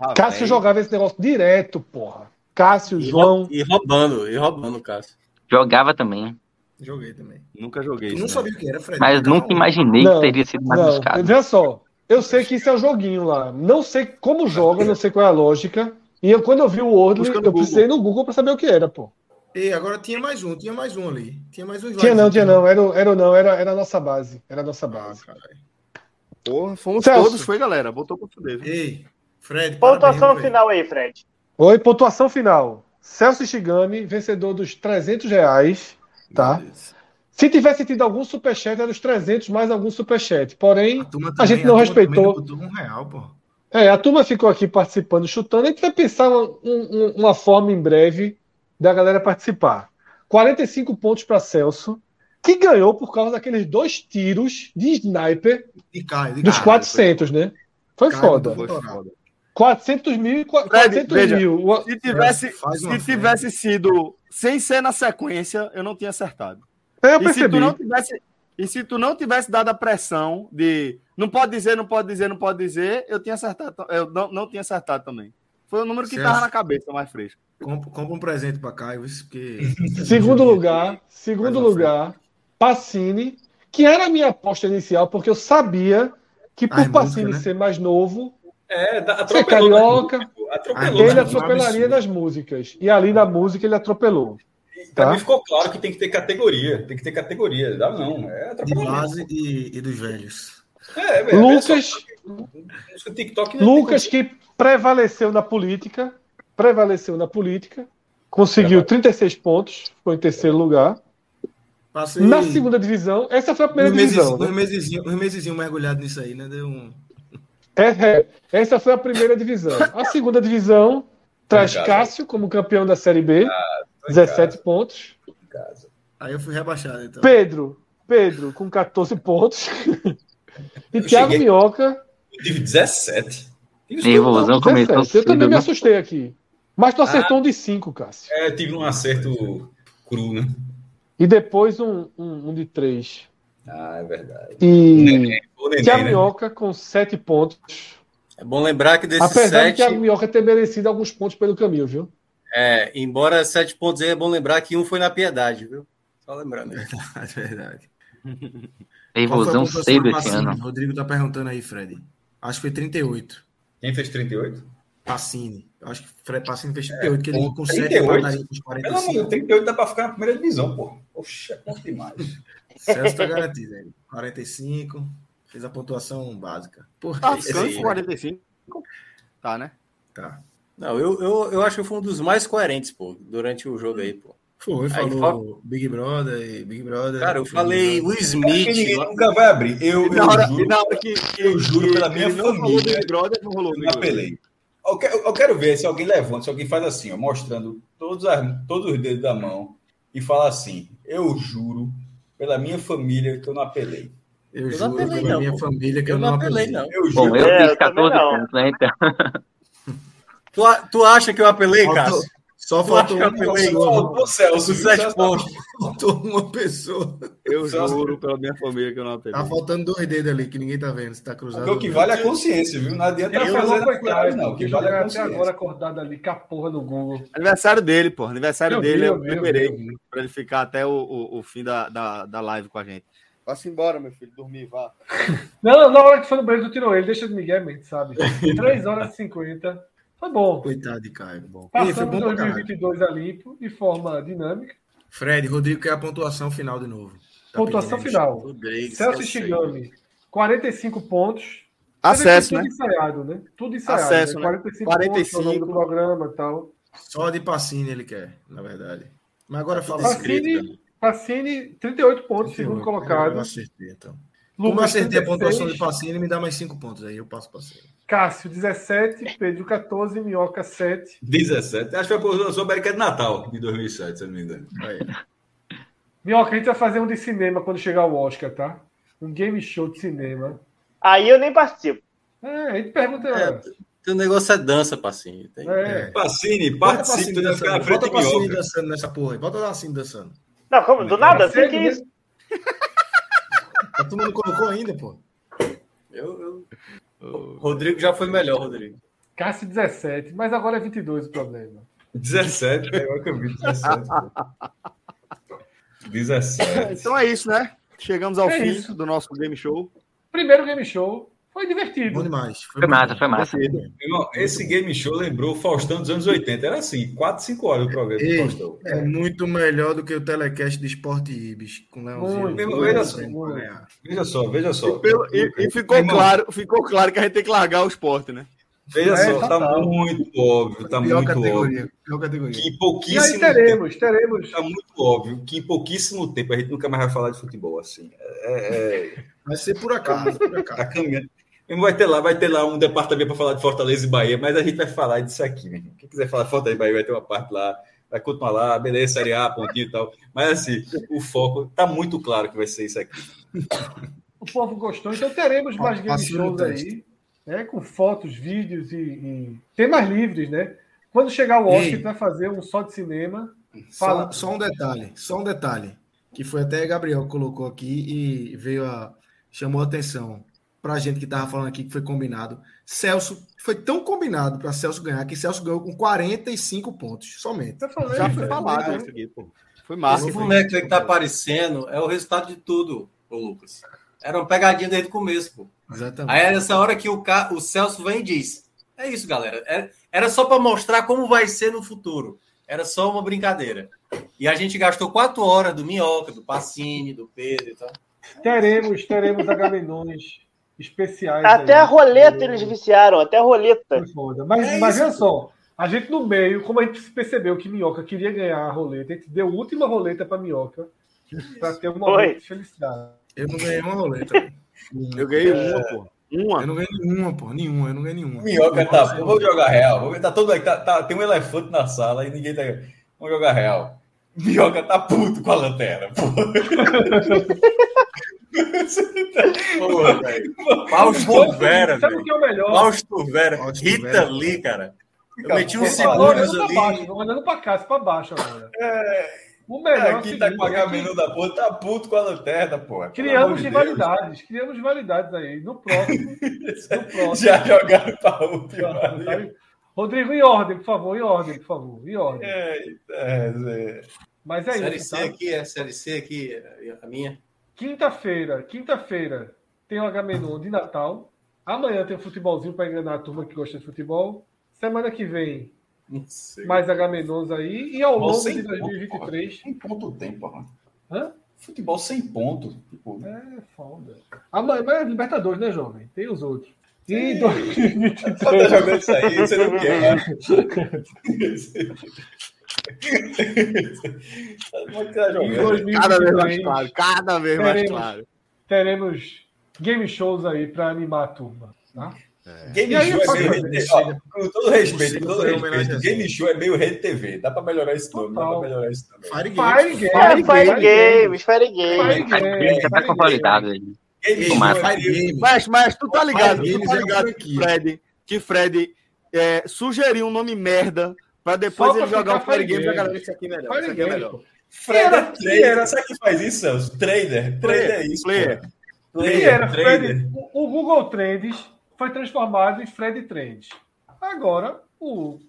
Ah, Cássio jogava esse negócio direto, porra. Cássio, E João. rou- E roubando, e roubando, Cássio. Jogava também. Joguei também. Nunca joguei Tu isso. não né? sabia o que era, Fred. Mas nunca Tá maluco. imaginei Não, que teria sido mais Não, buscado. veja só. Eu sei que isso é um joguinho lá. Não sei como joga, não sei qual é a lógica. E eu, quando eu vi o Wordle, Busca eu no Google. precisei no Google pra saber o que era, pô. E agora tinha mais um, tinha mais um ali. Tinha mais um. Tinha não, tinha não. Era, o- era o não, era, era a nossa base. Era a nossa Ah, base. caralho. Porra, fomos Celso. todos, foi, galera. Botou pra fuder. Ei, Fred. Pontuação parabéns, final aí, Fred. Oi, pontuação final. Celso Shigami, vencedor dos 300 reais, tá? Se tivesse tido algum superchat, era os 300 mais algum superchat. Porém, velho. turma A gente não turma respeitou. também não botou um real, pô. é, a turma ficou aqui participando, chutando. A gente vai pensar um- um- uma forma em breve da galera participar. 45 pontos para Celso, que ganhou por causa daqueles dois tiros de sniper E Caio. de dos Caio. 400, né? Foi Caio tá foda. botou Foi nada. foda. 400 mil e qua- Fred, 400 veja. mil. O- Se tivesse, Faz uma se tivesse sido sem ser na sequência, eu não tinha acertado. É, eu E se, percebi. tu não tivesse, e se tu não tivesse dado a pressão de não pode dizer, não pode dizer, não pode dizer, eu tinha acertado. Eu não, não tinha acertado também. Foi o número que Certo. tava na cabeça, mais fresco. Compra, compra um presente pra Caio, isso porque. Segundo lugar, segundo Mais uma lugar, Pacini, que era a minha aposta inicial, porque eu sabia que por Ah, é música, Pacini né? ser mais novo, É, da- ser atropelou. carioca, é Atropelou. ele né? atropelaria nas músicas. E ali na música ele atropelou. Pra Tá. mim ficou claro que tem que ter categoria. Tem que ter categoria. Dá não. É De atropelamento. base e, e dos velhos. É, é, é, é Lucas, só- música TikTok né? não Lucas que prevaleceu na política, prevaleceu na política, conseguiu 36 pontos, ficou em terceiro lugar. Passei Na segunda divisão, essa foi a primeira um mesezinho, divisão. né? um mesezinho, um mesezinho mergulhado nisso aí, né? Deu um. É, é. Essa foi a primeira divisão. A segunda divisão traz Obrigado. Ah, Cássio como campeão da Série B, Foi em casa, 17 pontos. foi em casa. Aí eu fui rebaixado, então. Pedro, Pedro com 14 pontos. E Eu Thiago cheguei- Minhoca, Eu tive 17. Isso Minha tudo, não. evolução começou 17. Eu também cedo, me né? assustei aqui. Mas Ah. tu acertou um de 5, Cássio. É, eu tive um acerto cru, né? E depois um, um- um de 3. Ah, é verdade. E O neném, Thiago né? Minhoca com 7 pontos. É bom lembrar que desses Apesar de sete. Thiago Minhoca ter merecido alguns pontos pelo caminho, viu? É, embora sete pontos aí, é bom lembrar que um foi na piedade, viu? Só lembrando. aí. É verdade. Teve Qual foi a evolução pontuação cedo do esse Pacini? ano. Rodrigo tá perguntando aí, Fred. Acho que foi 38. Quem fez 38? Passini. Eu acho que Fred Passini fez 38, que ele pô, consegue 38? empataria com os Pelo amor de 45. Deus, 38 dá pra ficar na primeira divisão, pô. Oxe, é ponto demais. Celso tá garantido aí. 45. Fez a pontuação básica. Porra, Tá Esse ficando aí, com né? 45. Tá, né? tá. Não, eu, eu, eu acho que foi um dos mais coerentes, pô, durante o jogo aí, pô. Foi, falou fala- Big Brother e Big Brother. Cara, eu Big falei Brother. Will Porque Smith. ninguém nunca vai abrir. Eu, E eu na hora, juro, e na hora que, que eu juro que pela minha ele não falou família. Big Brother, não rolou eu Big não Brother. apelei. Eu quero, eu quero ver se alguém levanta, se alguém faz assim, ó, mostrando todos, as- todos os dedos da mão e fala assim: Eu juro pela minha família que eu não apelei. Eu, não juro apelei, pela não, minha pô. família que Eu não apelei, não. Eu Bom, juro. eu É, fiz eu também 14 não. pontos, né? Então, Tu, a- tu acha que eu apelei, Faltou- Cássio? Só Tu acha faltou que eu uma apelei? pessoa. Ô, Celso, Os viu? sete Celso, pontos. Faltou uma pessoa. Eu Celso. juro pela minha família que eu não apelei. Tá faltando dois dedos ali que ninguém tá vendo. Você tá cruzado. porque o que vale é a consciência, viu? Não adianta fazer na coragem, não. O que que vale é a até consciência. agora acordado ali, com a porra no Google. Aniversário dele, pô. Aniversário Eu vi, dele, eu eu vi, eu liberei vi, eu vi. pra ele ficar até o, o, o fim da, da, da live com a gente. Passa embora, meu filho, dormir, vá. Não, na hora que foi no banheiro, tu tirou ele, deixa de Miguel mente, sabe? 3 horas e 50. Foi bom. Coitado de Caio. Bom. Ih, foi Passamos bom pra caralho. 2022 a limpo, de forma dinâmica. Fred, Rodrigo quer a pontuação final de novo. Tá Pontuação pedindo. final. Rodrigues, Celso eu sei. Shigami, 45 pontos. Acesso, Tudo né? ensaiado, né? Tudo ensaiado. Acesso, né? né? 45, pontos ao longo 45. do programa e tal. Só de passinho ele quer, na verdade. Mas agora fala né? Pacini, Pacini, 38 pontos, segundo colocado. Eu acertei, então. Como eu Lucas, acertei a 36, pontuação de Pacini, me dá mais 5 pontos aí, eu passo Pacini. Cássio, 17. Pedro, 14. Minhoca, 7. 17. Acho que foi a sua América de Natal, de 2007, se eu não me engano. Aí. Minhoca, a gente vai fazer um de cinema quando chegar o Oscar, tá? Um game show de cinema. Aí eu nem participo. É, a gente pergunta. Teu negócio é dança, Passinho. Tem... É. Pacini, Bota participe, Pacini tu vai ficar na dançando, frente bota de Pacini minhoca. dançando nessa porra aí, bota o Pacini dançando. Não, como? Do nada? Assim que Sério, né? isso? A turma não Tá, colocou ainda, pô. Eu, eu... Rodrigo já foi melhor, Rodrigo. Cássio, 17. Mas agora é 22 o problema. 17, é igual que eu vi, 17. pô. 17. Então é isso, né? Chegamos ao É fim isso. do nosso game show. Primeiro game show. Foi Bom divertido. demais. Foi Foi muito massa, bom. foi massa. Meu irmão, esse game show lembrou o Faustão dos anos 80. Era assim, 4, 5 horas o programa do Ei, Faustão. É muito melhor do que o telecast de Esporte Ibis com Leãozinho. assim, Muito, Meu muito, era só- muito. Veja só, veja E, só. pelo- e- e ficou, Irmão. claro, ficou claro que a gente tem que largar o esporte, né? Veja É, só, tá total. muito óbvio, tá Pior muito óbvio. categoria. Pior categoria. Que em E aí pouquíssimo tempo, teremos, teremos. tá muito óbvio que em pouquíssimo tempo a gente nunca mais vai falar de futebol assim. É, é, Vai ser por acaso, por acaso. tá caminhando. Mesmo Vai ter lá, vai ter lá um departamento para falar de Fortaleza e Bahia, mas a gente vai falar disso aqui, meu irmão. Quem quiser falar de Fortaleza e Bahia vai ter uma parte lá, vai continuar lá, beleza, Série A, pontinho e tal. Mas assim, o foco tá muito claro que vai ser isso aqui. O povo gostou. Então teremos Ó, mais game passou no shows teste. aí. Né? Com fotos, vídeos e, e temas livres, né? Quando chegar o Oscar, Ei. a gente vai fazer um só de cinema. Fala. Só, só um detalhe, só um detalhe. Que foi até Gabriel que colocou aqui e veio a. chamou a atenção pra gente que tava falando aqui que foi combinado. Celso, foi tão combinado para Celso ganhar que Celso ganhou com 45 pontos somente. Tá falando, Já né? É, foi falado isso aqui, pô. Foi massa. Esse boneco aí que tá aparecendo é o resultado de tudo, ô Lucas. Era uma pegadinha desde o começo, pô. Exatamente. Aí é nessa hora que o, Ca- o Celso vem e diz: É isso, galera. É- Era só para mostrar como vai ser no futuro. Era só uma brincadeira. E a gente gastou quatro horas do Minhoca, do Pacini, do Pedro e tal. Teremos, teremos agamenões especiais. Até aí. a roleta eles viciaram, até a roleta. Foi foda. Mas, É mas isso, olha só, a gente no meio, como a gente percebeu que Minhoca queria ganhar a roleta, a gente deu a última roleta para Minhoca para ter um momento Foi. de felicidade. é- Eu não ganhei uma roleta. velho. Eu ganhei uma, pô. Eu Uma. não ganhei nenhuma, pô. Nenhuma, eu não ganhei nenhuma. Minhoca tá, vamos jogar real. Vamos- Tá todo, tá, tá- tem um elefante na sala e ninguém tá. Vamos jogar real. Minhoca tá puto com a lanterna. Porra, velho. Fausto Vera, Sabe velho. o que é o melhor? Fausto Vera. Fausto Rita Vera. Lee, cara. Eu Fica meti uns bom, segundos pra ali. baixo, tô olhando pra cá, pra baixo agora. O melhor é o Aqui tá seguinte, com a é que caminhão da porra, tá puto com a lanterna, porra. Pelo amor Criamos de rivalidades, criamos rivalidades aí. No próximo, Deus. no próximo. Já jogaram pra Tá, última. ali. sabe? Rodrigo, em ordem, por favor, em ordem, por favor, em ordem. Eita, é, Mas é Série isso, C tá? aqui, é Série C aqui, é a minha. Quinta-feira, quinta-feira tem o Agamenon de Natal. Amanhã tem um futebolzinho para enganar a turma que gosta de futebol. Semana que vem, Não sei. mais Agamenons aí. E ao longo Nossa, É de hein? 2023. Sem ponto tem, porra. Hã? Futebol sem ponto. Tipo, É foda. Amanhã mas é Libertadores, né, jovem? Tem os outros. E 2023. só tá jogando isso aí, você não quer. né? Em Mas tá jogando. Cada vez mais 2023 claro, cada vez mais Teremos. claro. teremos game shows aí para animar a turma. Tá? Game E aí, show é pode meio fazer. RedeTV. Ó, Com todo respeito, com todo Foi uma homenagem respeito. a Game show é meio RedeTV. Dá pra melhorar esse nome, dá é pra Total. melhorar esse nome. Fire Games. Fire Games. né? É, Fire Games, Fire Games. Fire Tá- Games. Já tá consolidado. ele. Game show Tomara. é Fire meio- Games. Mas, mas tu tá ligado, tu Games tá é ligado uma que franquia. Fred, que Fred é, sugeriu um nome merda pra depois Só ele pra jogar o ficar Fire Game Fire pra galera. Isso aqui é melhor. Isso aqui Fire é Games. melhor. pô. Fred Era- é trader. Sabe quem faz isso, Celso? Trader. Trader é isso. Player. pô. E Player, era trader. Fred, o o Google Trends foi transformado em Fred Trends. Agora o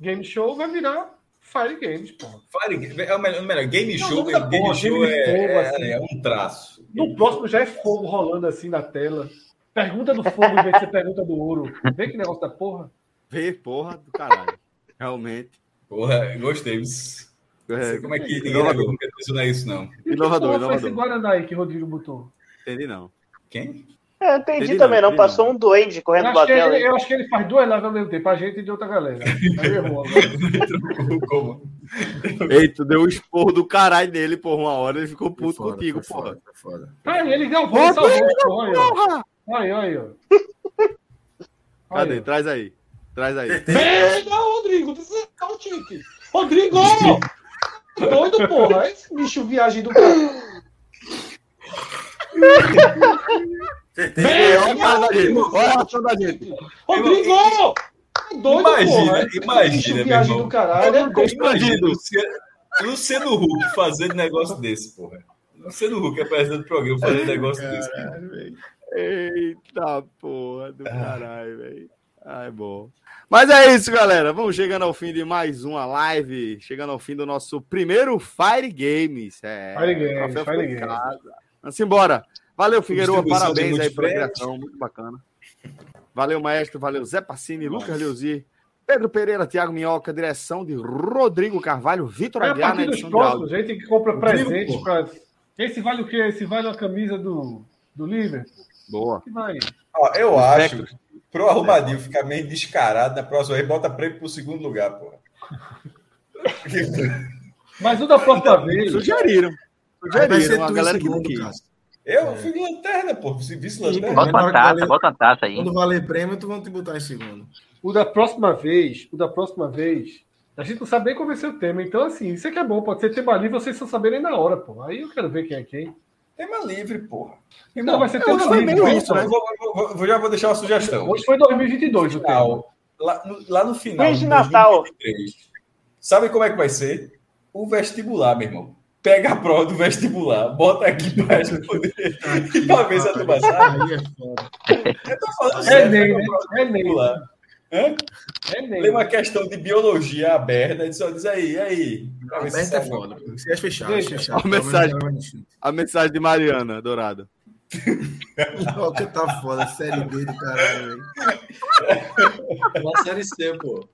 Game Show vai virar Fire Games, porra. Fire Games é o melhor, o melhor. Game Não, show, dúvida game boa, show game de é, fogo, é- assim. é um traço. No próximo já é fogo rolando assim na tela. Pergunta do fogo em vez de ser pergunta do ouro. Vê que negócio da porra. Vê, porra do caralho. Realmente. Porra, gostei. mas Não sei como é que ninguém inovador. não menciona isso, não. E Inovador, que porra foi esse inovador. Guaraná aí que o Rodrigo botou? Entendi não. Quem? É, eu entendi, Entendi também, não, não. entendi Passou um duende Eu correndo acho, pela que ele, tela. aí. eu acho que ele faz duas lives ao mesmo tempo, a gente e de outra galera. Aí errou agora. Como? Ei, tu deu um esporro do caralho nele, porra, uma hora ele ficou puto Foda, contigo, tá porra. foda, tá foda. Aí ele deu o salvou, porra. aí, ó. Olha aí, olha aí. ó. Cadê? Aí, ó. Traz aí. Traz aí. Merda, Rodrigo! Você tá o tique. Rodrigo! Tá Doido, porra! Esse bicho viagem do cara. Ei, Olha a cara da gente. Olha a reação da gente. Rodrigo! Tá Doido, Imagina, porra! imagina, meu viagem irmão. do caralho. é doido. Imagina, Luciano, Luciano Huck fazendo negócio desse, porra. Luciano Huck apresentando o programa fazendo negócio desse. Eita porra Ah. do caralho, velho. Ai, bom. Mas é isso, galera. Vamos chegando ao fim de mais uma live. Chegando ao fim do nosso primeiro Fire Games. É, Fire Games, café Fire com Games. casa. Vamos embora. Valeu, Figueiredo. Distribuição de Parabéns aí pela multipress. criação. Muito bacana. Valeu, maestro. Valeu, Zé Pacini, Lucas Leuzi, Pedro Pereira, Thiago Minhoca, direção de Rodrigo Carvalho, Vitor É a Aguiar na partir dos edição né, de áudio. próximos, a gente que compra Rodrigo, presentes pra. Esse vale o quê? Esse vale a camisa do, do Liverpool? Boa. Que vai. Ó, eu acho, pro arrumadinho ficar meio descarado na próxima vez, bota prêmio pro segundo lugar, porra. Mas o da próxima Então, vez. Sugeriram. Vai ser Sugeriram. A tu em galera que não segundo, quis. Cássio. Eu É. fui lanterna, pô. Se vice-lanterna. Sim, Bota uma Vai taça, valer- bota uma taça aí. Quando valer prêmio, tu vão te botar em segundo. O da próxima vez, o da próxima vez, a gente não sabe nem como vai ser o tema. Então, assim, isso é que é bom. Pode ser tema livre, vocês só saberem na hora, pô. Aí eu quero ver quem é quem. Tema livre, porra. É, Não, vai ser eu tema não livre. sabia olha isso, só. né? Eu vou- vou- vou- vou- já vou deixar uma sugestão. Hoje foi 2022 o tema. Final, lá, no, lá no final Feliz Natal. 2023, sabe como é que vai ser? O vestibular, meu irmão. Pega a prova do vestibular, bota aqui pra responder e pra ver se a turma sabe. Aí é foda. Eu tô falando É sério, nem, pega né? a prova É do nem. vestibular. Hã? É Lê nem. uma questão de biologia aberta e só diz aí, e aí. Pra ver se Aberto é sabe. foda. Você é fechado. Deixa. fechado. é Ó, mensagem. Mensagem. A mensagem de Mariana Dourado. que tá foda. Série B do caralho, velho. Na série C, pô.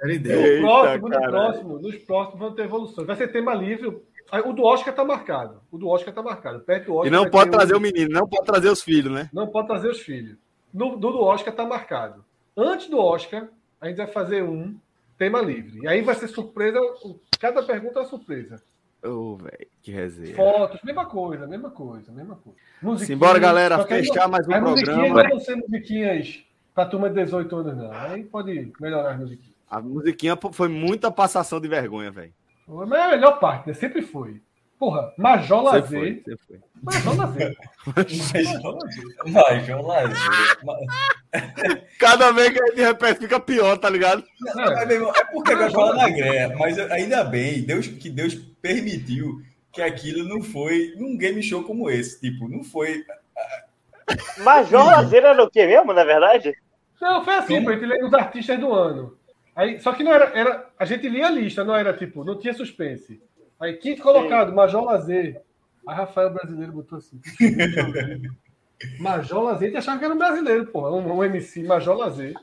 Série D. Eita, Próximo, no caralho. próximo, nos próximos vão ter evoluções. Vai ser tema livre. Aí, O do Oscar tá marcado. O do Oscar tá marcado. Perto do Oscar E não vai pode ter trazer o menino, não pode trazer os filhos, né? Não pode trazer os filhos. No, do, do Oscar tá marcado. Antes do Oscar, a gente vai fazer um tema livre. E aí vai ser surpresa. o- Cada pergunta é uma surpresa. Ô, velho, que resenha. Fotos, mesma coisa, mesma coisa, mesma coisa. Musiquinha, Simbora, galera, só que aí não- fechar mais um As musiquinhas programa. não vão ser musiquinhas pra turma de 18 anos, não. Aí pode melhorar as musiquinhas. A musiquinha pô, foi muita passação de vergonha, velho. Mas é a melhor parte, né? Sempre foi. Porra, Major Você foi, Lazer. você foi. Major Lazer. Vai, João Lazer. Cada vez que a gente repete fica pior, tá ligado? É. Mas, meu irmão, é porque vai falar na greia, mas ainda bem Deus, que Deus permitiu que aquilo não foi num game show como esse. Tipo, não foi. Major Lazer era o quê mesmo, na verdade? Não, foi assim, pô, a gente lê os artistas do ano. Aí, só que não era, era. A gente lia a lista, não era tipo, não tinha suspense. Aí, quinto colocado, Major Lazer. Aí Rafael brasileiro botou assim. Major Lazer, a gente achava que era um brasileiro, porra. Um, um MC Major Lazer.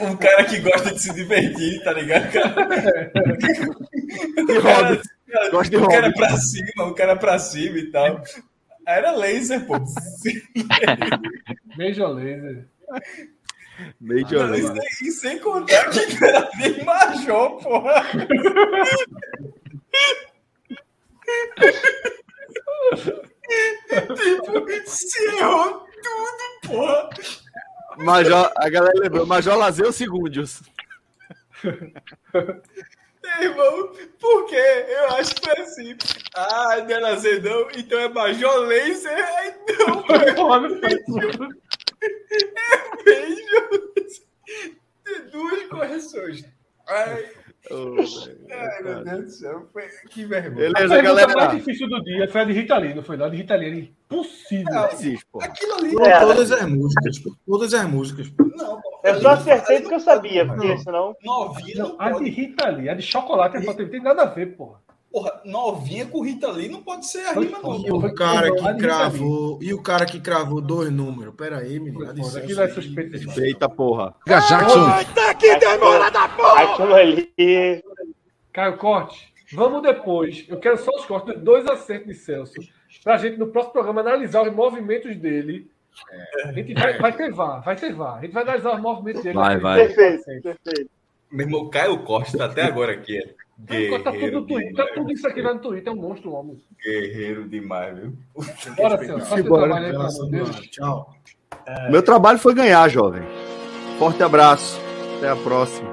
Um cara que gosta de se divertir, tá ligado? O cara, De roda. Gosto de o roda. cara pra cima, o cara pra cima e tal. Aí Era laser, pô. Major Laser. Major E Laser. sem- E sem contar que era bem major, porra. tipo, se errou tudo, porra. Major, a galera lembrou, Major Lazer é ou Segundos? Meu irmão, por quê? Eu acho que foi assim. Ah, não é lazer não, então é Major Laser, é aí não, beijo. Tem duas correções. Ai, Ô, velho. ai, É meu Deus do céu. Foi... Que vergonha. Beleza, a Beleza, pergunta galera. mais difícil do dia foi a de Rita Lee, não foi? Não, a de Rita Lee era impossível. Não existe, pô. Aquilo ali Pô, é, todas as músicas, pô. Todas as músicas. pô. Eu só acertei porque eu sabia, porque senão. Novinha não A de pode. Rita Lee, a de chocolate, essa não tem nada a ver, porra. Porra, novinha com Rita Lee não pode ser a rima, não. Foi E o foda. cara Foi que foda. cravou. E o cara que cravou dois números. Pera aí, menino. dá licença. Aquilo é suspeito demais. Eita porra. Que demora da porra! Aquilo ali. Caio Corte, vamos depois. Eu quero só os cortes, dois acertos de Celso, pra gente no próximo programa analisar os movimentos dele. A gente vai, vai ter VAR, vai ter VAR. A gente vai analisar os movimentos dele. Vai, vai. é Perfeito, perfeito. Meu irmão Caio Costa tá até agora aqui. é Tá tudo, Guerreiro no Twitter, tá demais, tudo isso aqui lá no Twitter, é um monstro, homem. guerreiro demais, viu? Bora, Celso, faz teu Simbora, trabalho aí, pelo Revelação amor do de ano. Deus. Tchau. Meu trabalho foi ganhar, jovem. Forte abraço. Até a próxima.